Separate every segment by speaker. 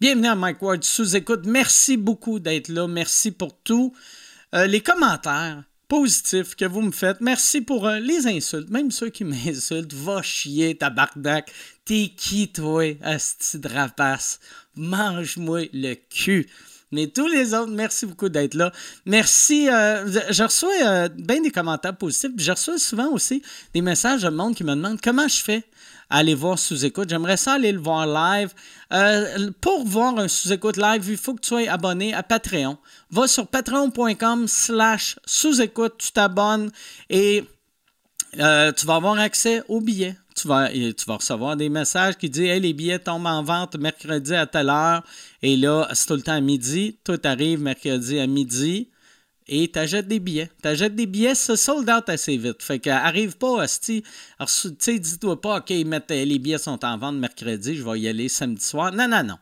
Speaker 1: Bienvenue à Mike Ward sous-écoute. Merci beaucoup d'être là. Merci pour tout. Euh, les commentaires positifs que vous me faites. Merci pour euh, les insultes, même ceux qui m'insultent. Va chier, tabarnak. T'es qui, toi, asti de rapace? Mange-moi le cul. Mais tous les autres, merci beaucoup d'être là. Merci. euh, je reçois euh, bien des commentaires positifs. puis Je reçois souvent aussi des messages de monde qui me demandent comment je fais à aller voir sous-écoute. J'aimerais ça aller le voir live. Euh, pour voir un sous-écoute live, il faut que tu sois abonné à Patreon. Va sur patreon.com slash sous-écoute, tu t'abonnes et euh, tu vas avoir accès aux billets. Tu vas, et tu vas recevoir des messages qui disent Hey, les billets tombent en vente mercredi à telle heure. Et là, c'est tout le temps à midi. Toi, t'arrives mercredi à midi et t'achètes des billets. T'achètes des billets, ça sold out assez vite. Fait qu'arrive pas, hostie. Alors, tu sais, dis-toi pas, OK, ils mettent- eh, les billets sont en vente mercredi, je vais y aller samedi soir. Non, non, non.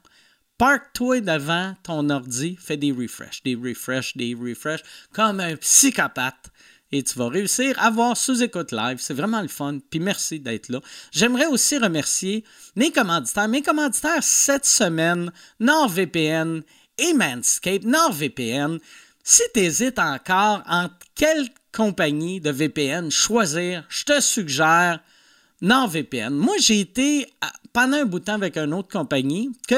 Speaker 1: Parque-toi devant ton ordi, fais des refresh, des refresh, des refresh, comme un psychopathe. Et tu vas réussir à voir sous-écoute live. C'est vraiment le fun. Puis merci d'être là. J'aimerais aussi remercier mes commanditaires. Mes commanditaires cette semaine, NordVPN et Manscaped. NordVPN, si tu hésites encore entre quelle compagnie de VPN choisir, je te suggère NordVPN. Moi, j'ai été à- pendant un bout de temps avec une autre compagnie que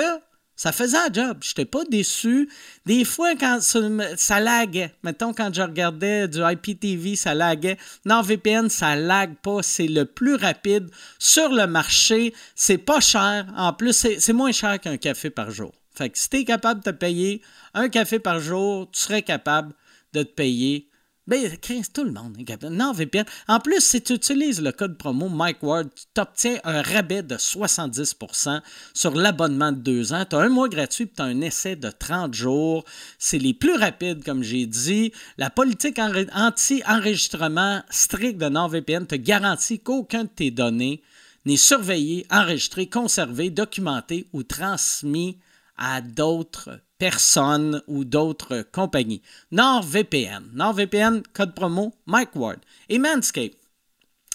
Speaker 1: ça faisait un job. Je n'étais pas déçu. Des fois, quand ça, me- ça laguait, mettons, quand je regardais du IPTV, ça laguait. NordVPN, ça lague pas. C'est le plus rapide sur le marché. C'est pas cher. En plus, c'est c'est moins cher qu'un café par jour. Fait que si tu es capable de te payer un café par jour, tu serais capable de te payer ben, Chris, tout le monde est capable. Non, VPN. En plus, si tu utilises le code promo Mike Ward, tu obtiens un rabais de 70% sur l'abonnement de deux ans. Tu as un mois gratuit et tu as un essai de 30 jours. C'est les plus rapides, comme j'ai dit. La politique enre- anti-enregistrement stricte de NordVPN te garantit qu'aucun de tes données n'est surveillé, enregistré, conservé, documenté ou transmis à d'autres personnes ou d'autres compagnies. NordVPN. NordVPN, code promo Mike Ward. Et Manscaped.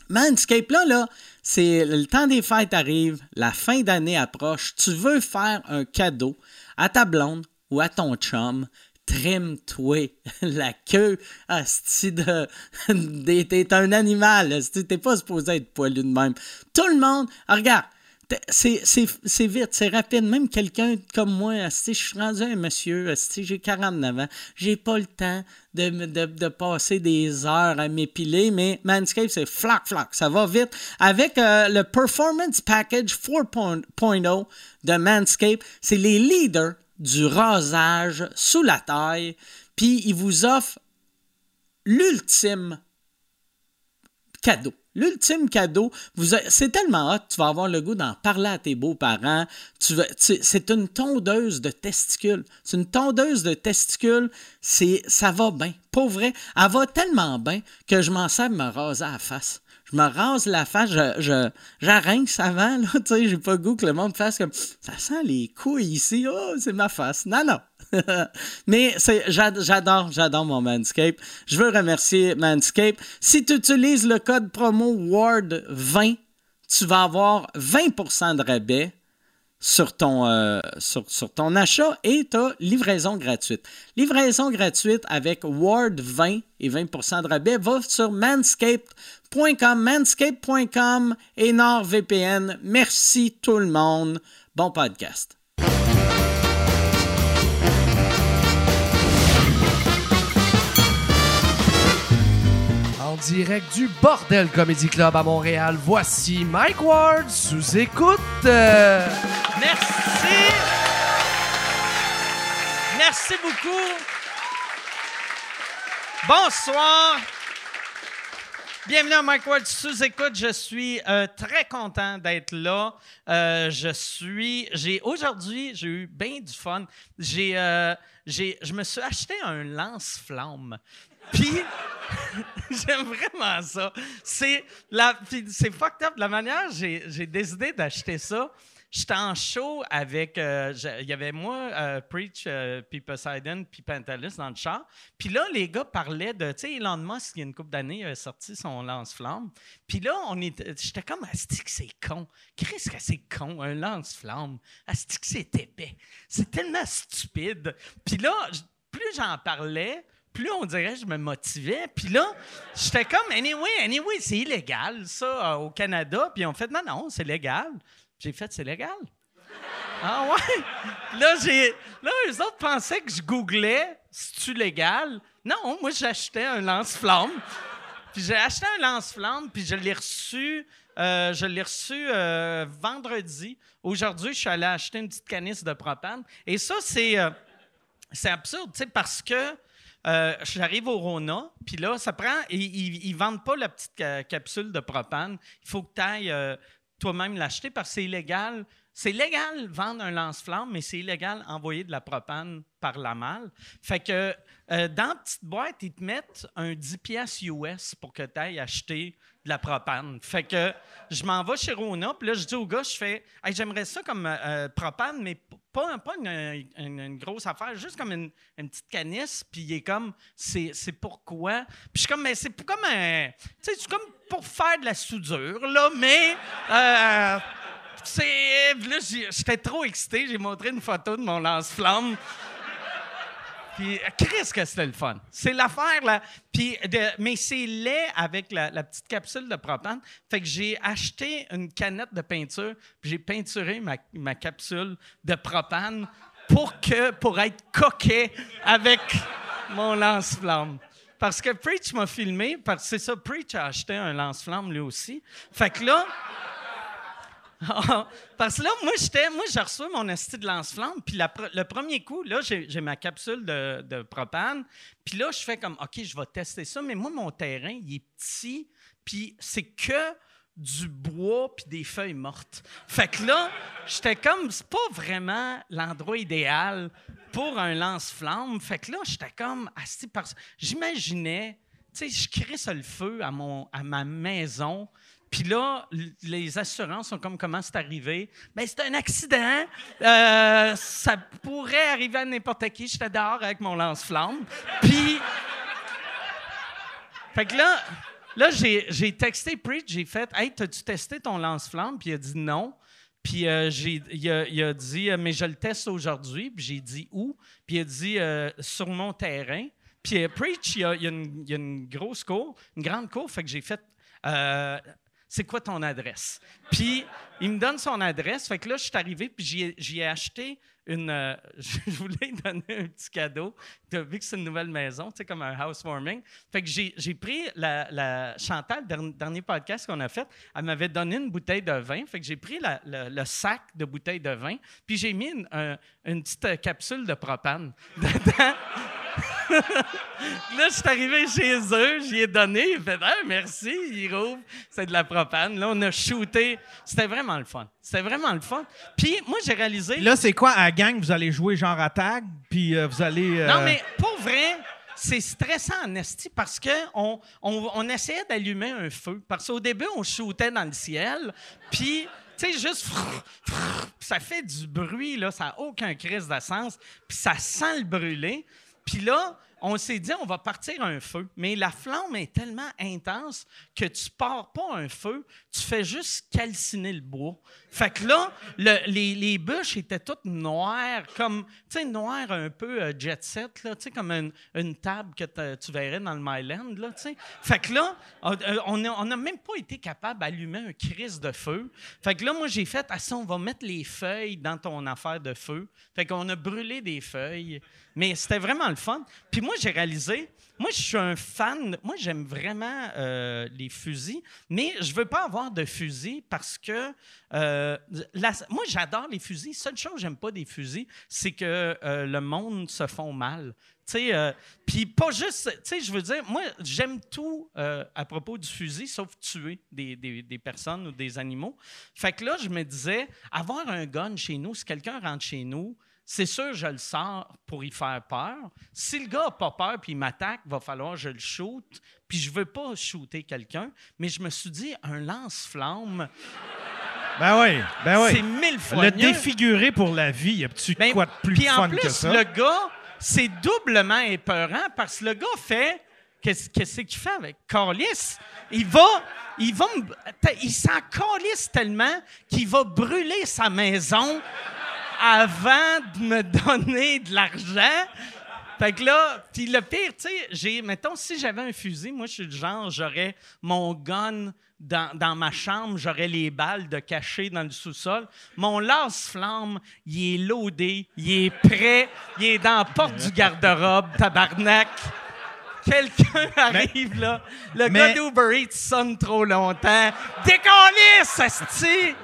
Speaker 1: Manscaped, là, là, c'est le temps des fêtes arrive, la fin d'année approche, tu veux faire un cadeau à ta blonde ou à ton chum, trime-toi la queue, asti de... des- T'es un animal, asti, t'es pas supposé être poilu de même. Tout le monde, ah, regarde, T'es- C'est c'est- c'est vite, c'est rapide. Même quelqu'un comme moi, asti, je suis rendu un monsieur, asti, j'ai 49 ans. J'ai pas le temps de, me- de- de passer des heures à m'épiler, mais Manscaped, c'est flac, flac. Ça va vite. Avec euh, le Performance Package 4.0 de Manscaped, c'est les leaders du rasage sous la taille. Puis, ils vous offrent l'ultime cadeau. L'ultime cadeau, vous a- c'est tellement hot, tu vas avoir le goût d'en parler à tes beaux-parents. Tu vas- tu- c'est une tondeuse de testicules. C'est une tondeuse de testicules, c'est, ça va bien. Pour vrai, elle va tellement bien que je m'en sers de me raser à la face. Je me rase la face, je, je, j'arrince avant, là, tu sais, j'ai pas le goût que le monde fasse comme ça sent les couilles ici, oh, c'est ma face. Non, non. Mais c'est- j'ad- j'adore, j'adore mon Manscape. Je veux remercier Manscape. Si tu utilises le code promo WARD20, tu vas avoir 20% de rabais sur ton, euh, sur, sur ton achat et tu livraison gratuite. Livraison gratuite avec Ward 20 et 20 de rabais. Va sur manscaped.com, manscaped.com et NordVPN. Merci tout le monde. Bon podcast.
Speaker 2: En direct du Bordel Comedy Club à Montréal, voici Mike Ward sous écoute. Euh,
Speaker 1: Merci. Merci beaucoup. Bonsoir. Bienvenue à Mike Ward sous-écoute. Je suis euh, très content d'être là. Euh, je suis. J'ai aujourd'hui, j'ai eu bien du fun. J'ai, euh, j'ai, je me suis acheté un lance-flamme. Puis j'aime vraiment ça. C'est la, puis c'est fucked up la manière. J'ai, j'ai décidé d'acheter ça.
Speaker 3: J'étais en show avec. euh, je- Il y avait moi, euh, Preach, euh, puis Poseidon, puis Pantalus dans le char. Puis là, les gars parlaient de. Tu sais, Elon Musk, il y a une couple d'années, il a sorti son lance-flamme. Puis là, on était, j'étais comme, Asti que c'est con. Qu'est-ce que c'est con, un lance-flamme? Asti que c'est épais. C'est tellement stupide. Puis là, j- plus j'en parlais, plus on dirait que je me motivais. Puis là, j'étais comme, anyway, anyway, c'est illégal, ça, euh, au Canada. Puis on fait, non, non, c'est légal. J'ai fait, c'est légal. Ah ouais? Là, j'ai. Là, eux autres pensaient que je googlais c'est-tu légal? Non, moi, j'achetais un lance-flamme. Puis j'ai acheté un lance-flamme, puis je l'ai reçu. euh, je l'ai reçu euh, vendredi. Aujourd'hui, je suis allé acheter une petite canisse de propane. Et ça, c'est. euh, c'est absurde, tu sais, parce que euh, j'arrive au Rona, puis là, ça prend. Ils, ils, ils vendent pas la petite ca- capsule de propane. Il faut que tu ailles euh, toi-même l'acheter parce que c'est illégal. C'est légal vendre un lance-flamme, mais c'est illégal envoyer de la propane par la malle. Fait que euh, dans la petite boîte, ils te mettent un 10 pièces US pour que tu ailles acheter de la propane. Fait que je m'en vais chez Rona, puis là, je dis au gars, je fais Hey, j'aimerais ça comme euh, euh, propane, mais p- pas, un- pas une, une- une grosse affaire, juste comme une, une petite canisse. Puis il est comme C'est c'est pourquoi Puis je suis comme Mais c'est pour- comme un. Tu sais, c'est comme pour faire de la soudure, là, mais. euh, c'est. Là, j'ai- j'étais trop excité, j'ai montré une photo de mon lance-flamme. Puis, euh, Chris, que c'était le fun. C'est l'affaire, là. Puis, de- mais c'est laid avec la, la petite capsule de propane. Fait que j'ai acheté une canette de peinture, puis j'ai peinturé ma, ma capsule de propane pour, que, pour être coquet avec mon lance-flamme. Parce que Preach m'a filmé, parce que c'est ça, Preach a acheté un lance-flamme lui aussi. Fait que là, Parce que là, moi, j'étais, moi, j'ai reçu mon esti de lance-flamme, puis la pre- le premier coup, là, j'ai, j'ai ma capsule de, de propane, puis là, je fais comme, OK, je vais tester ça, mais moi, mon terrain, il est petit, puis c'est que du bois puis des feuilles mortes. Fait que là, j'étais comme, c'est pas vraiment l'endroit idéal pour un lance-flamme. Fait que là, j'étais comme, asti, parce j'imaginais, tu sais, je crisse le feu à, mon, à ma maison. Puis là, l- les assurances sont comme comment c'est arrivé. Mais c'est un accident. Euh, ça pourrait arriver à n'importe qui. J'étais dehors avec mon lance-flamme. Puis. Fait que là, là j'ai, j'ai texté Preach. J'ai fait Hey, t'as-tu testé ton lance-flamme? Puis il a dit non. Puis euh, j'ai, il, a, il a dit euh, Mais je le teste aujourd'hui. Puis j'ai dit Où? Puis il a dit Euh, Sur mon terrain. Puis euh, Preach, il y a, il y a une, il y a une grosse cour, une grande cour. Fait que j'ai fait euh, c'est quoi ton adresse? Puis, il me donne son adresse. Fait que là, je suis arrivé, puis j'y ai- j'y ai, acheté une. euh, je voulais lui donner un petit cadeau, de- vu que c'est une nouvelle maison, tu sais, comme un housewarming. Fait que j'ai j'ai pris la, la- Chantal, le dernier, dernier podcast qu'on a fait, elle m'avait donné une bouteille de vin. Fait que j'ai pris la- le, le sac de bouteille de vin, puis j'ai mis une, un- une petite euh, capsule de propane dedans. Là, je suis arrivé chez eux, j'y ai donné. Il fait Ah, merci, il rouvre. C'est de la propane. Là, on a shooté. C'était vraiment le fun. C'était vraiment le fun. Puis moi, j'ai réalisé.
Speaker 4: Là, c'est quoi, à la gang, vous allez jouer genre à tag, puis euh, vous allez... euh,
Speaker 3: Non, mais pour vrai, c'est stressant en esti parce que on, on- on essayait d'allumer un feu. Parce qu'au début, on shootait dans le ciel, puis, tu sais, juste... frrr, frrr, puis ça fait du bruit, là, ça n'a aucun crise de sens, puis ça sent le brûler. Puis là, on s'est dit, on va partir un feu. Mais la flamme est tellement intense que tu pars pas un feu, tu fais juste calciner le bois. Fait que là, le- les, les bûches étaient toutes noires, comme, tu sais, noires un peu euh, jet set, là, tu sais, comme une, une table que t'as- tu verrais dans le Myland, là, tu sais. Fait que là, on- euh, on n'a on a même pas été capable d'allumer un crise de feu. Fait que là, moi, j'ai fait, ah ça, on va mettre les feuilles dans ton affaire de feu. Fait qu'on a brûlé des feuilles. Mais c'était vraiment le fun. Puis moi, j'ai réalisé, moi, je suis un fan, moi, j'aime vraiment euh, les fusils, mais je veux pas avoir de fusil parce que euh, la- moi, j'adore les fusils. Seule chose que j'aime pas des fusils, c'est que euh, le monde se font mal. Tu sais, euh, puis pas juste, tu sais, je veux dire, moi, j'aime tout euh, à propos du fusil, sauf tuer des, des- des personnes ou des animaux. Fait que là, je me disais, avoir un gun chez nous, si quelqu'un rentre chez nous, c'est sûr, je le sors pour y faire peur. Si le gars n'a pas peur puis il m'attaque, va falloir que je le shoot. Puis je veux pas shooter quelqu'un, mais je me suis dit, un lance-flamme,
Speaker 4: Ben oui, ben oui.
Speaker 3: C'est mille fois
Speaker 4: Le
Speaker 3: mieux.
Speaker 4: défigurer pour la vie, y a-tu
Speaker 3: Ben,
Speaker 4: quoi de plus
Speaker 3: puis
Speaker 4: fun
Speaker 3: en plus,
Speaker 4: que ça?
Speaker 3: le gars, c'est doublement épeurant parce que le gars fait. Qu'est-ce qu'est-ce qu'il fait avec Carlis? Il va. Il va. me- Il s'en calisse tellement qu'il va brûler sa maison avant de me donner de l'argent. Fait que là, puis le pire, tu sais, j'ai, mettons, si j'avais un fusil, moi, je suis le genre, j'aurais mon gun dans, dans ma chambre, j'aurais les balles de cacher dans le sous-sol. Mon lance-flamme, il est loadé, il est prêt, il est dans la porte du garde-robe, tabarnak. Quelqu'un arrive, là. Le
Speaker 4: mais-
Speaker 3: gars d'Uber Eats sonne trop longtemps. Décalisse, asti!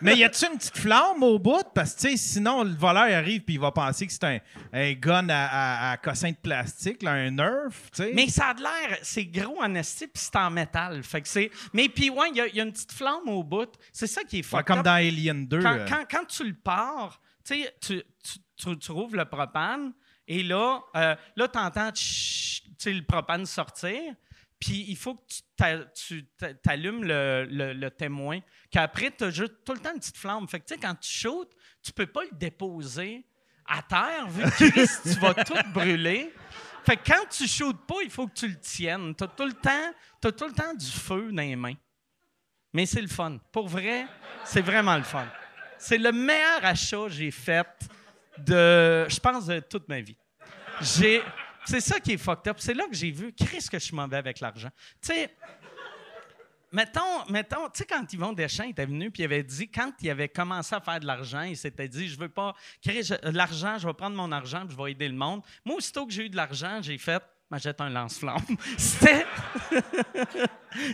Speaker 4: Mais y a-tu une petite flamme au bout? Parce que tu sais, sinon, le voleur il arrive puis il va penser que c'est un, un gun à, à, à cossin de plastique, là, un nerf. tu sais.
Speaker 3: Mais ça a de l'air, c'est gros en esti, puis c'est en métal. Fait que c'est. Mais puis ouais, il y a- il y, a une petite flamme au bout. C'est ça qui est
Speaker 4: Ouais,
Speaker 3: fort.
Speaker 4: comme dans Alien 2.
Speaker 3: quand,
Speaker 4: euh,
Speaker 3: quand- quand tu le pars, tu sais, tu, tu, tu- tu rouvres le propane et là, euh, là t'entends, tch- tu sais, le propane sortir. Puis il faut que tu t'a- tu t'a- t'allumes le, le- le témoin. Qu'après, tu as juste tout le temps une petite flamme. Fait que tu sais, quand tu shootes, tu peux pas le déposer à terre, vu que Christ, tu vas tout brûler. Fait que quand tu shootes pas, il faut que tu le tiennes. Tu as tout le temps, t'as tout le temps du feu dans les mains. Mais c'est le fun. Pour vrai, c'est vraiment le fun. C'est le meilleur achat que j'ai fait de, je pense, de toute ma vie. J'ai, c'est ça qui est fucked up. C'est là que j'ai vu, Chris, que je suis mauvais avec l'argent. Tu sais, mettons, mettons, tu sais, quand Yvon Deschamps était venu, puis il avait dit, quand il avait commencé à faire de l'argent, il s'était dit, je veux pas, Chris, je- euh, l'argent, je vais prendre mon argent, puis je vais aider le monde. Moi, aussitôt que j'ai eu de l'argent, j'ai fait, j'achète un lance-flamme. C'était.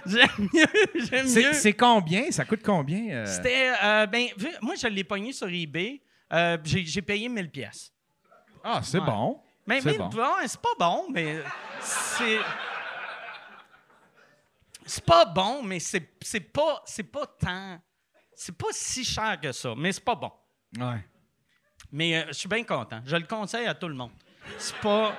Speaker 3: j'aime mieux, j'aime mieux.
Speaker 4: C'est c'est combien? Ça coûte combien? euh?
Speaker 3: C'était, euh, ben, vu- moi, je l'ai pogné sur eBay. Euh, j'ai, j'ai payé 1000 pièces.
Speaker 4: Ah, c'est
Speaker 3: Ouais.
Speaker 4: bon.
Speaker 3: Mais
Speaker 4: C'est
Speaker 3: 1000
Speaker 4: bon.
Speaker 3: bon, c'est pas bon, mais c'est... C'est pas bon, mais c'est, c'est pas, c'est pas tant... C'est pas si cher que ça, mais c'est pas bon.
Speaker 4: Ouais.
Speaker 3: Mais euh, je suis bien content. Je le conseille à tout le monde. C'est pas.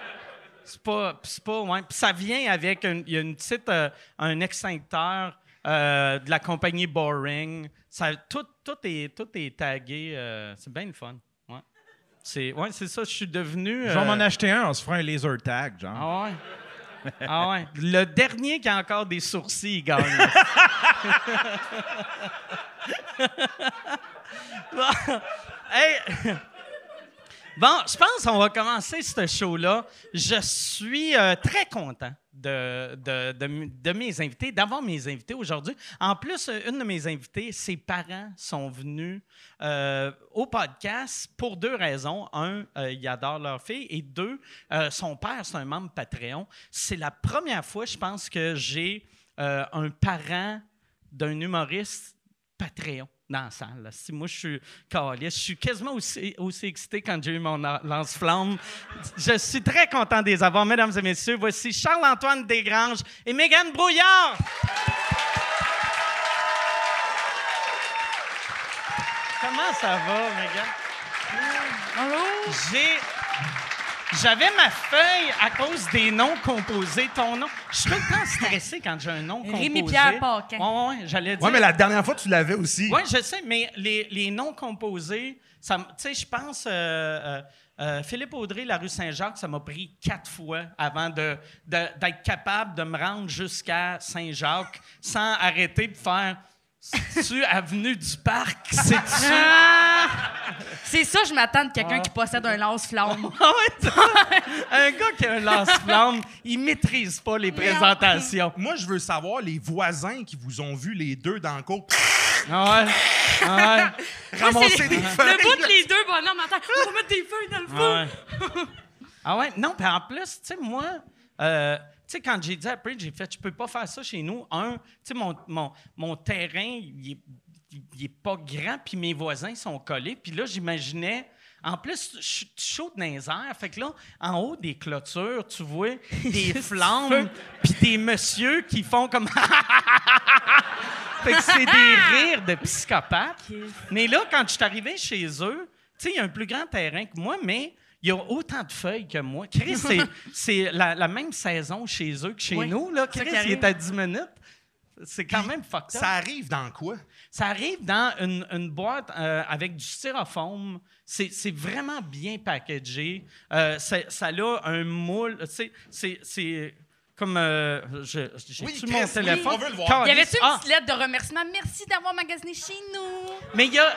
Speaker 3: C'est pas. C'est pas. ouais. Puis ça vient avec une, il y a une petite, euh, un extincteur euh, de la compagnie Boring. Ça, tout, tout, est, tout est tagué. euh, c'est bien le fun. Ouais. C'est ouais, c'est ça. Je suis devenu.
Speaker 4: Je
Speaker 3: euh,
Speaker 4: vais m'en acheter un, on se fera un laser tag, genre.
Speaker 3: Ah ouais. Ah ouais. Le dernier qui a encore des sourcils, il gagne. bon, Hey. Bon, je pense qu'on va commencer ce show-là. Je suis euh, très content de, de, de m- de mes invités, d'avoir mes invités aujourd'hui. En plus, euh, une de mes invitées, ses parents sont venus euh, au podcast pour deux raisons. Un, euh, ils adorent leur fille. Et deux, euh, son père, c'est un membre Patreon. C'est la première fois, je pense, que j'ai euh, un parent d'un humoriste Patreon dans la salle. là. Si moi, je suis caliste, je suis quasiment aussi, aussi excité quand j'ai eu mon a- lance-flamme. Je suis très content de les avoir, mesdames et messieurs. Voici Charles-Antoine Desgranges et Mégane Brouillard. Comment ça va, Mégane?
Speaker 5: Ah
Speaker 3: J'ai... J'avais ma feuille à cause des noms composés. Ton nom. Je suis tout le temps stressé quand j'ai un nom composé.
Speaker 5: Rémi-Pierre Paquin.
Speaker 3: Ouais, ouais, ouais, j'allais dire.
Speaker 6: Ouais, mais la dernière fois, tu l'avais aussi.
Speaker 3: Oui, je sais, mais les, les noms composés, ça m- tu sais, je pense, euh, euh, euh, Philippe Audrey, la rue Saint-Jacques, ça m'a pris quatre fois avant de, de- d'être capable de me rendre jusqu'à Saint-Jacques sans arrêter de faire. C'est-tu avenue du parc? C'est-tu.
Speaker 5: Ah! C'est ça, je m'attends de quelqu'un qui possède un lance-flamme.
Speaker 3: Ah ouais, t'as- un gars qui a un lance-flamme, il maîtrise pas les présentations.
Speaker 6: Moi, je veux savoir les voisins qui vous ont vu les deux dans le cours
Speaker 3: Ah ouais. Ah ouais.
Speaker 5: Moi, c'est
Speaker 6: ramasser
Speaker 5: le-
Speaker 6: des
Speaker 5: Le bout de
Speaker 6: feuilles.
Speaker 5: les deux bonhommes en terre. On va mettre des feuilles dans le feu.
Speaker 3: Ah ouais. Ah ouais, non, puis en plus, tu sais, moi, euh, tu sais, quand j'ai dit après, j'ai fait, je peux pas faire ça chez nous. Un, tu sais, mon, mon, mon terrain, il est, il est pas grand, puis mes voisins sont collés. Puis là, j'imaginais. En plus, je suis chaud dans les airs. Fait que là, en haut des clôtures, tu vois des flammes, puis des messieurs qui font comme. Fait que c'est des rires de psychopathes. Mais là, quand je suis arrivé chez eux, tu sais, il y a un plus grand terrain que moi, mais il y a autant de feuilles que moi. Chris, c'est- c'est la, la même saison chez eux que chez
Speaker 5: Oui,
Speaker 3: nous. Là.
Speaker 5: c'est ça
Speaker 3: Chris,
Speaker 5: qui
Speaker 3: il est
Speaker 5: arrive.
Speaker 3: à 10 minutes. C'est quand même fucked up.
Speaker 6: Ça arrive dans quoi?
Speaker 3: Ça arrive dans une, une boîte euh, avec du styrofoam. C'est c'est vraiment bien packagé. Euh, ça, ça a un moule. tu sais, C'est c'est comme. euh, je- J'ai-tu
Speaker 6: Oui,
Speaker 3: mon
Speaker 6: Chris, oui,
Speaker 3: téléphone?
Speaker 6: on veut le voir.
Speaker 3: Caliste.
Speaker 5: Y avait-tu une
Speaker 3: Ah,
Speaker 5: petite lettre de remerciement? Merci d'avoir magasiné chez nous.
Speaker 3: mais il y a,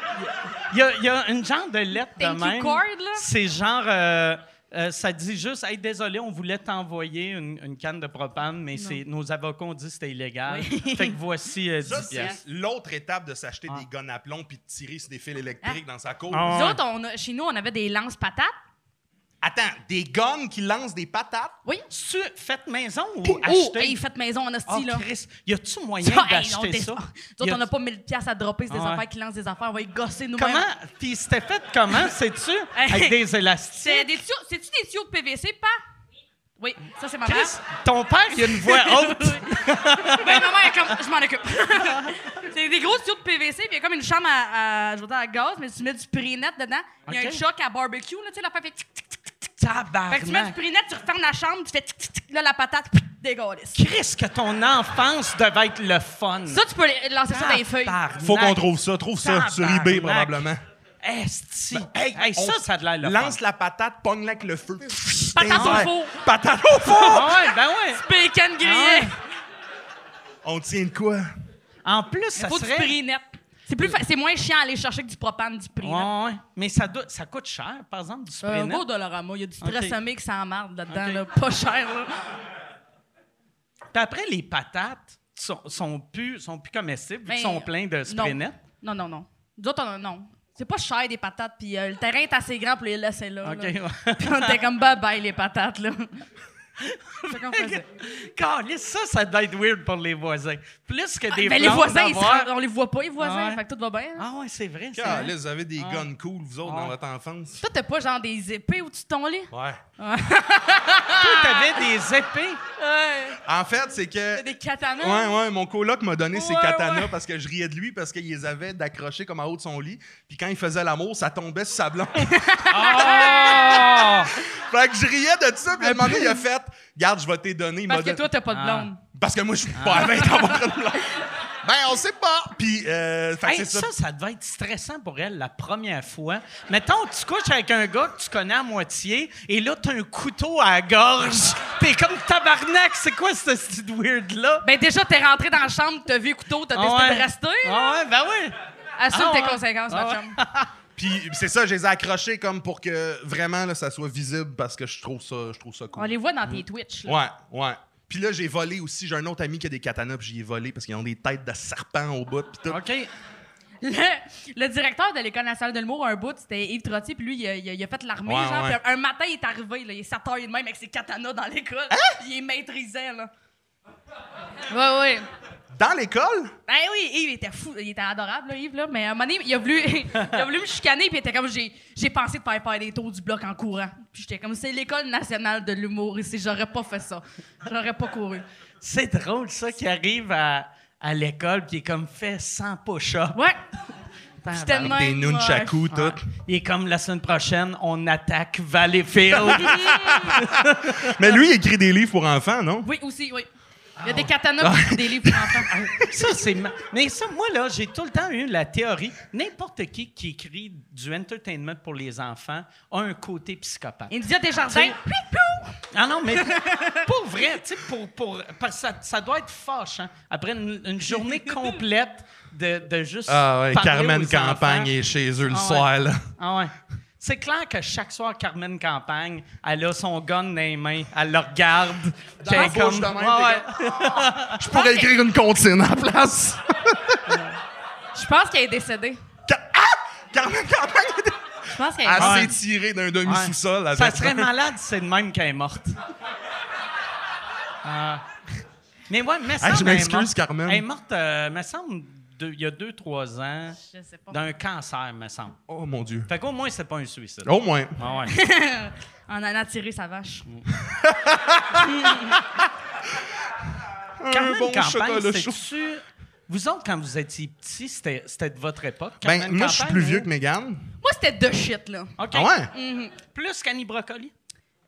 Speaker 3: il y, a- il y a une genre de lettre
Speaker 5: Thank
Speaker 3: de
Speaker 5: you
Speaker 3: même.
Speaker 5: card, là.
Speaker 3: C'est genre. euh, euh, ça dit juste, hey, désolé, on voulait t'envoyer une, une canne de propane, mais c'est nos avocats ont dit que c'était illégal. Fait que voici euh,
Speaker 6: Ça,
Speaker 3: 10
Speaker 6: c'est
Speaker 3: pièces.
Speaker 6: l'autre étape de s'acheter
Speaker 3: Ah.
Speaker 6: des guns à plomb puis de tirer sur des fils électriques dans sa cour.
Speaker 4: Ah.
Speaker 5: Nous autres, on a- chez nous, on avait des lances patates.
Speaker 6: Attends, des guns qui lancent des patates?
Speaker 5: Oui.
Speaker 3: Tu faites maison ou
Speaker 5: Oh,
Speaker 3: acheter?
Speaker 5: hey, faites maison en
Speaker 3: Ah,
Speaker 5: hostie, là.
Speaker 3: Chris, y a-tu moyen
Speaker 5: Ça, hey, on
Speaker 3: d'acheter
Speaker 5: dé-
Speaker 3: ça?
Speaker 5: Nous
Speaker 3: Y
Speaker 5: autres,
Speaker 3: a-
Speaker 5: on n'a pas 1000 pièces à dropper sur des
Speaker 3: Ah ouais.
Speaker 5: affaires qui lancent des affaires. On va y gosser nous-mêmes.
Speaker 3: Comment? Puis c'était fait comment, sais-tu? Avec des
Speaker 5: C'est
Speaker 3: élastiques.
Speaker 5: des tuyaux, c'est-tu des tuyaux de PVC, pas? Oui, ça c'est ma mère.
Speaker 3: Chris, ton père, il a une voix haute.
Speaker 5: ben, ma mère est comme, je m'en occupe. c'est des gros tuyaux de PVC, puis il y a comme une chambre à, à- je veux dire, à gaz, mais tu mets du Pirinet dedans. Il y a
Speaker 3: Ok.
Speaker 5: un choc à barbecue, là, tu sais, la fait tic, tic, tic, tic, tic. Fait que tu mets du
Speaker 3: Tabarnak.
Speaker 5: Pirinet, tu refermes la chambre, tu fais tic, tic, tic, là, la patate, dégueulasse.
Speaker 3: Chris, que ton enfance devait être le fun.
Speaker 5: Ça, tu peux les- lancer ça dans les feuilles.
Speaker 3: Tabarnak.
Speaker 6: Faut qu'on trouve ça. Trouve ça sur
Speaker 3: Tabarnak.
Speaker 6: eBay, probablement.
Speaker 3: Esti.
Speaker 6: Ben,
Speaker 3: hey,
Speaker 6: hey, on-
Speaker 3: ça, ça a de l'air le
Speaker 6: Lance
Speaker 3: fun.
Speaker 6: la patate, pogne-la avec le feu.
Speaker 5: Patate au
Speaker 6: Dans les
Speaker 5: four.
Speaker 6: airs. Patate au four!
Speaker 3: Ah ouais, ben ouais.
Speaker 5: Bacon
Speaker 3: Ah
Speaker 5: grillé.
Speaker 6: On tient de quoi?
Speaker 3: En plus, ça
Speaker 5: Faut
Speaker 3: serait...
Speaker 5: du Pirinet. C'est plus, fa- c'est moins chiant à aller chercher que du propane, du
Speaker 3: Ouais,
Speaker 5: Pirinet.
Speaker 3: ouais. Mais ça, doit- ça coûte cher, par exemple, du
Speaker 5: Euh, Un
Speaker 3: Sprinet.
Speaker 5: gros Dolorama, il y a du Tresemmé qui s'emmarde là-dedans,
Speaker 3: Ok.
Speaker 5: là, pas cher. Là.
Speaker 3: Puis après, les patates sont, sont, plus, sont plus comestibles, vu
Speaker 5: Ben,
Speaker 3: qu'ils sont pleins de Sprinet.
Speaker 5: Non, non, non. non. Nous autres, on a- non. C'est pas cher des patates, puis euh, le terrain est assez grand pour les laisser là.
Speaker 3: OK,
Speaker 5: là.
Speaker 3: ouais.
Speaker 5: Puis on était comme bye bye les patates là. C'est qu'on faisait.
Speaker 3: Caliste, ça, ça doit être weird pour les voisins. Plus que
Speaker 5: Ah,
Speaker 3: des
Speaker 5: ben, les
Speaker 3: plantes
Speaker 5: voisins, ils se
Speaker 3: d'avoir-
Speaker 5: rendent- on les voit pas les voisins,
Speaker 3: Ah ouais.
Speaker 5: fait que tout va bien. hein.
Speaker 3: Ah ouais, c'est vrai. c'est
Speaker 6: Ah,
Speaker 3: vrai.
Speaker 6: là, vous avez des
Speaker 3: Ah.
Speaker 6: guns cool, vous autres,
Speaker 3: Ah.
Speaker 6: dans votre enfance.
Speaker 5: Toi, t'as pas genre des épées au-dessus de ton lit?
Speaker 6: Ouais.
Speaker 3: Toi, t'avais des épées.
Speaker 5: Ouais.
Speaker 6: En fait, c'est que.
Speaker 5: T'as des katanas?
Speaker 6: Ouais, ouais, mon coloc m'a donné ses
Speaker 5: Ouais,
Speaker 6: katanas
Speaker 5: ouais.
Speaker 6: parce que je riais de lui parce qu'il les avait d'accrocher comme en haut de son lit. Puis quand il faisait l'amour, ça tombait sur sa blonde.
Speaker 3: Ah!
Speaker 6: fait que je riais de ça. Puis à un moment donné, il a fait Garde, je vais t'y donner. Il m'a
Speaker 5: Parce que toi,
Speaker 6: donné-
Speaker 5: t'as
Speaker 3: Ah.
Speaker 5: pas de blonde.
Speaker 6: Parce que moi, je suis pas à 20 d'avoir une blonde. Ben, on sait pas. Puis, euh, fait que
Speaker 3: Hey,
Speaker 6: c'est
Speaker 3: ça,
Speaker 6: ça.
Speaker 3: ça, devait être stressant pour elle la première fois. Mettons, tu couches avec un gars que tu connais à moitié et là, t'as un couteau à la gorge. T'es comme tabarnak. C'est quoi ce petit weird-là?
Speaker 5: Ben déjà, t'es rentré dans la chambre, t'as vu le couteau, t'as décidé de rester. Ah là.
Speaker 3: Ah ouais, ben oui.
Speaker 5: Assume
Speaker 3: Ah
Speaker 5: tes
Speaker 3: ouais.
Speaker 5: conséquences,
Speaker 3: Ah
Speaker 5: ma
Speaker 3: ouais.
Speaker 5: chum.
Speaker 6: Puis, c'est ça, je les ai accrochés comme pour que vraiment, là, ça soit visible parce que je trouve ça, je trouve ça
Speaker 5: On
Speaker 6: cool.
Speaker 5: les voit dans tes Twitch. Là.
Speaker 6: Ouais, ouais. Puis là, j'ai volé aussi. J'ai un autre ami qui a des katanas, puis j'y ai volé parce qu'ils ont des têtes de serpents au bout. Puis tout.
Speaker 3: OK.
Speaker 5: Le, le directeur de l'École nationale de l'humour, un bout, c'était Yves Trottier, puis lui, il a, il a- il a fait l'armée.
Speaker 6: Ouais,
Speaker 5: genre,
Speaker 6: ouais.
Speaker 5: puis un matin, il est arrivé, là, il s'attaille de même avec ses katanas dans l'école, puis il les maîtrisait. Là. Ouais, ouais.
Speaker 6: Dans l'école?
Speaker 5: Ben oui, Yves était fou, il était adorable, là, Yves, là, mais à un moment donné, il a voulu, il a voulu me chicaner, puis il était comme, j'ai j'ai pensé de faire faire des tours du bloc en courant. Puis j'étais comme, c'est l'École nationale de l'humour, ici, j'aurais pas fait ça. J'aurais pas couru.
Speaker 3: C'est drôle, ça, qui arrive à, à l'école qui est comme fait 100 push-ups.
Speaker 5: Ouais,
Speaker 3: Tabarnak.
Speaker 5: j'étais de même,
Speaker 6: Des nunchakus, tout.
Speaker 3: Ouais. Il est comme la semaine prochaine, on attaque Valleyfield.
Speaker 5: ouais.
Speaker 6: Mais lui, il écrit des livres pour enfants, non?
Speaker 5: Oui, aussi, oui. Il y a des katanas pis des livres pour enfants.
Speaker 3: ça, c'est. ma- Mais ça, moi, là, j'ai tout le temps eu la théorie. N'importe qui qui écrit du entertainment pour les enfants a un côté psychopathe.
Speaker 5: India
Speaker 3: Tu
Speaker 5: Desjardins,
Speaker 3: sais- Ah non, mais pour vrai, tu sais, pour, pour, parce que ça, ça doit être fâchant. Après une, une journée complète de, de juste.
Speaker 6: Ah ouais,
Speaker 3: parler
Speaker 6: Carmen
Speaker 3: aux
Speaker 6: Campagne
Speaker 3: enfants.
Speaker 6: est chez eux le
Speaker 3: Ah ouais.
Speaker 6: soir, là.
Speaker 3: Ah ouais. C'est clair que chaque soir, Carmen Campagne, elle a son gun dans les mains, elle le regarde. puis
Speaker 6: la
Speaker 3: elle est
Speaker 6: bouche de même,
Speaker 3: Ouais,
Speaker 6: t'es
Speaker 3: ouais.
Speaker 6: Je pourrais écrire une comptine en place.
Speaker 5: je pense qu'elle est décédée.
Speaker 6: Car- Ah! Carmen Campagne était-
Speaker 5: Je pense qu'elle est
Speaker 6: Elle
Speaker 3: Ah,
Speaker 5: morte.
Speaker 6: s'est tirée d'un demi-sous-sol avec...
Speaker 3: Ça serait malade, c'est de même qu'elle est morte. Ah. Mais ouais, mais
Speaker 6: je m'excuse, Carmen.
Speaker 3: Elle est morte, euh, me semble, deux- il y a deux, trois ans,
Speaker 5: Je sais pas.
Speaker 3: d'un cancer, me semble.
Speaker 6: Oh mon Dieu.
Speaker 3: Fait qu'au moins, c'est pas un suicide.
Speaker 6: Au moins.
Speaker 3: Ah ouais.
Speaker 5: En allant tirer sa vache.
Speaker 3: Carmen
Speaker 6: bon chocolat
Speaker 3: Campagne,
Speaker 6: chaud.
Speaker 3: c'est-tu... Vous autres, quand vous étiez petits, c'était c'était de votre époque?
Speaker 6: Ben,
Speaker 3: Carmen
Speaker 6: moi, je suis
Speaker 3: Campagne,
Speaker 6: plus
Speaker 3: ou-
Speaker 6: vieux
Speaker 5: hein.
Speaker 6: que Mégane.
Speaker 5: Moi, c'était deux shit, là.
Speaker 3: OK.
Speaker 6: Ah ouais?
Speaker 5: Mhm.
Speaker 3: Plus qu'Annie Brocoli?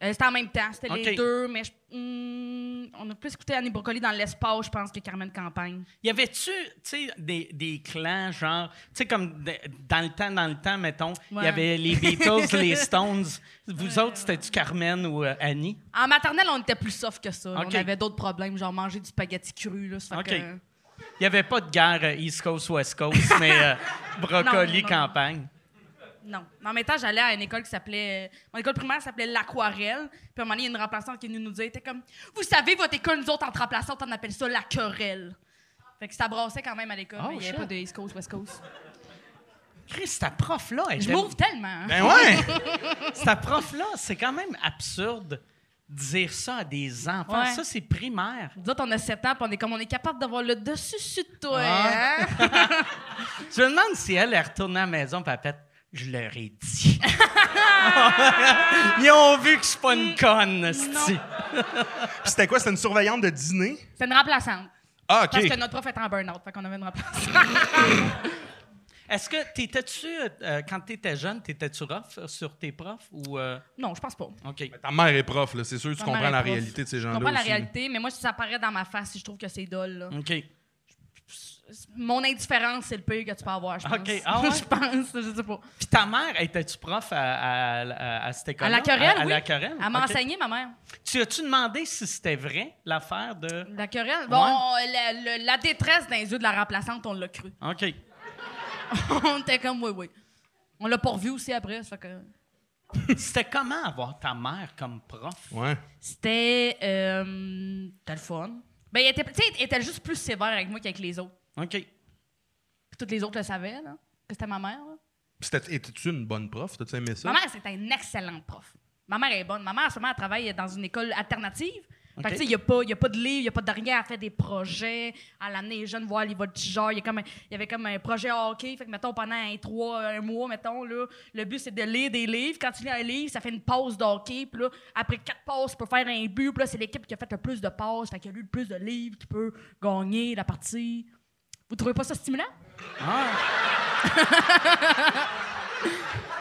Speaker 5: Euh, c'était en même temps. C'était
Speaker 3: Ok.
Speaker 5: les deux, mais je. hmm, hum, on a plus écouté Annie Brocoli dans l'espace, je pense, que Carmen Campagne.
Speaker 3: Y avait-tu, tu sais, des, des clans, genre, tu sais, comme de- dans le temps, dans le temps, mettons, il
Speaker 5: Ouais.
Speaker 3: y avait les Beatles, les Stones. Vous autres, c'était-tu Carmen ou euh, Annie?
Speaker 5: En maternelle, on était plus soft que ça. là.
Speaker 3: Ok.
Speaker 5: On avait d'autres problèmes, genre manger du spaghetti cru. Là, ça fait
Speaker 3: Ok.
Speaker 5: que- euh,
Speaker 3: Il y avait pas de guerre euh, East Coast, West Coast, mais euh, brocoli,
Speaker 5: Non, non, non.
Speaker 3: campagne.
Speaker 5: Non. Mais en même temps, j'allais à une école qui s'appelait. euh, Mon école primaire s'appelait l'Aquarelle. Puis à un moment donné, il y a une remplaçante qui est venue nous dire était comme, Vous savez, votre école, nous autres, entre remplaçantes, on appelle ça la querelle. Fait que ça brassait quand même à l'école.
Speaker 3: Oh,
Speaker 5: mais il n'y
Speaker 3: shit.
Speaker 5: avait pas de East Coast, West Coast.
Speaker 3: Chris, ta prof-là, elle
Speaker 5: Je
Speaker 3: devait-
Speaker 5: m'ouvre tellement. hein.
Speaker 6: Ben ouais!
Speaker 3: Ta prof-là, c'est quand même absurde de dire ça à des enfants.
Speaker 5: Ouais.
Speaker 3: Ça, c'est primaire.
Speaker 5: Nous autres, on a 7 ans, puis on est comme, on est capable d'avoir le dessus de toi.
Speaker 3: Ah.
Speaker 5: hein?
Speaker 3: Je me demande si elle, elle retourne à la maison, papette. Je leur ai dit. Ils ont vu que je suis pas une conne, esti.
Speaker 6: Puis c'était quoi? C'était une surveillante de dîner?
Speaker 5: C'est une remplaçante.
Speaker 6: Ah,
Speaker 5: Parce
Speaker 6: OK.
Speaker 5: que notre prof était en burn-out, fait qu'on avait une remplaçante.
Speaker 3: Est-ce que t'étais-tu, euh, quand t'étais jeune, t'étais-tu rough euh, sur tes profs ou... euh,
Speaker 5: non, je pense pas.
Speaker 3: OK.
Speaker 6: Ta mère est prof, là. C'est sûr, tu
Speaker 5: Ma mère
Speaker 6: comprends
Speaker 5: est
Speaker 6: la
Speaker 5: prof.
Speaker 6: réalité de ces gens-là.
Speaker 5: Je comprends la
Speaker 6: aussi.
Speaker 5: réalité, mais moi, si ça apparaît dans ma face, si je trouve que c'est dole, là.
Speaker 3: OK.
Speaker 5: Mon indifférence, c'est le pire que tu peux avoir, je pense.
Speaker 3: Ok, ah ouais?
Speaker 5: je pense, je sais pas.
Speaker 3: Puis ta mère, étais-tu prof à, à, à, à cette école
Speaker 5: À la querelle,
Speaker 3: À,
Speaker 5: oui.
Speaker 3: la querelle?
Speaker 5: Elle m'a
Speaker 3: OK.
Speaker 5: enseigné, ma mère.
Speaker 3: Tu as-tu demandé si c'était vrai, l'affaire de...
Speaker 5: La querelle. Bon,
Speaker 3: Ouais.
Speaker 5: on- la, le- la détresse dans les yeux de la remplaçante, on l'a cru.
Speaker 3: OK.
Speaker 5: on était comme, oui, oui. On l'a pas revu aussi après, ça fait que...
Speaker 3: C'était comment avoir ta mère comme prof?
Speaker 6: Ouais.
Speaker 5: C'était... Euh, t'as le fun. Ben, elle était, tu sais, elle était juste plus sévère avec moi qu'avec les autres.
Speaker 3: OK.
Speaker 5: Puis toutes les autres le savaient, là, que c'était ma mère, là.
Speaker 6: Puis c'était- étais-tu une bonne prof? T'as-tu aimé ça?
Speaker 5: Ma mère, c'est un excellent prof. Ma mère est bonne. Ma mère, en ce moment, elle travaille dans une école alternative. Fait que,
Speaker 3: OK.
Speaker 5: tu sais, il n'y a, pas- y a pas de livre, il n'y a pas de rien. Elle fait des projets. Elle a amené les jeunes voir les voltigeurs. Il y, a comme un- il y avait comme un projet hockey. Fait que, mettons, pendant un, trois, un mois, mettons, là, le but, c'est de lire des livres. Quand tu lis un livre, ça fait une pause de hockey. Puis là, après quatre passes, tu peux faire un but. Puis là, c'est l'équipe qui a fait le plus de passes, fait qui a lu le plus de livres, qui peut gagner la partie. Vous trouvez pas ça stimulant?
Speaker 6: Ah.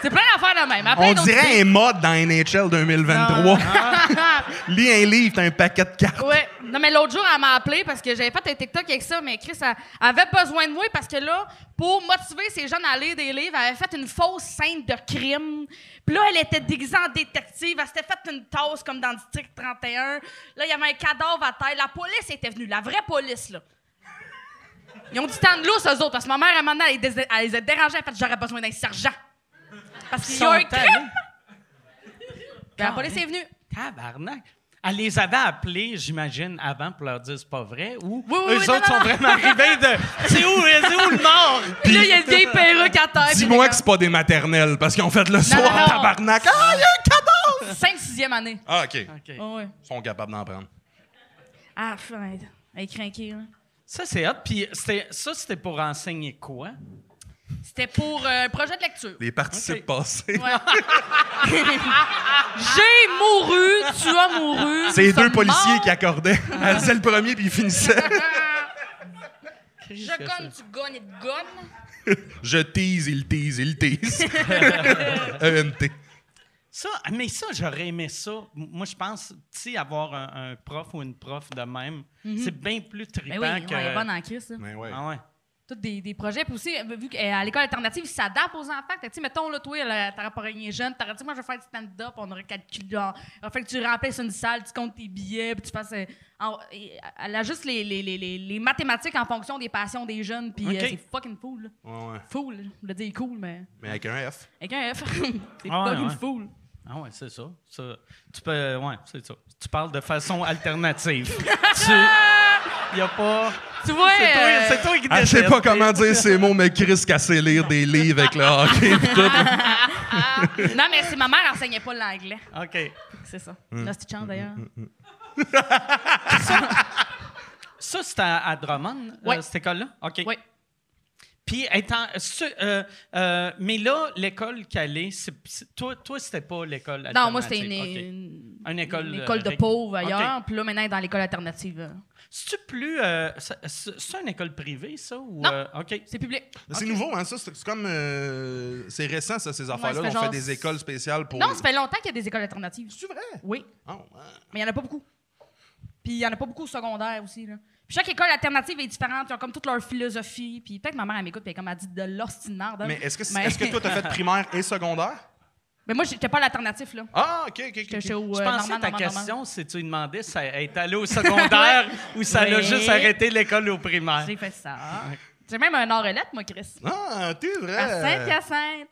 Speaker 5: C'est plein d'affaires de même. Après,
Speaker 6: On
Speaker 5: d'autres idées.
Speaker 6: dirait un mode dans NHL 2023. Lis un livre, t'as un paquet de cartes.
Speaker 5: Ouais. Non, mais l'autre jour, elle m'a appelé parce que j'avais fait un TikTok avec ça, mais Chris elle avait besoin de moi parce que là, pour motiver ces jeunes à lire des livres, elle avait fait une fausse scène de crime. Puis là, elle était déguisée en détective. Elle s'était faite une tasse comme dans District 31. Là, il y avait un cadavre à terre. La police était venue, la vraie police, là. Ils ont dit tant de lousse, eux autres, parce que ma mère, à un moment donné, elle, les dés- elle les a dérangés. Elle a fait j'aurais besoin d'un sergent. Parce qu'il y a un
Speaker 3: Sont
Speaker 5: crime.
Speaker 3: allés-
Speaker 5: Puis La police est venue.
Speaker 3: Tabarnak! Elle les avait appelés, j'imagine, avant pour leur dire c'est pas vrai ou
Speaker 5: Oui, oui,
Speaker 3: eux
Speaker 5: oui,
Speaker 3: autres
Speaker 5: non, non,
Speaker 3: sont
Speaker 5: non.
Speaker 3: vraiment arrivés de c'est où, c'est où le mort?
Speaker 5: Puis là, il y a une vieille perruque à terre. puis
Speaker 6: Dis-moi
Speaker 5: elle
Speaker 6: que
Speaker 5: est
Speaker 6: c'est pas des maternelles, parce qu'ils ont fait le soir,
Speaker 5: non, non.
Speaker 6: tabarnak. Ah, y a un cadavre!
Speaker 5: comme 5-6e année.
Speaker 6: Ah, OK.
Speaker 3: OK.
Speaker 5: Ah ouais.
Speaker 6: Ils sont capables d'en prendre.
Speaker 5: Ah, fin, elle est craquée, là.
Speaker 3: Ça, c'est hot. Puis c'était- ça, c'était pour enseigner quoi?
Speaker 5: C'était pour euh, un projet de lecture.
Speaker 6: Les participes
Speaker 3: OK.
Speaker 6: passés.
Speaker 5: J'ai mouru, tu as mouru.
Speaker 6: C'est
Speaker 5: nous
Speaker 6: les deux
Speaker 5: sommes
Speaker 6: policiers
Speaker 5: morts.
Speaker 6: qui accordaient. Elle disait le premier, puis il finissait.
Speaker 5: Je gomme, tu gonnes et tu gonnes.
Speaker 6: Je tease, il tease, il tease. E ENT.
Speaker 3: Ça, mais ça, j'aurais aimé ça. M- Moi, je pense, tu sais, avoir un, un prof ou une prof de même, c'est bien plus
Speaker 5: Ben
Speaker 3: trippant
Speaker 5: oui,
Speaker 3: que.
Speaker 5: on est bonne en crise, là.
Speaker 6: Ben ouais.
Speaker 3: Ah ouais.
Speaker 5: Toutes des, des projets. Puis aussi, euh, vu qu'à l'école alternative, ils s'adaptent aux enfants. Fait que, Tu sais, mettons, là, toi, là, t'aurais pas rien jeune, t'aurais dit, moi, je vais faire du stand-up, on aurait calculé. On aurait fait que tu remplisses une salle, tu comptes tes billets, puis tu fasses. euh, en- et- elle a juste les, les, les, les, les mathématiques en fonction des passions des jeunes, puis euh,
Speaker 3: Ok.
Speaker 5: c'est fucking cool, là.
Speaker 6: Ouais, ouais.
Speaker 5: Fool, je le dis cool, mais.
Speaker 6: Mais avec un F.
Speaker 5: Avec un F. C'est
Speaker 3: Ah ouais,
Speaker 5: fucking
Speaker 3: ouais.
Speaker 5: fool.
Speaker 3: Ah ouais, c'est ça. Ça, Tu peux. Ouais, c'est ça. Tu parles de façon alternative. tu. Y a pas.
Speaker 5: Tu vois.
Speaker 3: C'est toi,
Speaker 5: euh,
Speaker 3: c'est toi qui
Speaker 6: Ah, je sais
Speaker 3: décides.
Speaker 6: pas comment dire ces mots, mais Chris cassait lire des livres avec le hockey pis tout.
Speaker 5: non, mais c'est ma mère enseignait pas l'anglais.
Speaker 3: OK.
Speaker 5: C'est ça.
Speaker 3: Mm.
Speaker 5: Là, c'est chant d'ailleurs.
Speaker 3: Ça, c'était à, à Drummond,
Speaker 5: Oui.
Speaker 3: euh, cette école-là? OK.
Speaker 5: Oui.
Speaker 3: Puis, étant, c'est- euh, euh, mais là, l'école qu'elle est, c'est- c'est- toi, toi c'était pas l'école
Speaker 5: Non, moi, c'était une,
Speaker 3: alternative. OK.
Speaker 5: une,
Speaker 3: Une école,
Speaker 5: une
Speaker 3: euh,
Speaker 5: école de
Speaker 3: rég-
Speaker 5: pauvres ailleurs. Puis là, maintenant, elle est dans l'école alternative. euh.
Speaker 3: C'est-tu plus... euh, c'est- c'est c'est une école privée, ça? Ou,
Speaker 5: Non.
Speaker 3: euh, OK.
Speaker 5: C'est public.
Speaker 6: C'est nouveau, hein, ça? C'est c'est comme. euh, c'est récent, ça, ces
Speaker 5: ça
Speaker 6: affaires-là.
Speaker 5: fait
Speaker 6: On
Speaker 5: genre-
Speaker 6: fait des écoles spéciales pour.
Speaker 5: Non, ça fait longtemps qu'il y a des écoles alternatives.
Speaker 6: C'est vrai?
Speaker 5: Oui,
Speaker 6: Oh, ouais.
Speaker 5: mais il n'y en a pas beaucoup. Puis il y en a pas beaucoup au secondaire aussi. Là. Puis chaque école alternative est différente. Ils ont comme toute leur philosophie. Puis peut-être que ma mère, elle m'écoute, puis elle, comme elle dit de l'ostinard. hein.
Speaker 6: Mais est-ce que,
Speaker 5: ben.
Speaker 6: est-ce que toi, t'as fait primaire et secondaire?
Speaker 5: Mais moi, j'étais pas à l'alternatif, là.
Speaker 6: Ah, OK, OK, OK,
Speaker 5: J'étais
Speaker 6: OK.
Speaker 5: au
Speaker 3: Je pensais
Speaker 5: euh, normal,
Speaker 3: ta
Speaker 5: normal, normal.
Speaker 3: question, si tu lui demandais si elle est allée au secondaire ou si elle a
Speaker 5: Ouais.
Speaker 3: juste arrêté l'école au primaire.
Speaker 5: J'ai fait ça. J'ai même un orelette, moi, Chris.
Speaker 6: Ah, t'es
Speaker 5: À
Speaker 3: Euh.
Speaker 6: vrai.
Speaker 5: Sainte-Hyacinthe.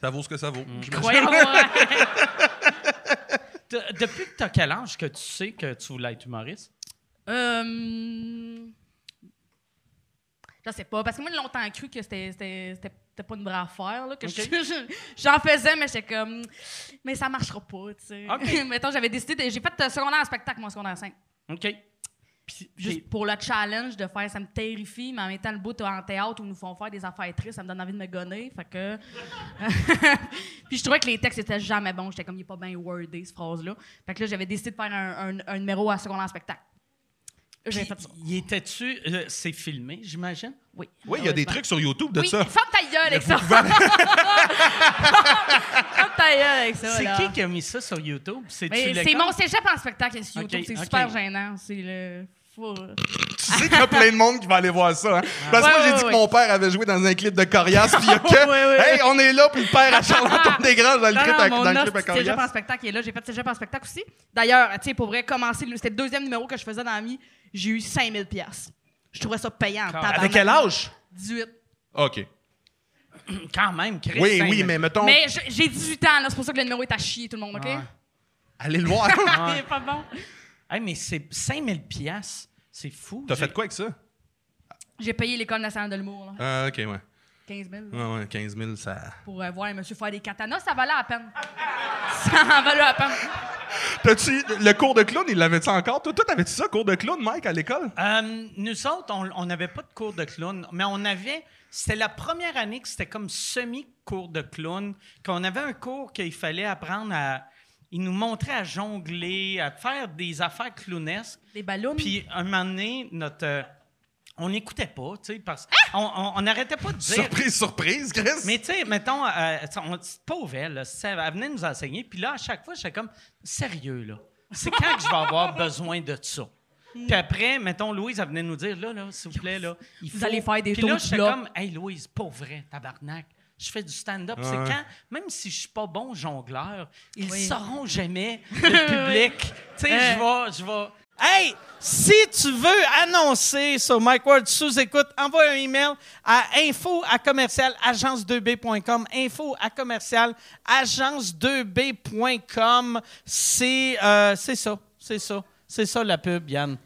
Speaker 6: Ça vaut ce que ça vaut.
Speaker 5: Voyons voir.
Speaker 3: De- depuis que tu as quel âge que tu sais que tu voulais être humoriste?
Speaker 5: Euh, Je sais pas, parce que moi, j'ai longtemps cru que c'était- c'était c'était- c'était pas une vraie affaire. Là, que je-
Speaker 3: Ok.
Speaker 5: je- J'en faisais, mais j'étais comme, mais ça marchera pas, tu sais.
Speaker 3: Ok.
Speaker 5: Mettons, j'avais décidé, de- j'ai fait euh, secondaire en spectacle, moi, secondaire 5.
Speaker 3: OK.
Speaker 5: Juste pour le challenge de faire, ça me terrifie, mais en même temps, le bout en théâtre où ils nous font faire des affaires tristes, ça me donne envie de me gonner, fait que... Puis je trouvais que les textes étaient jamais bons, j'étais comme, il est pas bien wordé, cette phrase-là. Fait que là, j'avais décidé de faire un, un- un numéro à secondaire en spectacle. J'ai fait ça.
Speaker 3: Y étais-tu... euh, c'est filmé, j'imagine?
Speaker 5: Oui.
Speaker 6: Oui, il y a des trucs sur YouTube de
Speaker 5: oui,
Speaker 6: ça.
Speaker 5: Ferme ta gueule avec ça. ferme ta gueule avec ça.
Speaker 3: c'est
Speaker 5: là.
Speaker 3: qui qui a mis ça sur YouTube? C'est-tu
Speaker 5: Mais C'est
Speaker 3: l'école?
Speaker 5: mon cégep en spectacle sur
Speaker 3: Ok,
Speaker 5: YouTube. C'est
Speaker 3: ok.
Speaker 5: super gênant. C'est le. Faut...
Speaker 6: Tu sais qu'il y a plein de monde qui va aller voir ça. hein. Parce
Speaker 5: Ouais,
Speaker 6: que moi, j'ai
Speaker 5: ouais,
Speaker 6: dit
Speaker 5: ouais.
Speaker 6: que mon père avait joué dans un clip de Corias, puis il y a que.
Speaker 5: ouais, ouais.
Speaker 6: Hey, on est là, puis le père à Charlotte-Desgranges dans le
Speaker 5: Non,
Speaker 6: clip à-
Speaker 5: non, Ah, mon
Speaker 6: dans le clip à
Speaker 5: hostie de cégep en
Speaker 6: Corias.
Speaker 5: spectacle est là. J'ai fait cégep en spectacle aussi. D'ailleurs, tu sais, pour vrai, commencer, le- c'était le deuxième numéro que je faisais dans la vie. J'ai eu 5000 pièces. Je trouvais ça payant. tabarnak.
Speaker 4: Avec quel âge?
Speaker 5: 18.
Speaker 6: OK.
Speaker 3: Quand même, Chris.
Speaker 6: Oui,
Speaker 3: cinq
Speaker 6: oui,
Speaker 3: minutes.
Speaker 6: mais mettons,
Speaker 5: Mais je- j'ai 18 ans, là. C'est pour ça que le numéro est à chier, tout le monde, OK?
Speaker 3: Ouais.
Speaker 6: allez le voir.
Speaker 5: C'est pas bon.
Speaker 3: Hey, mais c'est 5000 pièces, c'est fou.
Speaker 6: T'as
Speaker 3: J'ai-
Speaker 6: fait quoi avec ça?
Speaker 5: J'ai payé l'École nationale de l'humour, là.
Speaker 6: Ah, OK, ouais.
Speaker 5: 15 000.
Speaker 6: Ouais, ouais, 15 000, ça.
Speaker 5: pour euh, voir un monsieur faire des katanas, ça valait la peine. ça en valait la peine.
Speaker 6: T'as-tu. Le cours de clown, il l'avait-tu encore? Toi, toi, t'avais-tu ça, cours de clown, Mike, à l'école?
Speaker 3: Euh, nous autres, on- on n'avait pas de cours de clown, mais on avait. C'était la première année que c'était comme semi-cours de clown, qu'on avait un cours qu'il fallait apprendre à. Il nous montrait à jongler, à faire des affaires clownesques.
Speaker 5: Des ballons.
Speaker 3: Puis, un moment donné, notre. euh, on n'écoutait pas, tu sais, parce qu'on n'arrêtait pas de dire.
Speaker 6: Surprise, surprise, Chris!
Speaker 3: Mais tu sais, mettons, euh, tu sais, on- c'est pas ouvert, là. C'est- Elle venait nous enseigner, puis là, à chaque fois, j'étais comme, sérieux, là. C'est quand que je vais avoir besoin de ça?
Speaker 5: Mm.
Speaker 3: Puis après, mettons, Louise, elle venait nous dire, là, là, s'il vous plaît, là, il
Speaker 5: Vous
Speaker 3: faut-
Speaker 5: allez faire des
Speaker 3: Puis là,
Speaker 5: taux de
Speaker 3: j'étais
Speaker 5: bloc.
Speaker 3: comme, hey, Louise, pas vrai, tabarnak. Je fais du stand-up.
Speaker 6: Ouais.
Speaker 3: C'est quand, même si je suis pas bon jongleur, ils
Speaker 5: Oui.
Speaker 3: sauront jamais le public. Tu sais, je vais, je vais. Hein? Hey, si tu veux annoncer sur Mike Ward sous écoute, envoie un email à info à commercial agence 2b.com. Info à commercial agence 2b.com. C'est euh, c'est ça, c'est ça, c'est ça la pub, Yann.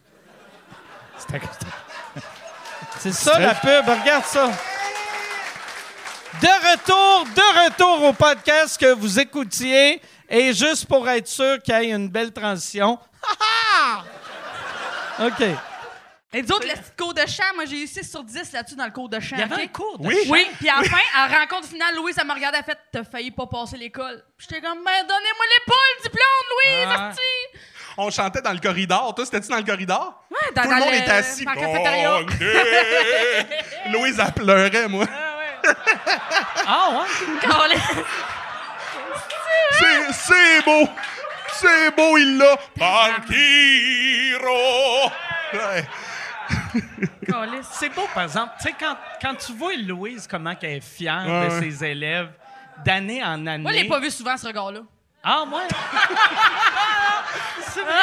Speaker 3: C'est ça la pub, regarde ça. De retour, de retour au podcast que vous écoutiez. Et juste pour être sûr qu'il y ait une belle transition. Ha, ha! OK.
Speaker 5: Et d'autres, le petit cours de chant, moi, j'ai eu 6 sur 10 là-dessus dans le cours de chant. OK?
Speaker 3: cours de
Speaker 6: Oui.
Speaker 3: chant.
Speaker 5: Oui, puis enfin, à la rencontre finale, Louise, elle me regardait, elle fait « T'as failli pas passer l'école. » Puis J'étais comme « Mais donnez-moi l'épaule, le diplôme, Louise,
Speaker 3: Ah.
Speaker 5: asti!
Speaker 6: On chantait dans le corridor. Toi, c'était-tu dans le corridor?
Speaker 5: Ouais, dans-
Speaker 6: Tout
Speaker 5: dans
Speaker 6: le monde
Speaker 5: le-
Speaker 6: était assis.
Speaker 5: dans la cafétéria.
Speaker 6: Bon, Louise, elle pleurait, moi.
Speaker 3: Ah ouais? »
Speaker 6: C'est, c'est beau! C'est beau, il l'a! Banquiro! Ouais.
Speaker 5: Calisse.
Speaker 3: C'est beau, par exemple. Tu sais, quand, quand tu vois Louise, comment qu'elle est fière
Speaker 6: Ouais,
Speaker 3: de
Speaker 6: ouais.
Speaker 3: ses élèves, d'année en année.
Speaker 5: Moi, je l'ai pas vu souvent, ce regard-là.
Speaker 3: Ah ouais? C'est vrai.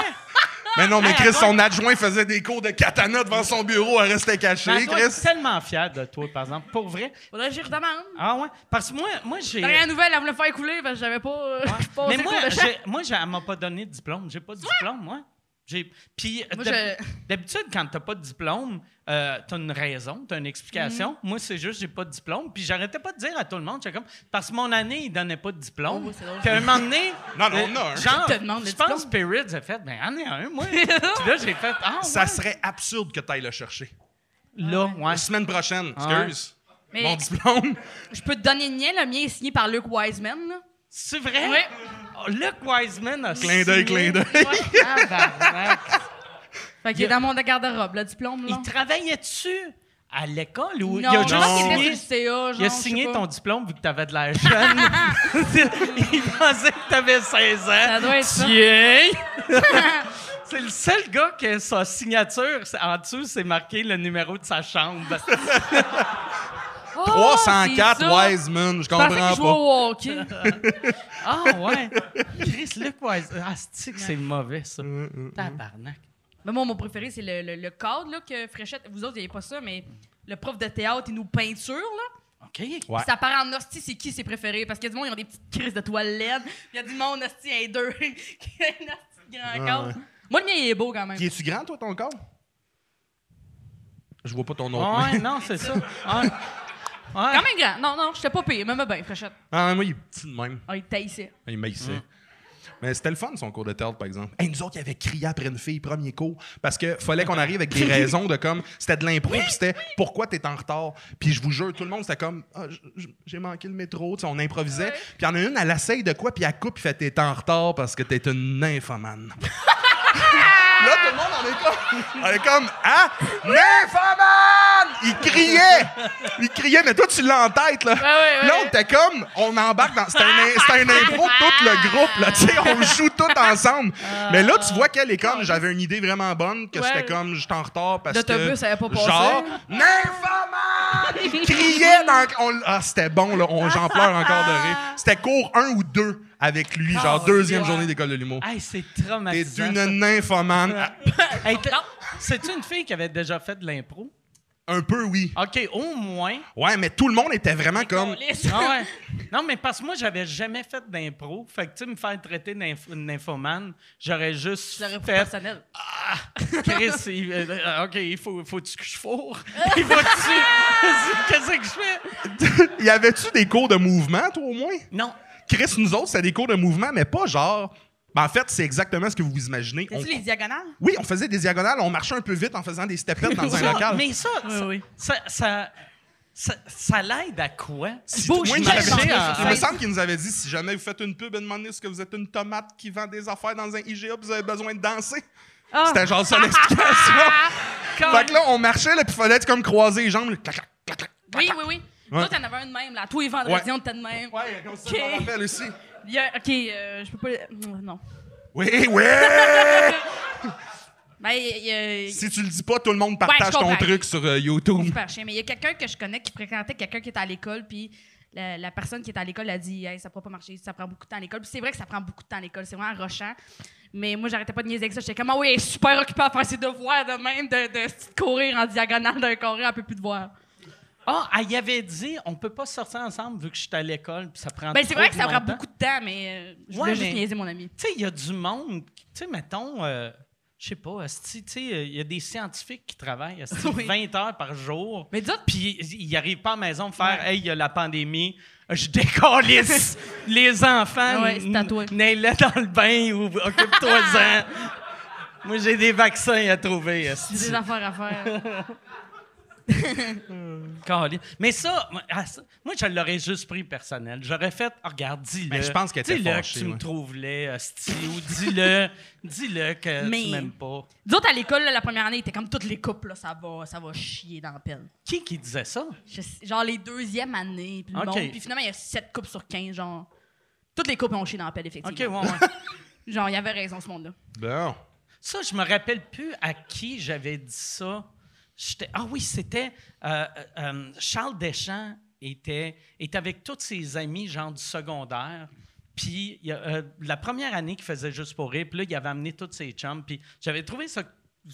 Speaker 6: Mais non, mais
Speaker 3: Hey,
Speaker 6: Chris,
Speaker 3: attends.
Speaker 6: son adjoint faisait des cours de katana devant son bureau, elle restait
Speaker 3: Mais
Speaker 6: cachée,
Speaker 3: elle doit être
Speaker 6: Chris.
Speaker 3: tellement fière de toi, par exemple. Pour vrai.
Speaker 5: Faudrait que j'y redemande.
Speaker 3: Ah ouais? Parce que moi, moi j'ai...
Speaker 5: Dernière nouvelle, elle voulait faire couler parce que j'avais pas euh, passé
Speaker 3: Mais
Speaker 5: le
Speaker 3: moi,
Speaker 5: cours de chant.
Speaker 3: j'ai- moi j'ai- elle m'a pas donné de diplôme. J'ai pas de diplôme, moi. J'ai... Puis,
Speaker 5: Moi,
Speaker 3: d'hab-
Speaker 5: je-
Speaker 3: d'habitude, quand t'as pas de diplôme, euh, t'as une raison, t'as une explication.
Speaker 5: Mhm.
Speaker 3: Moi, c'est juste, j'ai pas de diplôme. Puis, j'arrêtais pas de dire à tout le monde, j'étais comme, parce que mon année, il donnait pas de diplôme.
Speaker 5: Oh, c'est drôle.
Speaker 3: Puis, à un moment donné.
Speaker 6: Non, hein. non,
Speaker 3: euh,
Speaker 6: on a un.
Speaker 3: Genre,
Speaker 5: Qui te demande le
Speaker 3: je pense
Speaker 5: diplôme?
Speaker 3: que Periods a fait, ben, en ai un, moi. Puis là, j'ai fait, ah,
Speaker 6: Ça
Speaker 3: ouais.
Speaker 6: serait absurde que t'ailles le chercher.
Speaker 3: Là, ouais.
Speaker 6: La semaine prochaine,
Speaker 3: Ah.
Speaker 6: excuse.
Speaker 5: Mais-
Speaker 6: Mon diplôme.
Speaker 5: Je peux te donner le mien, le mien est signé par Luc Wiseman, là.
Speaker 3: C'est vrai?
Speaker 5: Ouais.
Speaker 3: Oh, Luc Wiseman a
Speaker 6: Clin d'œil, clin
Speaker 3: signé-
Speaker 6: d'œil.
Speaker 3: Tabarnak.
Speaker 5: Fait qu'il est dans mon garde-robe, le diplôme, là.
Speaker 3: Il travaillait dessus. à l'école ou
Speaker 5: Non,
Speaker 3: il a
Speaker 5: je
Speaker 3: juste
Speaker 5: pense qu'il était sur
Speaker 3: signé,
Speaker 5: le CA, genre,
Speaker 3: il a
Speaker 5: je sais
Speaker 3: signé
Speaker 5: pas.
Speaker 3: ton diplôme vu que t'avais de l'air jeune. il pensait que t'avais 16 ans.
Speaker 5: Ça doit être ça.
Speaker 3: Tiens! c'est le seul gars que sa signature, c'est- en dessous, c'est marqué le numéro de sa chambre.
Speaker 5: Oh, c'est
Speaker 6: 304
Speaker 5: ça.
Speaker 6: Wiseman, je
Speaker 5: Je pensais qu'il
Speaker 6: comprends
Speaker 5: jouait
Speaker 6: pas.
Speaker 5: au hockey.
Speaker 3: Ah ouais! Chris Luc Wise. Ah, c'est-tu que c'est mauvais, ça.
Speaker 5: Mm.
Speaker 6: Euh,
Speaker 3: Tabarnak.
Speaker 5: Mais moi, mon préféré, c'est le, le, le cadre là, que Fréchette. Vous autres, vous n'avez pas ça, mais le prof de théâtre, il nous peinture. Là.
Speaker 3: OK.
Speaker 6: Ouais.
Speaker 5: Ça part en hostie, c'est qui ses préférés? Parce qu'il y a du monde, ils ont des petites crises de toile laide. Il y a du monde, hostie, un deux. qui a un hostie de grand
Speaker 6: Ouais,
Speaker 5: cadre.
Speaker 6: ouais.
Speaker 5: Moi, le mien, il est beau quand même.
Speaker 6: Qui es-tu grand, toi, ton corps? Je vois pas ton autre.
Speaker 3: Ouais,
Speaker 6: main.
Speaker 3: non, c'est ça. Ouais. Ouais.
Speaker 5: Quand même grand. Non, non, je t'ai pas payé. Même bien, ben, Fréchette.
Speaker 6: Ah, moi, il est petit de même.
Speaker 5: Ah, il taillissait.
Speaker 6: Il maïssait.
Speaker 5: Mm.
Speaker 6: Mais c'était le fun, son cours de théâtre, par exemple. Hey, nous autres, il avait crié après une fille, premier cours, parce que fallait qu'on arrive avec des raisons de comme, c'était de l'impro, puis c'était pourquoi t'es en retard. Puis je vous jure, tout le monde, c'était comme, Ah, j- j- j'ai manqué le métro, tu sais, on improvisait. Puis il y en a une, elle essaye de quoi, puis elle coupe, puis fait, t'es en retard parce que t'es une nymphomane. Là, tout le monde, on est comme, on est comme, ah, nymphomane! Il criait! Il criait, mais toi, tu l'as en tête, là.
Speaker 5: ouais, ouais.
Speaker 6: Là, on était comme, on embarque dans. C'était un, c'était un impro de tout le groupe, là. Tu sais, on joue tout
Speaker 5: Ah.
Speaker 6: ensemble. Mais là, tu vois qu'elle est comme, j'avais une idée vraiment bonne, que
Speaker 5: Ouais.
Speaker 6: c'était comme, j'étais en retard parce que.
Speaker 5: L'autobus avait pas passé.
Speaker 6: Genre, nymphomane! Il criait dans. on- ah, c'était bon, là. On, j'en pleure encore de rire. C'était cours 1 ou 2 avec lui,
Speaker 5: Oh,
Speaker 6: genre, deuxième journée d'école de l'humour.
Speaker 5: Ah,
Speaker 3: Hey, c'est
Speaker 6: T'es
Speaker 3: traumatisant.
Speaker 6: d'une
Speaker 3: ça.
Speaker 6: nymphomane. Ah,
Speaker 3: Hey, t'es- C'est-tu une fille qui avait déjà fait de l'impro?
Speaker 6: Un peu, oui.
Speaker 5: Ah.
Speaker 3: OK, au moins.
Speaker 6: Ouais, mais tout le monde était vraiment comme.
Speaker 3: Ah ouais. Non, mais parce que moi, j'avais jamais fait d'impro. Fait que, tu sais, me faire traiter d'inf- d'infomane, j'aurais juste
Speaker 5: Je l'aurais pas
Speaker 3: fait...
Speaker 5: personnel.
Speaker 3: Chris, il- euh, euh, OK, il faut, faut-tu que je fourre? Il faut-tu... Qu'est-ce que je fais?
Speaker 6: y avait-tu des cours de mouvement, toi, au moins?
Speaker 3: Non.
Speaker 6: Chris, nous autres, c'était des cours de mouvement, mais pas genre. Ben, en fait, c'est exactement ce que vous vous imaginez. On-
Speaker 5: T'as-tu les diagonales?
Speaker 6: Oui, on faisait des diagonales, on marchait un peu vite en faisant des stepettes dans un
Speaker 3: Ça,
Speaker 6: local.
Speaker 3: Mais ça, ça,
Speaker 5: oui.
Speaker 3: ça, ça, ça, ça l'aide à quoi?
Speaker 6: Si-
Speaker 5: Bouge,
Speaker 6: moi, il, nous
Speaker 5: bouge,
Speaker 6: avait dit- euh,
Speaker 5: bouge,
Speaker 6: il me
Speaker 5: bouge.
Speaker 6: semble qu'il nous avait dit si jamais vous faites une pub, demandez ce que vous êtes une tomate qui vend des affaires dans un IGA, puis vous avez besoin de danser.
Speaker 5: Ah.
Speaker 6: C'était genre ça l'explication. Ah. fait que là, on marchait, là, puis fallait être comme croiser les jambes. là, clac, clac, clac, clac.
Speaker 5: Oui, oui, oui.
Speaker 6: Ouais.
Speaker 5: Toi, t'en avais un de même, là. Tous les vendredis,
Speaker 6: Ouais.
Speaker 5: on était de même.
Speaker 6: Ouais, comme ça,
Speaker 5: Ok.
Speaker 6: je m'en rappelle aussi.
Speaker 5: Il y a- OK, euh, je peux pas... le- Non.
Speaker 6: Oui, oui!
Speaker 5: Ben, il y a- il y a-
Speaker 6: si tu le dis pas, tout le monde
Speaker 5: Ouais,
Speaker 6: partage
Speaker 5: je
Speaker 6: ton
Speaker 5: comprends.
Speaker 6: truc sur euh, YouTube.
Speaker 5: super chien. Mais il y a quelqu'un que je connais qui fréquentait quelqu'un qui était à l'école, puis la, la personne qui était à l'école a dit hey, ça pourra pas marcher, ça prend beaucoup de temps à l'école. Puis c'est vrai que ça prend beaucoup de temps à l'école, c'est vraiment rochant. Mais moi, j'arrêtais pas de niaiser avec ça. J'étais comme, ah oui, elle est super occupée à faire ses devoirs de même, de, de, de courir en diagonale d'un carré, un peu plus de voir.
Speaker 3: Ah, elle y avait dit, on peut pas sortir ensemble vu que je suis à l'école, puis ça prend
Speaker 5: Ben, c'est
Speaker 3: trop
Speaker 5: vrai que ça prend
Speaker 3: longtemps.
Speaker 5: beaucoup de temps, mais euh, je voulais
Speaker 3: Ouais,
Speaker 5: juste
Speaker 3: mais-
Speaker 5: niaiser mon ami.
Speaker 3: Tu sais, il y a du monde, tu sais, mettons, euh, je sais pas, esti, tu sais, euh, il y a des scientifiques qui travaillent esti,
Speaker 5: Oui.
Speaker 3: 20 heures par jour.
Speaker 5: Mais d'autres,
Speaker 3: Puis ils n'arrivent pas à la maison faire Hey, il y a la pandémie, je décalisse les enfants,
Speaker 5: Ouais, c'est à toi.
Speaker 3: n'aille-les dans le bain ou occupe-toi-en. Moi, j'ai des vaccins à trouver. esti.
Speaker 5: des affaires à faire.
Speaker 3: Calais. Mais ça, moi, ah, ça, moi, je l'aurais juste pris personnel. J'aurais fait, Ah, regarde, dis-le.
Speaker 6: Mais Ben, je pense qu'elle était
Speaker 3: Dis-le que
Speaker 6: fâchée,
Speaker 3: tu
Speaker 6: ouais.
Speaker 3: me trouves laid, hostie, ou dis-le, dis-le que
Speaker 5: Mais-
Speaker 3: tu m'aimes pas.
Speaker 5: D'autres, à l'école, là, la première année, était comme toutes les couples, là, ça va, ça va chier dans la pelle.
Speaker 3: Qui qui disait ça?
Speaker 5: Je sais- genre les deuxièmes années, puis le
Speaker 3: Ok.
Speaker 5: monde. Puis finalement, il y a sept coupes sur 15, genre. Toutes les coupes ont chié dans la pelle,
Speaker 3: OK,
Speaker 5: effectivement.
Speaker 3: ouais, ouais.
Speaker 5: Genre, il y avait raison, ce monde-là.
Speaker 6: Bon.
Speaker 3: Ça, je me rappelle plus à qui j'avais dit ça. J'étais- ah oui, c'était euh, euh, euh, Charles Deschamps était, était avec tous ses amis, genre du secondaire. Puis il y a, euh, la première année qu'il faisait juste pour rire, puis là, il avait amené tous ses chums. Puis j'avais trouvé ça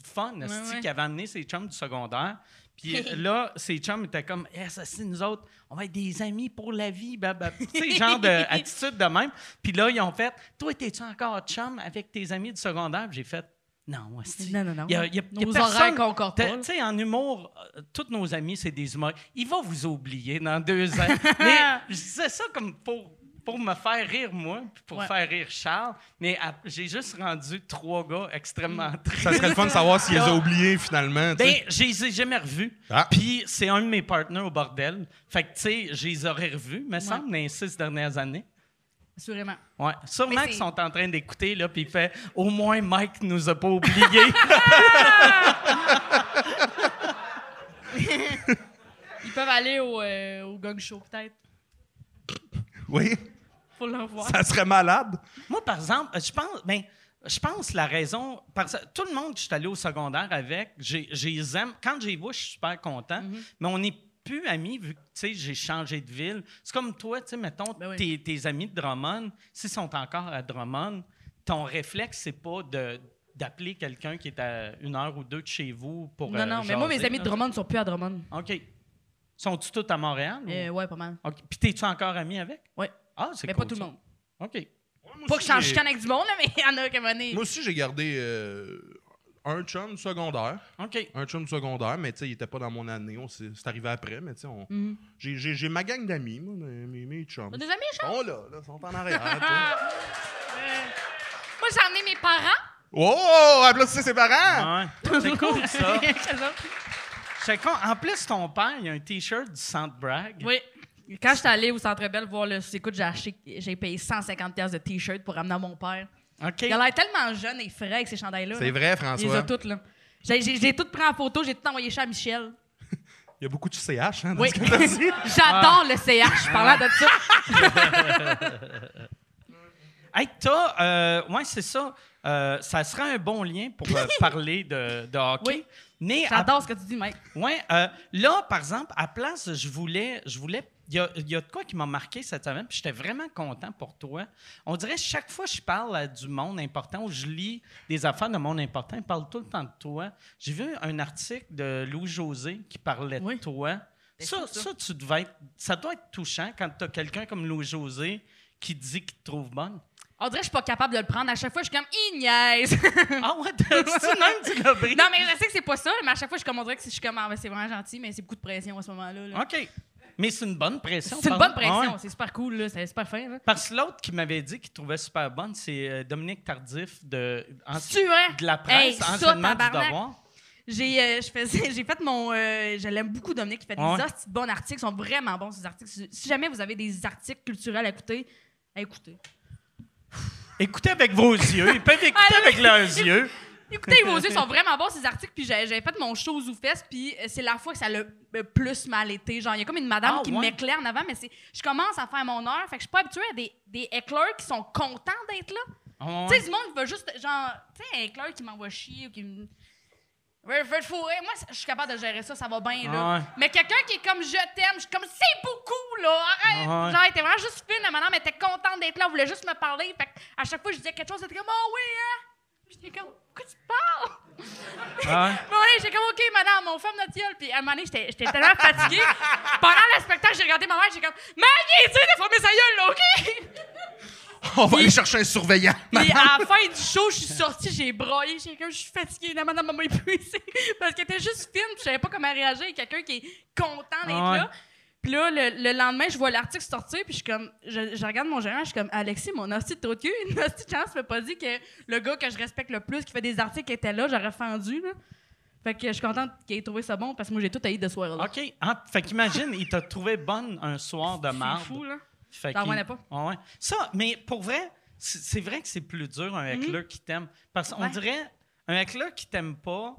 Speaker 3: fun, esti,
Speaker 5: Ouais, ouais.
Speaker 3: qu'il avait amené ses chums du secondaire. Puis là, ses chums étaient comme, Eh, ça, c'est nous autres, on va être des amis pour la vie, baba. tu sais, genre d'attitude de même. Puis là, ils ont fait, toi, t'es-tu encore chum avec tes amis du secondaire? Puis j'ai fait, non, esti.
Speaker 5: Non, non, non.
Speaker 3: Il y a, il y a- il y a
Speaker 5: Nos horaires
Speaker 3: personne.
Speaker 5: concordent pas,
Speaker 3: T'as-
Speaker 5: là.
Speaker 3: Tu sais, en humour, euh, tous nos amis, c'est des humoristes. Il va vous oublier dans deux ans. Mais je disais ça comme pour, pour me faire rire, moi, puis pour
Speaker 5: Ouais.
Speaker 3: faire rire Charles. Mais à- j'ai juste rendu trois gars extrêmement
Speaker 5: Mm.
Speaker 3: tristes.
Speaker 6: Ça serait le fun de savoir s'ils les ont oubliés, finalement. tu sais.
Speaker 3: Ben, je les ai jamais revus.
Speaker 6: Ah.
Speaker 3: Puis c'est un de mes partenaires au bordel. Fait que, tu sais, je les aurais revus, me semble, dans les six dernières années.
Speaker 5: Assurément.
Speaker 3: Ouais.
Speaker 5: Mais
Speaker 3: Sûrement
Speaker 5: c'est-
Speaker 3: qu'ils sont en train d'écouter, là, puis il fait au moins Mike nous a pas oubliés.
Speaker 5: peuvent aller au, euh, au gong show, peut-être, Ben,
Speaker 6: Oui,
Speaker 5: pour le voir.
Speaker 6: ça serait malade.
Speaker 3: Moi, par exemple, euh, je pense, ben, je pense la raison, par- tout le monde que je suis allé au secondaire avec, j'ai- j'ai les aime. Quand j'y vois, je suis super content,
Speaker 5: Mhm.
Speaker 3: mais on n'est plus amis vu que tu sais, j'ai changé de ville. C'est comme toi, tu sais, mettons,
Speaker 5: Ben oui.
Speaker 3: tes, tes amis de Drummond, s'ils sont encore à Drummond, ton réflexe, c'est pas de d'appeler quelqu'un qui est à une heure ou deux de chez vous pour euh,
Speaker 5: Non, non, mais moi, mes
Speaker 3: jaser,
Speaker 5: amis de
Speaker 3: là.
Speaker 5: Drummond sont plus à Drummond.
Speaker 3: OK. Sont-tu tous à Montréal? ou-
Speaker 5: Euh, ouais, pas mal.
Speaker 3: OK. Puis t'es-tu encore ami avec?
Speaker 5: Ouais.
Speaker 3: Ah, Oh. c'est
Speaker 5: Mais
Speaker 3: cool,
Speaker 5: pas tout le
Speaker 3: ça.
Speaker 5: monde.
Speaker 3: OK.
Speaker 5: Pas que je change chicane avec du monde, là, mais il y en a qui m'en est.
Speaker 6: Moi aussi, j'ai gardé euh, un chum secondaire.
Speaker 3: OK.
Speaker 6: Un chum secondaire, mais tu sais, il était pas dans mon année. On s'est- C'est arrivé après, mais tu sais, on...
Speaker 5: Mhm.
Speaker 6: j'ai- j'ai j'ai ma gang d'amis, moi, mes, mes- mes chums.
Speaker 5: T'as des amis,
Speaker 6: Ils
Speaker 5: Charles? Euh,
Speaker 6: sont là, là, ils sont en
Speaker 3: Oh,
Speaker 6: arrière. tu sais.
Speaker 5: Moi, j'ai emmené mes parents.
Speaker 6: oh, applaudissez ses parents!
Speaker 3: Ouais. C'est cool, ça.
Speaker 5: oui.
Speaker 3: C'est con. En plus, ton père, il a un T-shirt du Centre Bragg.
Speaker 5: Quand j'étais allée au Centre Bell voir le écoute, j'ai acheté, j'ai payé 150 pièces de t-shirt pour ramener à mon père.
Speaker 3: OK.
Speaker 5: Il a l'air tellement jeune et frais avec ces chandails-là. là.
Speaker 6: C'est vrai,
Speaker 5: Il les a
Speaker 6: François.
Speaker 5: toutes, là. J'ai, j'ai, j'ai toutes pris en photo, j'ai tout envoyé chez à Michel.
Speaker 6: Il y a beaucoup de CH, hein, dans
Speaker 5: Oui.
Speaker 6: ce que t'as dit.
Speaker 5: J'adore le CH, parlant de ça.
Speaker 3: Hey, t'as. euh, ouais, c'est ça. Euh, ça serait un bon lien pour euh, parler de, de hockey.
Speaker 5: Oui.
Speaker 3: Mais à-
Speaker 5: J'adore ce que tu dis, mec.
Speaker 3: ouais, euh, là, par exemple, à place, je voulais. Je voulais il y, a, il y a de quoi qui m'a marqué cette semaine, puis j'étais vraiment content pour toi. On dirait chaque fois que je parle à du monde important ou je lis des affaires de monde important, ils parlent tout le temps de toi. J'ai vu un article de Louis-José qui parlait
Speaker 5: Oui.
Speaker 3: de toi. Ça,
Speaker 5: fou,
Speaker 3: ça.
Speaker 5: ça.
Speaker 3: tu devais être- ça doit être touchant quand tu as quelqu'un comme Louis-José qui dit qu'il te trouve bonne.
Speaker 5: On dirait que je suis pas capable de le prendre. À chaque fois, je suis comme, il niaise.
Speaker 3: Ah ouais, tu même, tu l'as pris.
Speaker 5: non, mais je sais que c'est pas ça, mais à chaque fois, je suis comme, on dirait que je suis comme, ah, ben, c'est vraiment gentil, mais c'est beaucoup de pression à ce moment-là. là.
Speaker 3: OK. Mais c'est une bonne pression.
Speaker 5: C'est une
Speaker 3: par-
Speaker 5: bonne pression,
Speaker 3: Ah Ouais.
Speaker 5: c'est super cool, là, c'est super fin. Là.
Speaker 3: Parce que l'autre qui m'avait dit qu'il trouvait super bonne, c'est euh, Dominique Tardif de, en-
Speaker 5: C'est-tu vrai?
Speaker 3: de la
Speaker 5: hein? Hey,
Speaker 3: presse,
Speaker 5: ça,
Speaker 3: anciennement du
Speaker 5: tabarnak.
Speaker 3: devoir.
Speaker 5: J'ai euh, je faisais- j'ai fait mon. euh, je l'aime beaucoup, Dominique. Il fait
Speaker 3: Ouais.
Speaker 5: des hosties de bons articles. Ils sont vraiment bons, ces articles. Si- Si jamais vous avez des articles culturels à écouter, à écouter.
Speaker 3: Écoutez avec vos yeux. Ils peuvent écouter
Speaker 5: Ah,
Speaker 3: avec
Speaker 5: oui.
Speaker 3: leurs yeux.
Speaker 5: Écoutez, vos yeux sont vraiment bons, ces articles. Puis j'ai j'ai fait mon show aux fesses, puis euh, c'est la fois que ça l'a le plus mal été. Genre, il y a comme une madame
Speaker 3: Ah,
Speaker 5: qui
Speaker 3: ouais.
Speaker 5: m'éclaire en avant, mais c'est je commence à faire mon heure. Fait que je suis pas habituée à des, des éclairs qui sont contents d'être là.
Speaker 3: Ouais.
Speaker 5: Tu sais, du monde qui veut juste, genre, tu sais, un éclair qui m'envoie chier ou qui me. Veut, veut te fourrer. Moi, je suis capable de gérer ça, ça va bien, là.
Speaker 3: Ouais.
Speaker 5: Mais quelqu'un qui est comme je t'aime, je suis comme c'est beaucoup, là, arrête.
Speaker 3: Ouais.
Speaker 5: Genre, elle était vraiment juste fine, la madame, elle était contente d'être là, elle voulait juste me parler. Fait que à chaque fois, je disais quelque chose, elle était comme oh oui, hein. Puis J'étais comme pourquoi tu parles?
Speaker 3: Ouais.
Speaker 5: Puis ouais, j'étais comme, OK, madame, on ferme notre gueule. Puis à un moment donné, j'étais j'étais tellement fatiguée. Pendant le spectacle, j'ai regardé ma mère, j'ai comme, Maggie, tu de fermer sa gueule, là, OK?
Speaker 6: On va aller chercher un surveillant.
Speaker 5: Puis à la fin du show, je suis sortie, j'ai broyé, j'ai comme, je suis fatiguée, la madame m'a épuisée. Parce qu'elle était juste fine, puis je savais pas comment réagir avec quelqu'un qui est content d'être
Speaker 3: Ouais.
Speaker 5: là. Puis là, le, le lendemain, je vois l'article sortir, puis je suis comme, je, je regarde mon gérant, je suis comme, Alexis, mon hostie de trou de cul, une hostie de chance, m'a pas dit que le gars que je respecte le plus, qui fait des articles, était là, j'aurais fendu, là. Fait que je suis contente qu'il ait trouvé ça bon, parce que moi, j'ai tout haï de ce soir-là.
Speaker 3: OK. Ah, fait qu'imagine, il t'a trouvé bonne un soir de marde.
Speaker 5: C'est fou, là.
Speaker 3: Fait
Speaker 5: T'en
Speaker 3: qu'il-
Speaker 5: revenais pas.
Speaker 3: Ah ouais. Ça, mais pour vrai, c'est c'est vrai que c'est plus dur un heckler qui t'aime. Parce qu'on
Speaker 5: Mhm. Ouais.
Speaker 3: dirait, un heckler qui t'aime pas,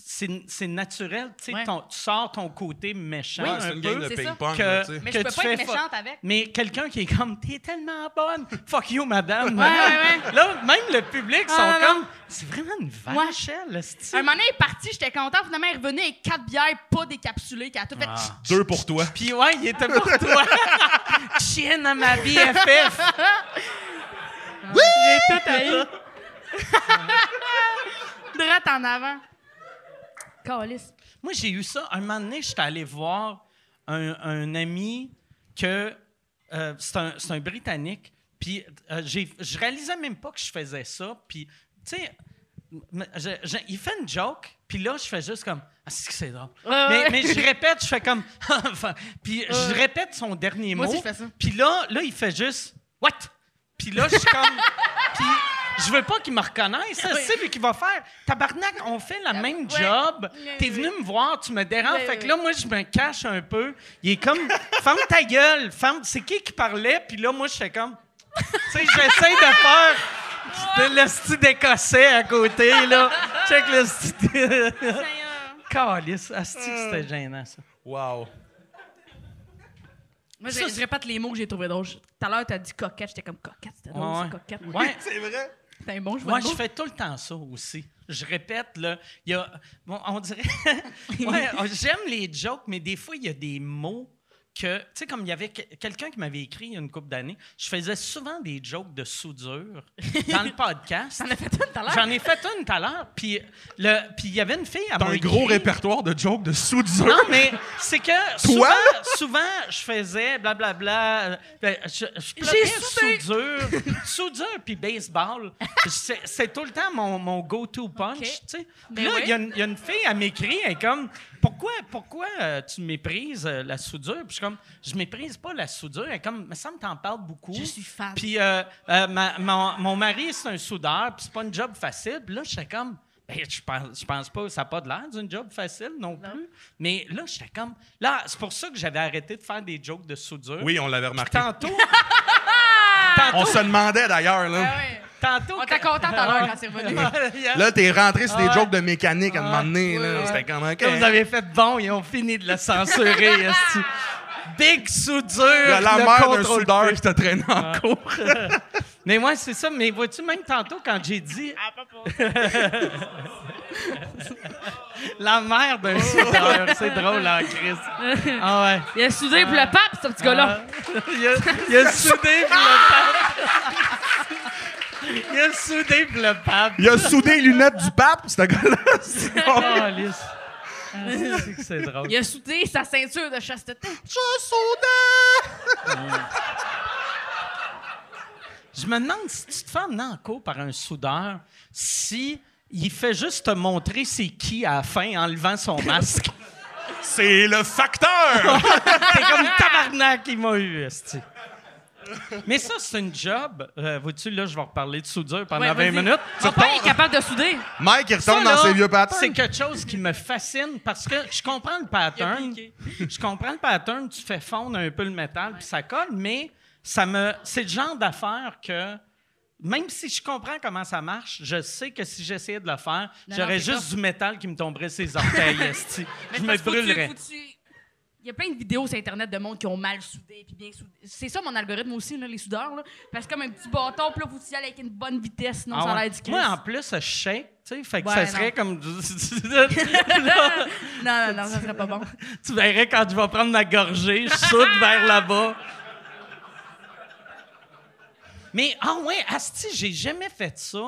Speaker 3: c'est c'est naturel. Tu sais,
Speaker 5: Ouais.
Speaker 3: ton- tu sors ton côté méchant
Speaker 6: Ouais,
Speaker 3: un
Speaker 6: c'est une
Speaker 3: peu.
Speaker 6: game de
Speaker 5: c'est ça.
Speaker 6: ping-pong.
Speaker 3: Que-
Speaker 6: là, tu sais.
Speaker 5: Mais je
Speaker 3: que
Speaker 5: peux
Speaker 3: tu
Speaker 5: pas être
Speaker 3: fais fa-
Speaker 5: méchante avec.
Speaker 3: Mais quelqu'un qui est comme t'es tellement bonne, fuck you madame.
Speaker 5: Ouais, ouais,
Speaker 3: Là même le public sont
Speaker 5: Ah, non.
Speaker 3: comme c'est vraiment une
Speaker 5: Ouais.
Speaker 3: vache elle, le style.
Speaker 5: Un moment donné, il est parti, j'étais contente. Finalement, il est revenu avec quatre bières pas décapsulées, qui a tout fait
Speaker 3: Ah.
Speaker 6: Deux pour toi.
Speaker 3: Puis ouais, il était pour toi. Chienne à ma BFF.
Speaker 5: J'ai tout haï. Droite en avant. Calice.
Speaker 3: Moi, j'ai eu ça. Un moment donné, j'étais allé voir un, un ami que. euh, c'est un, c'est un Britannique. Puis euh, j'ai- je réalisais même pas que je faisais ça. Puis, tu sais, m- je- je- il fait une joke. Puis là, je fais juste comme. Ah, c'est que c'est drôle.
Speaker 5: Ouais,
Speaker 3: mais,
Speaker 5: ouais. Ah
Speaker 3: mais je répète, je fais comme. Enfin, puis je répète son dernier
Speaker 5: Moi
Speaker 3: mot.
Speaker 5: aussi, je fais ça.
Speaker 3: Puis là, là, il fait juste. What? Puis là, je suis comme. Puis je veux pas qu'il me reconnaisse. ça,
Speaker 5: Oui.
Speaker 3: C'est lui qui va faire. Tabarnak, on fait la même
Speaker 5: Ah ouais.
Speaker 3: job.
Speaker 5: Mais
Speaker 3: T'es
Speaker 5: oui.
Speaker 3: venu me voir, tu me déranges.
Speaker 5: Oui,
Speaker 3: fait que
Speaker 5: oui.
Speaker 3: là, moi, je me cache un peu. Il est comme, ferme ta gueule, ferme. C'est qui qui parlait? Puis là, moi, je fais comme, tu sais, j'essaie de faire de le style d'écossais à côté, là. Check Ah, le style. Calice, asti que c'était gênant, ça.
Speaker 6: Wow.
Speaker 5: Moi, je, je répète les mots que j'ai trouvés drôles. Je- Tout à l'heure, t'as dit coquette. J'étais comme coquette. C'était drôle,
Speaker 3: Ouais.
Speaker 5: c'est coquette.
Speaker 3: Ouais.
Speaker 6: C'est vrai.
Speaker 5: T'es un bon, je vois
Speaker 3: Moi,
Speaker 5: le
Speaker 3: je
Speaker 5: mot.
Speaker 3: fais tout le temps ça aussi. Je répète, là, il y a... Bon, on dirait... Ouais, on- j'aime les jokes, mais des fois, il y a des mots que... Tu sais, comme il y avait que- quelqu'un qui m'avait écrit il y a une couple d'années, je faisais souvent des jokes de soudure dans le podcast.
Speaker 5: T'en as fait une tout à l'heure.
Speaker 3: J'en ai fait une tout à l'heure, puis le- puis il y avait une fille à
Speaker 6: T'as
Speaker 3: m'a
Speaker 6: un gros
Speaker 3: écrit-
Speaker 6: répertoire de jokes de soudure.
Speaker 3: non, mais c'est que souvent, souvent, je faisais blablabla. euh, Je, je plotais
Speaker 5: soudé.
Speaker 3: soudure, soudure puis baseball. C'est c'est tout le temps mon, mon go-to punch.
Speaker 5: Ok.
Speaker 3: tu sais. Puis
Speaker 5: Ben
Speaker 3: là, il
Speaker 5: oui.
Speaker 3: y a une- il y, a une fille, elle m'écrit, elle est comme Pourquoi, pourquoi euh, tu méprises euh, la soudure Puis je suis comme Je méprise pas la soudure. Elle est comme Mais ça me t'en parle beaucoup.
Speaker 5: Je suis fan.
Speaker 3: Puis euh, euh, ma- mon, mon mari, c'est un soudeur, puis c'est pas une job facile. Puis là, j'étais comme, ben, je pense, je pense pas, ça n'a pas de l'air d'une job facile non plus. Mais là, j'étais comme, là, c'est pour ça que j'avais arrêté de faire des jokes de soudure.
Speaker 6: Oui, on l'avait remarqué.
Speaker 3: Tantôt,
Speaker 6: On
Speaker 3: tantôt,
Speaker 6: se demandait d'ailleurs,
Speaker 5: Ah
Speaker 6: là.
Speaker 5: ouais.
Speaker 3: tantôt.
Speaker 5: On était contents tout à l'heure quand c'est revenu.
Speaker 6: Là, t'es rentré sur des
Speaker 3: Ah ouais.
Speaker 6: jokes de mécanique à un moment donné. là.
Speaker 3: ouais.
Speaker 6: C'était comme, OK.
Speaker 3: Là, vous avez fait bon, ils ont fini de le censurer. esti. Big soudure.
Speaker 6: Il y a la
Speaker 3: le
Speaker 6: mère d'un
Speaker 3: contrôle
Speaker 6: soudeur qui t'a traîné en cours.
Speaker 3: Mais ouais, c'est ça. Mais vois-tu, même tantôt, quand j'ai dit. La mère d'un soudeur, c'est drôle, en Christ. Ah ouais.
Speaker 5: Il a soudé pour le pape, ce petit gars-là.
Speaker 3: Il a, il a soudé pour le pape. Il a soudé pour le pape.
Speaker 6: Il a soudé les lunettes du pape, ce gars-là. Sinon-
Speaker 3: Ah, lisse. Ah, c'est que c'est drôle.
Speaker 5: Il a soudé sa ceinture de chasteté.
Speaker 3: Je me demande si tu te fais emmener en cours par un soudeur, si il fait juste te montrer c'est qui à la fin en levant son masque.
Speaker 6: C'est le facteur!
Speaker 3: C'est comme tabarnak il m'a eu, esti. Mais ça, c'est une job. Euh, Vois-tu, là, je vais reparler de soudure pendant
Speaker 5: Ouais,
Speaker 3: 20
Speaker 5: vas-y.
Speaker 3: minutes.
Speaker 5: Mon père est capable de souder.
Speaker 6: Mike, il
Speaker 3: Ça,
Speaker 6: retourne
Speaker 3: là,
Speaker 6: dans ses vieux
Speaker 3: C'est
Speaker 6: patins.
Speaker 3: quelque chose qui me fascine parce que je comprends le pattern. Je comprends le pattern. Tu fais fondre un peu le métal puis ça colle, mais ça me, c'est le genre d'affaire que même si je comprends comment ça marche, je sais que si j'essayais de le faire,
Speaker 5: Non,
Speaker 3: j'aurais
Speaker 5: non, c'est
Speaker 3: juste du métal qui me tomberait ses orteils. esti. je me brûlerais.
Speaker 5: Il y a plein de vidéos sur Internet de monde qui ont mal soudé puis bien soudé. C'est ça mon algorithme aussi, là, les soudeurs. Là. Parce que comme un petit bâton, puis là, faut y aller avec une bonne vitesse, sinon
Speaker 3: Ah
Speaker 5: ça a
Speaker 3: ouais.
Speaker 5: l'air du Christ.
Speaker 3: Moi, en plus, je shake, tu sais, fait que
Speaker 5: Ouais,
Speaker 3: ça serait
Speaker 5: non.
Speaker 3: comme... Là,
Speaker 5: Non, non, non, ça serait pas bon.
Speaker 3: tu verrais quand je vais prendre ma gorgée, je saute vers là-bas. Mais, ah ouais, asti, j'ai jamais fait ça.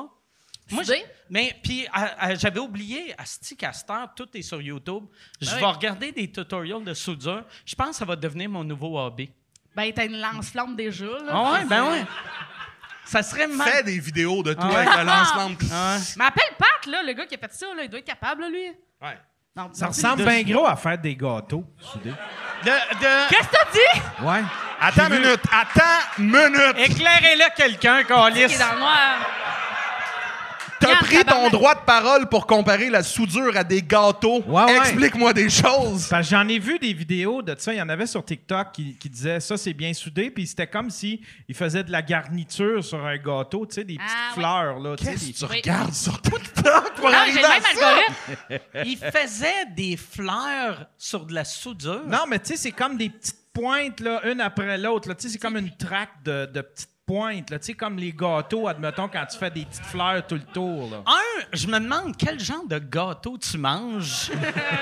Speaker 3: Moi,
Speaker 5: Soudé?
Speaker 3: j'ai- mais puis à- à- j'avais oublié, asti, Castor, tout est sur YouTube. Je
Speaker 5: Ah
Speaker 3: vais
Speaker 5: oui.
Speaker 3: regarder des tutoriels de soudure. Je pense que ça va devenir mon nouveau hobby.
Speaker 5: Ben, t'as une lance-flamme déjà. Là,
Speaker 3: Ah ouais, ben ouais. Ça serait mal.
Speaker 6: Fais des vidéos de toi
Speaker 3: Ah ouais.
Speaker 6: avec le lance-lampe.
Speaker 3: Ah ouais.
Speaker 5: Mais appelle Pat, là, le gars qui a fait ça, là, il doit être capable, là, lui.
Speaker 6: Ouais.
Speaker 5: Non,
Speaker 4: Ça
Speaker 5: non.
Speaker 4: ressemble bien gros à faire des gâteaux, soudés.
Speaker 3: De- de-
Speaker 5: Qu'est-ce que t'as dit?
Speaker 4: Ouais.
Speaker 6: Attends une minute. Attends une minute.
Speaker 3: Éclairez-le quelqu'un, Calis.
Speaker 5: Il est dans le noir.
Speaker 6: T'as
Speaker 5: Regarde,
Speaker 6: pris ton
Speaker 5: tabarnak.
Speaker 6: droit de parole pour comparer la soudure à des gâteaux.
Speaker 4: Ouais, ouais.
Speaker 6: Explique-moi des choses.
Speaker 4: Parce que j'en ai vu des vidéos de ça. Il y en avait sur TikTok qui, qui disaient ça, c'est bien soudé. Puis c'était comme si ils faisaient de la garniture sur un gâteau, tu sais, des petites
Speaker 5: Ah, ouais.
Speaker 4: fleurs, là. tu sais,
Speaker 6: Qu'est-ce que
Speaker 4: des-
Speaker 6: tu
Speaker 5: Oui.
Speaker 6: regardes sur TikTok pour
Speaker 5: Non, j'ai
Speaker 6: arriver
Speaker 5: le
Speaker 6: à
Speaker 5: même
Speaker 6: ça?
Speaker 5: algorithme.
Speaker 3: Il faisait des fleurs sur de la soudure.
Speaker 4: Non, mais tu sais, c'est comme des petites pointes, là, une après l'autre. là. Tu sais, c'est comme une traque de, de petites pointes, là. Tu sais, comme les gâteaux, admettons, quand tu fais des petites fleurs tout le tour, là.
Speaker 3: Un, je me demande quel genre de gâteau tu manges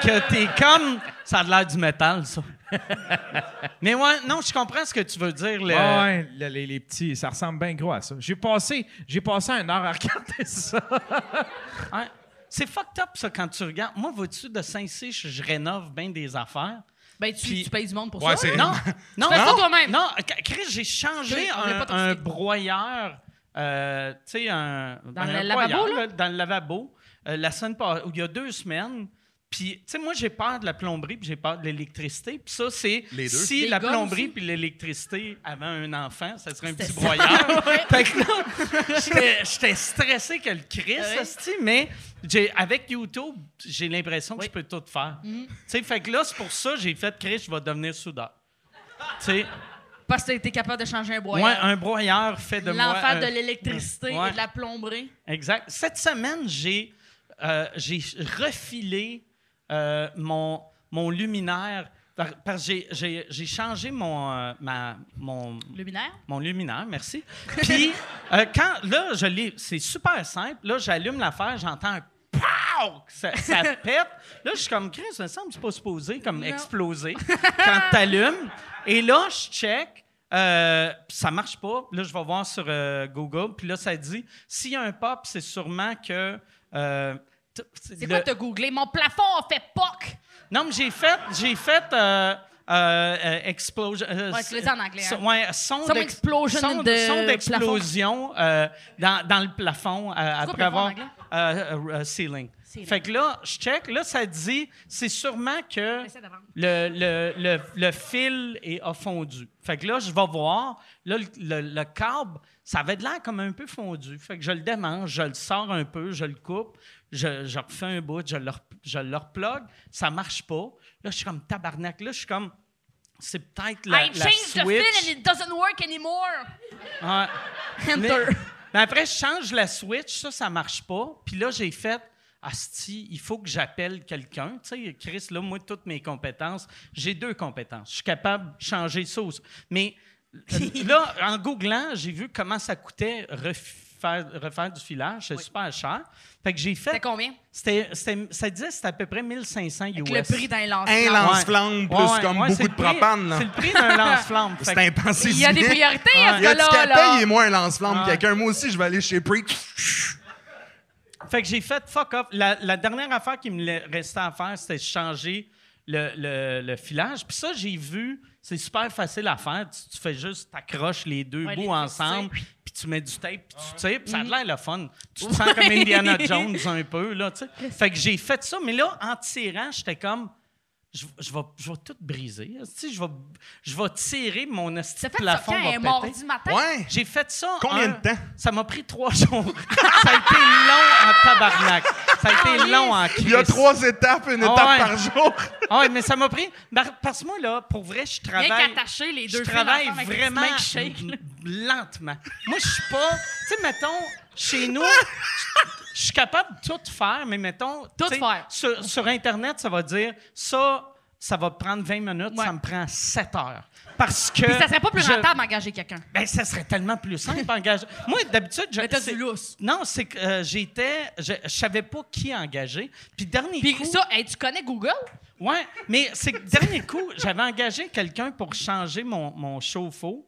Speaker 3: que t'es comme ça a l'air du métal ça. Mais ouais, non, je comprends ce que tu veux dire. le-
Speaker 4: Ouais, ouais, le- les, les petits, ça ressemble bien gros à ça. J'ai passé, j'ai passé une heure à regarder ça.
Speaker 3: Ouais. C'est fucked up ça quand tu regardes. Moi, vois-tu de Saint-Cyr, je je rénove bien des affaires.
Speaker 5: Ben, tu,
Speaker 3: Puis-
Speaker 5: tu payes du monde pour
Speaker 6: Ouais,
Speaker 5: ça.
Speaker 6: c'est-
Speaker 5: là.
Speaker 3: Non, non,
Speaker 5: fais ça
Speaker 3: non,
Speaker 5: toi-même.
Speaker 3: Non, c- Chris, j'ai changé
Speaker 5: Oui, on voulait
Speaker 3: un,
Speaker 5: pas
Speaker 3: un
Speaker 5: t'offusquer.
Speaker 3: broyeur, euh, tu sais, un.
Speaker 5: Dans
Speaker 3: un
Speaker 5: le
Speaker 3: broyeur,
Speaker 5: lavabo, là?
Speaker 3: Dans le lavabo, euh, la semaine pas- il y a deux semaines. Puis, tu sais, moi, j'ai peur de la plomberie, puis j'ai peur de l'électricité. Puis ça, c'est
Speaker 6: Les deux.
Speaker 3: si
Speaker 5: Des
Speaker 3: la
Speaker 5: gars
Speaker 3: plomberie
Speaker 5: aussi.
Speaker 3: puis l'électricité avaient un enfant, ça serait un
Speaker 5: C'était
Speaker 3: petit
Speaker 5: ça.
Speaker 3: broyeur. fait que là, j'étais- j'étais stressé que le Chris,
Speaker 5: Ouais.
Speaker 3: hostie, mais j'ai- avec YouTube, j'ai l'impression que je peux tout faire.
Speaker 5: Mm.
Speaker 3: Tu sais, fait que là, c'est pour ça que j'ai fait Chris, je vais devenir soudeur. Tu sais,
Speaker 5: Parce que t'as été capable de changer un
Speaker 3: Ouais,
Speaker 5: broyeur.
Speaker 3: un broyeur fait de moi.
Speaker 5: L'enfer
Speaker 3: un-
Speaker 5: de l'électricité
Speaker 3: Ouais.
Speaker 5: et de la plomberie.
Speaker 3: Exact. Cette semaine, j'ai euh, j'ai refilé euh, mon, mon luminaire. Par- Parce que j'ai- j'ai j'ai changé mon, euh, ma, mon,
Speaker 5: Luminaire?
Speaker 3: mon luminaire, merci. Puis, euh, quand, là, je l'ai, c'est super simple. Là, j'allume l'affaire, j'entends un pow! que Ça, ça pète. Là, je suis comme, Chris, ça me semble que c'est pas supposé comme
Speaker 5: Non.
Speaker 3: exploser quand t'allumes. Et là, je check. euh, puis ça marche pas. Là, je vais voir sur euh, Google. Puis là, ça dit s'il y a un pop, c'est sûrement que. euh, t-
Speaker 5: C'est
Speaker 3: le-
Speaker 5: quoi, t'as googlé? Mon plafond a fait POC!
Speaker 3: non, mais j'ai fait, j'ai fait euh, euh, euh, explosion. euh,
Speaker 5: Ouais, tu l'as dit en anglais, hein?
Speaker 3: so- ouais, son
Speaker 5: Some
Speaker 3: d'ex-
Speaker 5: explosion
Speaker 3: son-
Speaker 5: de
Speaker 3: son d'explosion euh, dans, dans le plafond euh, après
Speaker 5: plafond en
Speaker 3: avoir
Speaker 5: anglais?
Speaker 3: euh, euh, euh, ceiling.
Speaker 5: Ceiling.
Speaker 3: Fait que là, je check, là ça dit, c'est sûrement que
Speaker 5: Essaie d'avant.
Speaker 3: le, le, le, le fil est, a fondu. Fait que là, je vais voir. Là, le, le, le câble, ça avait de l'air comme un peu fondu. Fait que je le démange, je le sors un peu, je le coupe, je, je refais un bout, je le, rep- je le replogue. Ça marche pas. Là, je suis comme tabarnak. Là, je suis comme... C'est peut-être la,
Speaker 5: I've
Speaker 3: la
Speaker 5: changed the
Speaker 3: switch.
Speaker 5: film and it doesn't work anymore!
Speaker 3: Ouais. Ah. Mais,
Speaker 5: Enter.
Speaker 3: mais après, je change la switch, ça, ça marche pas. Puis là, j'ai fait, Asti, il faut que j'appelle quelqu'un. Tu sais, Chris, là, moi, toutes mes compétences, j'ai deux compétences. Je suis capable de changer ça. aussi. Mais euh, là, en googlant, j'ai vu comment ça coûtait refaire, refaire du filage. C'est super cher. Fait que j'ai
Speaker 5: C'était
Speaker 3: fait.
Speaker 5: combien?
Speaker 3: c'était- c'était- ça disait que c'était à peu près 1500 US.
Speaker 5: Avec le prix d'un lance
Speaker 6: Un
Speaker 3: Ouais.
Speaker 6: lance-flamme, plus
Speaker 3: Ouais,
Speaker 6: comme
Speaker 3: ouais, c'est
Speaker 6: beaucoup de
Speaker 3: le prix-
Speaker 6: propane. là.
Speaker 3: C'est le prix d'un lance-flamme. Fait
Speaker 6: C'est
Speaker 3: que-
Speaker 6: impensé.
Speaker 5: Il y a des priorités à ce
Speaker 6: Il y a du
Speaker 5: gars-là.
Speaker 6: capin,
Speaker 5: là. Ah.
Speaker 6: il est moins un lance-flamme.
Speaker 3: Ouais.
Speaker 6: Quelqu'un, moi aussi, je vais aller chez Preach.
Speaker 3: Fait que j'ai fait fuck off. La, la dernière affaire qui me la- restait à faire, c'était changer le, le- le filage. Puis ça, j'ai vu, c'est super facile à faire. Tu, tu fais juste, t'accroches les deux
Speaker 5: Ouais,
Speaker 3: bouts
Speaker 5: les deux
Speaker 3: ensemble, puis tu mets du tape, puis tu tires, puis ça a l'air le fun. Tu te sens comme
Speaker 5: Mm. Ouais.
Speaker 3: Indiana Jones un peu, là, tu sais. Fait que j'ai fait ça, mais là, en tirant, j'étais comme. Je, je vais, je vais tout briser. Si je vais, je vais tirer mon esti
Speaker 5: Ça
Speaker 3: de
Speaker 5: fait ça
Speaker 3: plafond va
Speaker 5: quand elle est
Speaker 3: péter.
Speaker 5: mordu matin.
Speaker 6: Ouais.
Speaker 3: J'ai fait ça.
Speaker 6: Combien
Speaker 3: en-
Speaker 6: de temps?
Speaker 3: Ça m'a pris trois jours. ça a été long en tabarnak. Ça a
Speaker 5: Ah,
Speaker 3: été long en crise.
Speaker 6: Il y a trois étapes, une
Speaker 3: Ah
Speaker 6: étape
Speaker 3: ouais.
Speaker 6: par jour.
Speaker 3: Ah ouais, mais ça m'a pris. Par- Parce que moi, là, pour vrai, je
Speaker 5: Rien
Speaker 3: travaille.
Speaker 5: qu'attacher les
Speaker 3: Je
Speaker 5: deux
Speaker 3: travaille
Speaker 5: fils ensemble avec
Speaker 3: vraiment
Speaker 5: des petits milkshakes, là.
Speaker 3: lentement. Moi, je suis pas. Tu sais, mettons, chez nous, je suis capable de tout faire, mais mettons.
Speaker 5: Tout
Speaker 3: tu sais,
Speaker 5: faire.
Speaker 3: Sur, sur Internet, ça va dire ça, ça va prendre 20 minutes, ça me prend 7 heures. Parce que.
Speaker 5: Puis ça serait pas plus
Speaker 3: je-
Speaker 5: rentable d'engager quelqu'un.
Speaker 3: ben, ça serait tellement plus simple engager. Moi, d'habitude, je.
Speaker 5: Mais t'as
Speaker 3: c'est-
Speaker 5: du lousse.
Speaker 3: Non, c'est que euh, j'étais. Je, je savais pas qui engager. Puis, dernier
Speaker 5: Puis
Speaker 3: coup.
Speaker 5: ça, hey, tu connais Google?
Speaker 3: Ouais, mais c'est que dernier coup, j'avais engagé quelqu'un pour changer mon, mon chauffe-eau.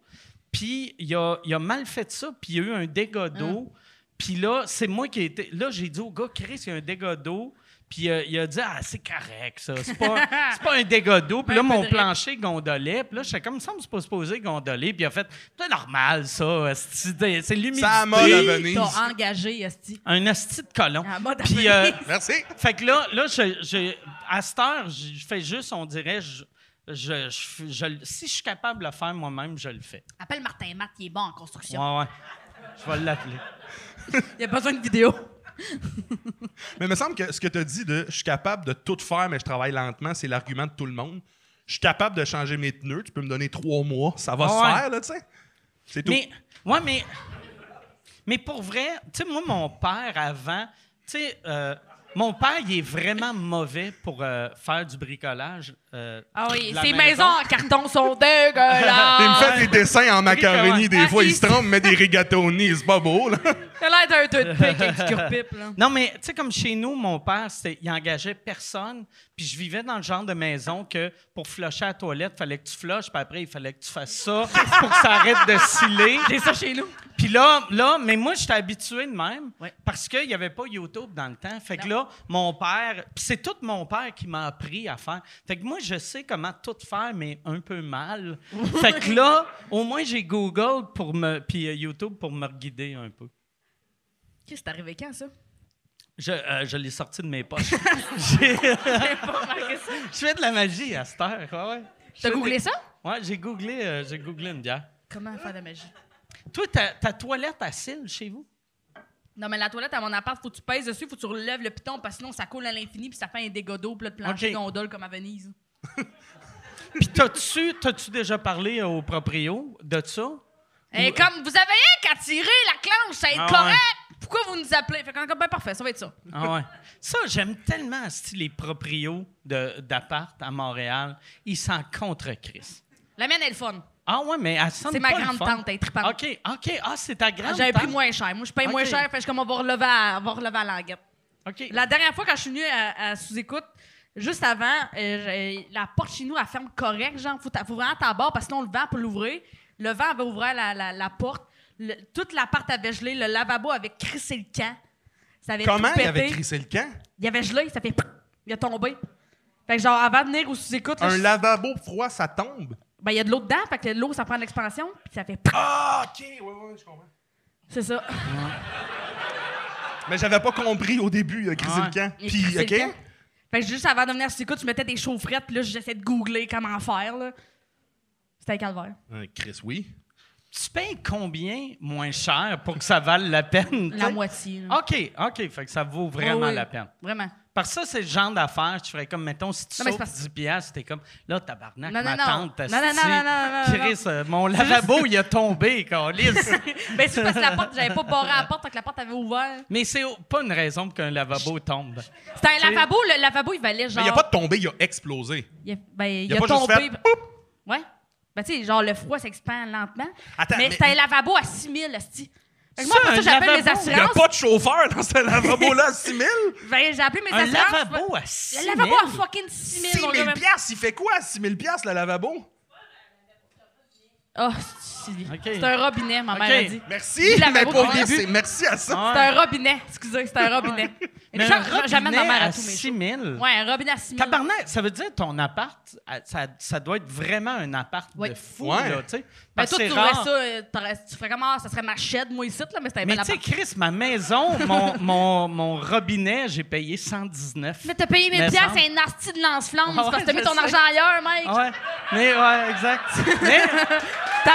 Speaker 3: Puis, il a, il a mal fait ça, puis il y a eu un dégât d'eau. Puis là, c'est moi qui ai été. Là, j'ai dit au gars, Chris, il y a un dégât d'eau. Puis euh, il a dit, ah, c'est correct, ça. C'est pas, c'est pas un dégât d'eau. Puis là,
Speaker 5: Un peu
Speaker 3: mon
Speaker 5: de
Speaker 3: plancher gondolait. Puis là, j'étais comme, ça me semble que c'est pas supposé gondoler. Puis il a fait, c'est normal, ça. C'est c'est l'humidité.
Speaker 6: Ça amole à Venise.
Speaker 5: T'as engagé, Esti.
Speaker 3: Un asti de colon.
Speaker 5: Ah, mode à
Speaker 3: Puis,
Speaker 5: Venise.
Speaker 3: euh,
Speaker 6: Merci.
Speaker 3: fait que là, là je, je- à cette heure, je fais juste, on dirait, je, je- je- je- si je suis capable de le faire moi-même, je le fais.
Speaker 5: Appelle Martin Matt, il est bon en
Speaker 3: Ouais,
Speaker 5: construction.
Speaker 3: ouais. Je vais l'appeler.
Speaker 5: Il a besoin de vidéo.
Speaker 6: Mais il me semble que ce que tu as dit de je suis capable de tout faire, mais je travaille lentement, c'est l'argument de tout le monde. Je suis capable de changer mes pneus, tu peux me donner trois mois, ça va
Speaker 3: Ouais.
Speaker 6: se faire, là, tu sais. C'est tout.
Speaker 3: Mais, ouais, mais, mais pour vrai, tu sais, moi, mon père, avant, tu sais, euh, mon père, il est vraiment mauvais pour euh, faire du bricolage. euh,
Speaker 5: Ah oui,
Speaker 3: de la
Speaker 5: ses maisons
Speaker 3: maison.
Speaker 5: en carton sont
Speaker 6: Il me
Speaker 5: dégueulasses.
Speaker 6: fait des dessins en macaroni, des
Speaker 5: Ah,
Speaker 6: fois, il
Speaker 5: il-
Speaker 6: se trompe, mais des rigatoni, c'est pas beau, là.
Speaker 5: T'as l'air d'un deux de pique avec du curpipe, là.
Speaker 3: Non, mais tu sais, comme chez nous, mon père, c'était- il engageait personne. Puis je vivais dans le genre de maison que pour flusher à la toilette, il fallait que tu flushes, puis après, il fallait que tu fasses ça pour que ça arrête de sciller.
Speaker 5: J'ai ça chez nous.
Speaker 3: Puis là, là, mais moi, j'étais habitué de même
Speaker 5: Ouais.
Speaker 3: parce qu'il n'y avait pas YouTube dans le temps. Fait que
Speaker 5: Non.
Speaker 3: là, mon père, puis c'est tout mon père qui m'a appris à faire. Fait que moi, je sais comment tout faire, mais un peu mal. fait que là, au moins, j'ai Google pour me, puis euh, YouTube pour me guider un peu.
Speaker 5: Qu'est-ce qui est arrivé quand, ça?
Speaker 3: Je, euh, je l'ai sorti de mes poches. j'ai Je fais de la magie à cette heure. Ouais, ouais. Je
Speaker 5: T'as
Speaker 3: fais
Speaker 5: googlé
Speaker 3: des-
Speaker 5: ça?
Speaker 3: Ouais, j'ai googlé, euh, j'ai googlé une bière.
Speaker 5: Comment faire de la magie?
Speaker 3: Toi, ta, ta toilette à cils chez vous?
Speaker 5: Non, mais la toilette à mon appart, faut que tu pèses dessus, faut que tu relèves le piton, parce que sinon, ça coule à l'infini, puis ça fait un dégât d'eau, puis là, de plancher
Speaker 3: Ok.
Speaker 5: gondole comme à Venise.
Speaker 3: Puis t'as-tu, t'as-tu déjà parlé au proprio de ça?
Speaker 5: Eh, Et comme vous avez rien qu'à tirer la clenche, ça va être
Speaker 3: euh, Ah
Speaker 5: correct! Pourquoi vous vous nous appelez. Fait qu'on est comme, ben parfait, ça va être ça.
Speaker 3: Ah ouais. Ça, j'aime tellement asti, les proprios de- d'appart à Montréal. Ils s'en contre Chris.
Speaker 5: La mienne est le fun.
Speaker 3: Ah ouais, mais elle sonne
Speaker 5: C'est ma
Speaker 3: pas le
Speaker 5: grande
Speaker 3: fun.
Speaker 5: tante, elle est trippante.
Speaker 3: OK, OK. Ah, c'est ta grande
Speaker 5: J'avais
Speaker 3: tante.
Speaker 5: pris moins cher. Moi, je paye moins
Speaker 3: Ok.
Speaker 5: cher, fait que je suis comme, on va relever à, on va relever à languette.
Speaker 3: OK.
Speaker 5: La dernière fois, quand je suis venue à, à sous-écoute, juste avant, euh, j'ai- la porte chez nous, elle ferme correct. Genre, faut, ta- faut vraiment t'aborder parce que sinon, le vent peut l'ouvrir. Le vent avait ouvert la, la- la porte. Le, toute l'appart avait gelé. Le lavabo avait crissé le camp. Ça avait
Speaker 6: Comment
Speaker 5: tout
Speaker 6: il
Speaker 5: pété.
Speaker 6: avait crissé le camp?
Speaker 5: Il avait gelé, ça fait... Il a tombé. Fait que genre, avant de venir aux sous-écoutes, là,
Speaker 6: Un
Speaker 5: je-
Speaker 6: lavabo froid, ça tombe?
Speaker 5: ben, il y a de l'eau dedans, fait que l'eau, ça prend de l'expansion, puis ça fait...
Speaker 6: Ah, OK, oui, oui, je comprends.
Speaker 5: C'est ça.
Speaker 6: Mais j'avais pas compris au début, il a crissé
Speaker 3: Ouais.
Speaker 6: le camp.
Speaker 5: Il a
Speaker 6: Puis,
Speaker 5: crissé le
Speaker 6: OK?
Speaker 5: camp. Fait que juste avant de venir à sous-écoute, je mettais des chaufferettes, puis là, j'essayais de googler comment faire, là. C'était un calvaire.
Speaker 6: Euh, Chris, oui.
Speaker 3: Tu payes combien moins cher pour que ça vale la peine?
Speaker 5: La
Speaker 3: t'sais?
Speaker 5: moitié. là.
Speaker 3: OK, OK. Fait que ça vaut vraiment
Speaker 5: Ah Mm. oui,
Speaker 3: la peine.
Speaker 5: Vraiment.
Speaker 3: Parce que ça, c'est le genre d'affaires, tu ferais comme, mettons, si tu
Speaker 5: Non, mais c'est
Speaker 3: sautes
Speaker 5: parce que-
Speaker 3: 10 piastres, t'es comme, là, tabarnak,
Speaker 5: Non, non,
Speaker 3: ma
Speaker 5: non.
Speaker 3: tante,
Speaker 5: Non, non, non,
Speaker 3: asti,
Speaker 5: non, non, non, non.
Speaker 3: Chris, euh, mon lavabo, il a tombé, câlisse.
Speaker 5: Ben, c'est parce que la porte, j'avais pas barré la porte, fait que la porte avait ouvert.
Speaker 3: Mais c'est pas une raison pour qu'un lavabo tombe.
Speaker 5: C'était un lavabo, le lavabo, il valait
Speaker 6: Mais
Speaker 5: genre.
Speaker 6: il a pas tombé, il a explosé.
Speaker 5: il a- ben, Ah. il
Speaker 6: y a
Speaker 5: a
Speaker 6: pas juste
Speaker 5: tombé.
Speaker 6: fait,
Speaker 5: Ouais. Ben, tu sais, genre, le froid s'expand lentement.
Speaker 6: Attends,
Speaker 5: mais
Speaker 6: mais-
Speaker 5: c'était un lavabo à 6 000, asti. Fait que moi,
Speaker 3: Ça,
Speaker 5: après ça,
Speaker 3: un
Speaker 5: j'appelle mes
Speaker 3: lavabo,
Speaker 6: Il n'y a
Speaker 5: assurances.
Speaker 6: pas de chauffeur dans ce lavabo-là, à 6 000?
Speaker 5: Ben, j'ai appelé mes
Speaker 3: Un
Speaker 5: assurances.
Speaker 3: lavabo à
Speaker 5: Le
Speaker 3: 6 000?
Speaker 5: lavabo à fucking 6 000,
Speaker 6: 6 000
Speaker 5: mon gars.
Speaker 6: piastres, il fait quoi à 6 000 piastres, le lavabo?
Speaker 5: Ah, c'est c'est-
Speaker 3: Ok.
Speaker 5: c'est un robinet, ma mère
Speaker 3: Ok.
Speaker 5: a dit.
Speaker 6: Merci,
Speaker 5: Du lavabo
Speaker 6: mais pour
Speaker 5: au
Speaker 6: vrai,
Speaker 5: début. Ah.
Speaker 6: c'est merci à ça.
Speaker 5: C'est un robinet, excusez, c'est un robinet.
Speaker 3: Mais
Speaker 5: Genre,
Speaker 3: un robinet
Speaker 5: J'amène ma mère à
Speaker 3: à
Speaker 5: tous mes
Speaker 3: 6
Speaker 5: shows.
Speaker 3: 000?
Speaker 5: Ouais, un robinet à 6 000.
Speaker 3: Tabarnak, ça veut dire ton appart, euh, ça, ça doit être vraiment un appart
Speaker 5: Ouais.
Speaker 3: de fou,
Speaker 6: Ouais.
Speaker 3: là, tu sais.
Speaker 5: Ben,
Speaker 3: Parce
Speaker 5: toi,
Speaker 3: que
Speaker 5: tu
Speaker 3: c'est
Speaker 5: ferais
Speaker 3: rare.
Speaker 5: ça, euh, t'aurais- tu ferais comme, ah, ça serait ma chaîne, moi, ici, là, mais c'était un
Speaker 3: Mais
Speaker 5: bel
Speaker 3: tu sais,
Speaker 5: appart.
Speaker 3: Chris, ma maison, mon, mon, mon robinet, j'ai payé 119.
Speaker 5: Mais t'as payé 1000
Speaker 3: Mais
Speaker 5: piastres,
Speaker 3: semble-
Speaker 5: c'est un nasty de lance-flamme,
Speaker 3: Ah
Speaker 5: c'est parce que
Speaker 3: ouais,
Speaker 5: t'as mis
Speaker 3: je
Speaker 5: ton
Speaker 3: sais.
Speaker 5: argent ailleurs, mec.
Speaker 3: Ah Ouais, mais ouais, exact. Mais
Speaker 5: Ta,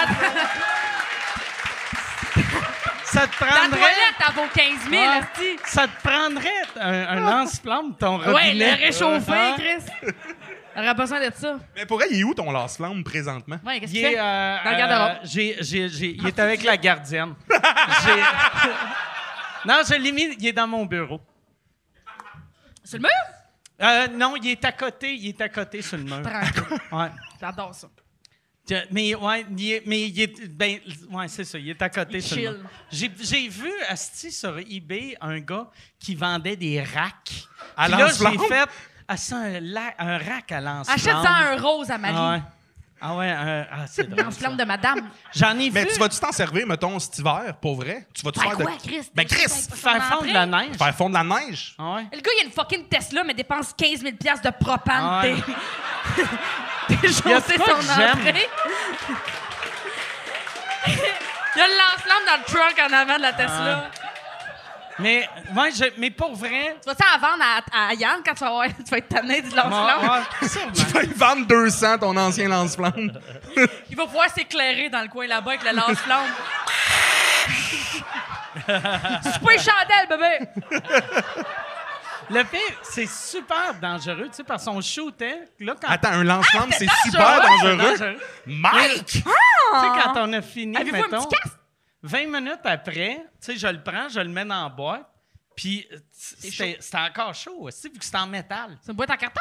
Speaker 3: ça te
Speaker 5: ta
Speaker 3: prendrait.
Speaker 5: toilette, elle vaut 15 000,
Speaker 3: Ouais.
Speaker 5: asti.
Speaker 3: Ça te prendrait un, un lance-flamme de ton robinet.
Speaker 5: Ouais, le réchauffé,
Speaker 3: Ah.
Speaker 5: Chris. T'aurais besoin de ça.
Speaker 6: Mais pour vrai, il est où ton lance-flamme présentement?
Speaker 5: Ouais, qu'est-ce que
Speaker 3: Il
Speaker 5: tu
Speaker 3: est,
Speaker 5: fais?
Speaker 3: euh,
Speaker 5: Dans le
Speaker 3: euh,
Speaker 5: garde-robe. Ah,
Speaker 3: j'ai- j'ai- j'ai- il est avec la gardienne. J'ai- non, je l'ai mis, il est dans mon bureau.
Speaker 5: Sur le mur?
Speaker 3: Euh, non, il est à côté, il est à côté sur le mur.
Speaker 5: Tranquille.
Speaker 3: Ouais.
Speaker 5: J'adore ça.
Speaker 3: Je- Mais ouais, il est, mais il est- ben, ouais, c'est ça, il est à côté.
Speaker 5: Il
Speaker 3: sur le
Speaker 5: chill.
Speaker 3: mur. J'ai, j'ai vu Asti sur eBay un gars qui vendait des racks.
Speaker 6: À
Speaker 3: Puis là,
Speaker 6: lance-flamme?
Speaker 3: j'ai fait ah, ça, un, la- un rack à lance
Speaker 5: Achète-en un rose à
Speaker 3: Ah ouais,
Speaker 5: Marie.
Speaker 3: ah, ouais un- ah, c'est drôle. ça.
Speaker 5: Lance-flamme de madame.
Speaker 3: J'en ai
Speaker 6: Mais
Speaker 3: vu
Speaker 6: tu vas-tu t'en servir, mettons, cet hiver, pour vrai? Tu vas-tu
Speaker 5: Faire
Speaker 6: faire de...
Speaker 5: Euh. quoi, Chris?
Speaker 6: Ben, Chris,
Speaker 3: faire fondre la neige.
Speaker 6: faire fondre la neige?
Speaker 3: Ah ouais.
Speaker 5: Le gars, il a une fucking Tesla, mais dépense 15 000 de propane.
Speaker 3: Ah
Speaker 5: T'es
Speaker 3: ouais.
Speaker 5: T'es
Speaker 3: Il y a de
Speaker 5: chaussé
Speaker 3: quoi
Speaker 5: son
Speaker 3: que j'aime.
Speaker 5: entrée. il y a le lance-flamme dans le trunk en avant de la Tesla.
Speaker 3: Mais, ouais, je- mais pour vrai.
Speaker 5: Ah. Tu vas ça vendre à, à Yann quand tu vas, avoir- tu vas être tanné
Speaker 3: Ah,
Speaker 5: du lance-flamme?
Speaker 3: mon- ouais, sûrement.
Speaker 6: Tu vas y vendre 200, ton ancien lance-flamme.
Speaker 5: Il va pouvoir s'éclairer dans le coin là-bas avec le lance-flamme. C'est pas une chandelle, bébé!
Speaker 3: Le fait, c'est super dangereux, tu sais, parce qu'on shootait. hein. Là, quand,
Speaker 6: Attends, un lance-flamme, c'est super
Speaker 5: Ah, dangereux!
Speaker 3: c'est
Speaker 6: dangereux.
Speaker 3: dangereux.
Speaker 6: Mike!
Speaker 3: Tu sais, quand on a fini,
Speaker 5: Ah. Avez-vous un
Speaker 3: mettons,
Speaker 5: petit casque?
Speaker 3: 20 minutes après, tu sais, je le prends, je le mets dans la boîte, puis euh, c'était c'était encore chaud aussi, vu que c'est en métal.
Speaker 5: C'est une boîte en carton?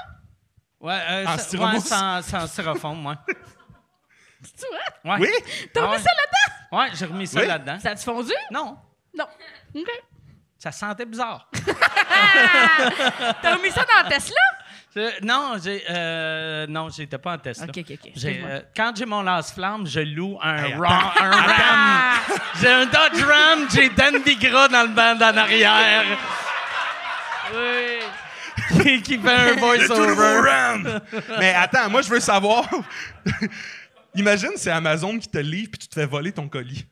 Speaker 3: Ouais, euh,
Speaker 6: En
Speaker 3: ça-
Speaker 6: styromousse.
Speaker 3: ouais, c'est en- c'est en styrofoam, moi.
Speaker 5: C'est-tu vrai?
Speaker 3: Ouais.
Speaker 6: Oui?
Speaker 5: T'as
Speaker 3: Ah
Speaker 5: remis
Speaker 3: ouais.
Speaker 5: ça là-dedans?
Speaker 3: Ouais, j'ai remis ça
Speaker 6: Oui?
Speaker 3: là-dedans.
Speaker 5: Ça a-tu fondu?
Speaker 3: Non,
Speaker 5: Non. OK.
Speaker 3: ça sentait bizarre.
Speaker 5: T'as remis ça dans la Tesla?
Speaker 3: Je- non, j'ai, euh, non, j'étais pas en test.
Speaker 5: Ok, ok, ok,
Speaker 3: J'ai,
Speaker 5: excuse-moi.
Speaker 3: euh, quand j'ai mon lance-flamme, je loue un,
Speaker 6: Hey,
Speaker 3: ra- un ram. j'ai un Dodge Ram, j'ai Dan Bigra dans le band en arrière. Oui. qui, qui fait un
Speaker 6: Le tout nouveau
Speaker 3: voice-over.
Speaker 6: Ram! Mais attends, moi, je veux savoir... Imagine, c'est Amazon qui te livre puis tu te fais voler ton colis.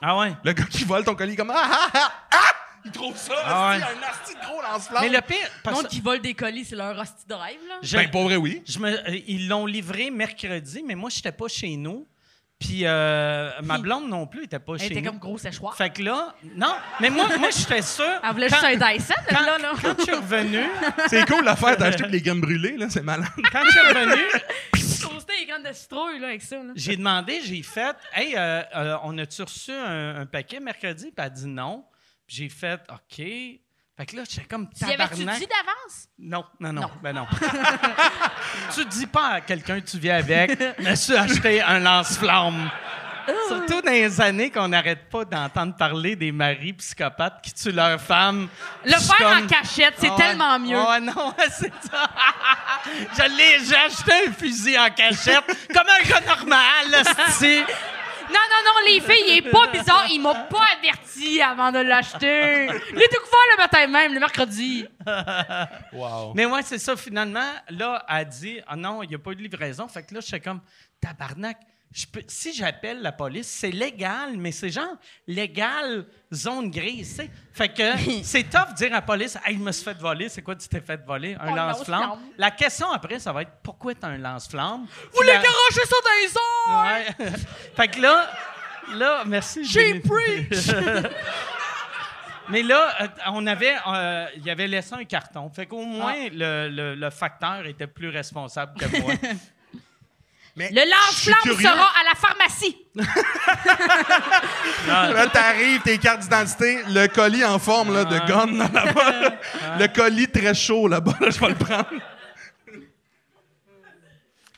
Speaker 3: Ah ouais.
Speaker 6: Le gars qui vole ton colis, comme... Ah, ah, ah, ah! Il trouve ça,
Speaker 3: Ah
Speaker 6: esti,
Speaker 3: ouais.
Speaker 6: un nasty de gros lance-flamme.
Speaker 3: Mais le pire, parce
Speaker 5: monde
Speaker 3: que
Speaker 5: qui vole des colis, c'est leur hostie drive, là.
Speaker 3: je-
Speaker 6: Ben, pour vrai, oui.
Speaker 3: je me- euh, ils l'ont livré mercredi, mais moi, j'étais pas chez nous. Puis euh, ma blonde non plus était pas
Speaker 5: Elle
Speaker 3: chez
Speaker 5: était
Speaker 3: nous.
Speaker 5: comme gros séchoir.
Speaker 3: Fait que là, non, mais moi, moi j'étais sûr.
Speaker 5: Elle voulait
Speaker 3: quand-
Speaker 5: juste un Dyson,
Speaker 3: quand,
Speaker 5: là, là.
Speaker 3: quand je suis revenu,
Speaker 6: C'est cool l'affaire d'acheter les gammes brûlées, là, c'est malade.
Speaker 3: quand je suis revenu,
Speaker 5: Toaster les graines de citrouille, là, avec ça, là.
Speaker 3: j'ai demandé, j'ai fait, hey, euh, euh, on a-tu reçu un, un paquet mercredi? Puis elle a dit non. Puis j'ai fait OK. Fait que là, j'étais comme
Speaker 5: Tu y avais-tu dit
Speaker 3: tabarnak.
Speaker 5: d'avance?
Speaker 3: Non, non, non,
Speaker 5: Non.
Speaker 3: ben non. tu dis pas à quelqu'un que tu vis avec, monsieur, acheter un lance-flamme.
Speaker 5: Oh.
Speaker 3: Surtout dans les années qu'on n'arrête pas d'entendre parler des maris psychopathes qui tuent leurs femmes.
Speaker 5: Le
Speaker 3: Puis je suis
Speaker 5: faire en
Speaker 3: comme-
Speaker 5: cachette, c'est
Speaker 3: Ah ouais.
Speaker 5: tellement mieux.
Speaker 3: Ah ouais, non, c'est ça. Je l'ai- J'ai acheté un fusil en cachette, comme un gars normal, si.
Speaker 5: Non, non, non, les filles, il est pas bizarre. Il m'a pas averti avant de l'acheter. Il est tout couvert le matin même, le mercredi.
Speaker 6: Wow.
Speaker 3: Mais ouais, c'est ça, finalement. Là, elle dit Ah non, il n'y a pas eu de livraison. Fait que là, je suis comme Tabarnak. je peux- si j'appelle la police, c'est légal, mais c'est genre légal, zone grise, tu sais. Fait que c'est tough de dire à la police Hey, je me suis fait voler, c'est quoi tu t'es fait voler Un
Speaker 5: Un
Speaker 3: lance-flamme.
Speaker 5: lance-flamme.
Speaker 3: La question après, ça va être Pourquoi t'as un lance-flamme
Speaker 5: Vous les
Speaker 3: Fina-
Speaker 5: garochez ça dans les ondes!
Speaker 3: Ouais. fait que là, là, merci.
Speaker 5: J'ai
Speaker 3: Jenny. Mais là, euh, on avait, euh, il y avait laissé un carton. Fait qu'au moins, le, le- le facteur était plus responsable que moi.
Speaker 6: Mais
Speaker 5: Le
Speaker 6: je suis
Speaker 5: lance-flamme
Speaker 6: curieux.
Speaker 5: sera à la pharmacie.
Speaker 6: Là, t'arrives, tes cartes d'identité, le colis en forme là, de gun là, là-bas. là. Le colis très chaud là-bas, là, je vais le prendre.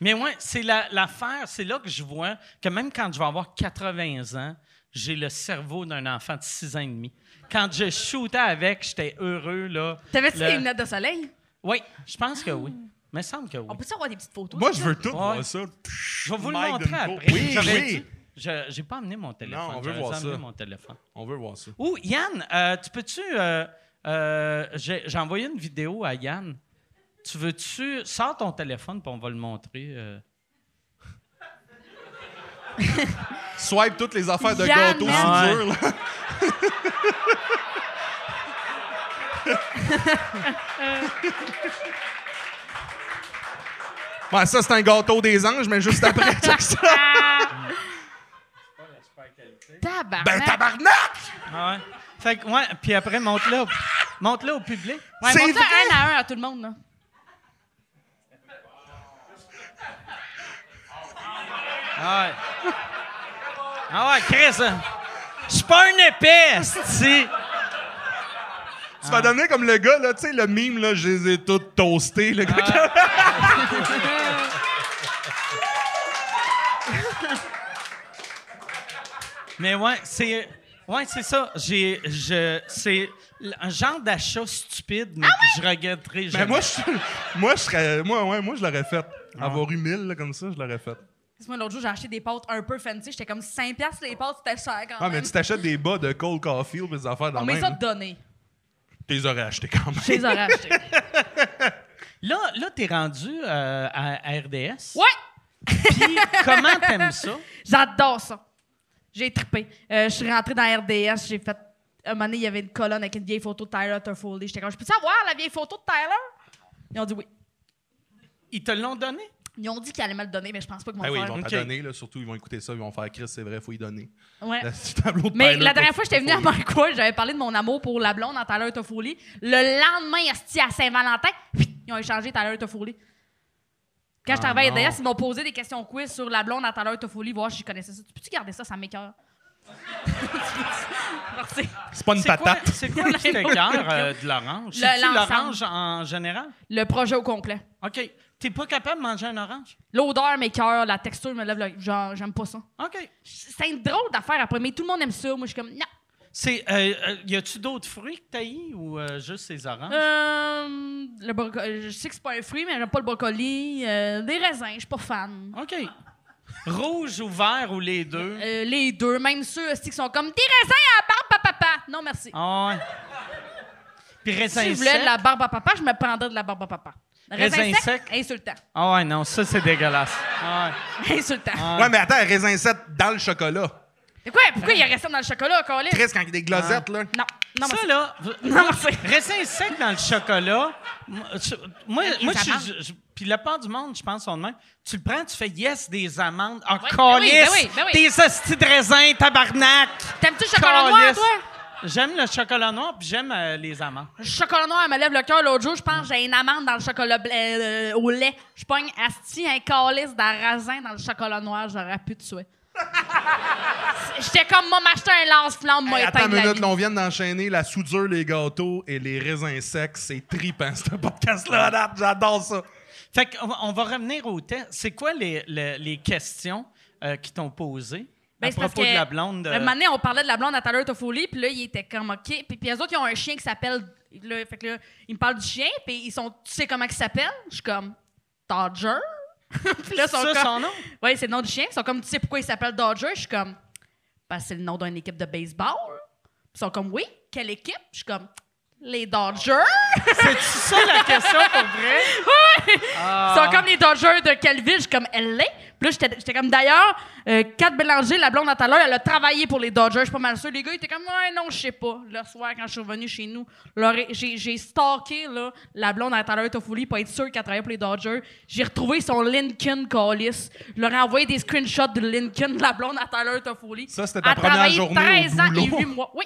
Speaker 3: Mais ouais, c'est la- l'affaire, c'est là que je vois que même quand je vais avoir 80 ans, j'ai le cerveau d'un enfant de 6 ans et demi. Quand je shootais avec, j'étais heureux, là.
Speaker 5: T'avais-tu
Speaker 3: Le-
Speaker 5: des lunettes de soleil?
Speaker 3: Oui, je pense que oui. Il me semble que oui.
Speaker 5: On peut-tu avoir des petites photos?
Speaker 6: Moi,
Speaker 5: de
Speaker 6: je
Speaker 5: ça?
Speaker 6: veux tout,
Speaker 3: Ouais.
Speaker 6: moi, ça.
Speaker 3: Je vais vous le
Speaker 6: Mike
Speaker 3: montrer
Speaker 6: Dunco.
Speaker 3: après.
Speaker 6: Oui,
Speaker 3: J'avais
Speaker 6: oui.
Speaker 3: dit- Je j'ai pas amené mon téléphone.
Speaker 6: Non, on veut
Speaker 3: J'aurais
Speaker 6: voir
Speaker 3: dû amener
Speaker 6: ça.
Speaker 3: mon téléphone.
Speaker 6: On veut voir ça.
Speaker 3: Ouh, Yann, euh, tu peux-tu... euh, euh, J'ai j'ai envoyé une vidéo à Yann. Tu veux-tu... Sors ton téléphone, puis on va le montrer. euh.
Speaker 6: Swipe toutes les affaires de
Speaker 5: Yann,
Speaker 6: gâteau
Speaker 5: man.
Speaker 3: Ah ouais.
Speaker 6: sur dur, là. Ouais, ça, c'est un gâteau des anges, mais juste après, check ça.
Speaker 5: Tabarnak.
Speaker 6: Ben, tabarnak!
Speaker 3: Ah ouais. Fait que, ouais, puis après, montre-le au, montre-le au public.
Speaker 5: Ouais,
Speaker 6: c'est
Speaker 5: montre ça
Speaker 6: vrai!
Speaker 5: un à un à tout le monde, là.
Speaker 3: Ah ouais. Ah ouais, Chris, hein. je suis pas un épais, si.
Speaker 6: Tu vas donner comme le gars, là, tu sais, le mime, là, je les ai toutes toastées, le gars. qui-
Speaker 3: Mais ouais, c'est. Ouais, c'est ça. J'ai, je, c'est l- un genre d'achat stupide, mais que je regretterai jamais.
Speaker 6: Mais Ben, moi, je, moi, je serais, moi, ouais, moi, je l'aurais fait. Avoir eu mille, là, comme ça, je l'aurais fait.
Speaker 5: Parce que moi, l'autre jour, j'ai acheté des pâtes un peu fancy. J'étais comme 5 piastres les pâtes, c'était cher quand
Speaker 6: Ah, mais
Speaker 5: même.
Speaker 6: tu t'achètes des bas de Cole Caulfield, des affaires dans
Speaker 5: On
Speaker 6: le
Speaker 5: m'a
Speaker 6: même.
Speaker 5: les a
Speaker 6: là.
Speaker 5: donnés.
Speaker 6: Tu les aurais achetés quand même.
Speaker 5: Je les aurais achetés.
Speaker 3: Là, là, t'es rendu euh, à à RDS.
Speaker 5: Ouais!
Speaker 3: Puis comment t'aimes ça?
Speaker 5: J'adore ça. J'ai trippé. Euh, je suis rentrée dans RDS, j'ai fait. Un moment donné, il y avait une colonne avec une vieille photo de Tyler Toffoli. J'étais comme, je peux-tu avoir la vieille photo de Tyler? Ils ont dit oui.
Speaker 3: Ils te l'ont donné?
Speaker 5: Ils ont dit qu'ils allaient me le donner, mais je pense pas que mon
Speaker 6: Ben oui, ils
Speaker 5: frère.
Speaker 6: vont
Speaker 3: Ok.
Speaker 6: t'en donner, là, surtout, ils vont écouter ça, ils vont faire Chris, c'est vrai, faut y donner.
Speaker 5: Ouais.
Speaker 6: Le petit tableau de
Speaker 5: Euh, Mais
Speaker 6: Tyler,
Speaker 5: la dernière
Speaker 6: faut-
Speaker 5: fois, j'étais venue à
Speaker 6: faut-
Speaker 5: Mike Ward, j'avais parlé de mon amour pour la blonde en Tyler Toffoli. Le lendemain, esti, à Saint-Valentin, ils ont échangé Tyler Toffoli. Quand je travaillais derrière, ils m'ont posé des questions quiz sur la blonde à Tyler Toffoli, voir si je connaissais ça. Tu peux-tu garder ça, ça m'écœure? Merci.
Speaker 6: C'est pas une
Speaker 3: C'est quoi,
Speaker 6: patate.
Speaker 3: c'est quoi qui t'écoeure, euh, de l'orange?
Speaker 5: Le-
Speaker 3: C'est-tu
Speaker 5: l'ensemble.
Speaker 3: l'orange en général?
Speaker 5: Le projet au complet.
Speaker 3: OK. T'es pas capable de manger un orange?
Speaker 5: L'odeur m'écœure, la texture me lève le... Genre, j'aime pas ça.
Speaker 3: OK.
Speaker 5: C'est une drôle d'affaire après, mais tout le monde aime ça. Moi, je suis comme, non.
Speaker 3: C'est, euh, euh, y a-tu d'autres fruits que t'as eu ou euh, juste ces oranges?
Speaker 5: Euh, le broco- Je sais que c'est pas un fruit, mais j'aime pas le brocoli. Euh, des raisins, je suis pas fan.
Speaker 3: OK. Rouge ou vert ou les deux?
Speaker 5: Euh, les deux, même ceux aussi qui sont comme des raisins à la barbe à papa. Non, merci.
Speaker 3: Ah ouais. Puis raisin
Speaker 5: si je voulais
Speaker 3: sec.
Speaker 5: de la barbe à papa, je me prendrais de la barbe à papa. Raisin,
Speaker 3: Raisin sec.
Speaker 5: sec, insultant.
Speaker 3: Ah ouais, non, ça c'est dégueulasse. Ah ouais.
Speaker 5: Insultant.
Speaker 6: Ouais, mais attends, raisin 7 dans le chocolat.
Speaker 5: C'est quoi? Pourquoi il reste dans le chocolat, Colin?
Speaker 6: Chris, quand il y a des glosettes, là.
Speaker 5: Non, non,
Speaker 3: ça
Speaker 5: merci.
Speaker 3: là,
Speaker 5: Non, merci.
Speaker 3: raisin sec dans le chocolat. Moi, je- moi,
Speaker 5: Avec les
Speaker 3: moi, je-
Speaker 5: amandes.
Speaker 3: je- je- puis la part du monde, je pense, on même. Tu le prends, tu fais yes des amandes. Ah,
Speaker 5: Ouais, ben oui,
Speaker 3: calice,
Speaker 5: ben oui, ben oui.
Speaker 3: des hosties de raisin, tabarnak.
Speaker 5: T'aimes-tu le chocolat noir,
Speaker 3: Calice.
Speaker 5: toi?
Speaker 3: J'aime le chocolat noir, puis j'aime euh, les amandes.
Speaker 5: Le chocolat noir, elle me lève le cœur. L'autre jour, je pense que j'ai une amande dans le chocolat blanc, euh, au lait. Je pogne asti un calice d'un raisin dans le chocolat noir. J'aurais pu te tuer. J'étais comme, moi, m'acheter un lance-flamme, moi,
Speaker 6: Hey, attends
Speaker 5: éteindre
Speaker 6: une
Speaker 5: la
Speaker 6: minute,
Speaker 5: vie.
Speaker 6: là, on vient d'enchaîner la soudure, les gâteaux et les raisins secs. C'est tripant, ce podcast-là, à date. J'adore ça.
Speaker 3: Fait qu'on va- on va revenir au test. C'est quoi les, le- les questions euh, qui t'ont posées
Speaker 5: Ben,
Speaker 3: à
Speaker 5: c'est parce
Speaker 3: propos de
Speaker 5: que
Speaker 3: la blonde? euh,
Speaker 5: Un moment donné, on parlait de la blonde à Tyler Toffoli, puis là, il était comme OK. Puis, puis eux autres, ils ont un chien qui s'appelle. Là, fait que là, ils me parlent du chien, puis ils sont. Tu sais comment il s'appelle? Je suis comme Dodger. puis là, ils sont
Speaker 3: ça,
Speaker 5: comme.
Speaker 3: son nom?
Speaker 5: Oui, c'est le nom du chien. Ils sont comme, tu sais pourquoi il s'appelle Dodger? Je suis comme, parce que c'est le nom d'une équipe de baseball. Ils sont comme, oui, quelle équipe? Je suis comme, les Dodgers.
Speaker 3: C'est ça la question pour vrai? Ah.
Speaker 5: Ils sont comme les Dodgers de quelle ville? Je suis comme, elle l'est. Puis là, j'étais- j'étais comme, d'ailleurs, euh, Kat Bélanger, la blonde à tout à l'heure, elle a travaillé pour les Dodgers. Je suis pas mal sûre. Les gars, ils étaient comme, ouais, non, je sais pas. Le soir, quand je suis revenue chez nous, leur- j'ai j'ai stalké là, la blonde à tout à l'heure Toffoli pour être sûre qu'elle travaillait pour les Dodgers. J'ai retrouvé son Lincoln Callis. Je leur ai envoyé des screenshots de Lincoln, la blonde à tout à l'heure Toffoli.
Speaker 6: Ça, c'était ta
Speaker 5: Elle a
Speaker 6: première
Speaker 5: travaillé
Speaker 6: journée au
Speaker 5: 13 ans et
Speaker 6: boulot.
Speaker 5: 8 mois. Oui.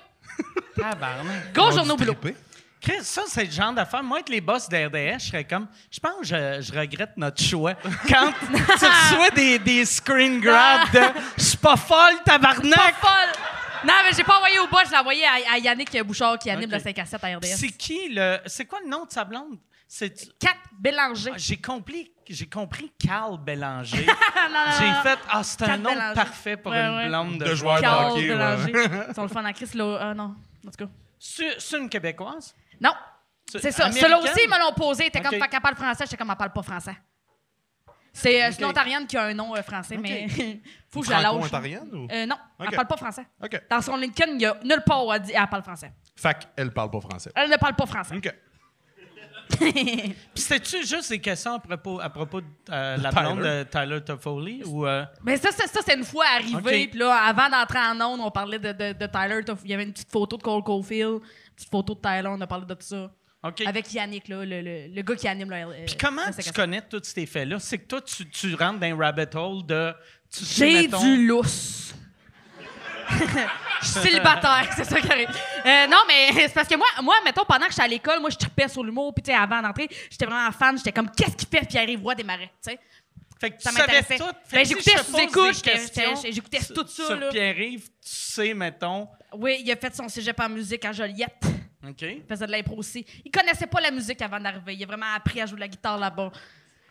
Speaker 3: Tabarnak.
Speaker 5: Go, journée au boulot.
Speaker 6: Trippé.
Speaker 3: Chris, ça, c'est le genre d'affaire. Moi, être les boss d'RDS, je serais comme. Je pense que je, je regrette notre choix. Quand tu reçois des, des screen grabs de. Je suis pas folle,
Speaker 5: Pas
Speaker 3: tabarnak!
Speaker 5: folle. Non, mais j'ai pas envoyé au boss, je l'ai envoyé à, à Yannick Bouchard qui anime
Speaker 3: Ok.
Speaker 5: le 5 à 7 à RDS.
Speaker 3: C'est qui le. C'est quoi le nom de sa blonde? C'est.
Speaker 5: Kat Bélanger.
Speaker 3: Ah, J'ai compris, j'ai compris Carl Bélanger.
Speaker 5: Non, non, non,
Speaker 3: J'ai
Speaker 5: non.
Speaker 3: fait ah c'est un
Speaker 5: Carl
Speaker 3: nom
Speaker 5: Bélanger.
Speaker 3: parfait pour
Speaker 5: Ouais,
Speaker 3: une
Speaker 5: ouais.
Speaker 3: blonde de,
Speaker 6: De joueur de
Speaker 5: Carl
Speaker 6: hockey. ouais.
Speaker 5: Bélanger. Ils sont le fun à Chris, là. Ah non. En tout cas.
Speaker 3: C'est c'est une québécoise.
Speaker 5: Non. C'est ça. Ceux-là aussi, ils me l'ont posé. T'es
Speaker 3: Ok.
Speaker 5: comme, pas qu'elle parle français. J'étais comme, elle parle pas français. C'est euh, c'est une
Speaker 3: Ok.
Speaker 5: Ontarienne qui a un nom euh, français, mais faut que je la lâche.
Speaker 6: Franco-ontarienne ou?
Speaker 5: Euh, non,
Speaker 6: Ok.
Speaker 5: elle parle pas français.
Speaker 6: OK.
Speaker 5: Dans son Lincoln, il y a nulle part où elle dit elle parle français.
Speaker 6: Fait qu'elle parle pas français.
Speaker 5: Elle ne parle pas français.
Speaker 6: OK.
Speaker 3: Puis c'était-tu juste des questions à propos, à propos de euh, la blonde de Tyler Toffoli ou euh,
Speaker 5: Mais ça, ça, ça, c'est une fois arrivé.
Speaker 3: Ok.
Speaker 5: Puis là, avant d'entrer en onde, on parlait de, de, de Tyler. Toff- Il y avait une petite photo de Cole Caulfield, une petite photo de Tyler. On a parlé de tout ça.
Speaker 3: OK.
Speaker 5: Avec Yannick, là, le, le- le gars qui anime le. euh,
Speaker 3: Puis comment
Speaker 5: le
Speaker 3: tu
Speaker 5: second-
Speaker 3: connais tous ces faits-là? C'est que toi, tu, tu rentres dans un rabbit hole de... tu sais,
Speaker 5: J'ai
Speaker 3: mettons-
Speaker 5: du lousse. Je suis célibataire, c'est ça qui arrive. Euh, non, mais c'est parce que moi, moi, mettons, pendant que j'étais à l'école, moi, je tripais sur l'humour. Puis, tu sais, avant d'entrer, j'étais vraiment fan. J'étais comme, qu'est-ce qu'il fait, Pierre-Yves Roy des Marais, tu sais?
Speaker 3: Fait que tu
Speaker 5: Ça
Speaker 3: savais
Speaker 5: m'intéressait.
Speaker 3: tout. Fait
Speaker 5: Ben,
Speaker 3: que si
Speaker 5: j'écoutais
Speaker 3: je te
Speaker 5: sous
Speaker 3: pose
Speaker 5: écoute,
Speaker 3: des
Speaker 5: j'étais- j'étais-
Speaker 3: questions
Speaker 5: j'écoutais
Speaker 3: sur-
Speaker 5: tout ça,
Speaker 3: Sur
Speaker 5: là.
Speaker 3: Pierre-Yves, tu sais, mettons...
Speaker 5: Oui, il a fait son cégep en musique à Joliette.
Speaker 3: OK.
Speaker 5: Il faisait de l'impro aussi. Il connaissait pas la musique avant d'arriver. Il a vraiment appris à jouer de la guitare là-bas.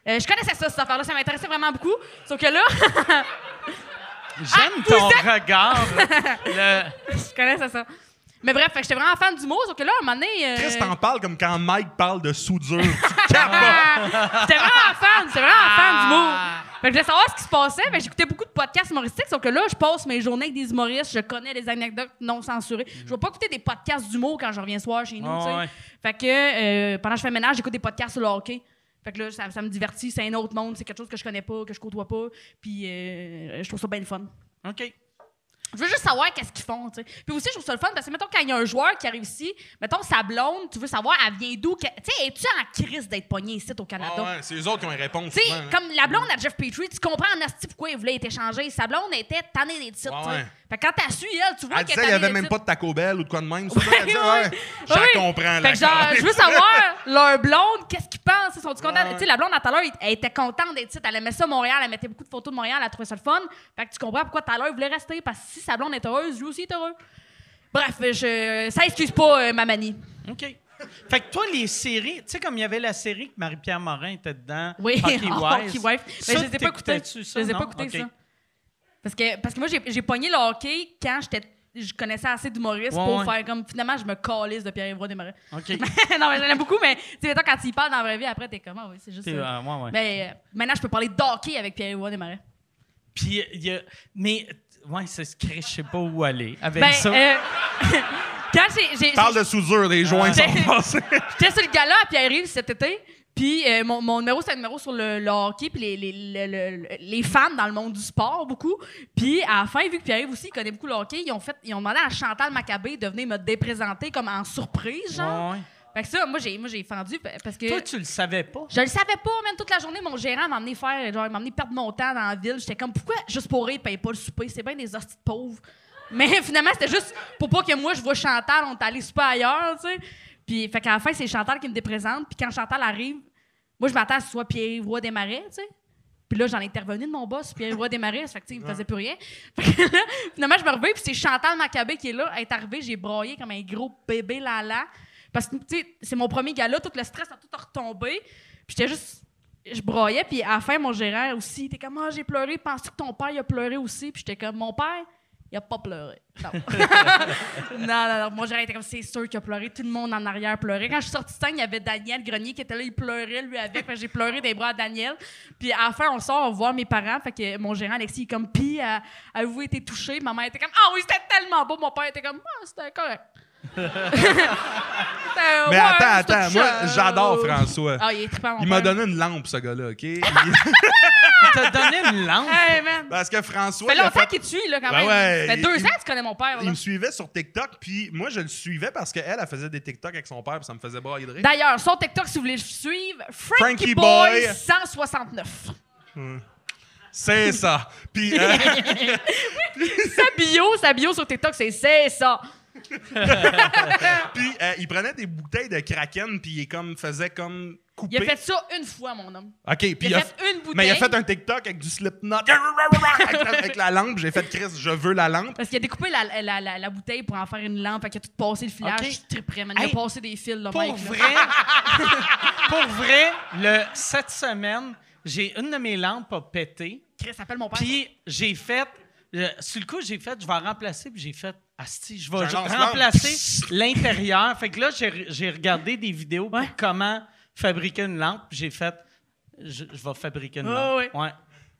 Speaker 5: Euh, je connaissais ça, cette affaire-là. Ça m'intéressait vraiment beaucoup. Sauf que là,
Speaker 3: J'aime
Speaker 5: vous
Speaker 3: ton regard. le...
Speaker 5: je connaissais ça. Mais bref, fait que j'étais vraiment fan d'humour. Sauf que là, à un moment donné. euh,
Speaker 6: Chris, t'en parles comme quand Mike parle de soudure. Tu capotes.
Speaker 5: Ah! J'étais vraiment fan, j'étais vraiment fan d'humour.
Speaker 3: Ah.
Speaker 5: Fait que je voulais savoir ce qui se passait, mais j'écoutais beaucoup de podcasts humoristiques, sauf que là, je passe mes journées avec des humoristes, je connais les anecdotes non censurées. Je vais pas écouter des podcasts d'humour quand je reviens soir chez nous,
Speaker 3: Ah
Speaker 5: tu sais.
Speaker 3: ouais.
Speaker 5: Fait que euh, pendant que je fais le ménage, j'écoute des podcasts sur le hockey. Fait que là, ça, ça me divertit, c'est un autre monde, c'est quelque chose que je connais pas, que je côtoie pas, puis euh, je trouve ça bien le fun.
Speaker 3: OK.
Speaker 5: Je veux juste savoir qu'est-ce qu'ils font, tu sais. Puis aussi, je trouve ça le fun parce que, mettons, quand il y a un joueur qui arrive ici, mettons, sa blonde, tu veux savoir, elle vient d'où? que- Tu sais, es-tu en crise d'être pogné ici au Canada?
Speaker 6: Ah ouais, c'est eux autres qui ont une réponse.
Speaker 5: Tu sais,
Speaker 6: souvent, hein.
Speaker 5: comme la blonde à Jeff Petrie, tu comprends en asti pourquoi il voulait être échangé. Sa blonde était tannée des titres.
Speaker 6: Ouais,
Speaker 5: tu sais.
Speaker 6: ouais.
Speaker 5: Fait que quand t'as su, elle, tu vois
Speaker 6: Elle
Speaker 5: qu'elle
Speaker 6: disait,
Speaker 5: est
Speaker 6: Ah, il n'y
Speaker 5: tannée
Speaker 6: avait
Speaker 5: des
Speaker 6: même
Speaker 5: titres.
Speaker 6: pas de Taco Bell ou de quoi de même. souvent, elle disait, ouais, je
Speaker 5: Oui.
Speaker 6: comprends.
Speaker 5: Fait
Speaker 6: la
Speaker 5: que genre,
Speaker 6: crise.
Speaker 5: je veux savoir, leur blonde, qu'est-ce qu'ils pensent? Ils Sont-ils contents?
Speaker 6: Ouais.
Speaker 5: Tu sais, la blonde, à tout à l'heure, elle était contente d'être titres. Elle aimait ça, Montréal. Elle mettait beaucoup de photos de Montréal. Elle trouvait ça le fun. Fait que tu comprends pourquoi tout à l'heure, il voulait rester. Parce que si sa blonde est heureuse, lui aussi est heureux. Bref, je... ça excuse pas euh, ma manie.
Speaker 3: OK. Fait que toi, les séries, tu sais, comme il y avait la série que Marie-Pierre Morin était dedans,
Speaker 5: Oui, oh,
Speaker 3: Hockey Wives.
Speaker 5: Hockey Wife. Mais
Speaker 3: Ça,
Speaker 5: Ben, je les ai pas écoutés.
Speaker 3: t'écoutais-tu
Speaker 5: Je les ai
Speaker 3: non?
Speaker 5: pas écoutés,
Speaker 3: OK.
Speaker 5: ça. Parce que, parce que moi, j'ai- j'ai pogné le hockey quand j'étais. Je connaissais assez d'humoristes
Speaker 3: Ouais,
Speaker 5: pour
Speaker 3: ouais.
Speaker 5: faire comme. Finalement, je me calisse de Pierre-Yves des Marais.
Speaker 3: OK.
Speaker 5: non, mais j'aime beaucoup, mais tu sais, mettons, quand il parle dans la vraie vie, après, t'es comme, ah oui, c'est juste.
Speaker 3: T'es- ah,
Speaker 5: ça.
Speaker 3: ouais, ouais.
Speaker 5: Mais euh, maintenant, je peux parler d'hockey avec Pierre-Yves des Marais.
Speaker 3: Puis, il y a. Mais, ouais, c'est ce que je sais pas où aller avec
Speaker 5: Ben,
Speaker 3: ça.
Speaker 5: euh, quand j'ai- j'ai.
Speaker 6: Parle de soudure, les joints
Speaker 5: j'ai-
Speaker 6: sont passés.
Speaker 5: J'étais sur le gala à Pierre-Yves cet été. Puis euh, mon, mon numéro, c'est un numéro sur le, le hockey, puis les, les, le- le- les fans dans le monde du sport, beaucoup. Puis à la fin, vu que Pierre-Yves aussi, il connaît beaucoup le hockey, ils ont, fait, ils ont demandé à Chantal Maccabé de venir me déprésenter comme en surprise, genre.
Speaker 3: Ouais, ouais.
Speaker 5: Fait que ça, moi, j'ai, moi, j'ai fendu pa- parce que...
Speaker 3: Toi, tu le savais pas.
Speaker 5: Je le savais pas, même toute la journée, mon gérant m'a emmené faire, genre, il m'a emmené perdre mon temps dans la ville. J'étais comme, pourquoi, juste pour rire, il paye pas le souper? C'est bien des hosties de pauvres. Mais finalement, c'était juste pour pas que moi, je vois Chantal, on est allé souper ailleurs, tu sais. Puis, fait qu'à la fin, c'est Chantal qui me déprésente. Puis quand Chantal arrive, moi, je m'attends à ce que ce soit Pierre-Yves Roy Desmarais, tu sais. Puis là, j'en ai intervenu de mon boss, puis il roi des marais, fait que, tu sais, il me faisait plus rien. Fait que là, finalement, je me réveille, puis c'est Chantal Maccabé qui est là. Elle est arrivée, j'ai broyé comme un gros bébé lala. Parce que, tu sais, c'est mon premier gala, tout le stress a tout retombé. Puis j'étais juste. Je broyais, puis à la fin, mon gérant aussi, il était comme, ah, j'ai pleuré, penses-tu que ton père, il a pleuré aussi? Puis j'étais comme, mon père, il a pas pleuré. Non. non, non, non. Mon gérant était comme, c'est sûr qu'il a pleuré. Tout le monde en arrière pleurait. Quand je suis sortie de scène, il y avait Daniel Grenier qui était là. Il pleurait, lui, avec. Fait que J'ai pleuré des bras à Daniel. Puis à la fin, on sort, on va voir mes parents. Fait que mon gérant, Alexis, il est comme, pis, euh, avez-vous été touché? Maman était comme, ah oui, c'était tellement beau. Mon père était comme, ah, c'était correct. C'était,
Speaker 6: Mais
Speaker 5: ouais,
Speaker 6: attends,
Speaker 5: c'était
Speaker 6: attends, moi,
Speaker 5: touchant.
Speaker 6: j'adore François.
Speaker 5: Ah, il est trippant, mon
Speaker 6: Il m'a
Speaker 5: père.
Speaker 6: donné une lampe, ce gars-là, OK? Il-
Speaker 3: T'as donné une lampe.
Speaker 5: Hey, man.
Speaker 6: Parce que François,
Speaker 5: Ça fait
Speaker 6: Ben, il, a
Speaker 5: longtemps
Speaker 6: fait-
Speaker 5: qu'il te suit, là, quand
Speaker 6: Ben
Speaker 5: même.
Speaker 6: ouais,
Speaker 5: ça fait deux
Speaker 6: il-
Speaker 5: ans que tu connais mon père.
Speaker 6: il
Speaker 5: là.
Speaker 6: me suivait sur TikTok, puis moi, je le suivais parce qu'elle, elle faisait des TikTok avec son père, puis ça me faisait brailler de rire.
Speaker 5: D'ailleurs, son TikTok, si vous voulez le suivre,
Speaker 6: Frankie
Speaker 5: Frankie,
Speaker 6: Boy.
Speaker 5: Boy 169.
Speaker 6: C'est ça. Puis, euh,
Speaker 5: sa bio, sa bio sur TikTok, c'est c'est ça.
Speaker 6: puis euh, il prenait des bouteilles de Kraken, puis il comme, faisait comme couper.
Speaker 5: Il a fait ça une fois, mon homme.
Speaker 6: OK, puis
Speaker 5: Il a fait une bouteille.
Speaker 6: Mais il a fait un TikTok avec du Slipknot, avec, la- avec la lampe. J'ai fait, Chris, je veux la lampe.
Speaker 5: Parce qu'il a découpé la, la, la, la bouteille pour en faire une lampe, fait qu'il a tout passé le filage,
Speaker 3: Ok.
Speaker 5: je suis très prêt, man. Il
Speaker 3: Hey,
Speaker 5: a passé des fils, là,
Speaker 3: Pour
Speaker 5: mec, là.
Speaker 3: vrai, pour vrai, le, cette semaine, j'ai une de mes lampes a pété.
Speaker 5: Chris, appelle mon père.
Speaker 3: Puis j'ai fait, euh, sur le coup, j'ai fait, je vais en remplacer, puis j'ai fait, asti, je vais
Speaker 6: J'ai un lance-flamme.
Speaker 3: remplacer l'intérieur. Fait que là, j'ai j'ai regardé des vidéos pour comment fabriquer une lampe, puis j'ai fait, je, je vais fabriquer une
Speaker 5: Ah
Speaker 3: lampe.
Speaker 5: ouais.
Speaker 3: Ouais.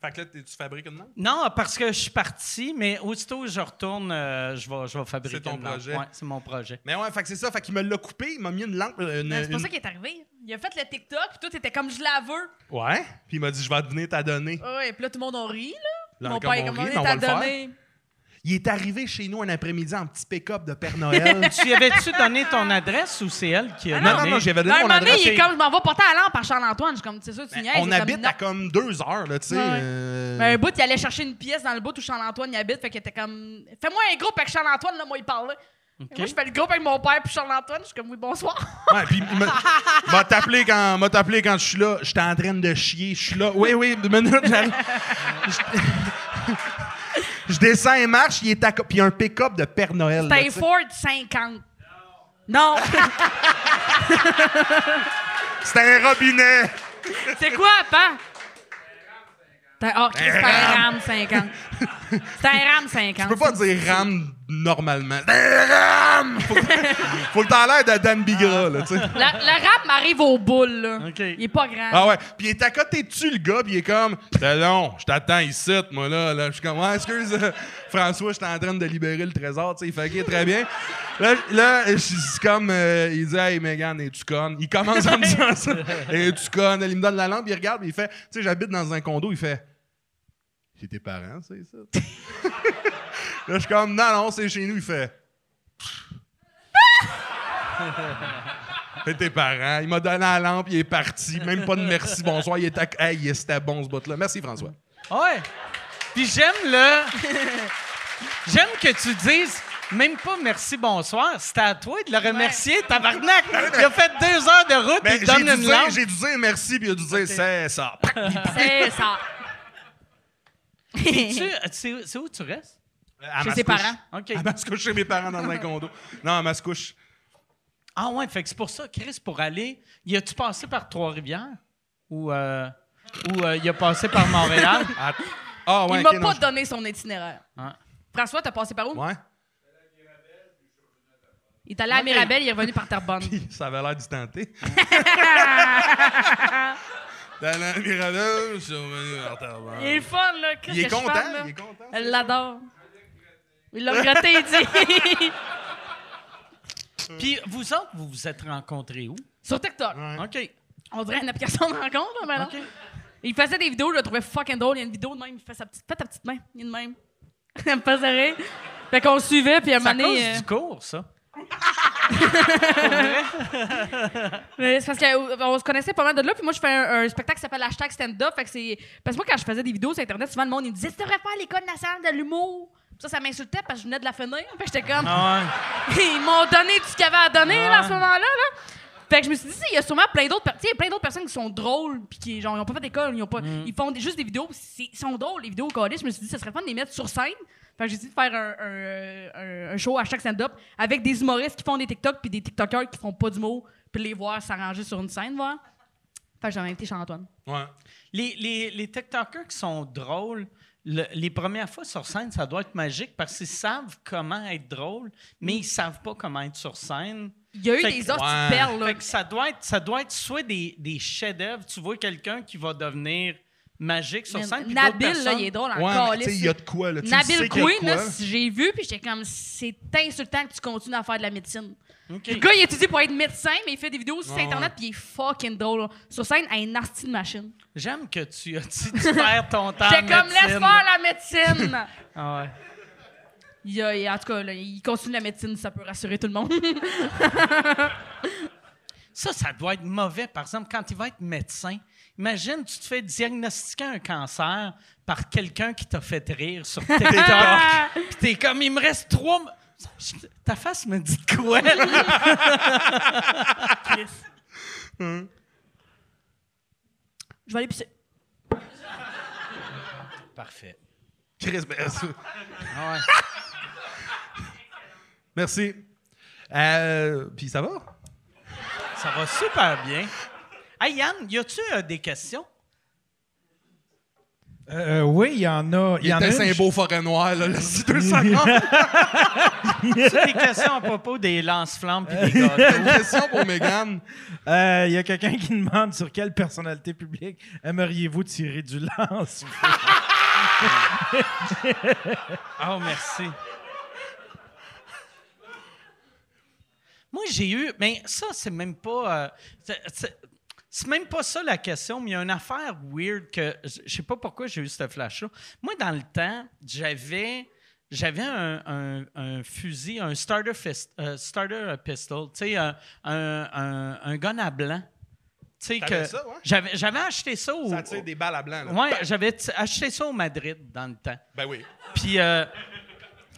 Speaker 6: Fait que là, t'es- tu fabriques une lampe?
Speaker 3: Non, parce que je suis parti, mais aussitôt que je retourne, euh, je, vais, je vais fabriquer
Speaker 6: C'est ton
Speaker 3: une lampe.
Speaker 6: projet.
Speaker 3: Ouais, c'est mon projet.
Speaker 6: Mais ouais, fait que c'est ça. Fait qu'il me l'a coupé, il m'a mis une lampe. euh, une-
Speaker 5: Non, C'est pour
Speaker 6: une-
Speaker 5: ça qu'il est arrivé. Il a fait le TikTok, puis tout était comme je la veux.
Speaker 6: Ouais. Puis il m'a dit, je vais te donner ta donnée.
Speaker 5: Ah Ouais, puis là, tout le monde en rit, là.
Speaker 6: Là,
Speaker 5: mon
Speaker 6: comme
Speaker 5: père, est
Speaker 6: on
Speaker 5: comme on
Speaker 6: rit, mais on
Speaker 5: est
Speaker 6: va
Speaker 5: à
Speaker 6: le faire.
Speaker 5: donner.
Speaker 6: Il est arrivé chez nous un après-midi en petit pick-up de Père Noël.
Speaker 3: tu y avais-tu donné ton adresse ou c'est elle
Speaker 5: Ah
Speaker 3: qui a
Speaker 6: non, non,
Speaker 3: donné?
Speaker 6: non, j'avais
Speaker 5: ben,
Speaker 6: donné
Speaker 5: À un
Speaker 6: mon
Speaker 5: moment donné,
Speaker 6: adresse.
Speaker 5: il est comme je m'en vais porter à l'an par Charles-Antoine. Je suis comme, c'est sûr, tu
Speaker 6: Ben,
Speaker 5: niaises.
Speaker 6: on
Speaker 5: Il est comme,
Speaker 6: habite
Speaker 5: non.
Speaker 6: à comme deux heures, là, tu sais.
Speaker 5: Ouais. Ben,
Speaker 6: euh,
Speaker 5: Mais un bout, il allait chercher une pièce dans le bout où Charles-Antoine y habite. Fait qu'il était comme. Fais-moi un groupe avec Charles-Antoine, là, moi, il parle. là. Et Moi, je fais le groupe avec mon père puis Charles-Antoine. Je suis comme, oui, bonsoir.
Speaker 6: Ouais, puis il m'a- m'a t'appelé quand m'a t'appelé quand je suis là, j'étais en train de chier, je suis là. Oui oui, deux minutes. j'arrive. Je- Je descends et marche, il est à co- puis il y a un pick-up de Père Noël. là,
Speaker 5: C'était un
Speaker 6: tu sais.
Speaker 5: Ford 50. Non.
Speaker 6: C'était un robinet.
Speaker 5: c'est quoi, papa? C'était un- Ah, Chris, c'était un Ram 50. C'était un Ram 50.
Speaker 6: Ben, Je peux pas dire RAM normalement. C'était un RAM. Faut, faut que t'as l'air de Dan Bigra là, tu sais.
Speaker 5: La- le rap m'arrive aux boules, là.
Speaker 3: OK.
Speaker 5: Il est pas grand.
Speaker 6: Ah ouais, puis il est à côté dessus le gars, puis il est comme "C'est long, je t'attends ici moi là, là." je suis comme "Ouais, excuse euh, François, j'étais en train de libérer le trésor, tu sais, il fait OK, très bien." Là, je- là je suis comme euh, il dit "Hey Megan, es-tu conne Il commence en me disant ça. "Es-tu conne Il me donne la lampe, il regarde, puis il fait "Tu sais, j'habite dans un condo, il fait "C'est tes parents, c'est ça." là, je suis comme "Non non, c'est chez nous." Il fait Fait tes parents. Il m'a donné la lampe, il est parti. Même pas de merci, bonsoir. Il était, à- hey, c'était bon ce bout-là. Merci, François.
Speaker 3: Ouais. Puis j'aime le. j'aime que tu dises même pas merci, bonsoir. C'était à toi de le remercier, tabarnak. Il a fait deux heures de route et
Speaker 6: Mais
Speaker 3: il te
Speaker 6: Ben, j'ai
Speaker 3: donne
Speaker 6: dû,
Speaker 3: une
Speaker 6: dire,
Speaker 3: lampe.
Speaker 6: j'ai dû dire merci, puis il a dû dire c'est ça. ben.
Speaker 5: C'est ça.
Speaker 3: Tu- C'est c'est où tu restes?
Speaker 6: Ah,
Speaker 5: Chez ses parents.
Speaker 3: OK.
Speaker 6: À Mascouche, chez mes parents dans un condo. Non, à Mascouche.
Speaker 3: Ah ouais, fait que c'est pour ça, Chris, pour aller, y a-tu passé par Trois-Rivières? Ou, euh, ou euh, y a passé par Montréal?
Speaker 6: À- Ah, ouais,
Speaker 5: il m'a
Speaker 6: ok, non,
Speaker 5: pas
Speaker 6: je-
Speaker 5: donné son itinéraire.
Speaker 3: Ah.
Speaker 5: François, t'as passé par où?
Speaker 6: Ouais.
Speaker 5: Il est allé à Mirabel, il est revenu par Terrebonne.
Speaker 6: Ça avait l'air du tenter. Dans la Mirabelle, je suis revenu à Terrebonne.
Speaker 5: Il est le fun, là. Qu'est-ce
Speaker 6: Il est
Speaker 5: que je
Speaker 6: content,
Speaker 5: parle, là?
Speaker 6: il est content.
Speaker 5: Elle l'adore. Il l'a regretté, il dit.
Speaker 3: Puis vous autres, vous vous êtes rencontrés où?
Speaker 5: Sur TikTok.
Speaker 3: OK.
Speaker 5: On dirait une application de rencontre, là, maintenant.
Speaker 3: OK.
Speaker 5: Il faisait des vidéos, je le trouvais fucking drôle. Il y a une vidéo de même, il fait sa petite, fais ta petite main. Il est de même. Elle me faisait rire. Fait qu'on le suivait, puis à un
Speaker 3: C'est à
Speaker 5: moment
Speaker 3: cause
Speaker 5: donné. euh,
Speaker 3: du cours, ça.
Speaker 5: Mais euh, c'est parce qu'on se connaissait pas mal de là, puis moi, je fais un, un spectacle qui s'appelle Hashtag Stand Up. Fait que c'est. Parce que moi, quand je faisais des vidéos sur Internet, souvent le monde, il me disait, tu devrais faire l'école nationale de l'humour. Puis Ça, ça m'insultait parce que je venais de la fenêtre. Fait que j'étais comme.
Speaker 3: Ah ouais.
Speaker 5: Ils m'ont donné tout ce qu'il y avait à donner là, à ce moment-là. Là. Fait que je me suis dit, il y a sûrement plein d'autres, per- tu sais, il y a plein d'autres personnes qui sont drôles, puis qui genre, ils ont pas fait d'école, ils ont pas,
Speaker 3: Mm.
Speaker 5: ils font des- juste des vidéos, c'est- ils sont drôles les vidéos au collège. Je me suis dit, ça serait le fun de les mettre sur scène. Fait que j'ai dit de faire un, un- un- un show à chaque stand-up avec des humoristes qui font des TikTok puis des TikTokers qui font pas d'humour, puis les voir s'arranger sur une scène, voir. Fait que j'avais invité Jean-Antoine.
Speaker 6: Ouais.
Speaker 3: Les, les, les TikTokers qui sont drôles, le- les premières fois sur scène, ça doit être magique parce qu'ils savent comment être drôle, mais ils savent pas comment être sur scène.
Speaker 5: Il y a eu
Speaker 3: Fait
Speaker 5: des
Speaker 3: que-
Speaker 5: autres
Speaker 6: ouais.
Speaker 5: perles, là.
Speaker 3: Fait que ça doit être, ça doit être soit des, des chefs-d'œuvre, tu vois quelqu'un qui va devenir magique sur
Speaker 5: Mais
Speaker 3: scène. puis d'autres
Speaker 5: Nabil, là,
Speaker 3: personnes-
Speaker 5: il est drôle
Speaker 6: Ouais,
Speaker 5: encore.
Speaker 6: mais tu sais, il y a de quoi, là. Tu le sais
Speaker 5: Nabil
Speaker 6: qu'il y a de
Speaker 5: Queen, là,
Speaker 6: quoi.
Speaker 5: si j'ai vu, puis j'étais comme, c'est insultant que tu continues à faire de la médecine.
Speaker 3: OK.
Speaker 5: Le gars, il étudie pour être médecin, mais il fait des vidéos sur
Speaker 6: Ouais,
Speaker 5: Internet, puis il est fucking drôle. là. Sur scène, à une nasty de machine.
Speaker 3: J'aime que tu as dit tu perds ton
Speaker 6: Ah,
Speaker 3: temps.
Speaker 5: J'étais comme, laisse
Speaker 3: médecine.
Speaker 5: faire la médecine!
Speaker 3: Ah ouais.
Speaker 5: il a- il- en tout cas, là, il continue la médecine, ça peut rassurer tout le monde.
Speaker 3: Ça, ça doit être mauvais, par exemple, quand il va être médecin. Imagine, tu te fais diagnostiquer un cancer par quelqu'un qui t'a fait rire sur TikTok. Puis t'es comme, il me reste trois... m- Je- Ta face me dit de quoi? là?
Speaker 6: Hein?
Speaker 5: Je vais aller pisser.
Speaker 3: Parfait.
Speaker 6: Chris, ben, ça-
Speaker 3: Ah ouais.
Speaker 6: Merci. Euh, Puis ça va?
Speaker 3: Ça va super bien. Hey, Yann, y a-tu euh, des questions?
Speaker 4: Euh, euh, oui, il y en a. Il y en a.
Speaker 6: Peut-être
Speaker 4: une,
Speaker 6: c'est un beau forêt noir, là, le 250.
Speaker 3: As-tu des questions à propos des lance-flammes et des gâteaux?
Speaker 6: Une question pour Megan.
Speaker 4: Euh, il y a quelqu'un qui demande sur quelle personnalité publique aimeriez-vous tirer du lance?
Speaker 3: Oh, merci. Moi, j'ai eu. Mais ça, c'est même pas. euh, c'est- c'est- c'est même pas ça la question, mais il y a une affaire weird que. Je je sais pas pourquoi j'ai eu ce flash-là. Moi, dans le temps, j'avais. J'avais un, un- un fusil, un starter, fist- euh, starter pistol, tu sais, un, un, un- un gun à blanc. Tu sais
Speaker 6: T'avais
Speaker 3: que-
Speaker 6: ça, ouais?
Speaker 3: J'avais j'avais acheté ça au.
Speaker 6: Ça tire des balles à blanc. Là.
Speaker 3: Ouais, j'avais t- acheté ça au Madrid dans le temps.
Speaker 6: Ben oui.
Speaker 3: Puis. euh,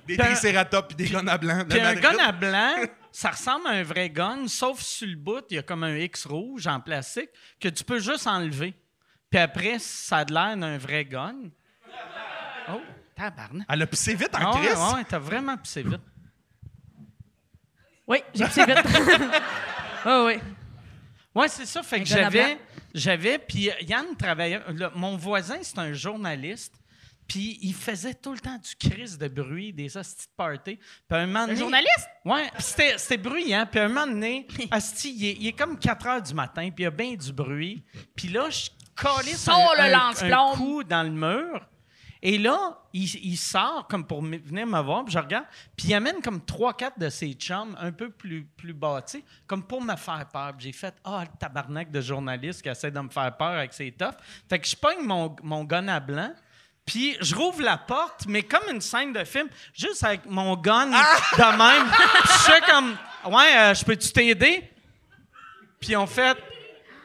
Speaker 6: Des
Speaker 3: Puis un-
Speaker 6: tricératops puis des guns à blanc.
Speaker 3: puis
Speaker 6: Le
Speaker 3: un
Speaker 6: Madrid.
Speaker 3: gun à blanc, ça ressemble à un vrai gun, sauf sur le bout, il y a comme un X rouge en plastique que tu peux juste enlever. Puis après, ça a de l'air d'un vrai gun. Oh, tabarnak.
Speaker 6: Elle a pissé vite en
Speaker 3: Ah ouais,
Speaker 6: Chris.
Speaker 3: ouais, ouais, t'as vraiment pissé vite.
Speaker 5: Oui, j'ai pissé vite. Ah oui.
Speaker 3: Ouais, c'est ça. Fait que
Speaker 5: gun à
Speaker 3: j'avais,
Speaker 5: blanc.
Speaker 3: j'avais, puis Yann travaillait. le- mon voisin, c'est un journaliste. Puis il faisait tout le temps du crise de bruit, des hosties de party. Puis un moment
Speaker 5: Un
Speaker 3: donné-
Speaker 5: journaliste?
Speaker 3: Ouais, pis c'était c'était bruyant. Puis un moment donné, asti, il, est, il est comme 4 heures du matin, puis il y a bien du bruit. Puis là, je calisse
Speaker 5: Sors
Speaker 3: un,
Speaker 5: le
Speaker 3: un-
Speaker 5: lance-flamme.
Speaker 3: un coup dans le mur. Et là, il, il sort comme pour me- venir me voir, puis je regarde. Puis il amène comme 3-4 de ses chums un peu plus, plus bâtis, comme pour me faire peur. Puis j'ai fait « Ah, le tabarnak de journaliste qui essaie de me faire peur avec ses toughs. » Fait que je pogne mon, mon gun à blanc, puis je rouvre la porte, mais comme une scène de film, juste avec mon gun de même. Puis je fais comme « Ouais, euh, je peux-tu t'aider? » Puis on fait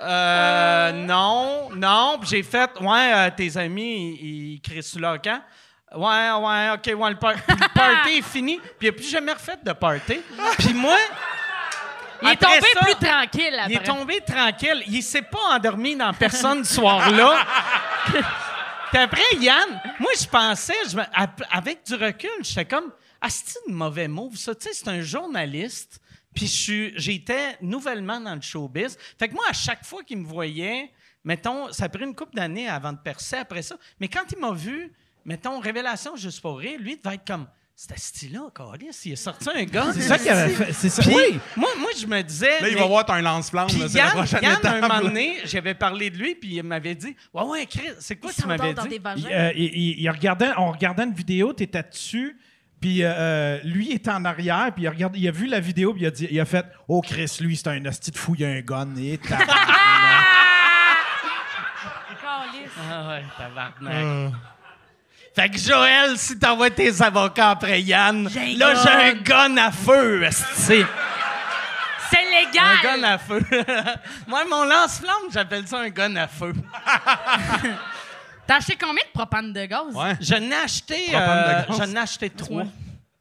Speaker 3: euh, non, non. Puis j'ai fait, ouais, euh, tes amis, ils, ils crient sur leur camp. Ouais, ouais, OK, ouais, le, par- le party est fini. Puis il n'a plus jamais refait de party. Puis moi,
Speaker 5: Il est
Speaker 3: après
Speaker 5: tombé
Speaker 3: ça,
Speaker 5: plus tranquille après.
Speaker 3: il est tombé tranquille. Il s'est pas endormi dans personne ce soir-là. Puis après, Yann, moi, je pensais, je me- ap- avec du recul, j'étais comme, ah, c'est un mauvais move, ça. Tu sais, c'est un journaliste. Puis je suis- j'étais nouvellement dans le showbiz. Fait que moi, à chaque fois qu'il me voyait, mettons, ça a pris une couple d'années avant de percer après ça. Mais quand il m'a vu, mettons, Révélation juste pour rire, lui, il devait être comme, c'est style-là, Calice, il est sorti un gars.
Speaker 4: C'est ça qu'il avait fait. C'est ça.
Speaker 3: Puis
Speaker 4: Oui!
Speaker 3: moi, moi, je me disais.
Speaker 6: Là, il
Speaker 3: mais-
Speaker 6: va voir, t'as un lance-flamme.
Speaker 3: puis
Speaker 6: là, C'est la
Speaker 3: Yann,
Speaker 6: prochaine
Speaker 3: Yann,
Speaker 6: étape.
Speaker 3: un moment
Speaker 6: là.
Speaker 3: donné, j'avais parlé de lui, puis il m'avait dit Ouais, ouais, Chris, c'est quoi
Speaker 5: Il
Speaker 3: tu m'avais
Speaker 5: s'endort dans
Speaker 3: dit
Speaker 5: des
Speaker 4: Il,
Speaker 5: vagins.
Speaker 4: euh, il- il- il regardait, on regardait une vidéo, t'étais dessus, puis euh, euh, lui était en arrière, puis il, regarde, il a vu la vidéo, puis il a, dit, il a fait « Oh Chris, lui, c'est un hostie de fou, il a un gun. Et tabarnak.
Speaker 5: Calisse.
Speaker 3: Ah ouais, tabarnak.
Speaker 6: Ah.
Speaker 3: Fait que Joël, si t'envoies tes avocats après Yann,
Speaker 5: J'ai un
Speaker 3: là, j'ai un gun à feu, c'est
Speaker 5: C'est
Speaker 3: Un
Speaker 5: légal!
Speaker 3: gun à feu. Moi, mon lance-flamme, j'appelle ça un gun à feu.
Speaker 5: T'as acheté combien de propane de gaz?
Speaker 6: Ouais.
Speaker 3: Je n'ai acheté,
Speaker 6: Propane de
Speaker 3: euh,
Speaker 6: gaz.
Speaker 3: je n'ai acheté trois.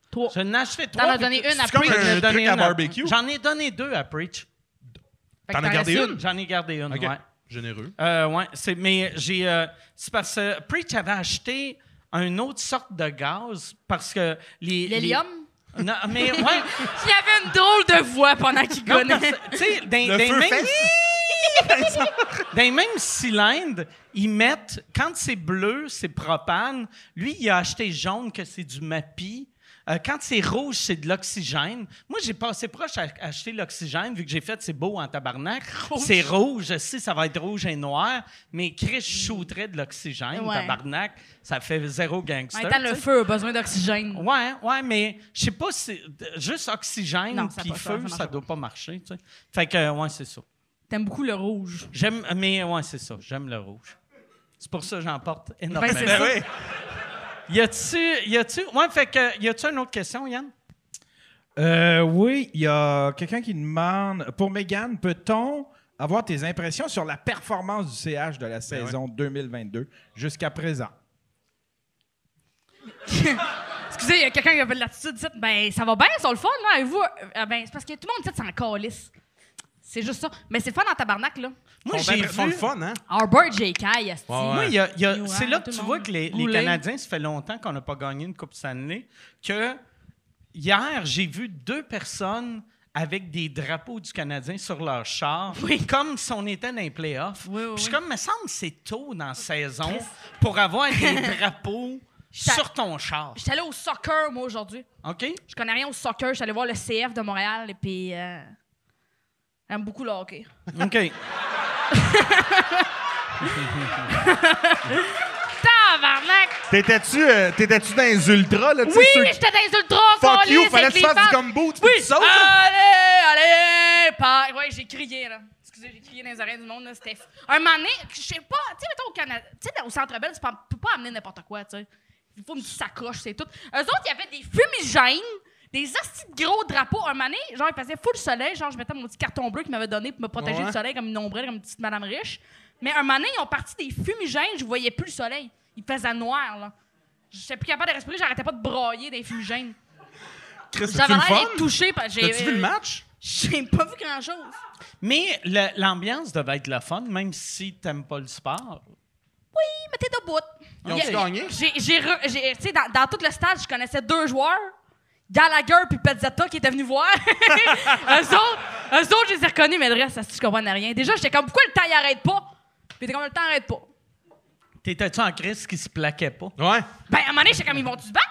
Speaker 5: Trois.
Speaker 3: Je n'ai acheté
Speaker 5: T'en
Speaker 3: trois.
Speaker 5: as donné une à
Speaker 6: C'est comme
Speaker 5: Preach.
Speaker 6: un
Speaker 3: J'en ai donné
Speaker 6: truc à
Speaker 3: une à-
Speaker 6: barbecue.
Speaker 3: J'en ai donné deux à Preach.
Speaker 5: Fait que
Speaker 6: T'en as
Speaker 5: t'en
Speaker 6: gardé
Speaker 5: restes
Speaker 6: une?
Speaker 3: J'en ai gardé une,
Speaker 6: OK.
Speaker 3: ouais.
Speaker 6: Généreux.
Speaker 3: Euh, ouais, c'est, mais j'ai. euh, c'est parce que Preach avait acheté une autre sorte de gaz parce que les.
Speaker 5: L'hélium?
Speaker 3: les- Non, mais ouais.
Speaker 5: Il avait une drôle de voix pendant qu'il
Speaker 3: Non,
Speaker 5: gonnait.
Speaker 3: parce que, tu sais, dans,
Speaker 6: Le
Speaker 3: dans les
Speaker 6: feu
Speaker 3: mêmes-
Speaker 6: fait-
Speaker 3: dans les mêmes cylindres, ils mettent. Quand c'est bleu, c'est propane. Lui, il a acheté jaune, que c'est du MAPI. Euh, quand c'est rouge, c'est de l'oxygène. Moi, j'ai passé proche à acheter l'oxygène, vu que j'ai fait, c'est beau en tabarnak. C'est rouge, je sais, ça va être rouge et noir, mais Chris shooterait de l'oxygène,
Speaker 5: Ouais.
Speaker 3: tabarnak. Ça fait zéro
Speaker 5: En
Speaker 3: gangster.
Speaker 5: même temps, le
Speaker 3: tu sais.
Speaker 5: feu a besoin d'oxygène.
Speaker 3: Ouais, ouais, mais je sais pas si. Juste oxygène
Speaker 5: Non, ça
Speaker 3: puis
Speaker 5: pas- ça- ça
Speaker 3: feu,
Speaker 5: marche
Speaker 3: ça,
Speaker 5: pas.
Speaker 3: doit pas marcher, tu sais. Fait que, euh, ouais, c'est ça.
Speaker 5: T'aimes beaucoup le rouge.
Speaker 3: J'aime, mais ouais, c'est ça. J'aime le rouge. C'est pour ça que j'en porte énormément.
Speaker 5: Ben, c'est
Speaker 6: Ben
Speaker 5: ça.
Speaker 6: oui.
Speaker 3: Y a-tu, y a-tu, ouais, fait que, y a-tu une autre question, Yann?
Speaker 4: Euh, oui, il y a quelqu'un qui demande Pour Megan, peut-on avoir tes impressions sur la performance du CH
Speaker 3: Ben
Speaker 4: de la saison 2022 jusqu'à présent
Speaker 5: Excusez, il y a quelqu'un qui avait de l'attitude, dit ben ça va bien, c'est le fun, là, et vous Ah, ben c'est parce que tout le monde dit que c'est en calice. C'est juste ça. Mais c'est le fun en tabarnak, là.
Speaker 3: Moi,
Speaker 6: Ils sont bien-
Speaker 3: j'ai
Speaker 6: ils sont
Speaker 3: vu.
Speaker 6: le fun, hein?
Speaker 5: Arbor J.K., esti.
Speaker 6: Ouais,
Speaker 3: Moi,
Speaker 6: ouais.
Speaker 3: il y a- il y a-
Speaker 5: Johan,
Speaker 3: c'est là que
Speaker 5: tout
Speaker 3: tu
Speaker 5: le
Speaker 3: vois
Speaker 5: monde.
Speaker 3: que les, les
Speaker 5: Boulay.
Speaker 3: Canadiens, ça fait longtemps qu'on n'a pas gagné une Coupe Stanley, que hier, j'ai vu deux personnes avec des drapeaux du Canadien sur leur char, comme si on était dans les playoffs.
Speaker 5: Oui, oui,
Speaker 3: Puis je suis
Speaker 5: oui.
Speaker 3: comme, me semble que c'est tôt dans la saison pour avoir des drapeaux
Speaker 5: J'étais-
Speaker 3: sur ton char.
Speaker 5: J'étais allée au soccer, moi, aujourd'hui.
Speaker 3: OK?
Speaker 5: Je connais rien au soccer, je suis allée voir le CF de Montréal, et puis. euh, J'aime beaucoup le hockey.
Speaker 3: OK.
Speaker 5: Tabarnak!
Speaker 6: T'étais-tu euh, t'étais-tu dans les ultras, là? tu sais,
Speaker 5: Oui,
Speaker 6: ceux qui-
Speaker 5: j'étais dans les ultras,
Speaker 6: Fuck
Speaker 5: câlisse,
Speaker 6: you,
Speaker 5: avec
Speaker 6: fallait que tu
Speaker 5: les
Speaker 6: fasses du
Speaker 5: femmes.
Speaker 6: gumbo, tu
Speaker 5: Oui!
Speaker 6: fais du saut, là.
Speaker 5: Allez, allez, par... Ouais, j'ai crié, là. Excusez, j'ai crié dans les oreilles du monde, là. C'était... f- Un moment donné, je sais pas, tu sais, mettons, au Canada, tu sais, dans- au Centre Bell, tu peux, peux pas amener n'importe quoi, tu sais. Il faut une petite sacoche, c'est tout. Eux autres, il y avait des fumigènes, des hosties de gros drapeaux. Un moment donné, genre, ils faisaient full soleil, genre, je mettais mon petit carton bleu qu'ils m'avaient donné pour me protéger
Speaker 6: Ouais.
Speaker 5: du soleil comme une ombrelle, comme une petite madame riche. Mais un moment donné, ils ont parti des fumigènes, je voyais plus le soleil. Il faisait noir, là. J'étais plus capable de respirer, j'arrêtais pas de brailler des fumigènes.
Speaker 6: Chris, c'est-tu
Speaker 5: J'avais
Speaker 6: le
Speaker 5: l'air
Speaker 6: fun?
Speaker 5: d'être touché. parce que j'ai- euh,
Speaker 6: T'as-tu vu le match?
Speaker 5: J'ai pas vu grand-chose.
Speaker 3: Mais le- l'ambiance devait être le fun, même si t'aimes pas le sport.
Speaker 5: Oui, mais t'es debout.
Speaker 6: Ils ont-tu
Speaker 5: Il y a-
Speaker 6: gagné?
Speaker 5: J'ai, j'ai re- j'ai- tu sais, dans, dans tout le stade, je connaissais deux joueurs. Gallagher puis Pezzetta qui étaient venus voir. eux autres, eux autres, je les ai reconnus, mais le reste, ça, je comprenais rien. Déjà, j'étais comme, pourquoi le temps, il arrête pas? Puis t'es comme, le temps arrête pas.
Speaker 3: T'étais-tu en crise qui se plaquait pas?
Speaker 6: Ouais.
Speaker 5: Ben, à un moment donné, j'étais comme, ils vont-tu se battre?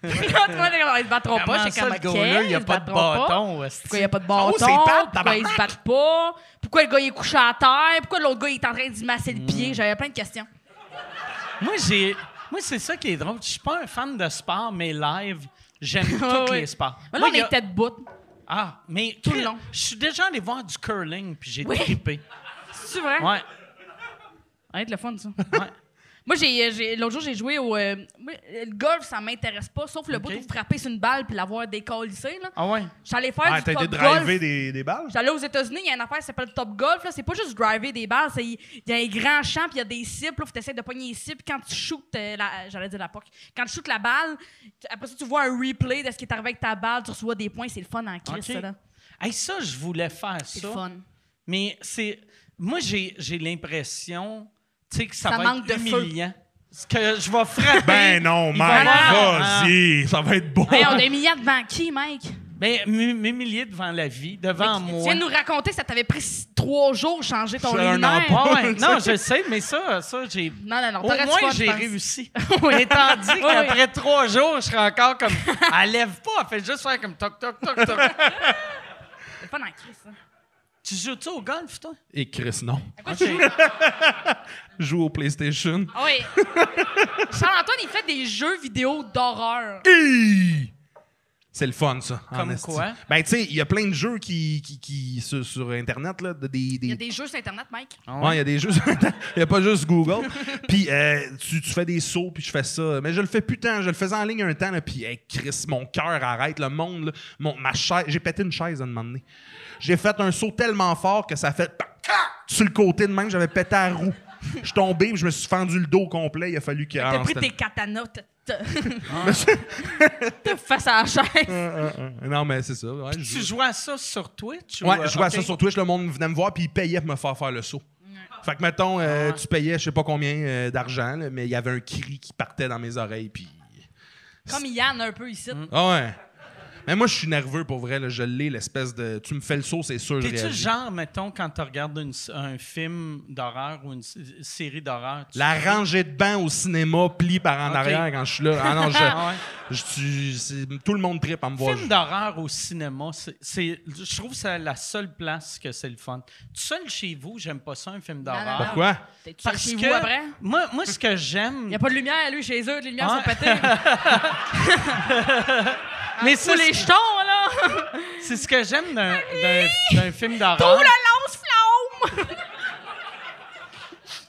Speaker 5: Quand tout le monde était comme, ils se battront pas.
Speaker 3: Comment
Speaker 5: J'étais
Speaker 3: ça,
Speaker 5: comme,
Speaker 3: le
Speaker 5: OK,
Speaker 3: gars-là, il
Speaker 5: ils
Speaker 3: a
Speaker 5: se
Speaker 3: pas de
Speaker 5: battront pas.
Speaker 3: bâton?
Speaker 5: Pourquoi il n'y a pas
Speaker 3: Ah,
Speaker 5: de
Speaker 6: Oh,
Speaker 5: bâton?
Speaker 6: c'est plate,
Speaker 5: pourquoi ils se
Speaker 6: tabarnak.
Speaker 5: battent pas? Pourquoi le gars il est couché à terre? Pourquoi l'autre gars il est en train de se masser le pied? J'avais plein de questions.
Speaker 3: Moi, j'ai... Moi, c'est ça qui est drôle. Je suis pas un fan de sport, mais live, j'aime
Speaker 5: Ah
Speaker 3: tous
Speaker 5: oui.
Speaker 3: les sports.
Speaker 5: Mais là,
Speaker 3: Moi,
Speaker 5: on
Speaker 3: il y a-
Speaker 5: était debout.
Speaker 3: Ah, mais...
Speaker 5: Tout le long.
Speaker 3: Je suis déjà allé voir du curling, puis j'ai
Speaker 5: Oui.
Speaker 3: trippé.
Speaker 5: C'est vrai?
Speaker 3: Ouais,
Speaker 5: Ouais, de le fun, ça.
Speaker 3: ouais.
Speaker 5: Moi, j'ai, euh, j'ai- l'autre jour, j'ai joué au. euh, moi, euh, le golf, ça m'intéresse pas, sauf le bout
Speaker 3: Ok.
Speaker 5: où frapper sur une balle puis l'avoir décalissé. Là.
Speaker 3: Ah ouais?
Speaker 5: J'allais faire
Speaker 6: Ah,
Speaker 5: du
Speaker 6: t'as été
Speaker 5: top golf.
Speaker 6: driver des, des balles?
Speaker 5: J'allais aux États-Unis, il y a une affaire qui s'appelle Top Golf. Là. C'est pas juste driver des balles, c'est il y a un grand champ, puis il y a des cibles. Là, faut t'essayer de pogner les cibles. Quand tu shootes, euh, la, j'allais dire la puck. Quand tu shootes la balle, tu- après ça, tu vois un replay de ce qui est arrivé avec ta balle, tu reçois des points, c'est le fun en crise,
Speaker 3: OK.
Speaker 5: ça, là.
Speaker 3: Hey, ça, je voulais faire ça.
Speaker 5: C'est le fun.
Speaker 3: Mais c'est. Moi, j'ai, j'ai l'impression tu sais, que ça,
Speaker 5: Ça
Speaker 3: va
Speaker 5: manque
Speaker 3: être
Speaker 5: de feu.
Speaker 3: humiliant. Ce que je vais frapper.
Speaker 6: Ben non,
Speaker 3: il
Speaker 6: Mike,
Speaker 3: va avoir-
Speaker 6: vas-y, ça va être beau.
Speaker 5: Hey, on a mis à devant qui, Mike?
Speaker 3: Ben, m'hu- m'humilier devant la vie, devant
Speaker 5: Mais tu- Tu
Speaker 3: moi.
Speaker 5: viens de nous raconter ça t'avait pris six- trois jours changer ton
Speaker 6: J'ai un
Speaker 5: luminaire.
Speaker 6: emploi.
Speaker 3: Ah ouais, non, je sais, mais ça, ça j'ai.
Speaker 5: Non, non, non.
Speaker 3: Au
Speaker 5: t'aurais du
Speaker 3: moins,
Speaker 5: fun,
Speaker 3: j'ai
Speaker 5: je pense.
Speaker 3: réussi.
Speaker 5: Oui.
Speaker 3: Et tandis
Speaker 5: Oui,
Speaker 3: qu'après trois jours, je serais encore comme. Elle lève pas, elle fait juste faire comme toc, toc, toc, toc.
Speaker 5: C'est le fun en crise, ça.
Speaker 3: tu joues-tu au golf, toi?
Speaker 6: Et Chris, non.
Speaker 5: À quoi tu joues?
Speaker 6: Joue au PlayStation.
Speaker 5: Ah oui. Charles-Antoine, il fait des jeux vidéo d'horreur.
Speaker 6: Hey! C'est le fun, ça. en
Speaker 3: Comme
Speaker 6: esti.
Speaker 3: quoi?
Speaker 6: Ben, tu sais, il y a plein de jeux qui, qui, qui- sur, sur Internet, là, de- des,
Speaker 5: Il y a
Speaker 6: des
Speaker 5: des jeux sur Internet, Mike.
Speaker 6: Ouais, il y a des jeux. sur Internet. Il n'y a pas juste Google. puis euh, tu, tu fais des sauts, puis je fais ça. Mais je le fais putain, je le faisais en ligne un temps, là, puis hey, Chris, mon cœur arrête, le monde, là, mon, ma chaise. J'ai pété une chaise à un moment donné. J'ai fait un saut tellement fort que ça fait. pac, ah! Sur le côté de même, j'avais pété à roue. Je suis tombé, puis je me suis fendu le dos au complet. Il a fallu que.
Speaker 5: T'as
Speaker 6: Ah,
Speaker 5: pris
Speaker 6: c'était-
Speaker 5: tes katanas, t'as T'es face à la chaise.
Speaker 6: Euh, euh, euh, Non, mais c'est ça. ouais, je
Speaker 3: Tu jouais à ça sur Twitch? ou,
Speaker 6: Ouais,
Speaker 3: euh,
Speaker 6: je jouais à
Speaker 3: ok.
Speaker 6: ça sur Twitch, le monde venait me voir, puis il payait pour me faire faire le saut. Fait que, mettons, euh, tu payais je sais pas combien euh, d'argent, là, mais il y avait un cri qui partait dans mes oreilles, puis.
Speaker 5: Comme Yann un peu ici.
Speaker 6: Ah ouais! Mais moi, je suis nerveux pour vrai, là, je l'ai, l'espèce de. Tu me fais le saut, c'est sûr, je
Speaker 3: T'es-tu le
Speaker 6: réagis.
Speaker 3: genre, mettons, quand tu regardes une s- un film d'horreur ou une s- série d'horreur, tu
Speaker 6: La rangée de bancs au cinéma plie par en
Speaker 3: Ok.
Speaker 6: arrière quand je suis là. Ah non, je.
Speaker 3: Ah ouais.
Speaker 6: je- tu- c'est- tout le monde tripe à me voir.
Speaker 3: Film
Speaker 6: jouer.
Speaker 3: d'horreur au cinéma, c'est- c'est, je trouve que c'est la seule place que c'est le fun. Tout seul chez vous, j'aime pas ça, un film
Speaker 5: non,
Speaker 3: d'horreur.
Speaker 5: non.
Speaker 6: Pourquoi?
Speaker 5: T'es-tu
Speaker 3: Parce
Speaker 5: chez
Speaker 3: que
Speaker 5: vous après?
Speaker 3: moi, moi, ce que j'aime,
Speaker 5: Il a pas de lumière, lui, chez eux. Les lumières
Speaker 3: Ah.
Speaker 5: sont pétées.
Speaker 3: mais c'est,
Speaker 5: Sous les jetons, là.
Speaker 3: c'est ce que j'aime d'un, d'un- d'un film
Speaker 5: Tout
Speaker 6: Ah.
Speaker 3: d'horreur.
Speaker 5: le lance-flamme!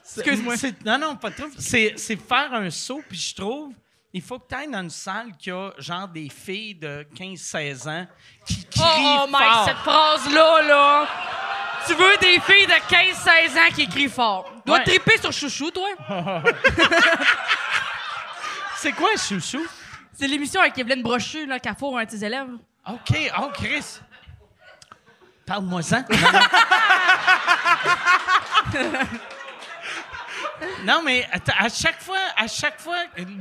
Speaker 3: C'est- c'est- non, non, pas trop. C'est, c'est faire un saut, puis je trouve, il faut que tu ailles dans une salle qui a genre des filles de 15-16 ans qui crient
Speaker 5: Oh, oh Mike,
Speaker 3: fort.
Speaker 5: cette phrase-là, là. Tu veux des filles de 15-16 ans qui crient fort. Tu dois
Speaker 3: Ouais.
Speaker 5: triper sur Chouchou, toi.
Speaker 3: C'est quoi, chouchou?
Speaker 5: C'est l'émission avec Evelyne Brochu, là, qu'elle fourre un de ses élèves.
Speaker 3: OK, oh, Chris. Parle-moi-en. non, mais attends, à chaque fois, à chaque fois,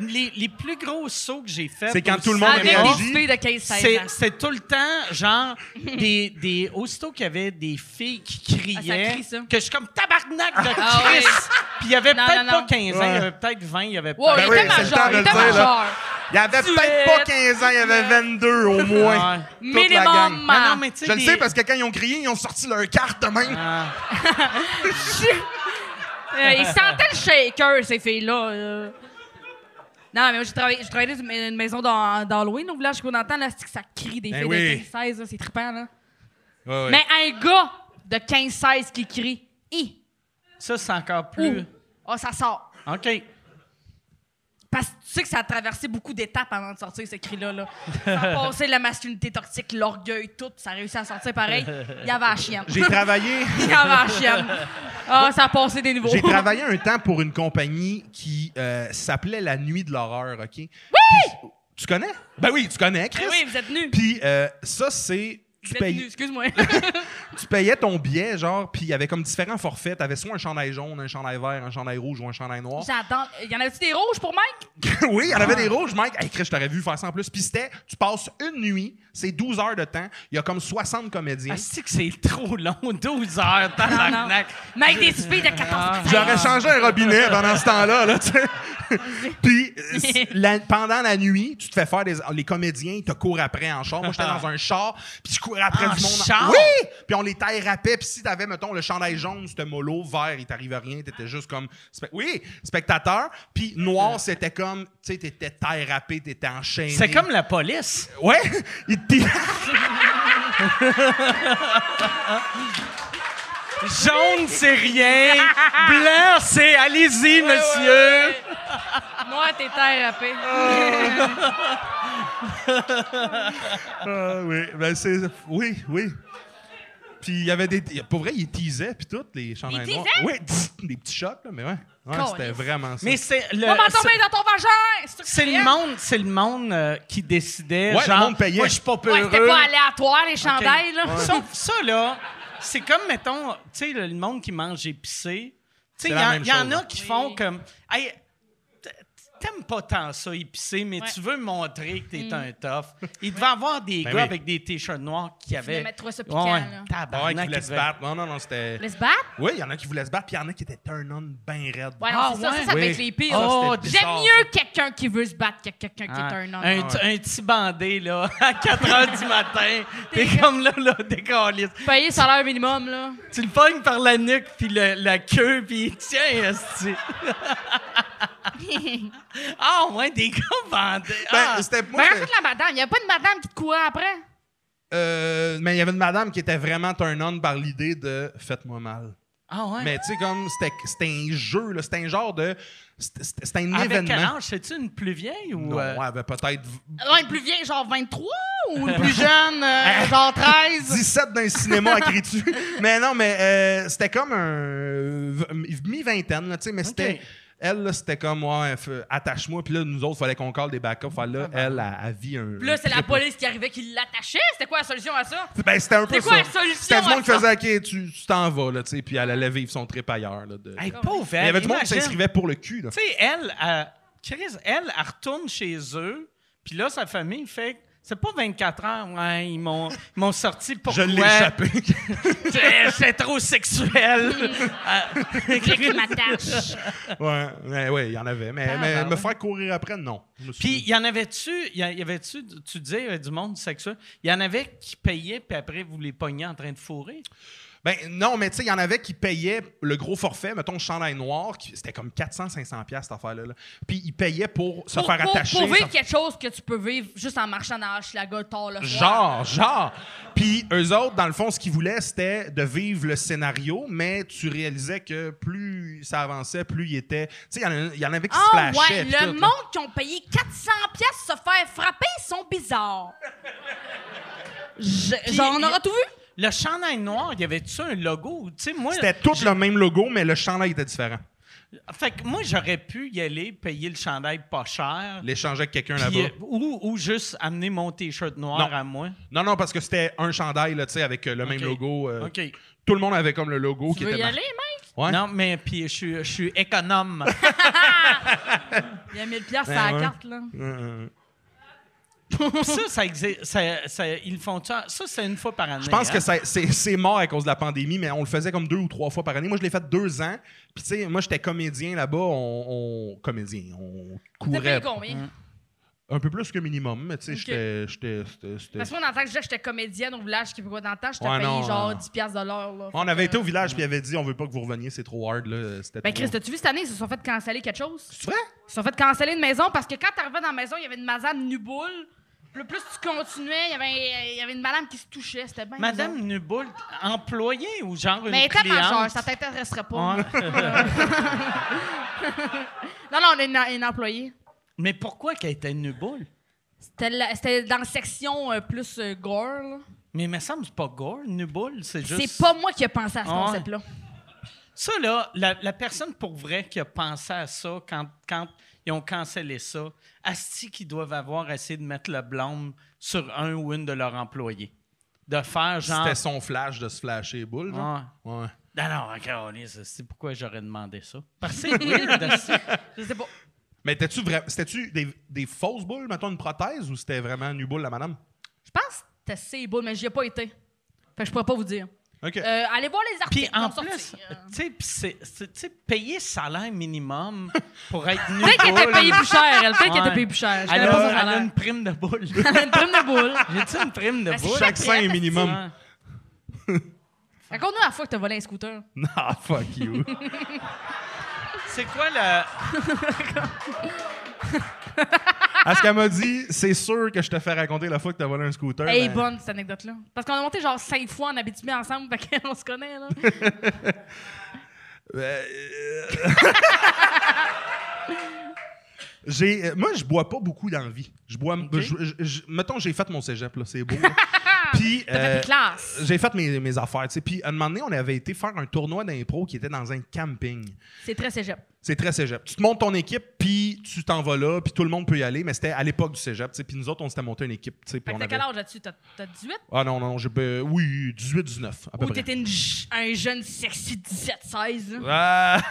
Speaker 3: les, les plus gros sauts que j'ai faits...
Speaker 6: C'est quand
Speaker 3: au
Speaker 6: tout le monde
Speaker 3: cinéma,
Speaker 5: Avec des
Speaker 6: réagit.
Speaker 5: petites filles de 15-16
Speaker 3: C'est
Speaker 6: Ah
Speaker 5: ans.
Speaker 3: c'est tout le temps, genre, des, des aussitôt qu'il y avait des filles qui criaient,
Speaker 5: Ah, ça crie, ça.
Speaker 3: que je suis comme tabarnak de Chris.
Speaker 5: Ah ouais.
Speaker 3: Puis il y avait
Speaker 5: Non,
Speaker 3: peut-être
Speaker 5: non,
Speaker 3: pas
Speaker 5: non.
Speaker 3: 15 ans, il y
Speaker 6: Ouais.
Speaker 3: avait peut-être 20, il y avait
Speaker 5: Wow,
Speaker 3: peut-être.
Speaker 5: il
Speaker 6: oui,
Speaker 5: était
Speaker 6: c'est le temps
Speaker 5: majeur, il
Speaker 6: de le
Speaker 5: était
Speaker 6: dire, là.
Speaker 5: majeur.
Speaker 6: Il y avait
Speaker 5: Tu
Speaker 6: peut-être pas
Speaker 5: es-
Speaker 6: 15 ans, il y avait 22
Speaker 3: Ouais.
Speaker 6: au moins. Toute la gang.
Speaker 5: Minimum.
Speaker 3: Non, non, mais tu sais,
Speaker 6: Je le
Speaker 3: des-
Speaker 6: sais parce que quand ils ont crié, ils ont sorti leur carte de même.
Speaker 3: Ah.
Speaker 5: Euh, ils sentaient le shaker, ces filles-là. euh. Non, mais moi, j'ai travaillé, j'ai travaillé dans une maison d'Halloween d'Halloween au village qu'on entend, là, c'est que ça crie des
Speaker 6: Ben
Speaker 5: filles
Speaker 6: oui.
Speaker 5: de 15-16, là, c'est trippant, là.
Speaker 6: Ouais, ouais.
Speaker 5: Mais un gars de 15-16 qui crie, hi,
Speaker 3: Ça, c'est encore
Speaker 5: ouh,
Speaker 3: plus.
Speaker 5: oh, ça sort.
Speaker 3: OK.
Speaker 5: Parce que tu sais que ça a traversé beaucoup d'étapes avant de sortir ce cri-là. Là. Ça a passé la masculinité toxique, l'orgueil, tout, puis ça a réussi à sortir pareil. Il y avait la chienne.
Speaker 6: J'ai travaillé.
Speaker 5: Il y avait la chienne. Ah, ça a passé des niveaux.
Speaker 6: J'ai travaillé un temps pour une compagnie qui euh, s'appelait La Nuit de l'horreur, OK? Oui! tu connais? Ben oui, tu connais, Chris.
Speaker 5: Ben oui, vous êtes nus.
Speaker 6: Puis euh, ça, c'est... Tu,
Speaker 5: Vous êtes
Speaker 6: payes-
Speaker 5: nus, excuse-moi.
Speaker 6: tu payais ton billet, genre, puis il y avait comme différents forfaits. T'avais soit un chandail jaune, un chandail vert, un chandail rouge ou un chandail noir.
Speaker 5: J'adore. Y en avait-tu des rouges pour Mike?
Speaker 6: oui, il y en
Speaker 5: Ah.
Speaker 6: avait des rouges, Mike. Hey, Chris, je t'aurais vu faire ça en plus. Puis c'était, tu passes une nuit, c'est 12 heures de temps, il y a comme 60 comédiens.
Speaker 3: Ah, c'est que c'est trop long, 12 heures, tabarnak.
Speaker 5: Mike, des filles de 14
Speaker 6: J'aurais changé un robinet pendant ce temps-là, là, tu sais. Puis, euh, c- la- pendant la nuit, tu te fais faire des. Les comédiens, ils te courent après en char. Moi, j'étais dans un char, puis je courais après
Speaker 3: En
Speaker 6: du monde. en-
Speaker 3: char?
Speaker 6: Oui! Puis on les taille rapais, puis si t'avais, mettons, le chandail jaune, c'était mollo, vert, il t'arrivait rien, t'étais juste comme. spe- Oui, spectateur. Puis noir, c'était comme. Tu sais, t'étais taille rapé, t'étais enchaîné.
Speaker 3: Euh. C'est comme la police.
Speaker 6: Ouais! Il te tire-
Speaker 3: Jaune, c'est rien. Blanc, c'est allez-y, monsieur.
Speaker 5: Moi, t'es thérapé.
Speaker 3: Euh,
Speaker 6: Ah oui, ben c'est. Oui, oui. Puis il y avait des. Pour vrai, ils teasaient, puis tout, les chandails
Speaker 5: Ils
Speaker 6: noirs. Oui, tss, des petits chocs, là, mais ouais. Ouais, c'était
Speaker 5: Calisse.
Speaker 6: vraiment ça.
Speaker 3: Mais c'est le.
Speaker 5: Moi, m'en tomber
Speaker 3: c'est-
Speaker 5: dans ton vagin! ça que
Speaker 3: C'est
Speaker 5: tu
Speaker 3: le
Speaker 5: fais?
Speaker 3: monde, c'est le monde euh, qui décidait.
Speaker 6: Ouais, le
Speaker 3: genre,
Speaker 6: monde payait.
Speaker 3: Moi, je suis pas peureux.
Speaker 5: Ouais, c'était pas aléatoire, les chandails, là.
Speaker 3: Sauf ça, là, c'est comme, mettons, tu sais, le le monde qui mange épicé. Tu sais, il y,
Speaker 6: la
Speaker 3: en-
Speaker 6: même
Speaker 3: y en
Speaker 6: chose,
Speaker 3: a
Speaker 6: hein.
Speaker 3: qui
Speaker 5: Oui.
Speaker 3: font comme. Hey, t- T'aimes pas tant ça épicé, mais
Speaker 5: Ouais. Mm.
Speaker 3: tu veux montrer que t'es un tough. Il devait avoir des
Speaker 6: Ben
Speaker 3: gars
Speaker 6: oui.
Speaker 3: avec des t-shirts noirs qui avaient.
Speaker 5: voulaient mettre ça piquant, là.
Speaker 6: Ah ouais, qui
Speaker 3: Tabarnak,
Speaker 6: voulaient
Speaker 3: ils
Speaker 6: se
Speaker 3: devaient-
Speaker 6: battre. Non, non, non, c'était.
Speaker 5: Laisse battre?
Speaker 6: Oui, il y en a qui voulaient se battre, puis il y en a qui étaient turn-on bien raide.
Speaker 5: Ouais, non,
Speaker 3: Ah,
Speaker 5: c'est ça,
Speaker 3: ouais.
Speaker 5: ça, ça va
Speaker 6: Oui.
Speaker 5: être les pires.
Speaker 6: Ça,
Speaker 3: Oh,
Speaker 6: c'était
Speaker 5: J'aime
Speaker 6: bizarre,
Speaker 5: mieux quelqu'un qui veut se battre que quelqu'un qui
Speaker 3: Ah,
Speaker 5: est un homme.
Speaker 3: un, t- un petit bandé, là, à 4 h du matin. T'es comme là, là, décaliste.
Speaker 5: Payer salaire minimum, là.
Speaker 3: Tu le pognes par la nuque, puis le- la queue, puis tiens, esti. ah, ouais, des gars vendés.
Speaker 6: Ben,
Speaker 3: Ah.
Speaker 6: c'était moi.
Speaker 5: Mais
Speaker 6: c'était-
Speaker 5: raconte la madame. Il n'y a pas de madame qui te courait après.
Speaker 6: Euh, mais il y avait une madame qui était vraiment turn-on par l'idée de faites-moi mal.
Speaker 3: Ah, ouais.
Speaker 6: Mais tu sais, comme c'était c'était un jeu, là, c'était un genre de. C'était c'était un
Speaker 3: Avec quel
Speaker 6: événement.
Speaker 3: âge? C'est-tu une plus vieille ou...
Speaker 6: Non,
Speaker 3: euh,
Speaker 6: elle avait peut-être
Speaker 5: Non, une plus vieille, genre 23 ou une plus jeune, euh, genre 13.
Speaker 6: 17 dans le cinéma à crier dessus. Mais non, mais euh, c'était comme un euh, mi-vingtaine, là, tu sais, mais c'était. Elle, là, c'était comme, ouais, f- attache-moi. Puis là, nous autres, fallait qu'on colle des backups. Fait là, elle, elle, elle vit un.
Speaker 5: Ah, bah. Puis là, c'est la
Speaker 6: triple-
Speaker 5: police qui arrivait qui l'attachait. C'était quoi la solution à ça?
Speaker 6: Ben, c'était un peu
Speaker 5: C'est quoi
Speaker 6: ça.
Speaker 5: la solution
Speaker 6: C'était du monde
Speaker 5: à
Speaker 6: qui
Speaker 5: ça?
Speaker 6: faisait, OK, tu tu t'en vas, là, tu sais. Puis elle allait vivre son trip ailleurs, là. de-
Speaker 3: Hey, pauvre,
Speaker 6: Il y avait du monde qui
Speaker 3: imagine.
Speaker 6: s'inscrivait pour le cul, là.
Speaker 3: Tu sais, elle, euh, Chris, elle, elle retourne chez eux, puis là, sa famille fait. C'est pas 24 heures, ouais, ils m'ont, ils m'ont sorti pourquoi.
Speaker 6: Je l'ai échappé.
Speaker 3: C'est- C'est trop sexuel. Euh,
Speaker 5: Qui m'attache.
Speaker 6: ouais, mais ouais, il y en avait. Mais,
Speaker 3: Ah,
Speaker 6: mais
Speaker 3: bah
Speaker 6: me
Speaker 3: ouais.
Speaker 6: faire courir après, non. Je me suis
Speaker 3: Puis,
Speaker 6: dit,
Speaker 3: il y en avait-tu, il y en- il y avait-tu, tu disais, euh, du monde sexuel, il y en avait qui payaient, puis après, vous les pogniez en train de fourrer?
Speaker 6: Ben non, mais tu sais, il y en avait qui payaient le gros forfait, mettons le chandail noir, qui- c'était comme 400-500 pièces cette affaire-là. là. Puis ils payaient pour se
Speaker 5: Pour,
Speaker 6: faire
Speaker 5: pour-
Speaker 6: attacher.
Speaker 5: pour
Speaker 6: se-
Speaker 5: vivre quelque chose que tu peux vivre juste en marchant dans Hochelaga tard le soir.
Speaker 6: Genre, genre. Puis eux autres, dans le fond, ce qu'ils voulaient, c'était de vivre le scénario, mais tu réalisais que plus ça avançait, plus il était. Tu sais, il y en a- il y, en avait qui se
Speaker 5: Ah
Speaker 6: flashaient.
Speaker 5: ouais,
Speaker 6: puis
Speaker 5: le
Speaker 6: tout, là.
Speaker 5: monde qui ont payé 400 pièces se faire frapper, ils sont bizarres. Je- genre, on aura tout vu?
Speaker 3: Le chandail noir, il y avait-tu un logo? Tu sais, moi,
Speaker 6: C'était tout le même logo, mais le chandail était différent.
Speaker 3: fait que moi, j'aurais pu y aller, payer le chandail pas cher,
Speaker 6: L'échanger avec quelqu'un
Speaker 3: puis,
Speaker 6: là-bas.
Speaker 3: euh, ou, ou juste amener mon T-shirt noir
Speaker 6: Non.
Speaker 3: à moi.
Speaker 6: Non, non, parce que c'était un chandail, là, tu sais, avec euh, le même
Speaker 3: Ok.
Speaker 6: logo. euh,
Speaker 3: OK.
Speaker 6: Tout le monde avait comme le logo qui
Speaker 5: Tu veux
Speaker 6: était
Speaker 5: y
Speaker 6: marqué.
Speaker 5: aller, mec?
Speaker 6: Ouais.
Speaker 3: Non, mais puis je suis, je suis économe.
Speaker 5: Il y a 1000 pièces sur
Speaker 6: Ben
Speaker 5: la
Speaker 6: ouais.
Speaker 5: carte, là.
Speaker 6: Euh, euh,
Speaker 3: ça, ça existe. ça- ça- ils le font ça. Ça, c'est une fois par année.
Speaker 6: Je pense
Speaker 3: hein?
Speaker 6: que ça- c'est c'est mort à cause de la pandémie, mais on le faisait comme deux ou trois fois par année. Moi, je l'ai fait deux ans. Puis, tu sais, moi, j'étais comédien là-bas. On, on- Comédien. On
Speaker 5: T'as payé
Speaker 6: courait.
Speaker 5: combien?
Speaker 6: Un peu plus que minimum, mais tu sais,
Speaker 5: Ok.
Speaker 6: j'étais- j'étais. c'était- c'était-
Speaker 5: Parce que moi, dans le temps que je disais que j'étais comédienne au village québécois, dans le temps, j'étais
Speaker 6: Ouais,
Speaker 5: payé
Speaker 6: non,
Speaker 5: genre
Speaker 6: euh,
Speaker 5: 10 piastres de l'heure. là.
Speaker 6: On
Speaker 5: Fait
Speaker 6: avait
Speaker 5: que-
Speaker 6: été au village, puis il avait dit on veut pas que vous reveniez, c'est trop hard. Là. C'était
Speaker 5: euh, Ben,
Speaker 6: trop-
Speaker 5: Chris, t'as-tu vu cette année, ils se sont fait canceller quelque chose?
Speaker 6: C'est vrai?
Speaker 5: Ils se sont fait canceller une maison parce que quand t'arrivais dans la maison, il y avait une madame nuboule. Puis le plus tu continuais, il y avait, il y avait une madame qui se touchait. C'était bien.
Speaker 3: Madame
Speaker 5: bizarre.
Speaker 3: Nuboul, employée ou genre une
Speaker 5: Mais elle était
Speaker 3: cliente?
Speaker 5: majeure, ça t'intéresserait pas.
Speaker 3: Ouais.
Speaker 5: Non, non, on est une, une employée.
Speaker 3: Mais pourquoi qu'elle était Nuboul?
Speaker 5: C'était la- C'était dans la section euh, plus euh, gore. là.
Speaker 3: Mais il me semble que c'est pas gore, Nuboul, c'est juste...
Speaker 5: C'est pas moi qui ai pensé à ce
Speaker 3: Ouais.
Speaker 5: concept-là.
Speaker 3: Ça, là, la, la personne pour vrai qui a pensé à ça quand, quand ils ont cancellé ça, Asti qui doivent avoir essayé de mettre le blâme sur un ou une de leurs employés. De faire genre...
Speaker 6: C'était son flash de se flasher boule. genre.
Speaker 3: Ouais.
Speaker 6: Ouais.
Speaker 3: Non, non, Caroline, c'est pourquoi j'aurais demandé ça. Parce que c'est weird, Asti.
Speaker 5: Je sais pas.
Speaker 6: Mais t'es-tu vra- c'était-tu des, des fausses boules, mettons une prothèse, ou c'était vraiment nu boule, la madame?
Speaker 5: Je pense que c'était assez beau, mais j'y ai pas été. Fait que je pourrais pas vous dire.
Speaker 6: OK.
Speaker 5: Euh, allez voir les
Speaker 3: Puis
Speaker 5: articles.
Speaker 3: en
Speaker 5: qui ont
Speaker 3: plus,
Speaker 5: sorti, euh.
Speaker 3: tu sais, puis c'est- c'est- tu sais, payer salaire minimum pour être nu
Speaker 5: Peut-être qu'elle était
Speaker 3: boule.
Speaker 5: payée plus cher. Elle peut-être qu'elle
Speaker 3: Ouais.
Speaker 5: était payée plus cher. Je
Speaker 3: Elle
Speaker 5: connais pas
Speaker 3: a,
Speaker 5: son
Speaker 3: elle a
Speaker 5: salaire.
Speaker 3: une prime de boule.
Speaker 5: une prime de boule.
Speaker 3: J'ai-tu une prime de
Speaker 5: Ah, c'est
Speaker 3: boule?
Speaker 5: chaque-
Speaker 6: Vaccin est minimum.
Speaker 3: Ouais.
Speaker 5: Raconte-nous la fois que t'as volé un scooter.
Speaker 6: Ah, fuck you.
Speaker 3: C'est quoi le.
Speaker 6: À ce qu'elle m'a dit, c'est sûr que je te fais raconter la fois que t'as volé un scooter.
Speaker 5: Hey,
Speaker 6: ben,
Speaker 5: bonne cette anecdote-là. Parce qu'on a monté genre cinq fois en Abitibi ensemble, fait qu'on se connaît, là.
Speaker 6: euh, euh, j'ai, euh, moi, je bois pas beaucoup dans la vie. Je bois. je- je- je- mettons, j'ai fait mon cégep, là, c'est beau. là. Puis.
Speaker 5: T'as fait
Speaker 6: euh,
Speaker 5: tes classes.
Speaker 6: j'ai fait mes, mes affaires, tu sais. Puis, à un moment donné, on avait été faire un tournoi d'impro qui était dans un camping.
Speaker 5: C'est très cégep.
Speaker 6: C'est très cégep. Tu te montes ton équipe, puis tu t'en vas là, puis tout le monde peut y aller, mais c'était à l'époque du cégep, tu sais. Puis nous autres, on s'était monté une équipe, tu sais.
Speaker 5: Fait
Speaker 6: puis
Speaker 5: que
Speaker 6: on
Speaker 5: t'as quel
Speaker 6: avait-
Speaker 5: âge là-dessus? T'as t'as 18?
Speaker 6: Ah non, non, j'ai... ben, oui, 18-19, à peu
Speaker 5: Ou
Speaker 6: près.
Speaker 5: t'étais une j- un jeune sexy 17-16, là?
Speaker 6: Ah!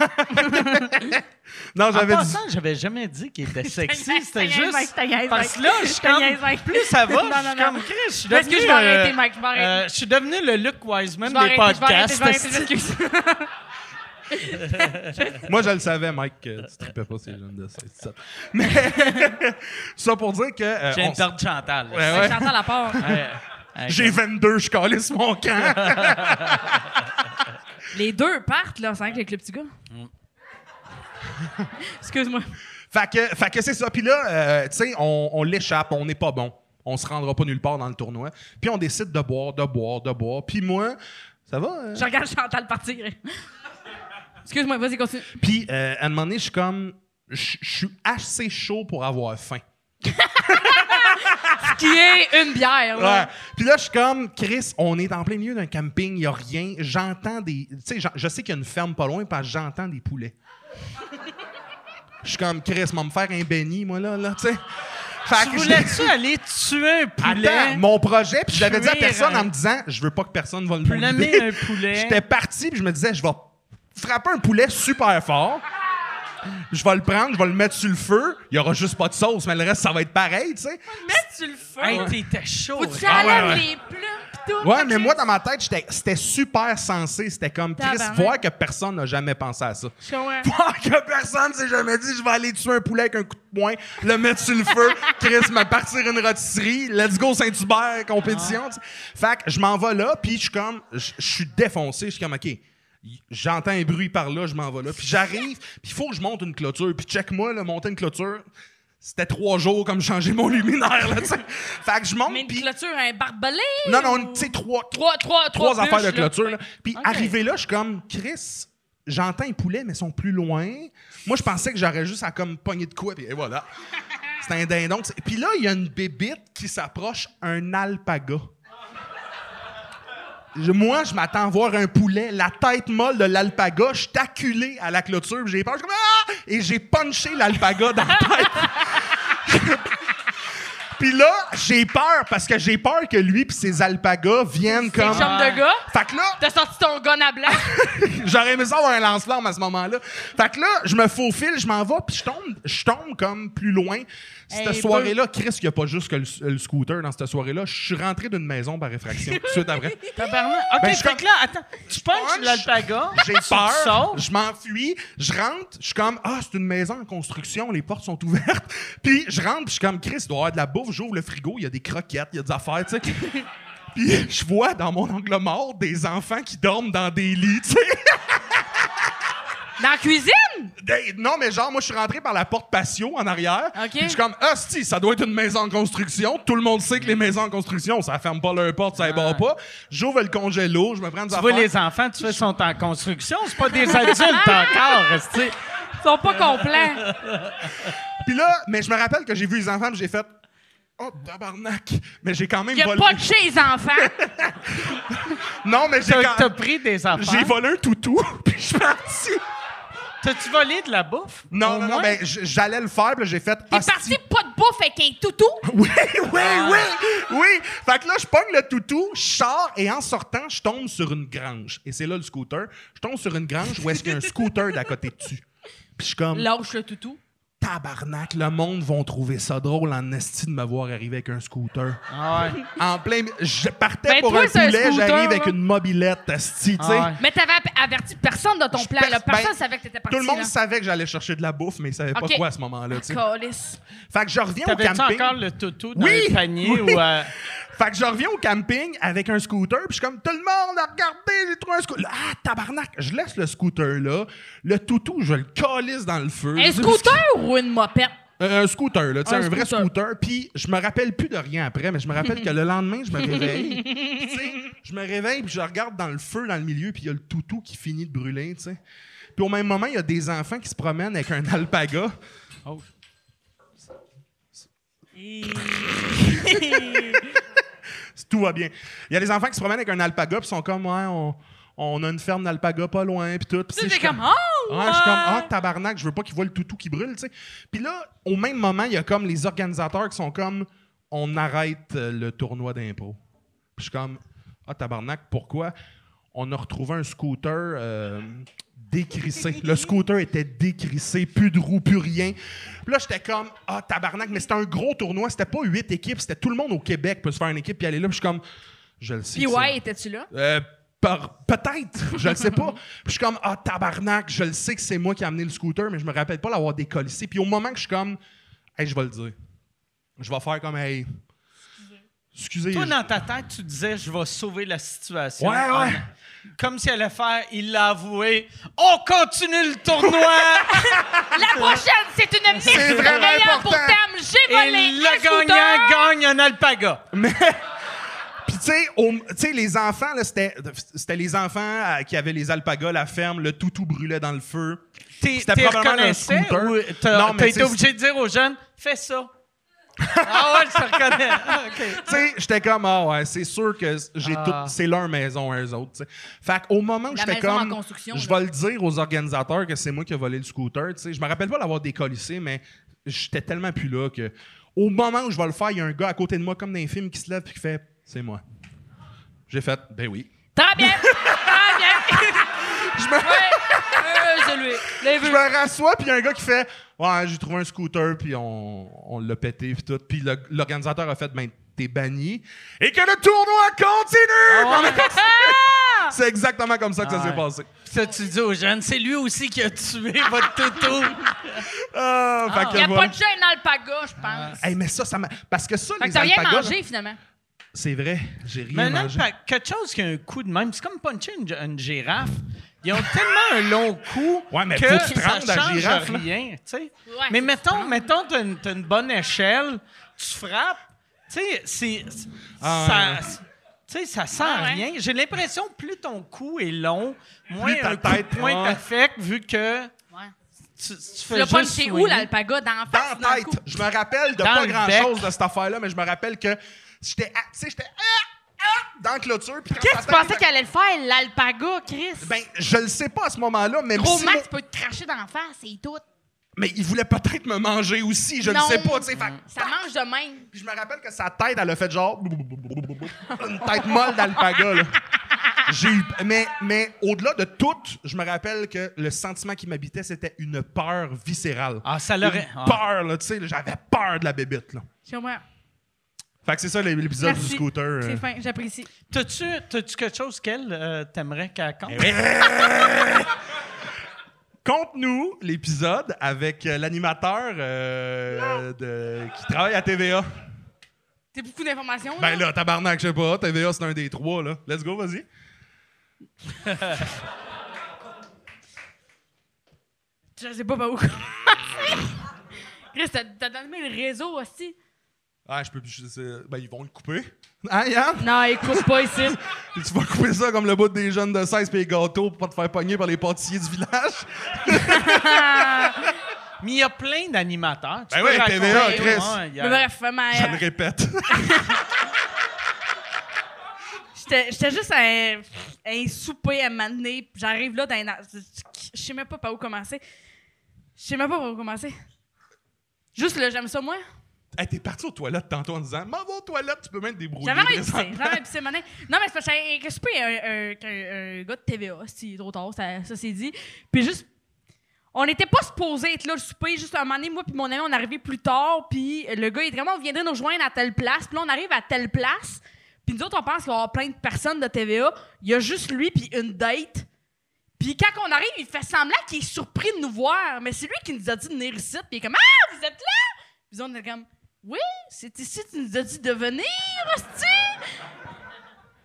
Speaker 6: non,
Speaker 3: En
Speaker 6: j'avais dit.
Speaker 3: passant, j'avais jamais dit qu'il était sexy.
Speaker 5: Ta
Speaker 3: C'était
Speaker 5: gueule, Mike,
Speaker 3: juste.
Speaker 5: ta gueule,
Speaker 3: Parce que
Speaker 5: Mike.
Speaker 3: là, je suis
Speaker 5: Ta
Speaker 3: comme.
Speaker 5: gueule, Mike.
Speaker 3: Plus ça va,
Speaker 5: Non,
Speaker 3: je
Speaker 5: non,
Speaker 3: suis
Speaker 5: non.
Speaker 3: comme Chris. Je suis
Speaker 5: Est-ce
Speaker 3: devenu.
Speaker 5: que je vais
Speaker 3: euh,
Speaker 5: arrêter, Mike? Je vais
Speaker 3: euh,
Speaker 5: arrêter.
Speaker 3: je suis devenu le Luke Wiseman
Speaker 5: Je
Speaker 3: des
Speaker 5: vais arrêter, je vais arrêter,
Speaker 3: podcasts.
Speaker 5: je vais arrêter, je m'excuse.
Speaker 6: Moi, je le savais, Mike, que tu trippais pas ces jeunes de 16 ça. Mais ça pour dire que. euh,
Speaker 3: J'ai
Speaker 6: on
Speaker 3: une
Speaker 6: s- euh,
Speaker 3: tarte Chantal. là.
Speaker 6: Ouais, ouais.
Speaker 5: J'entends la part.
Speaker 3: Ouais. Ouais.
Speaker 6: J'ai 22, je calisse mon camp.
Speaker 5: Les deux partent, là, c'est vrai que avec le petit gars. Excuse-moi.
Speaker 6: fait que, fait que c'est ça. Puis là, euh, tu sais, on, on l'échappe, on n'est pas bon. On se rendra pas nulle part dans le tournoi. Puis on décide de boire, de boire, de boire. Puis moi, ça va? hein?
Speaker 5: Je regarde Chantal partir. Excuse-moi, vas-y, continue.
Speaker 6: Puis euh, à un moment donné, je suis comme. Je je suis assez chaud pour avoir faim.
Speaker 5: Qui est une bière, là.
Speaker 6: Ouais. Puis là, je suis comme, Chris, on est en plein milieu d'un camping, il n'y a rien. J'entends des. Tu sais, j'en- je sais qu'il y a une ferme pas loin, parce que j'entends des poulets. Je suis comme Chris, va me faire un béni, moi, là, là, tu sais. Fait
Speaker 3: Tu
Speaker 6: que je-
Speaker 3: voulais-tu aller tuer un
Speaker 6: Attends,
Speaker 3: poulet?
Speaker 6: mon projet, puis je l'avais dit à
Speaker 3: Cuire
Speaker 6: personne
Speaker 3: un-
Speaker 6: en me disant, je veux pas que personne va le
Speaker 3: Plumer
Speaker 6: bouder.
Speaker 3: un poulet.
Speaker 6: J'étais parti, puis je me disais, je vais frapper un poulet super fort. Je vais le prendre, je vais le mettre sur le feu. Il y aura juste pas de sauce, mais le reste, ça va être pareil, tu sais.
Speaker 5: Mettre sur le feu.
Speaker 3: Hey, t'étais chaud.
Speaker 5: Faut que tu
Speaker 6: Ah, ouais,
Speaker 5: enlèves
Speaker 6: ouais.
Speaker 5: les plats pis tout.
Speaker 6: Ouais,
Speaker 5: ok?
Speaker 6: mais moi, dans ma tête, j'étais- c'était super sensé. C'était comme, Chris,
Speaker 5: Tabarnak.
Speaker 6: voir que personne n'a jamais pensé à ça.
Speaker 5: Je comprends.
Speaker 6: Voir que personne s'est jamais dit, je vais aller tuer un poulet avec un coup de poing, le mettre sur le feu, Chris me partir une rôtisserie, let's go Saint-Hubert,
Speaker 5: Ah.
Speaker 6: compétition. tu sais. Fait que je m'en vais là, puis je suis comme, je je suis défoncé, je suis comme, OK. y- J'entends un bruit par là, je m'en vais là. Puis j'arrive, puis il faut que je monte une clôture. Puis check-moi, là, monter une clôture, c'était trois jours comme changer mon luminaire. Là, tu sais. fait que je monte,
Speaker 5: Mais une
Speaker 6: puis...
Speaker 5: clôture, un barbelé.
Speaker 6: Non, non,
Speaker 5: ou-
Speaker 6: tu sais, trois,
Speaker 5: Trois, trois,
Speaker 6: trois,
Speaker 5: trois.
Speaker 6: affaires
Speaker 5: bûches,
Speaker 6: de clôture. là. Puis
Speaker 5: Ok.
Speaker 6: arrivé là, je suis comme Chris. J'entends les poulets, mais ils sont plus loin. Moi, je pensais que j'aurais juste à comme pogner de quoi, puis et voilà. C'est un dindon. tu sais. Puis là, il y a une bébite qui s'approche, un alpaga. Je- moi, je m'attends à voir un poulet, la tête molle de l'alpaga. Je suis acculé à la clôture, puis j'ai peur. Je suis comme, Ah! Et j'ai punché l'alpaga dans la tête. puis là, j'ai peur, parce que j'ai peur que lui puis ses alpagas viennent
Speaker 5: T'es
Speaker 6: comme...
Speaker 5: chum de gars.
Speaker 6: Fait que là,
Speaker 5: T'as sorti ton gun à blanc.
Speaker 6: J'aurais aimé ça avoir un lance-flamme à ce moment-là. Fait que là, je me faufile, je m'en vais, puis je tombe, je tombe comme plus loin. Cette
Speaker 5: Hey,
Speaker 6: soirée-là, Chris, il n'y a pas juste que le, le scooter dans cette soirée-là. Je suis rentré d'une maison par réfraction tout de suite après.
Speaker 3: Tabarnak. OK,
Speaker 6: Ben, je suis
Speaker 3: fait
Speaker 6: comme-
Speaker 3: que là, attends, tu punches
Speaker 6: punch,
Speaker 3: l'alpaga,
Speaker 6: J'ai
Speaker 3: tu
Speaker 6: peur,
Speaker 3: sors.
Speaker 6: je m'enfuis, je rentre, je suis comme ah c'est une maison en construction, les portes sont ouvertes. Puis je rentre, puis je suis comme Chris, il doit y avoir de la bouffe. J'ouvre le frigo, il y a des croquettes, il y a des affaires, tu sais. Puis je vois dans mon angle mort des enfants qui dorment dans des lits, tu sais.
Speaker 5: Dans la cuisine?
Speaker 6: Hey, non, mais genre, moi, je suis rentré par la porte patio en arrière.
Speaker 5: OK.
Speaker 6: Puis Je suis comme, ah, si, ça doit être une maison en construction. Tout le monde sait que les maisons en construction, ça ferme pas leur porte, ça les barre pas. J'ouvre le congélo, je me prends des
Speaker 3: Tu vois,
Speaker 6: affaires.
Speaker 3: les enfants, tu fais, sont en construction. C'est pas des adultes encore, tu sais.
Speaker 5: Ils sont pas complets.
Speaker 6: Puis là, mais je me rappelle que j'ai vu les enfants, puis j'ai fait, oh, tabarnak. Mais j'ai quand même
Speaker 5: Il a
Speaker 6: volé.
Speaker 5: punché les enfants.
Speaker 6: Non, mais j'ai
Speaker 3: T'as t'as
Speaker 6: quand...
Speaker 3: pris des enfants.
Speaker 6: J'ai volé un toutou, puis je suis parti.
Speaker 3: T'as-tu volé de la bouffe?
Speaker 6: Non,
Speaker 3: Au
Speaker 6: non, non,
Speaker 3: moins?
Speaker 6: mais j- j'allais le faire, puis là, j'ai fait,
Speaker 5: T'es
Speaker 6: Hostie,
Speaker 5: parti pas de bouffe avec un toutou.
Speaker 6: Oui, oui,
Speaker 5: Ah.
Speaker 6: oui, oui. Fait que là, je pogne le toutou, je sors et en sortant, je tombe sur une grange. Et c'est là le scooter. Je tombe sur une grange où est-ce qu'il y a un scooter d'à côté dessus. Puis je suis comme,
Speaker 5: Lâche le toutou.
Speaker 6: tabarnak, le monde vont trouver ça drôle en esti de me voir arriver avec un scooter.
Speaker 3: Ah ouais.
Speaker 6: En plein... mi- Je partais
Speaker 5: Ben,
Speaker 6: pour
Speaker 5: toi,
Speaker 6: un
Speaker 5: c'est un
Speaker 6: poulet,
Speaker 5: scooter,
Speaker 6: j'arrive
Speaker 5: là.
Speaker 6: avec une mobilette, esti, tu sais.
Speaker 3: Ah ouais.
Speaker 5: Mais t'avais ap- averti personne de ton
Speaker 6: Je
Speaker 5: plan. là.
Speaker 6: pers-
Speaker 5: Personne
Speaker 6: ben,
Speaker 5: savait que t'étais parti.
Speaker 6: Tout le monde
Speaker 5: là.
Speaker 6: savait que j'allais chercher de la bouffe, mais ils savaient
Speaker 5: OK.
Speaker 6: pas quoi à ce moment-là, tu sais.
Speaker 5: Calisse.
Speaker 6: Fait que je reviens au
Speaker 3: T'avais-tu
Speaker 6: camping.
Speaker 3: encore le toutou dans
Speaker 6: Oui!
Speaker 3: le panier
Speaker 6: Oui!
Speaker 3: ou... euh,
Speaker 6: Fait que je reviens au camping avec un scooter, puis je suis comme tout le monde, regardez, j'ai trouvé un scooter. Ah, tabarnak, je laisse le scooter là, le toutou, je le calisse dans le feu.
Speaker 5: Un scooter ou une mopette?
Speaker 6: Euh, un scooter, là, tu sais, un,
Speaker 5: Un
Speaker 6: vrai
Speaker 5: scooter.
Speaker 6: scooter. Puis je me rappelle plus de rien après, mais je me rappelle que le lendemain, je me réveille. Puis, tu sais, je me réveille, puis je regarde dans le feu, dans le milieu, puis il y a le toutou qui finit de brûler, tu sais. Puis au même moment, il y a des enfants qui se promènent avec un alpaga. tout va bien. Il y a des enfants qui se promènent avec un alpaga, puis sont comme, ouais, on, on a une ferme d'alpaga pas loin, puis tout. Puis, tu sais,
Speaker 5: Tu
Speaker 6: je
Speaker 5: t'es
Speaker 6: suis
Speaker 5: comme, oh!
Speaker 6: Ouais, je suis comme, ah, tabarnak, je veux pas qu'ils voient le toutou qui brûle, tu sais. Puis là, au même moment, il y a comme les organisateurs qui sont comme, on arrête euh, le tournoi d'impro. Puis je suis comme, ah, tabarnak, pourquoi? On a retrouvé un scooter euh, décrissé. Le scooter était décrissé, plus de roues, plus rien. Puis là, j'étais comme, ah, tabarnak, mais c'était un gros tournoi, c'était pas huit équipes, c'était tout le monde au Québec peut se faire une équipe, puis aller là, puis je suis comme, je le sais.
Speaker 5: Puis
Speaker 6: que c'est-
Speaker 5: ouais, étais-tu là?
Speaker 6: euh, par- Peut-être, je le sais pas. Puis je suis comme, ah, tabarnak, je le sais que c'est moi qui ai amené le scooter, mais je me rappelle pas l'avoir décollissé. Puis au moment que je suis comme, hey, je vais le dire. Je vais faire comme, hey, excusez.
Speaker 3: Toi,
Speaker 6: je-
Speaker 3: dans ta tête, tu disais « Je vais sauver la situation. »
Speaker 6: Ouais,
Speaker 3: En-
Speaker 6: ouais.
Speaker 3: Comme si elle allait faire « Il l'a avoué. On continue le tournoi!
Speaker 5: La prochaine, c'est une mixte
Speaker 6: C'est vraiment
Speaker 5: meilleure
Speaker 6: important.
Speaker 5: pour Tam. J'ai
Speaker 3: Et
Speaker 5: volé un
Speaker 3: le
Speaker 5: scooter.
Speaker 3: gagnant gagne un alpaga.
Speaker 6: Puis tu sais, au- tu sais, les enfants, là, c'était c'était les enfants euh, qui avaient les alpagas, la ferme, le toutou brûlait dans le feu. »
Speaker 3: T'es
Speaker 6: C'était
Speaker 3: t'es
Speaker 6: probablement le
Speaker 3: reconnaissais
Speaker 6: scooter.
Speaker 3: ou t'as
Speaker 6: Non, mais
Speaker 3: t'as
Speaker 6: tu
Speaker 3: été
Speaker 6: sais,
Speaker 3: obligé de dire aux jeunes « Fais ça. Ah ouais, je te reconnais. Ah, OK.
Speaker 6: Tu sais, j'étais comme, ah ouais, c'est sûr que j'ai tout. C'est leur maison, eux autres. tu sais. Fait qu'au moment où
Speaker 5: La
Speaker 6: j'étais
Speaker 5: maison en
Speaker 6: comme.
Speaker 5: construction,
Speaker 6: Je
Speaker 5: là.
Speaker 6: vais le dire aux organisateurs que c'est moi qui ai volé le scooter. tu sais. Je me rappelle pas l'avoir décollissé, mais j'étais tellement plus là que. Au moment où je vais le faire, il y a un gars à côté de moi, comme dans un film, qui se lève et qui fait C'est moi. J'ai fait Ben oui.
Speaker 5: Très bien! Très bien!
Speaker 6: Je me,
Speaker 5: Ouais, euh, c'est lui. L'ai
Speaker 6: je
Speaker 5: vu.
Speaker 6: me rassois, puis il y a un gars qui fait Ouais, j'ai trouvé un scooter, puis on, on l'a pété, puis tout. Puis le- l'organisateur a fait Ben, t'es banni. Et que le tournoi continue
Speaker 5: Ah,
Speaker 6: C'est exactement comme ça que ça
Speaker 3: Ah
Speaker 6: s'est
Speaker 3: ouais.
Speaker 6: passé.
Speaker 3: Ça, tu dis aux jeunes, c'est lui aussi qui a tué votre toutou.
Speaker 6: Ah, fait
Speaker 5: Il n'y
Speaker 6: que
Speaker 5: a pas
Speaker 6: voilà.
Speaker 5: de jeune alpaga, je pense.
Speaker 6: Ah. Hey, mais ça, ça m'a. Parce que ça,
Speaker 5: Fait que
Speaker 6: les
Speaker 5: t'as rien
Speaker 6: alpagas,
Speaker 5: mangé, finalement.
Speaker 6: C'est vrai, j'ai rien
Speaker 3: Maintenant,
Speaker 6: mangé.
Speaker 3: pa- quelque chose qui a un coup de même, c'est comme puncher une, une girafe. Ils ont tellement un long cou
Speaker 6: Ouais, mais
Speaker 3: que
Speaker 6: faut que tu
Speaker 3: ça
Speaker 6: prennes la
Speaker 3: change
Speaker 6: girafe, là.
Speaker 3: rien. tu sais.
Speaker 5: Ouais,
Speaker 3: mais
Speaker 5: faut
Speaker 3: mettons, mettons, t'as une, t'as une bonne échelle, tu frappes, tu sais, c'est- c'est-
Speaker 6: Ah,
Speaker 3: ça,
Speaker 6: ouais.
Speaker 3: tu sais, ça sent
Speaker 5: Ah, ouais.
Speaker 3: rien. J'ai l'impression que plus ton cou est long, moins
Speaker 6: ta
Speaker 3: un coup de
Speaker 6: tête,
Speaker 3: poing
Speaker 6: ouais.
Speaker 3: t'affecte vu que tu,
Speaker 5: Ouais.
Speaker 3: tu fais
Speaker 5: Tu l'as pas
Speaker 3: juste
Speaker 5: chez où,
Speaker 3: swinguer.
Speaker 5: l'alpaga? Dans la face?
Speaker 6: Dans
Speaker 5: Dans
Speaker 6: la
Speaker 5: le
Speaker 6: tête,
Speaker 5: cou?
Speaker 6: je me rappelle de
Speaker 3: Dans
Speaker 6: pas
Speaker 3: le
Speaker 6: grand
Speaker 3: bec.
Speaker 6: chose de cette affaire-là, mais je me rappelle que j'étais. à- Tu sais, j'étais. ah, ah, dans la clôture. puis quand
Speaker 5: Qu'est-ce que
Speaker 6: ça
Speaker 5: tu pensais
Speaker 6: arrive-
Speaker 5: qu'elle allait le faire, l'alpaga, Chris?
Speaker 6: Ben, je le sais pas à ce moment-là, mais
Speaker 5: Gros
Speaker 6: si
Speaker 5: Max,
Speaker 6: mon-
Speaker 5: tu peux te cracher dans la face et tout.
Speaker 6: Mais il voulait peut-être me manger aussi, je ne
Speaker 5: Non.
Speaker 6: sais pas, tu sais. fait-
Speaker 5: Ça mange de même.
Speaker 6: Puis je me rappelle que sa tête, elle a fait genre. Une tête molle d'alpaga, là. J'ai eu. Mais, mais au-delà de tout, je me rappelle que le sentiment qui m'habitait, c'était une peur viscérale.
Speaker 3: Ah, ça
Speaker 6: Une
Speaker 3: l'aurait. ah.
Speaker 6: peur, là, tu sais. là, J'avais peur de la bébite, là.
Speaker 5: Je comprends.
Speaker 6: Fait que c'est ça l'épisode du
Speaker 5: Merci.
Speaker 6: scooter. euh.
Speaker 5: C'est fin, j'apprécie.
Speaker 3: T'as-tu t'as-tu quelque chose qu'elle euh, t'aimerais qu'elle
Speaker 6: Eh
Speaker 3: compte?
Speaker 6: Conte-nous l'épisode avec euh, l'animateur euh, de- qui travaille à TVA.
Speaker 5: C'est beaucoup d'informations.
Speaker 6: Ben là, tabarnak, je sais pas. TVA, c'est un des trois, là. Let's go, vas-y.
Speaker 5: Je sais pas par où commencer. Chris, t'as- t'as donné le réseau aussi.
Speaker 6: Ah, je peux plus. je sais- Ben, ils vont le couper. Hein, Yann?
Speaker 5: Non, écoute pas ici.
Speaker 6: Tu vas couper ça comme le bout des jeunes de 16 pis les gâteaux pour pas te faire pogner par les pâtissiers du village?
Speaker 5: Euh.
Speaker 3: Mais il y a plein d'animateurs. Tu
Speaker 6: Ben
Speaker 3: peux
Speaker 6: oui,
Speaker 3: raconter-
Speaker 6: TVA,
Speaker 3: Ouais,
Speaker 6: Chris.
Speaker 3: ouais, il y a-
Speaker 5: Mais bref, ma-
Speaker 6: Je le répète.
Speaker 5: j'étais j'étais juste à un, à un souper à m'amener. J'arrive là dans un... ar- Je sais même pas par où commencer. Je sais même pas par où commencer. Juste le j'aime ça moi.
Speaker 6: hey, t'es parti aux toilettes tantôt en disant M'en va aux toilettes, tu peux même te débrouiller.
Speaker 5: J'avais envie de pisser.
Speaker 6: présentement.
Speaker 5: J'avais envie de pisser, mané. Non, mais c'est parce que j'avais- que je peux un, un, qu'un- un gars de TVA, si trop tard, ça, ça c'est dit. Puis juste, on n'était pas supposé être là le souper. Juste un moment donné, moi puis mon ami, on arrivait plus tard. Puis le gars, il était vraiment, on viendrait nous rejoindre à telle place. Puis là, on arrive à telle place. Puis nous autres, on pense qu'il va y avoir plein de personnes de TVA. Il y a juste lui puis une date. Puis quand on arrive, il fait semblant qu'il est surpris de nous voir. Mais c'est lui qui nous a dit de venir ici. Puis il est comme Ah, vous êtes là! Puis on est comme Oui, c'est ici, que tu nous as dit de venir, hostie!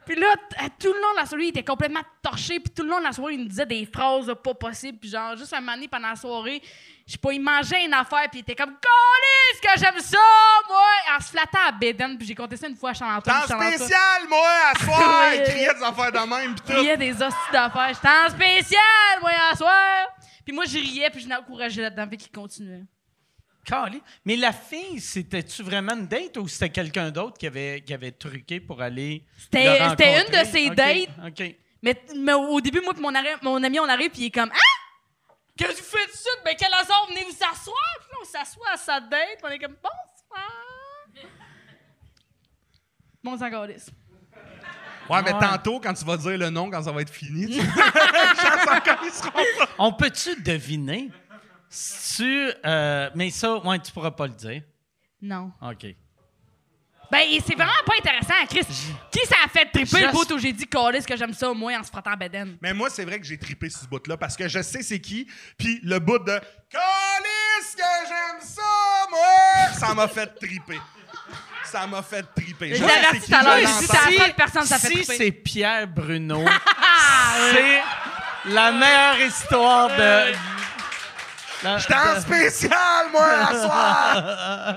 Speaker 5: Puis là, t- à tout le long de la soirée, il était complètement torché. Puis tout le long de la soirée, il nous disait des phrases pas possibles. Puis genre, juste un moment donné, pendant la soirée, je sais pas, il mangeait une affaire. Puis il était comme Calisse que j'aime ça, moi! En se flattant à Béden. Puis j'ai compté ça une fois à Charenton.
Speaker 6: Temps
Speaker 5: Charenton.
Speaker 6: Ah, spécial, moi, à soir!
Speaker 5: Ouais.
Speaker 6: Il criait des affaires de même pis
Speaker 5: Il
Speaker 6: tout.
Speaker 5: y a des hosties d'affaires. J'étais en spécial, moi, à soir. Puis moi, je riais, puis je l'encourageais là-dedans, puis qu'il continuait.
Speaker 3: Calé. Mais la fille, c'était-tu vraiment une date ou c'était quelqu'un d'autre qui avait, qui avait truqué pour aller.
Speaker 5: C'était-
Speaker 3: le
Speaker 5: c'était
Speaker 3: rencontrer?
Speaker 5: une de ses
Speaker 3: OK,
Speaker 5: dates.
Speaker 3: OK.
Speaker 5: Mais, mais au début, moi, puis mon, arri- mon ami, on arrive, puis il est comme Ah! Que vous faites ça? Ben, quel hasard, venez vous s'asseoir. Puis là, on s'assoit à sa date, puis on est comme Bonsoir. Bon, encore
Speaker 6: Ouais, mais
Speaker 3: Ouais.
Speaker 6: tantôt, quand tu vas dire le nom, quand ça va être fini, tu- les gens s'en connaisseront pas.
Speaker 3: On peut-tu deviner? Si tu. euh, mais ça, ouais, tu pourras pas le dire.
Speaker 5: Non.
Speaker 3: OK.
Speaker 5: Ben, et c'est vraiment pas intéressant, Chris. Qui ça a fait triper
Speaker 3: Juste-
Speaker 5: le bout où j'ai dit Calisse que j'aime ça, moi, en se frottant à Beden?
Speaker 6: Mais moi, c'est vrai que j'ai tripé sur ce bout-là parce que je sais c'est qui. Puis le bout de Calice que j'aime ça, moi! Ça m'a fait triper. Ça m'a fait triper.
Speaker 5: Je
Speaker 6: sais
Speaker 5: l'avertis
Speaker 6: c'est qui,
Speaker 5: tout à l'heure,
Speaker 6: je
Speaker 5: il
Speaker 6: l'entends.
Speaker 5: dit ça. à pas de personne, ça fait
Speaker 3: si
Speaker 5: triper. Ah,
Speaker 3: c'est Pierre Bruno, c'est la meilleure histoire de. La-
Speaker 6: J'étais en
Speaker 3: de-
Speaker 6: spécial, moi, à soir!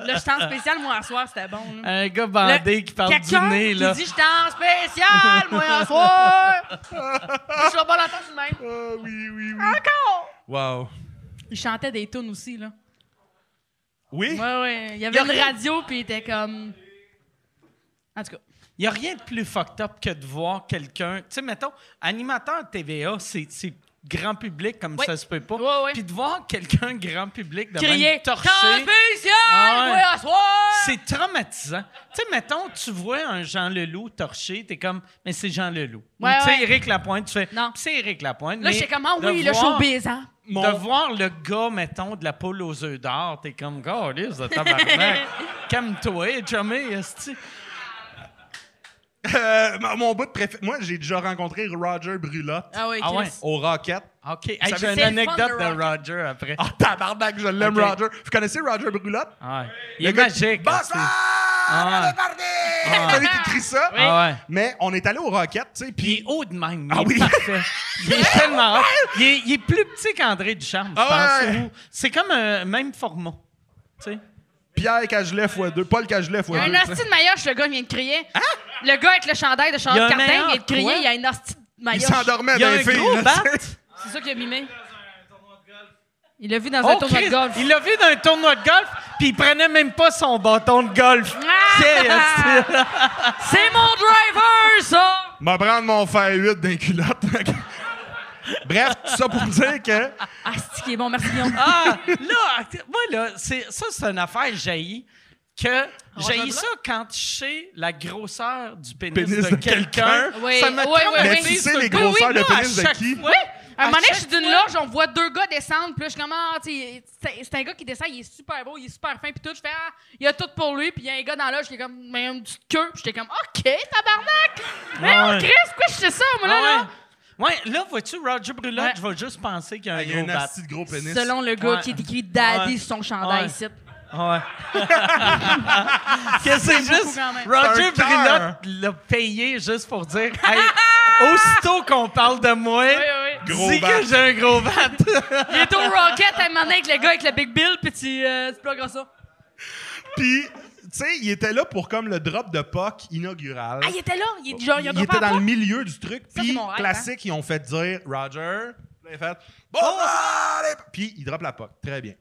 Speaker 5: Là, je suis en spécial, moi, à soir, c'était bon. là.
Speaker 3: Un gars
Speaker 5: Le-
Speaker 3: bandé qui parle du
Speaker 5: quelqu'un
Speaker 3: nez, là.
Speaker 5: Qui dit je suis en spécial, moi, en soir. je vais pas l'entendre tout de même.
Speaker 6: Ah, oui, oui, oui.
Speaker 5: Encore.
Speaker 6: Wow.
Speaker 5: Il chantait des tunes aussi, là.
Speaker 6: Oui?
Speaker 5: Ouais, ouais. Il y avait
Speaker 3: Y a
Speaker 5: une
Speaker 3: rien.
Speaker 5: radio, puis il était comme. En tout cas.
Speaker 3: Il n'y a rien de plus fucked up que de voir quelqu'un. Tu sais, mettons, animateur TVA, c'est c'est grand public comme
Speaker 5: Oui.
Speaker 3: ça se peut pas.
Speaker 5: Ouais, ouais.
Speaker 3: Puis de voir quelqu'un grand public de même
Speaker 5: Crier.
Speaker 3: torché,
Speaker 5: Confusion!
Speaker 3: Ah ouais.
Speaker 5: Ouais, à soir!
Speaker 3: c'est traumatisant. Tu sais, mettons, tu vois un Jean Leloup torché, t'es comme, mais c'est Jean Leloup. Ou
Speaker 5: Ouais,
Speaker 3: tu sais,
Speaker 5: ouais.
Speaker 3: Éric Lapointe, tu fais,
Speaker 5: Non.
Speaker 3: c'est Éric Lapointe.
Speaker 5: Là,
Speaker 3: mais
Speaker 5: j'étais comme, ah
Speaker 3: de
Speaker 5: oui, le
Speaker 3: voir-
Speaker 5: showbiz, hein?
Speaker 3: De voir le gars, mettons, de la poule aux œufs d'or, t'es comme, Gaulis de tabarnak, calme-toi, chummy, esti.
Speaker 6: Euh, mon- mon bout de préféré. Moi, j'ai déjà rencontré Roger Brulotte
Speaker 5: Ah oui,
Speaker 3: Ah ouais.
Speaker 5: Chris.
Speaker 6: au Rocket.
Speaker 3: OK, hey,
Speaker 6: savez-
Speaker 3: j'ai une
Speaker 5: C'est le fun
Speaker 3: anecdote
Speaker 5: de
Speaker 3: de Roger après.
Speaker 6: Ah, tabarnak, je l'aime,
Speaker 3: Ok.
Speaker 6: Roger. Vous connaissez Roger Brulotte?
Speaker 3: Ouais. Il est
Speaker 6: Le gars-
Speaker 3: magique. esti.
Speaker 6: Bonsoir!
Speaker 3: Ah.
Speaker 6: On est parti! C'est lui qui crie ça.
Speaker 3: Ah ouais.
Speaker 6: Mais on est allé au Rocket, tu
Speaker 3: Puis
Speaker 6: sais,
Speaker 3: il
Speaker 6: puis...
Speaker 3: est haut de même. Il
Speaker 6: Ah
Speaker 3: est
Speaker 6: oui.
Speaker 3: parfait. Il est tellement haut. Il est, il est plus petit qu'André Ducharme, je
Speaker 6: Ah
Speaker 3: pense.
Speaker 6: ouais.
Speaker 3: ou- C'est comme un même format. Tu sais.
Speaker 6: Pierre Cagelet x2, Paul Cagelet x2.
Speaker 5: Il y a un
Speaker 6: tu sais.
Speaker 5: hostie de maillotche, le gars vient de crier. Le gars avec le chandail de
Speaker 3: Hein? Il y a un
Speaker 5: Charlotte Cardin
Speaker 3: meilleur,
Speaker 5: vient de crier,
Speaker 3: quoi?
Speaker 5: il y a une hostie de
Speaker 6: Il
Speaker 5: maillotche.
Speaker 6: s'endormait
Speaker 3: Il y a
Speaker 6: dans
Speaker 3: un
Speaker 6: les filles.
Speaker 3: gros
Speaker 6: là, tu
Speaker 3: bat.
Speaker 6: sais.
Speaker 5: C'est ça qu'il a mimé. Il l'a vu dans un
Speaker 3: Oh,
Speaker 5: tournoi de
Speaker 3: Christ,
Speaker 5: golf.
Speaker 3: Il l'a vu dans un tournoi de golf, puis il prenait même pas son bâton de golf.
Speaker 5: Ah!
Speaker 3: C'est esti.
Speaker 5: C'est mon driver, ça!
Speaker 6: M'a prendre mon fer 8 d'un culotte. Bref, tout ça pour dire que...
Speaker 5: Ah, c'est qui est bon, merci Guillaume.
Speaker 3: Ah, là, moi, là, c'est, ça, c'est une affaire jaillie que jaillit ça quand je sais la grosseur du pénis,
Speaker 6: Pénis
Speaker 3: de
Speaker 6: de
Speaker 3: quelqu'un.
Speaker 5: Oui,
Speaker 3: Ça me
Speaker 5: oui, oui,
Speaker 3: traumatise
Speaker 5: oui. Mais tu
Speaker 6: sais
Speaker 3: ce
Speaker 6: les
Speaker 3: bout.
Speaker 6: grosseurs
Speaker 3: Oui,
Speaker 6: de
Speaker 3: moi, à
Speaker 6: pénis de
Speaker 3: chaque
Speaker 6: qui?
Speaker 3: fois,
Speaker 5: À un moment donné,
Speaker 3: chaque
Speaker 5: je suis d'une
Speaker 3: fois-
Speaker 5: loge, on voit deux gars descendre, puis là, je suis comme, ah, tu sais, c'est c'est un gars qui descend, il est super beau, il est super fin, puis tout. Je fais, ah, il y a tout pour lui, puis il y a un gars dans la loge qui est comme, mais une petite queue, puis j'étais comme, OK, tabarnak! Mais
Speaker 3: Ouais.
Speaker 5: on Chris, pourquoi je fais ça, moi, là,
Speaker 3: Ah
Speaker 5: là?
Speaker 3: ouais. Ouais, là, vois-tu, Roger Brulotte,
Speaker 5: Ouais.
Speaker 3: je vais juste penser qu'il y a un
Speaker 6: Il y a
Speaker 3: gros
Speaker 6: un
Speaker 3: bat.
Speaker 6: asti de gros pénis.
Speaker 5: Selon le gars
Speaker 3: Ouais.
Speaker 5: qui est écrit Daddy
Speaker 3: Ouais.
Speaker 5: sur son chandail
Speaker 3: Ouais.
Speaker 5: ici.
Speaker 3: Ouais. que c'est
Speaker 5: beaucoup
Speaker 3: juste.
Speaker 5: quand même.
Speaker 3: Roger
Speaker 6: C'est un cœur.
Speaker 3: Brulotte l'a payé juste pour dire Hey, aussitôt qu'on parle de moi,
Speaker 5: Oui, oui, oui.
Speaker 6: Gros
Speaker 3: dis
Speaker 6: bat.
Speaker 3: que j'ai un gros bat.
Speaker 5: Il est au Rocket à un moment donné avec le gars avec le Big Bill, puis tu, euh, tu plugues ça.
Speaker 6: Puis, tu sais, il était là pour comme le drop de puck inaugural.
Speaker 5: Ah, il était là? Il, est- genre, il a
Speaker 6: il
Speaker 5: droppé
Speaker 6: était
Speaker 5: à
Speaker 6: dans le
Speaker 5: pas?
Speaker 6: milieu du truc.
Speaker 5: Ça,
Speaker 6: Puis,
Speaker 5: c'est mon rêve, hein. Oh,
Speaker 6: classique, ils ont fait dire Roger. Là, il a fait Bon, allez! Puis, il drop la puck. Très bien.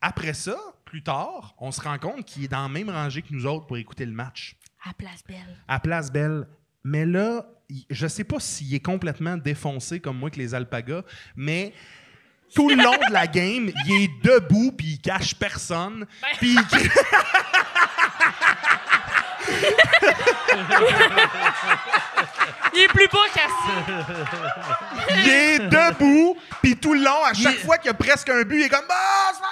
Speaker 6: Après ça, plus tard, on se rend compte qu'il est dans la même rangée que nous autres pour écouter le match
Speaker 5: À Place Belle.
Speaker 6: à Place Belle. Mais là, il- je sais pas s'il est complètement défoncé comme moi que les alpagas, mais tout le long de la game, il est debout puis il cache personne.
Speaker 5: Ben,
Speaker 6: Puis il crie-
Speaker 5: Il est plus bas qu'assis.
Speaker 6: il est debout puis tout le long, à chaque fois qu'il y a presque un but, il est comme Bonsoir!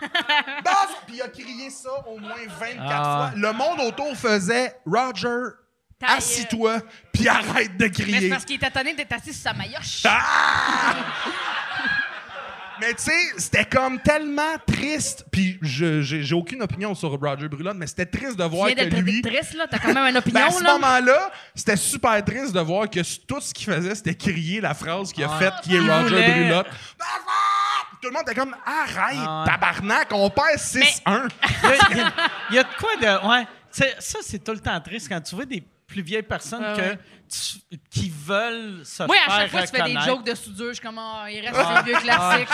Speaker 6: on est parti! Bonsoir! Puis il a crié ça au moins 24
Speaker 3: Ah.
Speaker 6: fois. Le monde autour faisait Roger,
Speaker 5: Ta
Speaker 6: assis-toi puis arrête de crier.
Speaker 5: euh, Mais c'est parce qu'il était étonné d'être assis sur sa maillotche.
Speaker 6: Ah, Mais tu sais, c'était comme tellement triste. Puis je- j'ai j'ai aucune opinion sur Roger Brulotte, mais c'était triste de
Speaker 5: Tu
Speaker 6: voir
Speaker 5: viens
Speaker 6: que
Speaker 5: d'être
Speaker 6: lui.
Speaker 5: triste, là. T'as quand même une
Speaker 6: Ben,
Speaker 5: opinion,
Speaker 6: à ce
Speaker 5: là.
Speaker 6: moment-là, c'était super triste de voir que tout ce qu'il faisait, c'était crier la phrase qu'il a
Speaker 3: Ouais.
Speaker 6: faite, qui est
Speaker 3: Il
Speaker 6: Roger
Speaker 3: voulait-
Speaker 6: Brulotte. Ben, ah! Tout le monde était comme arrête,
Speaker 3: Ouais.
Speaker 6: tabarnak, on perd 6-1.
Speaker 3: Là, Il y, a- il y a de quoi de. Ouais. Tu sais, ça, c'est tout le temps triste quand tu vois des plus vieilles personnes
Speaker 5: Ah
Speaker 3: que,
Speaker 5: ouais.
Speaker 3: tu- qui veulent se
Speaker 5: Moi,
Speaker 3: faire.
Speaker 5: à chaque fois, tu fais des
Speaker 3: reconnaître.
Speaker 5: jokes de soudure. Je suis comme, Ah, il reste
Speaker 3: Ah.
Speaker 5: un vieux classique.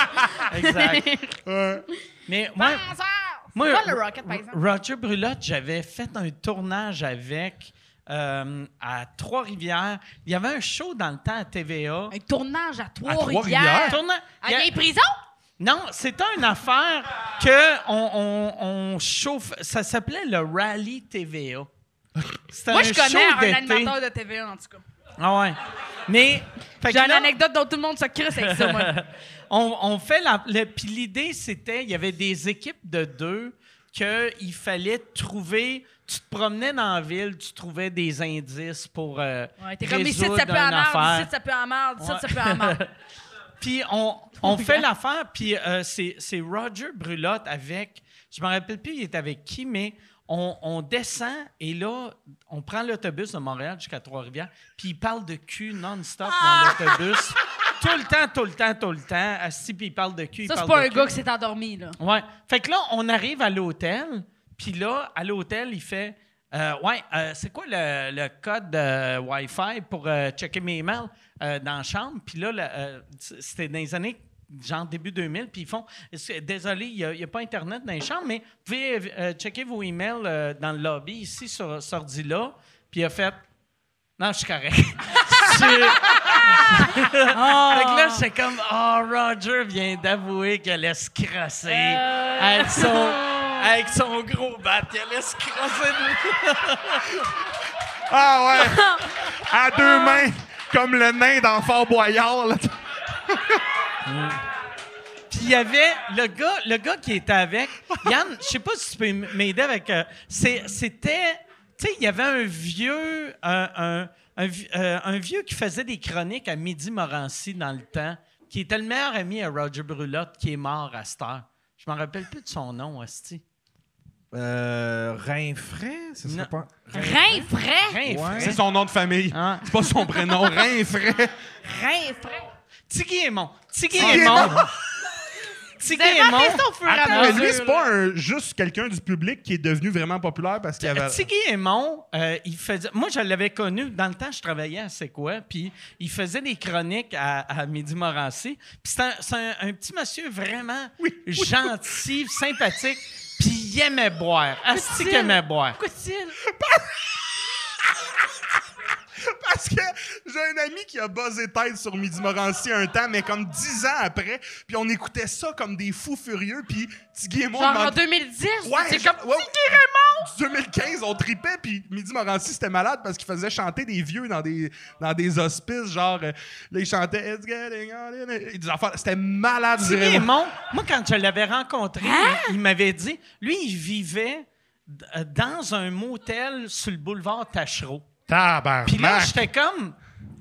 Speaker 3: Exact.
Speaker 6: Euh,
Speaker 3: Mais moi,
Speaker 5: Moi,
Speaker 3: moi, euh,
Speaker 5: pas le Rocket, par exemple.
Speaker 3: R- Roger Brulotte, j'avais fait un tournage avec euh, à Trois-Rivières. Il y avait un show dans le temps à TVA.
Speaker 5: Un tournage à
Speaker 6: Trois-Rivières.
Speaker 5: Trois-Rivières. Ah,
Speaker 3: Tourna-
Speaker 5: À
Speaker 3: il y a-
Speaker 5: vieille prison?
Speaker 3: Non, c'était une affaire que on, on- on chauffe. Ça s'appelait le Rally TVA. C'était
Speaker 5: Moi,
Speaker 3: un
Speaker 5: je
Speaker 3: show
Speaker 5: connais un
Speaker 3: d'été.
Speaker 5: animateur de TVA, en tout cas.
Speaker 3: Ah ouais. Mais fait
Speaker 5: J'ai
Speaker 3: que
Speaker 5: une
Speaker 3: là,
Speaker 5: anecdote dont tout le monde se crisse avec ça, moi.
Speaker 3: on, on fait la. le- Puis l'idée, c'était, il y avait des équipes de deux qu'il fallait trouver. Tu te promenais dans la ville, tu trouvais des indices pour. euh,
Speaker 5: Ouais, t'es comme, ici,
Speaker 3: résoudre
Speaker 5: ça peut
Speaker 3: une
Speaker 5: en
Speaker 3: affaire.
Speaker 5: merde, ici, ça peut en merde, ici,
Speaker 3: Ouais.
Speaker 5: ça peut en merde.
Speaker 3: Puis on, on fait l'affaire, puis euh, c'est c'est Roger Brulotte avec, je me rappelle plus il est avec qui, mais on, on descend et là, on prend l'autobus de Montréal jusqu'à Trois-Rivières, puis il parle de cul non-stop dans l'autobus. tout le temps, tout le temps, tout le temps. Assis, puis il parle de cul. il
Speaker 5: Ça, c'est
Speaker 3: parle
Speaker 5: pas
Speaker 3: de
Speaker 5: un
Speaker 3: cul.
Speaker 5: gars qui s'est endormi, là.
Speaker 3: Ouais. Fait que là, on arrive à l'hôtel, puis là, à l'hôtel, il fait euh, Ouais, euh, c'est quoi le, le code de Wi-Fi pour euh, checker mes emails euh, dans la chambre? Puis là, le- euh, c'était dans les années genre début 2000, puis ils font Est-ce- Désolé, il n'y a, il y a pas Internet dans les chambres, mais vous pouvez euh, checker vos emails euh, dans le lobby ici sur Sordila. Puis il a fait Non, je suis correct. C'est- fait que là, j'étais comme, oh, Roger vient d'avouer qu'elle allait se crasser
Speaker 5: Euh,
Speaker 3: avec, son, avec son gros bat, qu'elle allait se crasser de
Speaker 6: Ah ouais! À deux mains, comme le nain dans Fort Boyard. là.
Speaker 3: Puis il y avait le gars, le gars qui était avec, Yann, je sais pas si tu peux m- m'aider avec. euh, c'est- C'était, tu sais, il y avait un vieux, un, un- un vi- euh, un vieux qui faisait des chroniques à Midi Morancy dans le temps, qui était le meilleur ami à Roger Brulotte, qui est mort à cette heure. Je m'en rappelle plus de son nom, Asti.
Speaker 4: Euh, Rainfray, ce serait
Speaker 3: Non.
Speaker 4: pas.
Speaker 5: Rein frais!
Speaker 3: Rien,
Speaker 4: Ouais.
Speaker 6: C'est son nom de famille.
Speaker 3: Ah.
Speaker 6: C'est pas son prénom. Rinfray.
Speaker 5: Rein frais!
Speaker 3: Tiggy Aymon. Tiggy
Speaker 6: Tiggy
Speaker 3: Aymon.
Speaker 6: Aymon.
Speaker 3: Tiggy
Speaker 5: Vous avez
Speaker 3: Aymon.
Speaker 5: inventé ça au fur et à
Speaker 3: Attends,
Speaker 6: Mais
Speaker 5: mesure,
Speaker 6: lui, c'est pas un- juste quelqu'un du public qui est devenu vraiment populaire parce qu'il avait.
Speaker 3: Tiggy Aymon, euh, il faisait. Moi, je l'avais connu. Dans le temps, je travaillais à C'est quoi? Puis il faisait des chroniques à, à Midi Morancy. Puis c'est un, c'est un- un petit monsieur vraiment gentil, sympathique. Puis il aimait boire. Asti qu'il aimait boire.
Speaker 5: Pourquoi tu
Speaker 6: Parce que j'ai un ami qui a buzzé tête sur Midi Morancy un temps, mais comme dix ans après. Puis on écoutait ça comme des fous furieux. Puis Tiggy et moi, on
Speaker 5: Genre en
Speaker 6: demandait-
Speaker 5: 2010, c'est
Speaker 6: je-
Speaker 5: comme
Speaker 6: ouais,
Speaker 5: Tiggy
Speaker 6: ouais. 2015, on tripait, puis Midi Morancy, c'était malade parce qu'il faisait chanter des vieux dans des, dans des hospices, genre, euh, là, il chantait « It's getting on in it. Et des affaires- C'était malade,
Speaker 3: Tiggy
Speaker 6: vraiment.
Speaker 3: Aymon, moi, quand je l'avais rencontré, il il m'avait dit. Lui, il vivait d- euh, dans un motel sur le boulevard Tachereau.
Speaker 6: Tabarnak!
Speaker 3: Puis là, j'étais comme.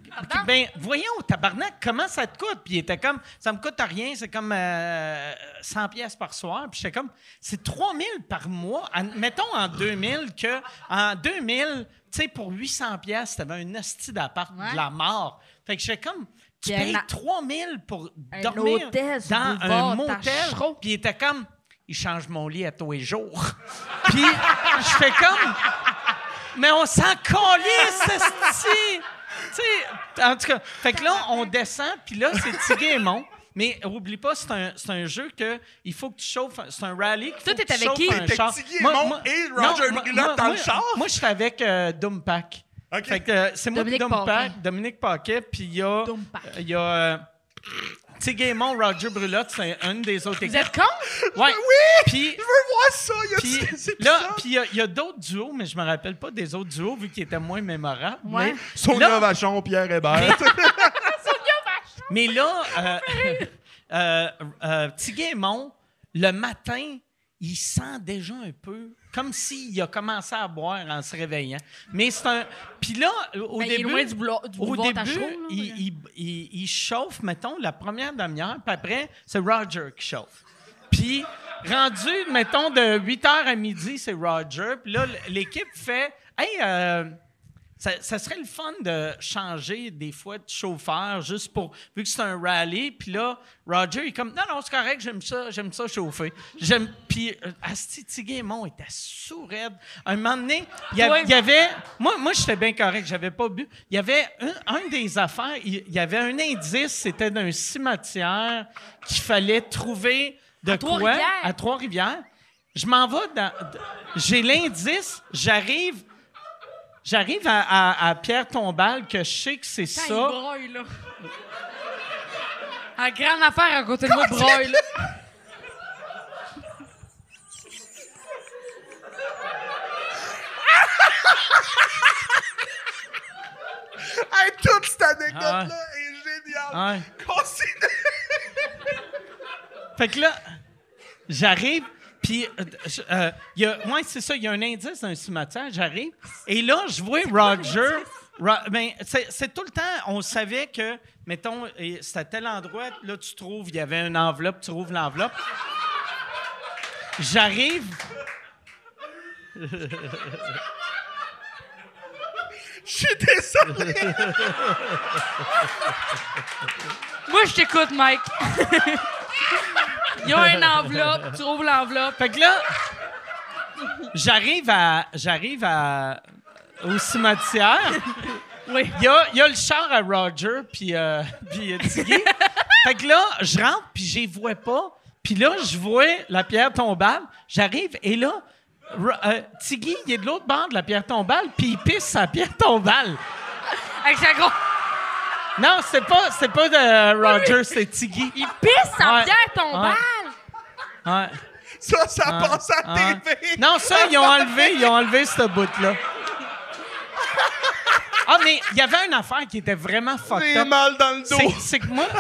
Speaker 5: Pardon?
Speaker 3: Ben, voyons, tabarnak, comment ça te coûte? Puis il était comme, ça me coûte rien, c'est comme euh, 100 pièces par soir. Puis j'étais comme, c'est 3000 par mois. En- mettons en 2000 que, en 2000, tu sais, pour 800 pièces, t'avais un hostie d'appart
Speaker 5: Ouais.
Speaker 3: de la mort. Fait que j'étais comme, tu
Speaker 5: Puis un
Speaker 3: payes
Speaker 5: a-
Speaker 3: 3000 pour
Speaker 5: Un
Speaker 3: dormir
Speaker 5: hôtel sur
Speaker 3: dans
Speaker 5: le
Speaker 3: un
Speaker 5: boulevard
Speaker 3: motel.
Speaker 5: Tachereau.
Speaker 3: Puis il était comme, il change mon lit à tous les jours. Puis je fais comme, mais on s'en calisse, esti! Tu sais, en tout cas, fait que là, on descend, puis là, c'est Tiggy et Mon. Mais oublie pas, c'est un, c'est un jeu que il faut que tu chauffes. un- C'est un rallye. qu'il faut
Speaker 5: Toi,
Speaker 3: que
Speaker 5: t'es
Speaker 3: tu
Speaker 5: avec
Speaker 3: chauffes
Speaker 5: qui?
Speaker 3: un
Speaker 6: T'es
Speaker 3: char.
Speaker 6: Tiggy et Mon et Roger
Speaker 3: moi-
Speaker 6: Brulotte
Speaker 3: moi-
Speaker 6: dans le
Speaker 3: moi-
Speaker 6: char?
Speaker 3: Moi, je suis avec euh, Dumpac.
Speaker 6: OK.
Speaker 3: Fait que euh, c'est moi
Speaker 5: Dominique
Speaker 3: puis Dumpac,
Speaker 5: Paquet.
Speaker 3: Dominique Paquet, puis il y a.
Speaker 5: Dumpac.
Speaker 3: euh, Il y a. euh, Tiggy et Mon, Roger Brulotte, c'est une des autres
Speaker 5: Vous
Speaker 3: équipes.
Speaker 5: êtes con?
Speaker 3: Ouais.
Speaker 6: Oui!
Speaker 3: Puis
Speaker 6: Je veux voir ça! Il y a
Speaker 3: puis
Speaker 6: c'est- c'est
Speaker 3: là,
Speaker 6: ça.
Speaker 3: puis il y a- il y a, d'autres duos, mais je me rappelle pas des autres duos vu qu'ils étaient moins mémorables.
Speaker 5: Ouais.
Speaker 3: Mais,
Speaker 6: Sonia
Speaker 3: là-
Speaker 6: Vachon, Pierre Hébert.
Speaker 3: mais là, euh, euh, euh, Petit Gaimond, le matin, il sent déjà un peu comme s'il a commencé à boire en se réveillant. Mais c'est un. Puis là, au
Speaker 5: Ben, il est
Speaker 3: début.
Speaker 5: loin du boulevard- du
Speaker 3: au
Speaker 5: boulevard
Speaker 3: début,
Speaker 5: Tachereau, là,
Speaker 3: il,
Speaker 5: ouais.
Speaker 3: il- il- il chauffe, mettons, la première demi-heure, puis après, c'est Roger qui chauffe. Puis, rendu, mettons, de 8 h à midi, c'est Roger. Puis là, l'équipe fait Hey, euh, ça, ça serait le fun de changer des fois de chauffeur juste pour. Vu que c'est un rallye, puis là, Roger, il est comme Non, non, c'est correct, j'aime ça, j'aime ça chauffer. J'aime. Puis, euh, Asti Tiguémon était sourd. Un moment donné, il y, a-
Speaker 5: Toi-
Speaker 3: il y avait. Moi, moi j'étais bien correct, j'avais pas bu. Il y avait un, un des affaires, il il y avait un indice, c'était d'un cimetière qu'il fallait trouver de quoi
Speaker 5: Trois-Rivières.
Speaker 3: à Trois-Rivières. Je m'en vais dans. d- J'ai l'indice, j'arrive. J'arrive à, à- à Pierre Tombal, que je sais que c'est
Speaker 5: Ça, il
Speaker 3: ça.
Speaker 5: broille, là. En grande affaire à côté de moi, broille, là.
Speaker 6: Hey, toute cette anecdote-là
Speaker 3: Ah
Speaker 6: est géniale!
Speaker 3: Ouais.
Speaker 6: Continue.
Speaker 3: Fait que là, j'arrive, puis euh, je- euh, il y a- ouais, c'est ça, il y a un indice d'un cimetière, j'arrive, et là, je vois Roger. Ro- ben, c'est c'est tout le temps, on savait que, mettons, et c'est à tel endroit, là, tu trouves, il y avait une enveloppe, tu trouves l'enveloppe. J'arrive.
Speaker 6: Je suis désolé!
Speaker 5: Moi, je t'écoute, Mike. Il y a une enveloppe, tu ouvres l'enveloppe.
Speaker 3: Fait que là, j'arrive à, j'arrive à, au cimetière.
Speaker 5: Oui.
Speaker 3: Il y, a, il y a le char à Roger puis euh, puis, euh, Tiggy. Fait que là, je rentre, puis je les vois pas. Puis là, je vois la pierre tombale. J'arrive, et là, Ro- euh, Tiggy, il est de l'autre bord de la pierre tombale, puis il pisse sa pierre tombale.
Speaker 5: Avec sa grosse.
Speaker 3: Non, c'est pas, c'est pas de Roger, c'est Tiggy.
Speaker 5: Il pisse sa
Speaker 3: Ouais.
Speaker 5: pierre tombale!
Speaker 3: Ouais.
Speaker 6: Ça, ça passe à la
Speaker 3: Ah.
Speaker 6: TV.
Speaker 3: Non, ça, ils ont enlevé, ils ont enlevé ce bout-là. Ah, mais il y avait une affaire qui était vraiment fucked
Speaker 6: J'ai
Speaker 3: up.
Speaker 6: mal dans le
Speaker 3: C'est,
Speaker 6: dos.
Speaker 3: c'est que moi...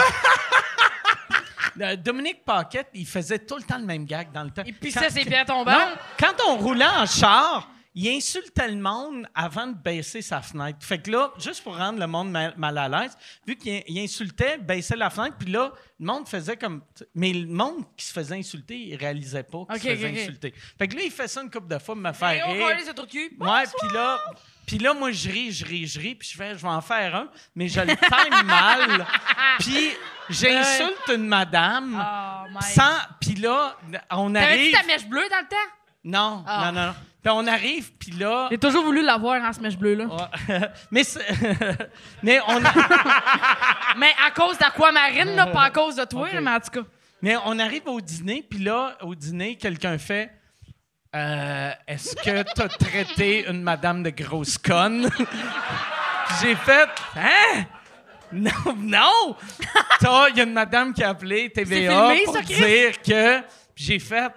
Speaker 3: Euh, Dominique Paquette, il faisait tout le temps le même gag dans le temps.
Speaker 5: Il
Speaker 3: Quand-
Speaker 5: pissait ses pierres
Speaker 3: Non,
Speaker 5: tombales!
Speaker 3: quand on roulait en char, il insultait le monde avant de baisser sa fenêtre. Fait que là, juste pour rendre le monde mal, mal à l'aise, vu qu'il il insultait, baissait la fenêtre, puis là, le monde faisait comme... Mais le monde qui se faisait insulter, il réalisait pas qu'il
Speaker 5: Ok,
Speaker 3: se faisait
Speaker 5: ok, ok.
Speaker 3: insulter. Fait que là, il fait ça une couple de fois, me
Speaker 5: Et
Speaker 3: faire
Speaker 5: on
Speaker 3: rire.
Speaker 5: collait ses trous de cul.
Speaker 3: Ouais, puis là, puis là, moi, je ris, je ris, je ris, puis je fais, je vais en faire un, mais je le time mal. Puis j'insulte une madame
Speaker 5: Oh, my.
Speaker 3: sans... Puis là, on
Speaker 5: T'avais-tu
Speaker 3: arrive...
Speaker 5: ta mèche bleue dans le temps?
Speaker 3: Non,
Speaker 5: Ah.
Speaker 3: non, non, non. Puis on arrive, puis là...
Speaker 5: J'ai toujours voulu l'avoir, hein, ce mèche bleue-là.
Speaker 3: Ouais. mais, c'est- mais, on
Speaker 5: Ah. Mais à cause d'aquamarine, là, pas à cause de toi, là, mais en tout cas.
Speaker 3: mais on arrive au dîner, puis là, au dîner, quelqu'un fait Euh, Est-ce que t'as traité une madame de grosse conne? Puis j'ai fait Hein? Non, non! T'as- Il y a une madame qui a appelé TVA
Speaker 5: filmé,
Speaker 3: pour
Speaker 5: ça, Chris?
Speaker 3: dire que. Puis j'ai fait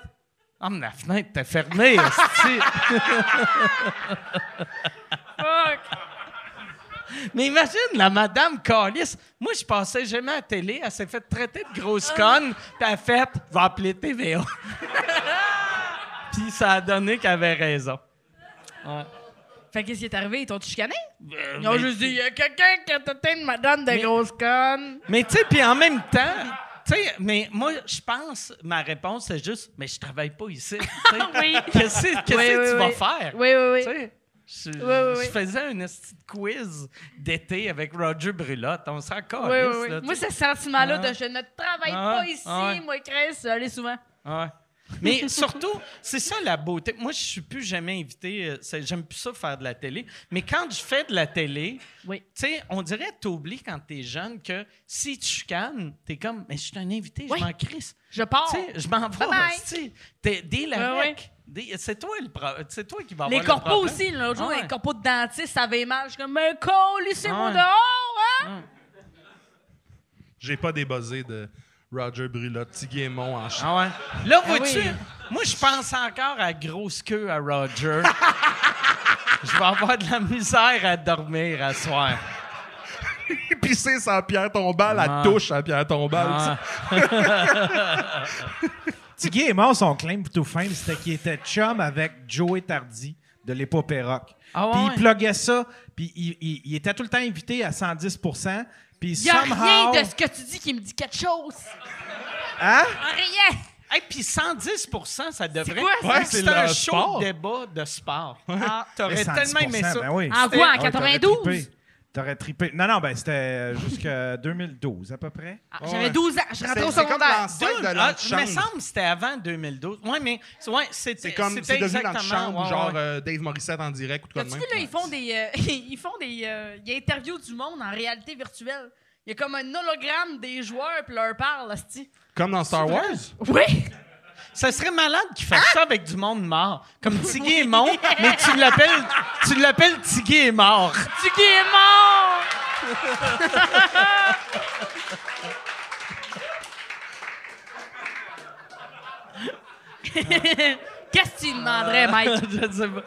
Speaker 3: Ah, mais la fenêtre t'es fermée, esti.
Speaker 5: Fuck!
Speaker 3: Mais imagine la madame Calis. Moi, je passais jamais à la télé. Elle s'est fait traiter de
Speaker 5: Ah.
Speaker 3: grosse conne. Puis elle a fait va appeler TVA. Puis ça a donné qu'elle avait raison.
Speaker 5: Fait qu'est-ce qui est arrivé? Ils t'ont chicané?
Speaker 3: Euh,
Speaker 5: Ils ont
Speaker 3: mais-
Speaker 5: juste dit, il y a quelqu'un qui a tenté une madame de grosse conne.
Speaker 3: Mais tu sais, puis en même temps, tu sais, mais moi, je pense, ma réponse, c'est juste mais je travaille pas ici. tu sais.
Speaker 5: Oui.
Speaker 3: Qu'est-ce qu'est-ce que
Speaker 5: Oui, oui,
Speaker 3: tu
Speaker 5: oui.
Speaker 3: vas faire?
Speaker 5: Oui, oui,
Speaker 3: Tu
Speaker 5: oui.
Speaker 3: sais, Je,
Speaker 5: oui, oui.
Speaker 3: je faisais un esti de quiz d'été avec Roger Brulotte. On s'en calisse,
Speaker 5: Oui, oui, oui.
Speaker 3: là, tu
Speaker 5: Moi,
Speaker 3: sais.
Speaker 5: ce sentiment-là
Speaker 3: Ah.
Speaker 5: de je ne travaille
Speaker 3: Ah
Speaker 5: pas
Speaker 3: ouais,
Speaker 5: ici,
Speaker 3: ah ouais.
Speaker 5: moi, Chris, allez souvent.
Speaker 3: Ah Ouais. Mais surtout, c'est ça la beauté. Moi, je suis plus jamais invité. euh, c'est- J'aime plus ça faire de la télé. Mais quand je fais de la télé,
Speaker 5: Oui.
Speaker 3: tu sais, on dirait t'oublies quand t'es jeune que si tu chicanes, t'es comme, mais je suis un invité,
Speaker 5: Oui.
Speaker 3: je m'en crisse.
Speaker 5: Je pars.
Speaker 3: Tu sais, je m'en vais.
Speaker 5: Oh! Bye-bye.
Speaker 3: tu sais. T'es- Deal
Speaker 5: Ouais,
Speaker 3: avec. Deal- C'est toi le pro- C'est toi qui vas avoir le
Speaker 5: Les corpos
Speaker 3: problème.
Speaker 5: aussi, l'autre jour,
Speaker 3: Ah ouais.
Speaker 5: les corpos de dentiste, ça avait mal. Je suis comme, mais cool, laissez-moi
Speaker 3: Ah ouais.
Speaker 5: dehors, hein?
Speaker 6: J'ai pas débuzzé de Roger Brulotte, Tiguémon en chien.
Speaker 3: Ah ouais. Là, vois-tu,
Speaker 5: Eh oui.
Speaker 3: moi, je pense encore à grosse queue à Roger. Je vais avoir de la misère à dormir à soir.
Speaker 6: Pisser sa pierre tombale,
Speaker 3: Ah.
Speaker 6: à touche à pierre tombale. tu sais.
Speaker 4: Tiggy est mort, son claim pour tout fame, c'était qu'il était chum avec Joey Tardy de l'épopée rock.
Speaker 3: Ah ouais,
Speaker 4: puis
Speaker 3: ouais.
Speaker 4: il pluguait ça, puis il, il- il était tout le temps invité à 110 puis
Speaker 5: Il y a
Speaker 4: somehow...
Speaker 5: rien de ce que tu dis qui me dit quelque chose.
Speaker 4: Hein?
Speaker 5: Rien.
Speaker 3: Hey, puis 110 ça devrait
Speaker 5: C'est quoi, ça?
Speaker 3: Ouais,
Speaker 6: Ouais,
Speaker 3: c'est
Speaker 6: c'est
Speaker 3: un
Speaker 6: le
Speaker 3: show
Speaker 6: sport.
Speaker 3: de débat de sport. Ah, t'aurais
Speaker 4: Mais
Speaker 3: tellement aimé
Speaker 4: 110%,
Speaker 3: ça.
Speaker 4: ben oui.
Speaker 5: En quoi, en
Speaker 4: Ouais, t'aurais
Speaker 5: 92?
Speaker 4: trippé. T'aurais trippé. Non, non, ben c'était jusqu'à 2012 à peu près.
Speaker 5: Ah,
Speaker 6: Ouais.
Speaker 5: J'avais 12 ans, je rentrais au
Speaker 6: C'est- c'est comme
Speaker 5: secondaire.
Speaker 6: dans- Cinq
Speaker 3: Dude,
Speaker 6: de
Speaker 3: ah,
Speaker 6: l'antichambre.
Speaker 3: il me semble que c'était avant 2012. Oui, mais c'est- ouais, c'était
Speaker 6: C'est comme,
Speaker 3: c'était
Speaker 6: c'est devenu dans le
Speaker 3: exactement-
Speaker 6: chambre,
Speaker 3: ouais,
Speaker 6: genre
Speaker 3: ouais.
Speaker 6: euh, Dave Morissette en direct ou tout
Speaker 5: T'as-tu vu, là, ils font des. euh, ils font des. euh, ils interviewent du monde en réalité virtuelle. Il y a comme un hologramme des joueurs, puis leur parle, hostie.
Speaker 6: Comme dans Star Wars?
Speaker 5: Oui!
Speaker 6: euh,
Speaker 3: Ça serait malade qu'ils fassent
Speaker 5: Ah!
Speaker 3: ça avec du monde mort. Comme Tiggy est mort, mais tu l'appelles tu l'appelles Tiggy est mort.
Speaker 5: Tu qui est mort! Qu'est-ce que tu demanderais, Mike?
Speaker 3: je sais pas.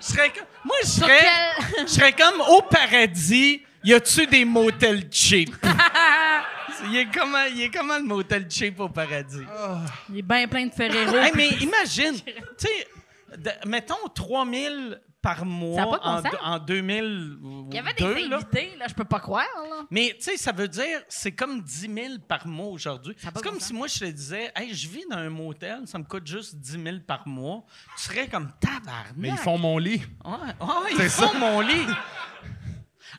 Speaker 3: Je serais comme- moi, je
Speaker 5: Sur
Speaker 3: serais,
Speaker 5: quel-
Speaker 3: je serais comme au paradis, y a-tu des motels cheap? il, est comment, il est comment le motel cheap au paradis?
Speaker 5: Oh. Il est bien plein de Ferrero.
Speaker 3: Hey, mais imagine, tu sais, de- mettons 3000 par
Speaker 5: Ça a pas
Speaker 3: mois
Speaker 5: de bon
Speaker 3: en,
Speaker 5: sens.
Speaker 3: deux- en 2000. ou-
Speaker 5: Il y avait des
Speaker 3: deux, là.
Speaker 5: invités, là, je peux pas croire, là.
Speaker 3: Mais tu sais, ça veut dire, c'est comme 10 000 par mois aujourd'hui.
Speaker 5: a
Speaker 3: C'est
Speaker 5: pas de bon
Speaker 3: comme
Speaker 5: sens.
Speaker 3: si moi, je te disais, hey, je vis dans un motel, ça me coûte juste 10 000 par mois. Tu serais comme tabarnak.
Speaker 6: Mais ils font mon lit.
Speaker 3: Ouais, ouais, ils font mon lit.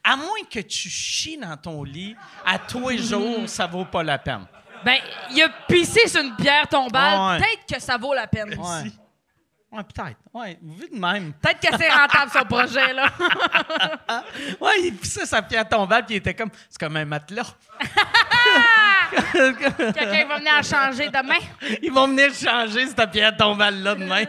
Speaker 3: À moins que tu chies dans ton lit, à tous les jours, ça vaut pas la peine.
Speaker 5: Ben, il a pissé sur une pierre
Speaker 3: Ouais.
Speaker 5: tombale. Peut-être que ça vaut la peine.
Speaker 3: Ouais, ouais peut-être. Ouais, vu de même.
Speaker 5: Peut-être que c'est rentable, son projet, là.
Speaker 3: Ouais, il pissait sa pierre tombale, puis il était comme, c'est comme un matelas.
Speaker 5: Quelqu'un va venir à changer demain.
Speaker 3: Ils vont venir changer cette pierre tombale là demain.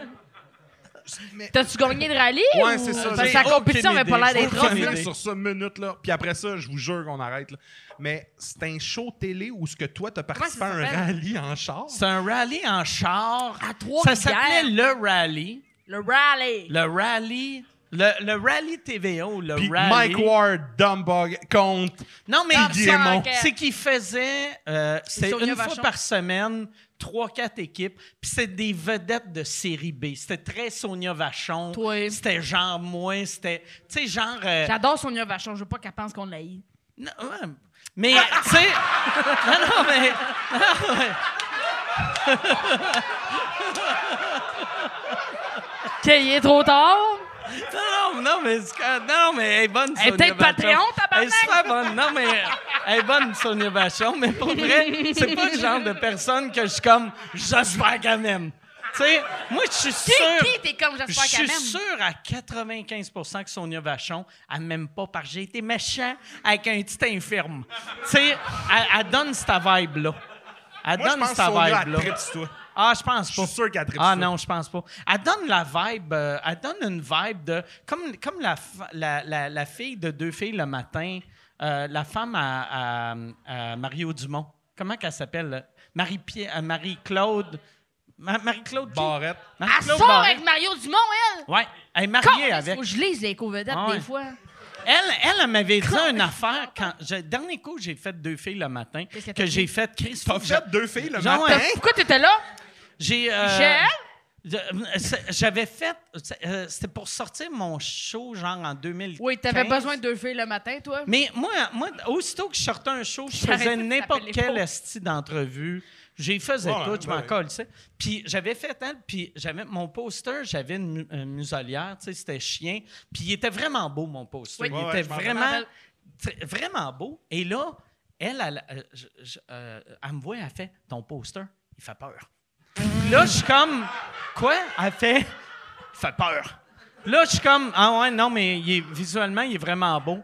Speaker 5: T'as-tu gagné le rallye?
Speaker 6: Ouais,
Speaker 5: ou-
Speaker 6: c'est ça,
Speaker 5: Parce que
Speaker 6: j'ai
Speaker 5: la
Speaker 3: aucune
Speaker 5: compétition avait pas l'air
Speaker 3: idée.
Speaker 5: d'être
Speaker 3: Aucune
Speaker 5: rough,
Speaker 3: idée.
Speaker 5: là.
Speaker 6: Finir sur ça minute là. Puis après ça, je vous jure qu'on arrête. là. Mais c'est un show télé où ce que toi t'as participé à
Speaker 5: Comment
Speaker 6: un
Speaker 5: ça s'appelle?
Speaker 6: rallye en char.
Speaker 3: C'est un rallye en char.
Speaker 5: À trois
Speaker 3: Ça s'appelait
Speaker 5: rivières.
Speaker 3: le rallye.
Speaker 5: Le rallye.
Speaker 3: Le rallye. Le, le rallye TVO, le
Speaker 6: Puis
Speaker 3: rallye.
Speaker 6: Mike Ward, Dumbug, compte.
Speaker 3: Non, mais
Speaker 5: Tom
Speaker 3: c'est-
Speaker 5: Guillemot.
Speaker 3: c'est qu'il faisait, euh, c'est
Speaker 5: Sonia
Speaker 3: une fois
Speaker 5: Vachon.
Speaker 3: par semaine, trois, quatre équipes, puis c'est des vedettes de série B. C'était très Sonia Vachon.
Speaker 5: Toi.
Speaker 3: C'était genre moi, c'était, tu sais, genre... euh,
Speaker 5: J'adore Sonia Vachon, je veux pas qu'elle pense qu'on l'a eu.
Speaker 3: non, ouais, mais, tu sais... non, non, mais... non, mais-
Speaker 5: Ok, il est trop tard.
Speaker 3: Non, non, non, mais, c'est que- non, non, mais elle est bonne,
Speaker 5: Elle est
Speaker 3: Sonia
Speaker 5: peut-être
Speaker 3: Vachon.
Speaker 5: Patreon,
Speaker 3: Elle est
Speaker 5: tabarnak!
Speaker 3: super bonne. Non, mais elle est bonne, Sonia Vachon, mais pour vrai, c'est pas le genre de personne que je suis comme « j'espère quand même ». Tu sais, moi, je suis
Speaker 5: Qui,
Speaker 3: sûr...
Speaker 5: qui t'es comme
Speaker 3: Je
Speaker 5: j'espère quand
Speaker 3: suis
Speaker 5: même?
Speaker 3: sûr à 95 que Sonia Vachon, elle m'aime pas parce que j'ai été méchant avec un petit infirme. tu sais, elle, elle donne cette vibe-là. Elle
Speaker 6: Moi, je
Speaker 3: donne
Speaker 6: pense que
Speaker 3: cette
Speaker 6: Sonia, elle
Speaker 3: vibe-là.
Speaker 6: tripe sur toi.
Speaker 3: Ah, je pense pas.
Speaker 6: Je suis sûr qu'elle tripe
Speaker 3: Ah
Speaker 6: sur toi.
Speaker 3: non, je pense pas. Elle donne la vibe, euh, elle donne une vibe de comme comme la fa- la, la- la fille de deux filles le matin, euh, la femme à, à- à Mario Dumont. Comment qu'elle s'appelle euh, là? Marie Pierre, Marie Claude. Marie Claude
Speaker 6: Barrette.
Speaker 3: Ah,
Speaker 5: Elle sort
Speaker 3: bah,
Speaker 5: avec Mario Dumont, elle!
Speaker 3: Ouais, elle est
Speaker 5: Quand
Speaker 3: mariée avec.
Speaker 5: Faut que je lise les éco-vedettes
Speaker 3: Ah ouais.
Speaker 5: des fois.
Speaker 3: Elle, elle, elle m'avait dit une affaire quand je- dernier coup j'ai fait deux filles le matin
Speaker 5: Qu'est-ce que
Speaker 3: que,
Speaker 5: t'as fait?
Speaker 3: j'ai fait Chris.
Speaker 6: T'as
Speaker 3: faut que
Speaker 6: fait
Speaker 3: je-
Speaker 6: deux filles le
Speaker 3: Genre,
Speaker 6: matin?
Speaker 3: Hein?
Speaker 5: Pourquoi t'étais là?
Speaker 3: J'ai euh,
Speaker 5: Michel?
Speaker 3: je- c'est- j'avais fait c'est- euh, c'était pour sortir mon show genre en 2015.
Speaker 5: Oui, t'avais besoin de deux filles le matin, toi.
Speaker 3: Mais moi, moi, aussitôt que je sortais un show, je
Speaker 5: J'arrêtais
Speaker 3: faisais
Speaker 5: de
Speaker 3: n'importe
Speaker 5: taper
Speaker 3: quelle
Speaker 5: l'épaule.
Speaker 3: esti d'entrevue. J'y faisais
Speaker 6: Ouais,
Speaker 3: tout, je
Speaker 6: ben
Speaker 3: m'en
Speaker 6: oui.
Speaker 3: colle, tu sais. Puis j'avais fait elle, puis j'avais mon poster, j'avais une, mu- une muselière, tu sais, c'était chien. Puis il était vraiment beau, mon poster.
Speaker 5: Oui.
Speaker 3: Il
Speaker 5: Ouais,
Speaker 6: ouais,
Speaker 3: était
Speaker 6: je m'en
Speaker 3: vraiment,
Speaker 5: rappelle.
Speaker 3: tr- vraiment beau. Et là, elle, elle, euh, je- je- euh, elle me voit, elle fait Ton poster, il fait peur. Là, je suis comme Quoi Elle fait Il fait peur. Là, je suis comme Ah ouais, non, mais il est- visuellement, il est vraiment beau.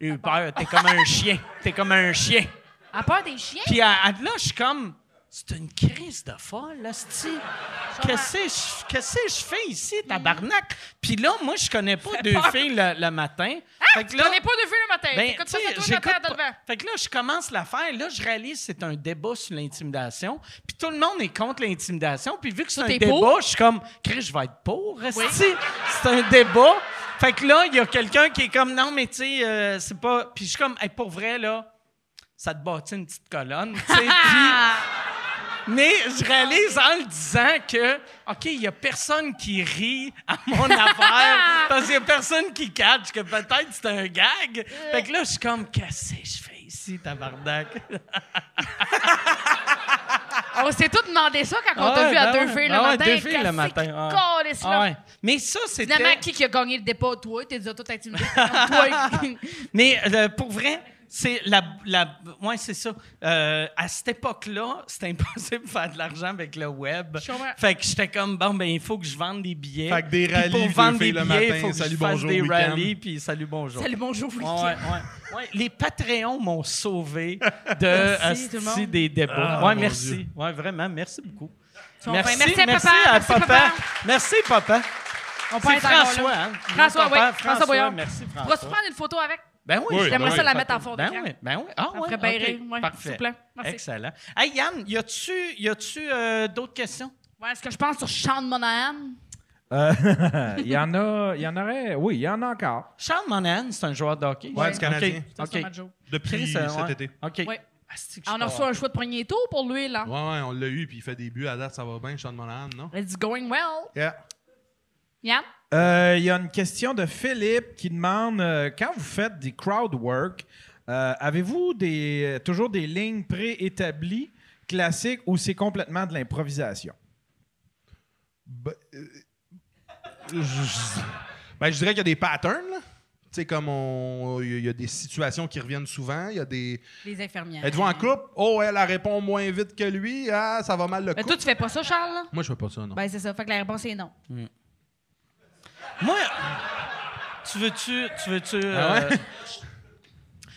Speaker 3: J'ai eu peur. T'es comme un chien. T'es comme un chien.
Speaker 5: À part des chiens?
Speaker 3: Puis à- à- là, je suis comme, c'est une crise de folle, là, c'ti. Qu'est-ce que je- qu'est-ce que je fais ici, tabarnak? Puis là, moi, je connais pas deux
Speaker 5: Mm. peur.
Speaker 3: filles le, le matin.
Speaker 5: Ah,
Speaker 3: Fait
Speaker 5: tu
Speaker 3: que là-
Speaker 5: connais pas deux filles le matin.
Speaker 3: ben,
Speaker 5: T'écoutes ça,
Speaker 3: tu sais,
Speaker 5: ça tourne à
Speaker 3: j'écoute
Speaker 5: terre de
Speaker 3: pas.
Speaker 5: devant.
Speaker 3: Fait que là, je commence l'affaire. Là, je réalise que c'est un débat sur l'intimidation. Puis tout le monde est contre l'intimidation. Puis vu que c'est un
Speaker 5: t'es
Speaker 3: débat,
Speaker 5: pour?
Speaker 3: je suis comme, Chris, je vais être pour. resti. C'est un débat. Fait que là, il y a quelqu'un qui est comme, non, mais tu sais, euh, c'est pas. Puis je suis comme, Hey, pour vrai, là, ça te bâtit une petite colonne. tu sais, puis- mais je réalise en le disant que, OK, il n'y a personne qui rit à mon affaire parce qu'il n'y a personne qui catch que peut-être c'est un gag.
Speaker 5: Euh.
Speaker 3: Fait que là, je suis comme, qu'est-ce que je fais ici, tabarnak?
Speaker 5: Ah, On s'est tous demandé ça quand on t'a
Speaker 3: Ah
Speaker 5: vu
Speaker 3: ouais, ben
Speaker 5: à deux
Speaker 3: ouais.
Speaker 5: filles le
Speaker 3: Ah ouais,
Speaker 5: matin.
Speaker 3: deux filles le matin, ouais.
Speaker 5: Qu'est-ce
Speaker 3: Ah ouais. Mais ça, c'était.
Speaker 5: Finalement, qui qui a gagné le dépôt? Toi, t'es déjà tout intimidé. Toi.
Speaker 3: Ah Mais euh, pour vrai, c'est la, la. Ouais, c'est ça. Euh, à cette époque-là, c'était impossible de faire de l'argent avec le web.
Speaker 5: Je comprends.
Speaker 3: Fait que j'étais comme, bon, ben, il faut que je vende des billets.
Speaker 6: Fait que des
Speaker 3: Puis
Speaker 6: rallyes,
Speaker 3: Pour
Speaker 6: deux
Speaker 3: vendre des
Speaker 6: filles le
Speaker 3: billets, il
Speaker 6: matin,
Speaker 3: faut que je
Speaker 6: salut,
Speaker 3: fasse
Speaker 6: bonjour,
Speaker 3: des
Speaker 6: week-end.
Speaker 3: rallyes, puis salut, bonjour.
Speaker 5: Salut, bonjour,
Speaker 3: Ouais,
Speaker 5: week-end.
Speaker 3: Ah ouais, ouais. Ouais, Les Patreons m'ont sauvé de
Speaker 5: Merci, tout le
Speaker 3: asti
Speaker 5: monde.
Speaker 3: des débats.
Speaker 6: Ah,
Speaker 3: ouais,
Speaker 6: mon
Speaker 3: merci.
Speaker 6: Dieu.
Speaker 3: Ouais, vraiment, merci beaucoup.
Speaker 5: Tu vas enfin- merci à
Speaker 3: merci
Speaker 5: papa,
Speaker 3: à
Speaker 5: merci
Speaker 3: papa.
Speaker 5: papa.
Speaker 3: Merci, papa.
Speaker 5: On
Speaker 3: C'est
Speaker 5: être encore
Speaker 3: François,
Speaker 5: là.
Speaker 3: hein?
Speaker 5: François,
Speaker 3: Mon
Speaker 5: oui.
Speaker 3: père,
Speaker 5: François Boyard.
Speaker 3: Merci,
Speaker 5: Pourras-tu
Speaker 3: François.
Speaker 5: prendre une photo avec?
Speaker 3: Ben Ah, oui,
Speaker 6: Oui,
Speaker 5: J'aimerais
Speaker 6: ben
Speaker 5: ça
Speaker 6: oui.
Speaker 5: la mettre en fond
Speaker 3: Ben
Speaker 5: d'écran.
Speaker 3: oui, ben oui. Ah
Speaker 5: Ça
Speaker 3: oui,
Speaker 5: ferait bien rire, ouais,
Speaker 3: parfait.
Speaker 5: s'il vous plaît. Merci.
Speaker 3: Excellent. Hey, Yann, y a-tu, y a-tu euh, d'autres questions?
Speaker 5: Ouais, est-ce que je pense sur Sean Monahan?
Speaker 2: Euh, Il y en a, il y en aurait, oui, il y en a encore.
Speaker 3: Charles Monahan, c'est un joueur de hockey?
Speaker 6: Ouais, du Canadien.
Speaker 5: Ça, c'est
Speaker 3: OK.
Speaker 5: ma joke.
Speaker 6: Depuis
Speaker 3: Chris, euh,
Speaker 6: cet
Speaker 3: ouais.
Speaker 6: été.
Speaker 3: OK.
Speaker 5: Ouais.
Speaker 3: Asti que je
Speaker 5: Ah, On a
Speaker 3: suis
Speaker 5: reçu un choix de premier tour pour lui, là.
Speaker 6: Ouais, ouais, on l'a eu, puis il fait des buts à date, ça va bien, Sean Monahan, non?
Speaker 5: It's going well.
Speaker 6: Yeah.
Speaker 5: Yann?
Speaker 4: Euh, Il y a une question de Philippe qui demande euh, quand vous faites des crowd work, euh, avez-vous des, euh, toujours des lignes préétablies classiques ou c'est complètement de l'improvisation?
Speaker 6: Ben, euh, je- je- ben, je dirais qu'il y a des patterns, là. Tu sais, comme on. Il y a- il y a des situations qui reviennent souvent. Il y a des.
Speaker 5: Les
Speaker 3: Ben
Speaker 5: infirmières.
Speaker 6: Êtes-vous en couple? Oh, elle, elle répond moins vite que lui. Ah, ça va mal
Speaker 3: Ben,
Speaker 6: le
Speaker 5: Mais toi,
Speaker 6: couple.
Speaker 5: tu fais pas ça, Charles? là?
Speaker 6: Moi, je fais pas ça, non.
Speaker 5: Ben, c'est ça. Fait que la réponse est non.
Speaker 3: Moi, tu veux-tu. Tu veux-tu.
Speaker 6: Ah ouais?
Speaker 3: euh,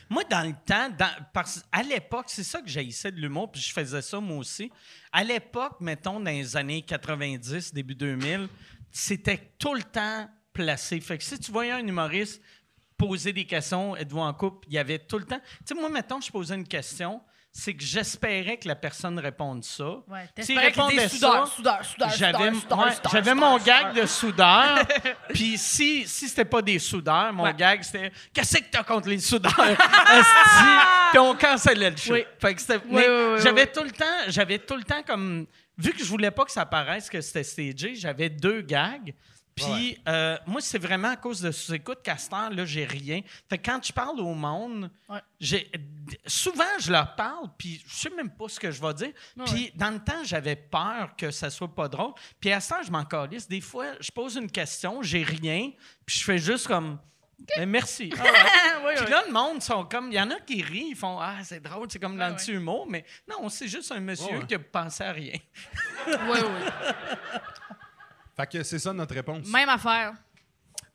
Speaker 3: Moi, dans le temps, dans- parce, à l'époque, c'est ça que j'haïssais de l'humour, puis je faisais ça moi aussi. À l'époque, mettons, dans les années 90, début 2000, c'était tout le temps placé. Fait que si tu voyais un humoriste poser des questions, êtes-vous en couple, il y avait tout le temps... Tu sais, moi, mettons, je posais une question, c'est que j'espérais que la personne réponde ça.
Speaker 5: Ouais,
Speaker 3: S'il
Speaker 5: t'espérais qu'il
Speaker 3: répondait
Speaker 5: dise soudeur, soudeur, soudeur,
Speaker 3: j'avais
Speaker 5: soudeur, soudeur,
Speaker 3: ouais,
Speaker 5: soudeur,
Speaker 3: j'avais
Speaker 5: soudeur,
Speaker 3: mon
Speaker 5: soudeur.
Speaker 3: gag de soudeur. Puis si, si c'était pas des soudeurs, mon
Speaker 5: Ouais.
Speaker 3: gag c'était Qu'est-ce que t'as contre les soudeurs? Esti? Puis on cancellait le show.
Speaker 5: Oui.
Speaker 3: Fait que c'était-
Speaker 5: Oui,
Speaker 3: mais
Speaker 5: oui, oui,
Speaker 3: j'avais
Speaker 5: oui.
Speaker 3: tout le temps, j'avais tout le temps comme. Vu que je voulais pas que ça paraisse que c'était stagé, j'avais deux gags. Puis euh, moi, c'est vraiment à cause de sous-écoute qu'à ce temps, là, j'ai rien. Fait que quand je parle au monde,
Speaker 5: Ouais.
Speaker 3: j'ai- souvent, je leur parle, puis je sais même pas ce que je vais dire.
Speaker 5: Ouais,
Speaker 3: puis dans le temps, j'avais peur que ça soit pas drôle. Puis à ce temps, je m'en calisse. Des fois, je pose une question, j'ai rien, puis je fais juste comme... Ben, merci. Ah ouais.
Speaker 5: Oui, oui.
Speaker 3: Puis là, le monde sont comme. Il y en a qui rient, ils font Ah, c'est drôle, c'est comme
Speaker 5: Ah,
Speaker 3: l'anti-humour, mais non, c'est juste un monsieur qui a pensé à rien.
Speaker 5: Oui, oui.
Speaker 6: Fait que c'est ça notre réponse.
Speaker 3: Ben
Speaker 5: Même affaire.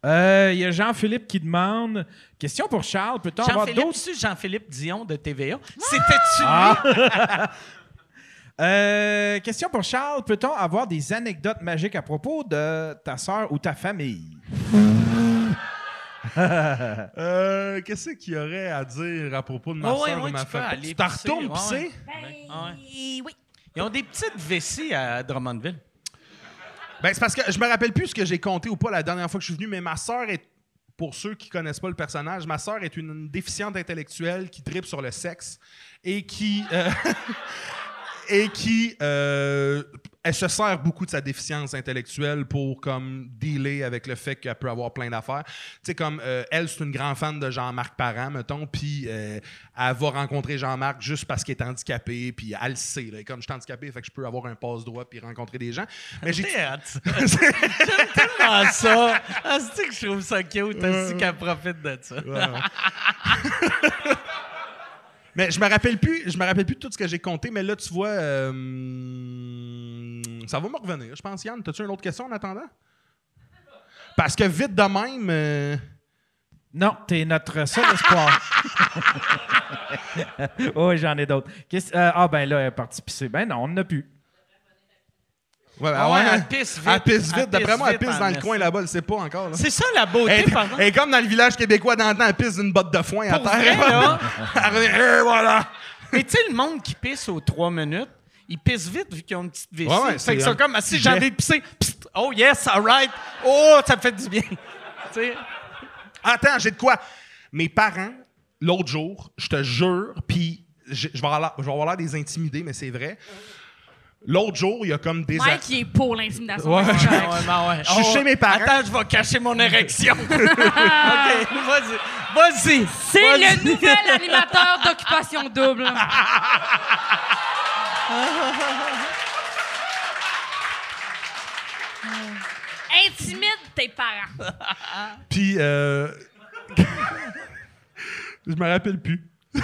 Speaker 4: Euh, Il y a Jean-Philippe qui demande Question pour Charles, peut-on avoir
Speaker 3: Jean-Philippe,
Speaker 4: d'autres
Speaker 3: tu Jean-Philippe Dion de TVA. C'était-tu lui?
Speaker 4: Euh, question pour Charles. Peut-on avoir des anecdotes magiques à propos de ta sœur ou ta famille?
Speaker 6: Euh, Qu'est-ce qu'il y aurait à dire à propos de ma
Speaker 3: Ouais,
Speaker 6: soeur
Speaker 3: ouais,
Speaker 6: ou ma
Speaker 3: tu peux
Speaker 6: femme?
Speaker 3: aller
Speaker 6: Tu t'en
Speaker 3: pisser,
Speaker 6: retournes
Speaker 3: ouais,
Speaker 6: pisser?
Speaker 3: ouais.
Speaker 5: Ben,
Speaker 3: Ah ouais. Ils ont des petites vessies à Drummondville.
Speaker 6: Ben, c'est parce que je me rappelle plus ce que j'ai compté ou pas la dernière fois que je suis venu, mais ma sœur est. Pour ceux qui connaissent pas le personnage, ma sœur est une déficiente intellectuelle qui tripe sur le sexe et qui. euh, et qui. euh, elle se sert beaucoup de sa déficience intellectuelle pour comme dealer avec le fait qu'elle peut avoir plein d'affaires. Tu sais, comme euh, elle, c'est une grande fan de Jean-Marc Parent, mettons, puis euh, elle va rencontrer Jean-Marc juste parce qu'il est handicapé, puis elle le sait. là. comme je suis handicapé, fait que je peux avoir un passe-droit puis rencontrer des gens. Mais j'ai
Speaker 3: J'ai hâte. J'aime tellement ça. Ah, c'est que je trouve ça cute aussi qu'elle profite de ça.
Speaker 6: Mais je me rappelle plus, je me rappelle plus de tout ce que j'ai compté, mais là tu vois euh, ça va me revenir. Je pense Yann, as-tu une autre question en attendant Parce que vite de même euh,
Speaker 4: Non, t'es notre seul espoir.
Speaker 3: Oh,
Speaker 4: oui, j'en ai d'autres. Qu'est-ce- euh, ah, ben là, elle est partie pisser. Ben non, on n'a plus.
Speaker 6: ouais,
Speaker 3: Ah
Speaker 6: ouais,
Speaker 3: ouais,
Speaker 6: hein?
Speaker 3: elle pisse vite.
Speaker 6: Elle pisse
Speaker 3: Elle
Speaker 6: vite, d'après moi elle
Speaker 3: pisse vite
Speaker 6: pisse dans
Speaker 3: en
Speaker 6: le coin
Speaker 3: esti.
Speaker 6: là-bas, elle sait pas encore. là.
Speaker 3: C'est ça la beauté,
Speaker 6: Elle est-
Speaker 3: pardon.
Speaker 6: elle est comme dans le village québécois d'antan, elle pisse d'une botte de foin à
Speaker 3: Pour vrai,
Speaker 6: terre.
Speaker 3: là.
Speaker 6: Elle revient, Eh, voilà.
Speaker 3: Mais tu sais, le monde qui pisse aux trois minutes, ils pissent vite vu qu'ils ont une petite vessie.
Speaker 6: Ouais, ouais,
Speaker 3: fait
Speaker 6: c'est
Speaker 3: que c'est
Speaker 6: un
Speaker 3: comme, ah, si
Speaker 6: petit
Speaker 3: j'ai
Speaker 6: jet.
Speaker 3: envie de pisser, psst, oh yes, all right, oh, ça me fait du bien. tu sais,
Speaker 6: Attends, j'ai de quoi. Mes parents, l'autre jour, je te jure, puis je je vais avoir l'air- je vais avoir l'air des intimidés, mais c'est vrai. L'autre jour, il y a comme des.
Speaker 5: Mike, il est pour l'intimidation.
Speaker 6: Ouais.
Speaker 5: C'est correct.
Speaker 3: ouais, ben ouais.
Speaker 6: Je suis chez mes parents.
Speaker 3: Attends, je vais cacher mon érection. OK, vas-y, vas-y.
Speaker 5: C'est
Speaker 3: vas-y.
Speaker 5: le nouvel animateur d'Occupation Double. Intimide tes parents.
Speaker 6: Puis. euh, je me rappelle plus. je,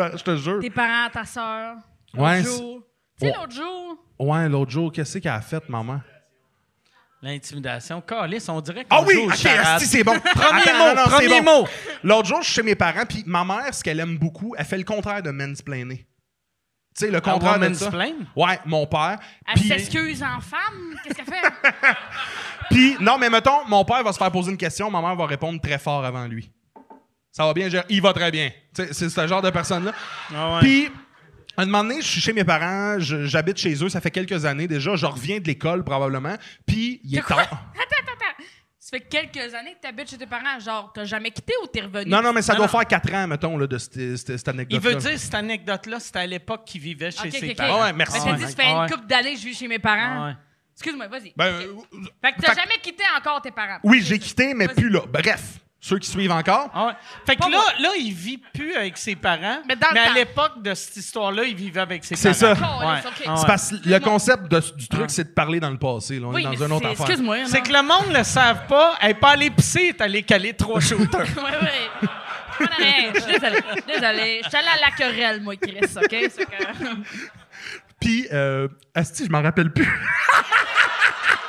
Speaker 6: me- je te jure.
Speaker 5: Tes parents, ta sœur.
Speaker 6: Ouais,
Speaker 5: l'autre jour. Tu sais,
Speaker 6: Ouais.
Speaker 5: l'autre jour.
Speaker 6: Ouais, l'autre jour, qu'est-ce qu'elle a fait, maman?
Speaker 3: L'intimidation, calice, on dirait qu'on
Speaker 6: Ah oui,
Speaker 3: joue aux
Speaker 6: ok,
Speaker 3: charades.
Speaker 6: asti, c'est bon. Premier
Speaker 3: mot, premier mot.
Speaker 6: L'autre jour, je suis chez mes parents, puis ma mère, ce qu'elle aime beaucoup, elle fait le contraire de mansplainer. Tu sais, le contraire de ça.
Speaker 3: womansplain?
Speaker 6: Ouais, mon père.
Speaker 5: Elle
Speaker 6: Puis,
Speaker 5: s'excuse en femme. Qu'est-ce qu'elle fait?
Speaker 6: puis- non, mais mettons, mon père va se faire poser une question, ma mère va répondre très fort avant lui. Ça va bien, je- il va très bien. Tu sais, c'est ce genre de personne-là.
Speaker 3: Ah ouais.
Speaker 6: Puis, un moment donné, je suis chez mes parents, je- j'habite chez eux, ça fait quelques années déjà, je reviens de l'école probablement, puis il
Speaker 5: De
Speaker 6: est
Speaker 5: quoi?
Speaker 6: tard.
Speaker 5: Attends, attends, attends. Ça fait quelques années que t'habites chez tes parents. Genre, t'as jamais quitté ou t'es revenu?
Speaker 6: Non, non, mais ça
Speaker 3: Non,
Speaker 6: doit
Speaker 3: non.
Speaker 6: faire quatre ans, mettons, là, de cette, cette- cette
Speaker 3: Il
Speaker 6: anecdote-là.
Speaker 3: veut dire, cette anecdote-là, c'était à l'époque qu'il vivait chez
Speaker 5: Ok,
Speaker 3: ses
Speaker 5: ok, ok.
Speaker 3: parents.
Speaker 6: Ah ouais, merci.
Speaker 5: Mais t'as dit, ça fait
Speaker 3: Ah ouais.
Speaker 5: une couple d'années que je vis chez mes parents.
Speaker 3: Ah ouais.
Speaker 5: Excuse-moi, vas-y.
Speaker 6: Ben,
Speaker 5: Ok.
Speaker 6: euh,
Speaker 5: Fait que t'as
Speaker 6: fait-
Speaker 5: jamais quitté encore tes parents.
Speaker 6: Oui, j'ai quitté, mais
Speaker 5: Vas-y.
Speaker 6: plus là. Bref, ceux qui suivent encore.
Speaker 3: Ah ouais. Fait que
Speaker 5: Pas
Speaker 3: là,
Speaker 5: moi.
Speaker 3: là, il vit plus avec ses parents.
Speaker 5: Mais dans le
Speaker 3: à
Speaker 5: temps.
Speaker 3: l'époque de cette histoire-là, il vivait avec ses
Speaker 6: C'est
Speaker 3: parents.
Speaker 6: ça.
Speaker 5: Calice, ok.
Speaker 3: Ah
Speaker 6: C'est
Speaker 3: ouais.
Speaker 6: parce que le concept de- du truc, c'est de parler dans le passé. Là, Ah on
Speaker 5: Ah. Oui,
Speaker 6: est dans
Speaker 5: mais
Speaker 6: une autre
Speaker 5: c'est-
Speaker 6: affaire.
Speaker 5: Excuse-moi. non.
Speaker 3: C'est que le monde ne le savent pas. Elle n'est pas allée pisser, elle est allée caler trois shooters.
Speaker 5: Ouais, ouais. Pas de rien. Je suis désolée. Je suis désolée. Je suis allée à la querelle, moi, Chris, OK? C'est que-
Speaker 6: Puis, euh, Asti, je m'en rappelle plus.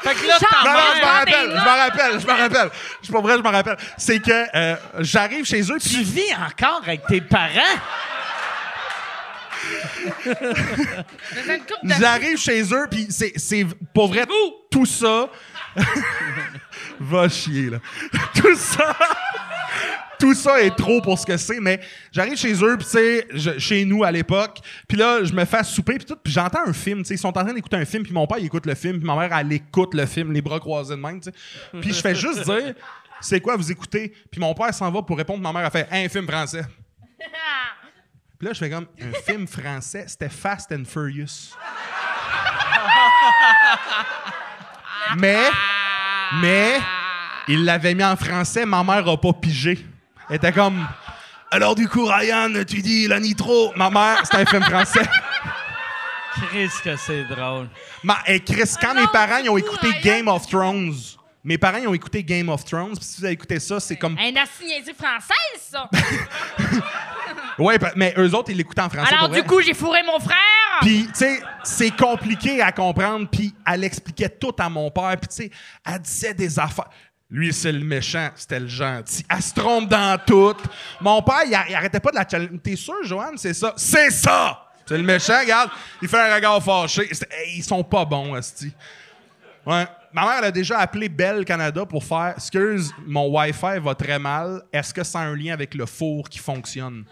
Speaker 3: Fait que là,
Speaker 5: Genre,
Speaker 3: ta
Speaker 6: Non, non,
Speaker 3: mère,
Speaker 6: je m'en
Speaker 5: Prends des
Speaker 6: rappelle, je m'en rappelle, je m'en rappelle. Je suis pas vrai, je m'en rappelle. C'est que euh, j'arrive chez eux, puis
Speaker 3: tu vis encore avec tes parents.
Speaker 5: Dans une couple de-
Speaker 6: j'arrive chez eux, puis c'est, c'est pour vrai, tout ça. Va chier, là. Tout ça. Tout ça est trop pour ce que c'est, mais j'arrive chez eux, puis tu sais, je- chez nous à l'époque, puis là, je me fais souper, puis tout, puis j'entends un film, tu sais, ils sont en train d'écouter un film, puis mon père, il écoute le film, puis ma mère, elle écoute le film, les bras croisés de même, tu sais. Puis je fais juste dire, c'est quoi vous écoutez? Puis mon père s'en va pour répondre, ma mère, elle fait, un film français. Puis là, je fais comme, un film français, c'était Fast and Furious. mais, mais, il l'avait mis en français, ma mère a pas pigé. Elle était comme, alors du coup, Ryan, tu dis la nitro. Ma mère, c'est un film français.
Speaker 3: Christ que c'est drôle.
Speaker 6: Ma, eh, Chris, quand
Speaker 5: Alors,
Speaker 6: mes parents
Speaker 5: du
Speaker 6: ils ont
Speaker 5: coup,
Speaker 6: écouté
Speaker 5: Ryan,
Speaker 6: Game of Thrones, mes parents ils ont écouté Game of Thrones, pis si vous avez écouté ça, c'est comme.
Speaker 5: Un assigné française, ça.
Speaker 6: Ah, Ouais, pa- mais eux autres, ils l'écoutaient en français.
Speaker 5: Alors,
Speaker 6: pour
Speaker 5: du
Speaker 6: vrai.
Speaker 5: coup, j'ai fourré mon frère.
Speaker 6: Puis, tu sais, c'est compliqué à comprendre. Puis, elle expliquait tout à mon père. Puis, tu sais, elle disait des affaires. Lui, c'est le méchant, c'était le gentil. Elle se trompe dans tout. Mon père, il, ar- il arrêtait pas de la challenger. T'es sûr, Joanne, c'est ça? C'est ça! C'est le méchant, regarde. Il fait un regard fâché. C'était- Hey, ils sont pas bons, Asti. Ouais. Ma mère, elle a déjà appelé Bell Canada pour faire Excuse, mon Wi-Fi va très mal. Est-ce que ça a un lien avec le four qui fonctionne?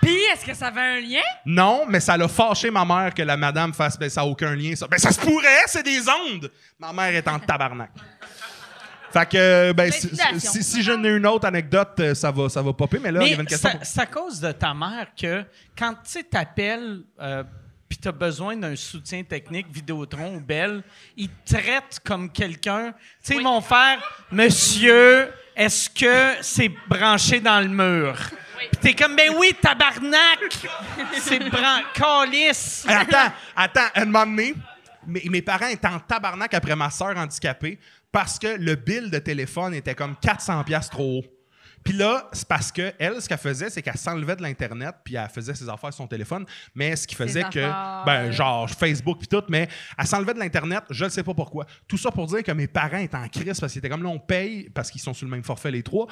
Speaker 5: Puis, est-ce que ça avait un lien?
Speaker 6: Non, mais ça l'a fâché ma mère que la madame fasse ben ça a aucun lien ça. Ben ça se pourrait, c'est des ondes. Ma mère est en tabarnak. Fait que ben si,
Speaker 5: Félicitations.
Speaker 6: si- si j'en ai une autre anecdote, euh, ça va ça va popper mais là il y
Speaker 3: Mais
Speaker 6: avait une question
Speaker 3: c'est
Speaker 6: pour-
Speaker 3: c'est à cause de ta mère que quand tu sais, t'appelles euh, puis t'as besoin d'un soutien technique, Vidéotron ou Bell, ils te traitent comme quelqu'un. Tu sais, ils vont faire Monsieur, est-ce que c'est branché dans le mur? Puis t'es comme, ben oui, tabarnak! c'est branché. Calice!
Speaker 6: Hey, attends, attends, un moment donné, mes, mes parents étaient en tabarnak après ma sœur handicapée parce que le bill de téléphone était comme 400 pièces trop haut. Puis là, c'est parce que elle, ce qu'elle faisait, c'est qu'elle s'enlevait de l'internet, puis elle faisait ses affaires sur son téléphone. Mais ce qui faisait que,
Speaker 5: affaires.
Speaker 6: ben genre Facebook puis tout, mais elle s'enlevait de l'internet. Je ne sais pas pourquoi. Tout ça pour dire que mes parents étaient en crise parce qu'ils étaient comme là, on paye parce qu'ils sont sur le même forfait les trois.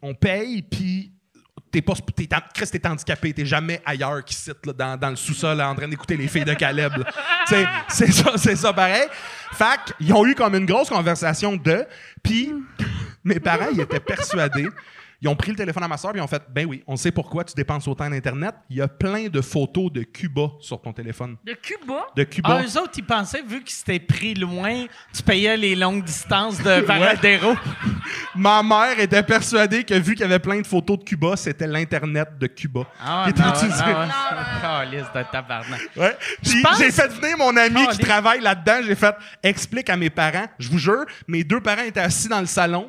Speaker 6: On paye puis t'es pas t'es, Chris, t'es handicapé, t'es jamais ailleurs qu'ici, là, dans, dans le sous-sol, en train d'écouter les filles de Caleb. là. Tu sais, c'est ça, c'est ça pareil. Fait qu'ils ont eu comme une grosse conversation de, puis mes parents, ils étaient persuadés. Ils ont pris le téléphone à ma soeur et ils ont fait Ben oui, on sait pourquoi tu dépenses autant d'Internet. Il y a plein de photos de Cuba sur ton téléphone.
Speaker 5: De Cuba?
Speaker 6: De Cuba.
Speaker 3: Ah, eux autres, ils pensaient, vu qu'ils s'étaient pris loin, tu payais les longues distances de Varadero.
Speaker 6: Ma mère était persuadée que vu qu'il y avait plein de photos de Cuba, c'était l'Internet de Cuba
Speaker 3: Ah,
Speaker 6: qui était
Speaker 3: ben
Speaker 6: utilisé.
Speaker 3: Calice de tabarnak.
Speaker 6: Ouais. Puis
Speaker 3: pense-
Speaker 6: j'ai fait venir mon ami
Speaker 3: Oh,
Speaker 6: qui
Speaker 3: les-
Speaker 6: travaille là-dedans. J'ai fait explique à mes parents. Je vous jure, mes deux parents étaient assis dans le salon.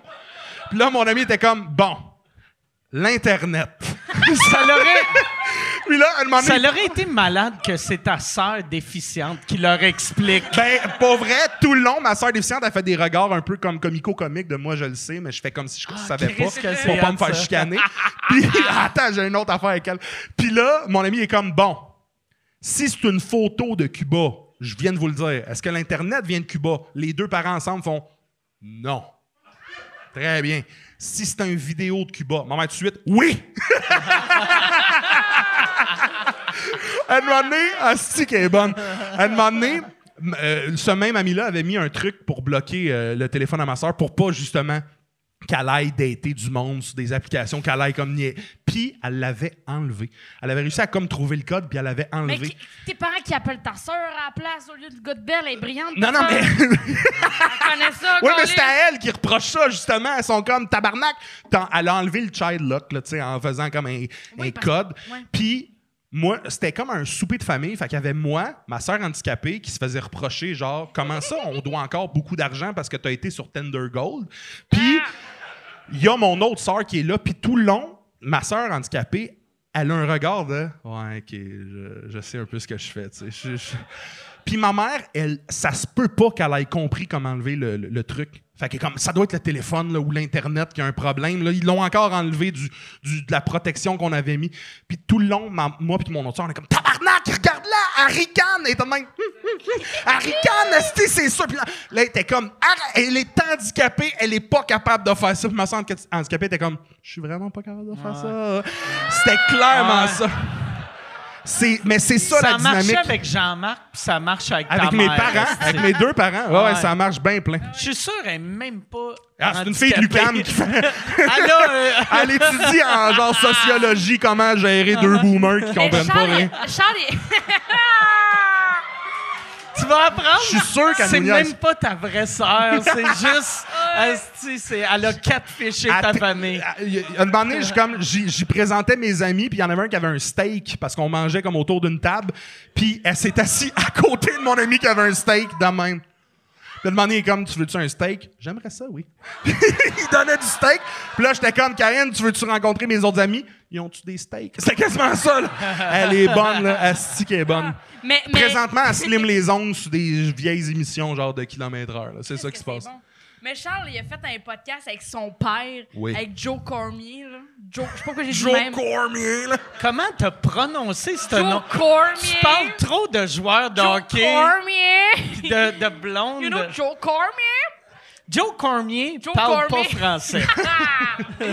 Speaker 6: Puis là, mon ami était comme bon, l'internet.
Speaker 3: Ça l'aurait...
Speaker 6: Ah, Puis là, elle m'a
Speaker 3: Ça l'aurait été malade que c'est ta sœur déficiente qui leur explique.
Speaker 6: Ben, pour vrai, tout le long, ma soeur déficiente a fait des regards un peu comme comico-comique de moi, je le sais, mais je fais comme si je ne savais
Speaker 3: Ah, Chris, que
Speaker 6: pas
Speaker 3: c'est
Speaker 6: pour pas me
Speaker 3: hot,
Speaker 6: faire
Speaker 3: ça.
Speaker 6: chicaner. Puis, attends, j'ai une autre affaire avec elle. Puis là, mon ami est comme, bon, si c'est une photo de Cuba, je viens de vous le dire, est-ce que l'Internet vient de Cuba? Les deux parents ensemble font, non. Très bien. Si c'est une vidéo de Cuba, maman, tout de suite, oui! À un moment donné, asti qu'elle est bonne. À un moment donné, m- euh, ce même ami-là avait mis un truc pour bloquer euh, le téléphone à ma soeur pour pas justement qu'elle aille dater du monde sur des applications, qu'elle aille comme nier. Puis elle l'avait enlevé. Elle avait réussi à comme trouver le code, puis elle l'avait
Speaker 5: Mais
Speaker 6: enlevé.
Speaker 5: qui- tes parents qui appellent ta sœur à la place au lieu du gars de Belle et brillante.
Speaker 6: Non, non,
Speaker 5: Ah!
Speaker 6: mais.
Speaker 5: Je connais ça,
Speaker 6: Oui, mais
Speaker 5: câlisse.
Speaker 6: c'est à elle qui reproche ça, justement. Elles sont comme tabarnak. T'en- Elle a enlevé le child lock, là, tu sais, en faisant comme un, un
Speaker 5: parce-
Speaker 6: code.
Speaker 5: ouais.
Speaker 6: Puis, moi, c'était comme un souper de famille. Fait qu'il y avait moi, ma soeur handicapée, qui se faisait reprocher, genre, comment ça, on doit encore beaucoup d'argent parce que t'as été sur Tender Gold. Puis, il y a mon autre soeur qui est là. Puis, tout le long, ma soeur handicapée, elle a un regard de Ouais, ok, je, je sais un peu ce que je fais, tu sais. Je- je- Puis ma mère, elle, ça se peut pas qu'elle ait compris comment enlever le, le- le truc. Fait que comme ça doit être le téléphone là, ou l'internet qui a un problème. Là, ils l'ont encore enlevé du, du- de la protection qu'on avait mis. Puis tout le long, ma- moi puis mon autre soeur, on est comme tabarnak, regarde là, elle ricane! Et t'es de même, elle ricane, esti, c'est ça. Puis là, là, elle était comme, Arrête, elle est handicapée, elle est pas capable de faire ça. Puis ma soeur handicapée était comme, je suis vraiment pas capable de faire ça. C'était clairement
Speaker 3: Ouais.
Speaker 6: ça. C'est, mais c'est ça, la
Speaker 3: marchait
Speaker 6: dynamique.
Speaker 3: avec Jean-Marc, puis ça marche avec,
Speaker 6: Avec
Speaker 3: ta
Speaker 6: mes
Speaker 3: mère,
Speaker 6: parents,
Speaker 3: esti.
Speaker 6: avec mes deux parents. Ouais, ouais,
Speaker 3: Ouais.
Speaker 6: ça marche bien plein.
Speaker 3: Je suis sûr, elle est même pas.
Speaker 6: Ah, c'est une fille Ah. de
Speaker 3: handicapée.
Speaker 6: l'UQAM qui fait.
Speaker 3: Elle a, euh,
Speaker 6: Elle étudie en genre
Speaker 3: Ah.
Speaker 6: sociologie comment gérer deux boomers qui
Speaker 5: Mais
Speaker 6: comprennent pas
Speaker 5: Charles,
Speaker 6: rien.
Speaker 5: Charles est-
Speaker 3: tu vas apprendre.
Speaker 6: Je suis sûr qu'elle
Speaker 3: C'est
Speaker 6: nous niaise.
Speaker 3: même pas ta vraie sœur. C'est juste. esti, c'est- elle a quatre fiches chez ta
Speaker 6: Att-
Speaker 3: famille.
Speaker 6: à- y- y- À un moment donné, je- comme, j'y j'y présentais mes amis, puis il y en avait un qui avait un steak, parce qu'on mangeait comme autour d'une table, puis elle s'est assise à côté de mon ami qui avait un steak de même. Puis elle demandait comme, tu veux-tu un steak? J'aimerais ça, oui. il donnait du steak. Puis là, j'étais comme, Karine, tu veux-tu rencontrer mes autres amis? Ils ont-tu des steaks? C'était quasiment ça, là. Elle est bonne, là. Asti qu'elle est bonne.
Speaker 5: Mais, mais-
Speaker 6: Présentement, elle slim les ongles sur des vieilles émissions, genre de kilomètre-heure. là. C'est ça
Speaker 5: Est-ce
Speaker 6: qui se
Speaker 5: que
Speaker 6: passe.
Speaker 5: c'est bon? Mais Charles, il a fait un podcast avec son père,
Speaker 6: Oui.
Speaker 5: avec Joe Cormier. Là. Joe, je sais pas pourquoi j'ai dit le
Speaker 6: Joe
Speaker 5: même.
Speaker 6: Cormier, là.
Speaker 3: Comment t'as prononcé ce
Speaker 5: Joe
Speaker 3: nom?
Speaker 5: Cormier.
Speaker 3: Tu parles trop de joueurs de
Speaker 5: Joe
Speaker 3: hockey,
Speaker 5: Cormier.
Speaker 3: de, de blondes.
Speaker 5: You know Joe Cormier?
Speaker 3: Joe Cormier
Speaker 5: Joe
Speaker 3: parle
Speaker 5: Cormier.
Speaker 3: pas français.
Speaker 5: Ah!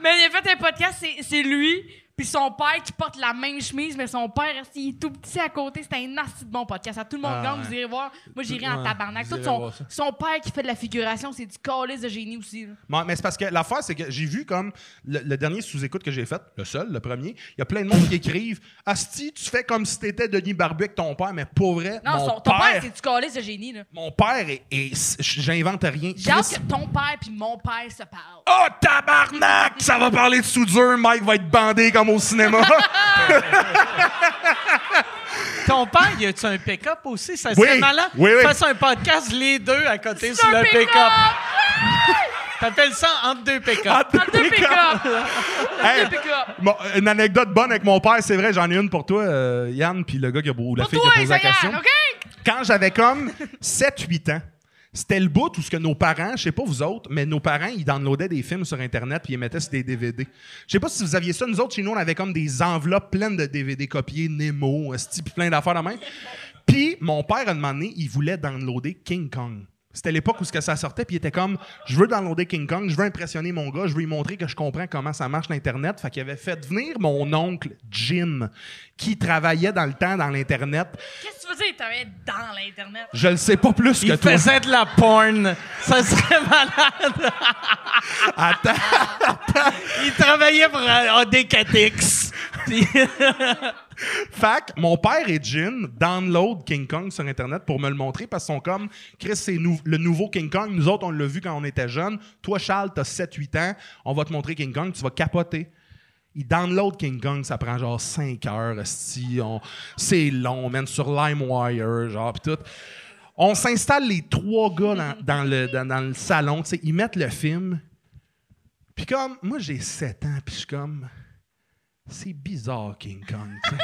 Speaker 5: mais il a fait un podcast, c'est- c'est lui, puis son père qui porte la même chemise, mais son père, il est tout petit à côté. C'est un nasty de bon podcast. À tout le monde,
Speaker 6: Ah,
Speaker 5: gang,
Speaker 6: ouais.
Speaker 5: vous irez voir. Moi, j'irai en
Speaker 6: Ouais,
Speaker 5: tabarnak.
Speaker 6: vous
Speaker 5: Tout
Speaker 6: irez
Speaker 5: son,
Speaker 6: voir ça.
Speaker 5: son père qui fait de la figuration, c'est du calice de génie aussi. là.
Speaker 6: Ouais, mais c'est parce que l'affaire, c'est que j'ai vu comme le, le dernier sous-écoute que j'ai fait, le seul, le premier, il y a plein de monde qui écrivent Asti, tu fais comme si t'étais Denis Barbu avec ton père, mais pour vrai,
Speaker 5: Non,
Speaker 6: mon,
Speaker 5: son- ton
Speaker 6: père,
Speaker 5: père, c'est du calice de génie. là.
Speaker 6: mon père est. est- J'invente rien.
Speaker 5: J'ai hâte
Speaker 6: Chris-
Speaker 5: que ton père puis mon père se parlent.
Speaker 6: Oh, tabarnak Ça va parler de soudure, Mike va être bandé comme au cinéma. Ah,
Speaker 3: Ton père, y a-tu un pick-up aussi? Ça
Speaker 6: Oui,
Speaker 3: serait malin.
Speaker 6: oui, oui.
Speaker 3: Fasse un podcast, les deux à côté
Speaker 5: C'est
Speaker 3: sur
Speaker 5: un
Speaker 3: le
Speaker 5: pick-up!
Speaker 3: pick-up. T'appelles ça entre deux pick-up.
Speaker 5: En deux pick-up!
Speaker 6: Hey,
Speaker 5: deux pick-up.
Speaker 6: bon, une anecdote bonne avec mon père, c'est vrai, j'en ai une pour toi, euh, Yann, puis le gars qui a, ou la
Speaker 5: Pour
Speaker 6: fille
Speaker 5: toi,
Speaker 6: qui a posé la question.
Speaker 5: Isaïane, OK?
Speaker 6: quand j'avais comme 7-8 ans, c'était le bout où ce que nos parents, je sais pas vous autres, mais nos parents, ils downloadaient des films sur Internet puis ils les mettaient sur des DVD. Je sais pas si vous aviez ça. Nous autres, chez nous, on avait comme des enveloppes pleines de DVD copiés, Nemo, Esti, puis plein d'affaires de même. Puis mon père, à un moment donné, il voulait downloader King Kong. C'était l'époque où ce que ça sortait, puis il était comme Je veux downloader King Kong, je veux impressionner mon gars, je veux lui montrer que je comprends comment ça marche l'Internet. Fait qu'il avait fait venir mon oncle Jim, qui travaillait dans le temps dans l'Internet.
Speaker 5: Qu'est-ce que tu veux dire? T'avais dans l'Internet.
Speaker 6: Je le sais pas plus que
Speaker 3: Il
Speaker 6: toi.
Speaker 3: faisait de la porn. Ça serait malade.
Speaker 6: Attends.
Speaker 3: Il travaillait pour euh, ADKTX. Puis-
Speaker 6: Fait que mon père et Jin download King Kong sur Internet pour me le montrer parce qu'ils sont comme Chris, c'est nou- le nouveau King Kong. Nous autres, on l'a vu quand on était jeunes. Toi, Charles, t'as 7-8 ans. On va te montrer King Kong. Tu vas capoter. Il download King Kong, ça prend genre 5 heures. esti. On- C'est long, man, sur LimeWire, genre, pis tout. On s'installe les trois gars dans, dans le, dans, dans le salon, tu sais, ils mettent le film. Puis comme, moi j'ai 7 ans, puis je suis comme, c'est bizarre King Kong, tu sais.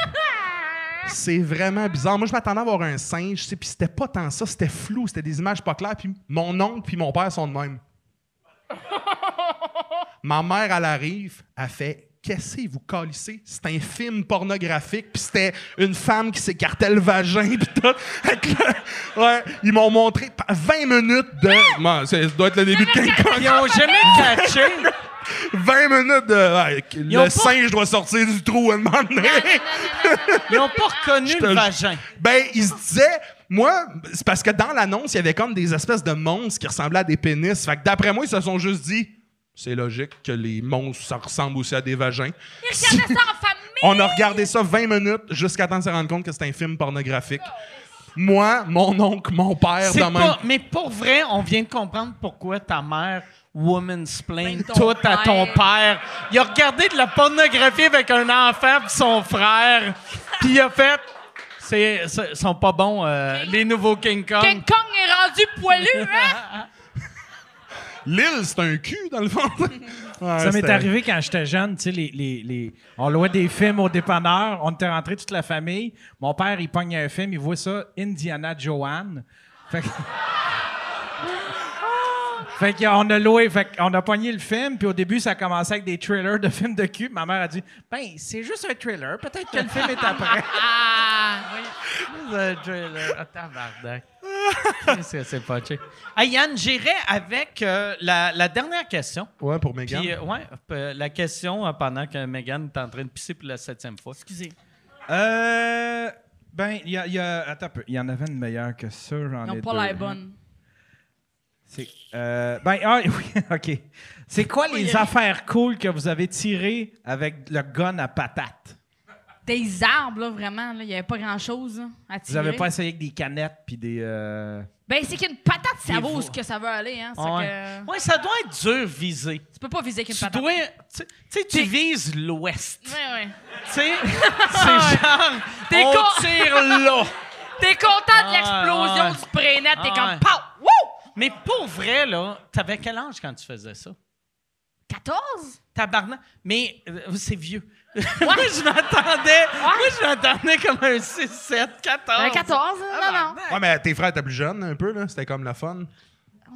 Speaker 6: C'est vraiment bizarre. Moi, je m'attendais à avoir un singe, tu sais, puis c'était pas tant ça, c'était flou, c'était des images pas claires, puis mon oncle puis mon père sont de même. Ma mère, elle arrive, elle fait Qu'est-ce que vous calissez? C'est un film pornographique, puis c'était une femme qui s'écartait le vagin, puis tout. Avec le- Ouais, ils m'ont montré pa- 20 minutes de. Bon, c'est- ça doit être le début de King Kong.
Speaker 3: Ils ont jamais catché.
Speaker 6: 20 minutes de. ouais, que
Speaker 3: ont
Speaker 6: le
Speaker 3: pas-
Speaker 6: singe doit sortir du trou à un moment donné.
Speaker 3: Ils ont pas reconnu
Speaker 6: te
Speaker 3: le
Speaker 6: le-
Speaker 3: vagin.
Speaker 6: Ben, il se disait, moi, c'est parce que dans l'annonce, il y avait comme des espèces de monstres qui ressemblaient à des pénis. Fait que d'après moi, ils se sont juste dit, c'est logique que les monstres, ça ressemble aussi à des vagins.
Speaker 5: Il regardait ça en famille!
Speaker 6: On a regardé ça 20 minutes jusqu'à temps de se rendre compte que c'était un film pornographique. Moi, mon oncle, mon père,
Speaker 3: C'est
Speaker 6: de même.
Speaker 3: pas- mais pour vrai, on vient de comprendre pourquoi ta mère woman's plain
Speaker 5: Même ton
Speaker 3: tout à Ben, ton
Speaker 5: père.
Speaker 3: père. Il a regardé de la pornographie avec un enfant pis son frère, puis il a fait c'est ce- sont pas bons euh, les nouveaux King Kong.
Speaker 5: King Kong est rendu poilu, hein?
Speaker 6: L'île, c'est un cul, dans le fond. Ouais,
Speaker 4: Ça m'est
Speaker 6: c'était-
Speaker 4: arrivé quand j'étais jeune, tu sais, les, les- les- on louait des films au dépanneur, on était rentrés toute la famille. Mon père, il pogne un film, il voit ça, Indiana Joanne. Fait que- Fait qu'on a loué, fait qu'on a pogné le film, puis au début, ça commençait avec des trailers de films de cul. Ma mère a dit Ben, c'est juste un trailer, peut-être que le film est après.
Speaker 5: Ah!
Speaker 3: Le trailer. Ah, tabarnak. Qu'est-ce que c'est patché? Hey, Yann, j'irai avec euh, la, la dernière question.
Speaker 6: Ouais, pour Megan.
Speaker 3: Puis, euh, ouais, euh, la question euh, pendant que Megan est en train de pisser pour la septième fois.
Speaker 5: Excusez.
Speaker 4: euh. Ben, il y a. il y a- attends un peu. Il y en avait une meilleure que ça, j'en
Speaker 5: Ils
Speaker 4: ai
Speaker 5: n'ont pas
Speaker 4: deux. hein.
Speaker 5: l'air bonnes.
Speaker 4: C'est- euh, ben, ah, oui, OK. C'est quoi
Speaker 5: Oui,
Speaker 4: les
Speaker 5: allez.
Speaker 4: affaires cool que vous avez tirées avec le gun à patate?
Speaker 5: Des arbres, là, vraiment, là, il n'y avait pas grand-chose là, à tirer.
Speaker 4: Vous avez pas essayé avec des canettes puis des. euh,
Speaker 5: Ben, c'est qu'une patate, ça
Speaker 3: Des
Speaker 5: vaut
Speaker 3: voix.
Speaker 5: ce que ça veut aller, hein. c'est
Speaker 3: Ah ouais.
Speaker 5: que-
Speaker 3: Ouais, ça doit être dur viser.
Speaker 5: Tu peux pas viser avec une
Speaker 3: Tu
Speaker 5: patate.
Speaker 3: dois. Tu tu sais, tu vises l'ouest.
Speaker 5: Ouais, ouais.
Speaker 3: Tu sais, c'est genre.
Speaker 5: Ah T'es
Speaker 3: on
Speaker 5: con.
Speaker 3: tire là.
Speaker 5: T'es content de
Speaker 3: Ah,
Speaker 5: l'explosion
Speaker 3: ouais.
Speaker 5: du prénet, t'es
Speaker 3: Ah, ouais.
Speaker 5: comme pow! Wouh!
Speaker 3: Mais pour vrai, là, t'avais quel âge quand tu faisais ça?
Speaker 5: 14?
Speaker 3: Tabarnak. Mais euh, c'est vieux. moi, je m'attendais. Moi, je m'attendais comme un 6, 7, 14.
Speaker 5: J'avais 14? Non, non.
Speaker 6: Ouais, mais tes frères étaient plus jeunes un peu, là. C'était comme la fun.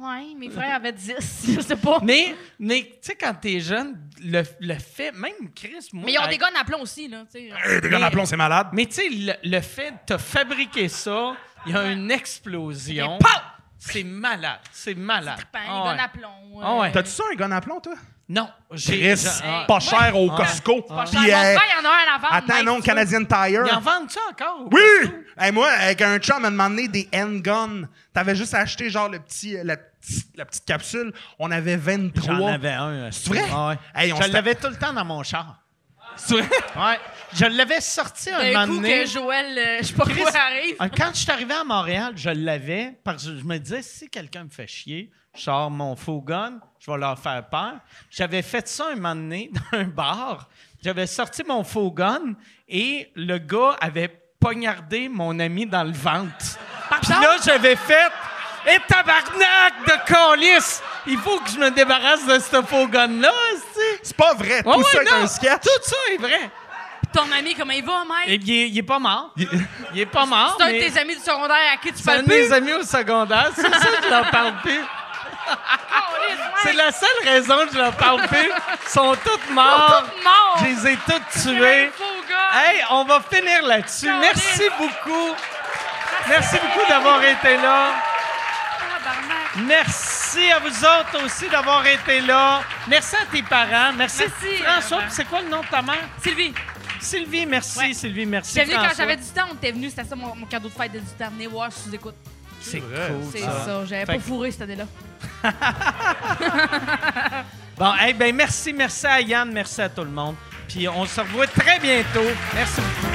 Speaker 5: Ouais, mes frères avaient 10, je sais pas. Mais,
Speaker 3: Mais, mais tu sais, quand t'es jeune, le, le fait, même Chris, moi.
Speaker 5: ils ont
Speaker 3: à-
Speaker 5: des guns à plomb aussi, là, tu sais.
Speaker 6: Hey, des gars
Speaker 3: Mais-
Speaker 6: d'aplomb, c'est malade.
Speaker 3: Mais tu sais, le, le fait de te fabriquer ça, il y a une explosion.
Speaker 5: Et pow!
Speaker 3: C'est malade. C'est malade.
Speaker 5: Pan,
Speaker 3: Ah
Speaker 5: les
Speaker 3: ouais.
Speaker 5: guns à plomb.
Speaker 3: Ah ouais.
Speaker 6: T'as-tu ça, un gun à plomb, toi?
Speaker 3: Non, j'ai.
Speaker 6: Chris,
Speaker 3: j'ai- ah.
Speaker 6: pas cher au Costco.
Speaker 5: Pas cher.
Speaker 6: Puis,
Speaker 5: Mon
Speaker 6: euh,
Speaker 5: frère, il y en a un à la vente,
Speaker 6: Attends,
Speaker 5: Mike,
Speaker 6: non,
Speaker 5: tu vois.
Speaker 6: Canadian Tire.
Speaker 3: Ils en vendent-tu encore? au
Speaker 6: Oui!
Speaker 3: resto?
Speaker 6: Hey, moi, avec un chum, à demandé des handguns. T'avais juste acheté, genre, le petit, euh, la, petite- la petite capsule. On avait 23.
Speaker 3: J'en avais un.
Speaker 6: C'est vrai?
Speaker 3: Ah ouais.
Speaker 6: Hey, on
Speaker 3: je
Speaker 6: se-
Speaker 3: l'avais tout le temps dans mon char.
Speaker 6: C'est vrai?
Speaker 3: Ouais. Je l'avais sorti un
Speaker 5: D'un
Speaker 3: moment
Speaker 5: coup
Speaker 3: donné.
Speaker 5: que Joël, euh, je sais pas
Speaker 3: Chris,
Speaker 5: quoi, arrive.
Speaker 3: euh, Quand je suis arrivé à Montréal, je l'avais parce que je me disais, si quelqu'un me fait chier, je sors mon faux gun, je vais leur faire peur. J'avais fait ça un moment donné dans un bar. J'avais sorti mon faux gun et le gars avait poignardé mon ami dans le ventre. Puis là, j'avais fait « Et tabarnak de calice! Il faut que je me débarrasse de ce faux gun-là, esti!
Speaker 6: C'est pas vrai.
Speaker 3: Ouais,
Speaker 6: Tout
Speaker 3: ouais,
Speaker 6: ça est
Speaker 3: non,
Speaker 6: un sketch.
Speaker 3: Tout ça est vrai.
Speaker 5: Puis ton ami, comment il va, Mike?
Speaker 3: Et il est- il est pas mort. Il est pas mort,
Speaker 5: C'est un de
Speaker 3: mais-
Speaker 5: tes amis du secondaire à qui tu
Speaker 3: c'est un
Speaker 5: parles
Speaker 3: de
Speaker 5: plus.
Speaker 3: mes amis au secondaire, c'est ça que je leur parle plus.
Speaker 5: Oh,
Speaker 3: C'est la seule raison que je leur parle plus. Ils sont tous morts.
Speaker 5: Mort!
Speaker 3: Je les ai tous
Speaker 5: Un
Speaker 3: tués.
Speaker 5: faux gars.
Speaker 3: Hey, on va finir là-dessus.
Speaker 5: Colin.
Speaker 3: Merci beaucoup. Merci beaucoup d'avoir été là.
Speaker 5: Tabarnak.
Speaker 3: Merci à vous autres aussi d'avoir été là. Merci à tes parents. Merci,
Speaker 5: Merci,
Speaker 3: François.
Speaker 5: euh,
Speaker 3: puis C'est quoi le nom de ta mère?
Speaker 5: Sylvie,
Speaker 3: Sylvie, merci.
Speaker 5: Ouais.
Speaker 3: Sylvie, merci.
Speaker 5: j'étais venue quand
Speaker 3: François.
Speaker 5: j'avais 10 ans, t'es venu, c'était ça mon, mon cadeau de fête de 10 ans. Venez voir, je vous écoute.
Speaker 3: C'est cool.
Speaker 5: C'est
Speaker 3: ça.
Speaker 5: ça, j'avais
Speaker 3: Fait
Speaker 5: pas
Speaker 3: que-
Speaker 5: fourré cette année-là.
Speaker 3: Bon, eh ben merci, merci à Yann, merci à tout le monde. Puis on se revoit très bientôt. Merci beaucoup.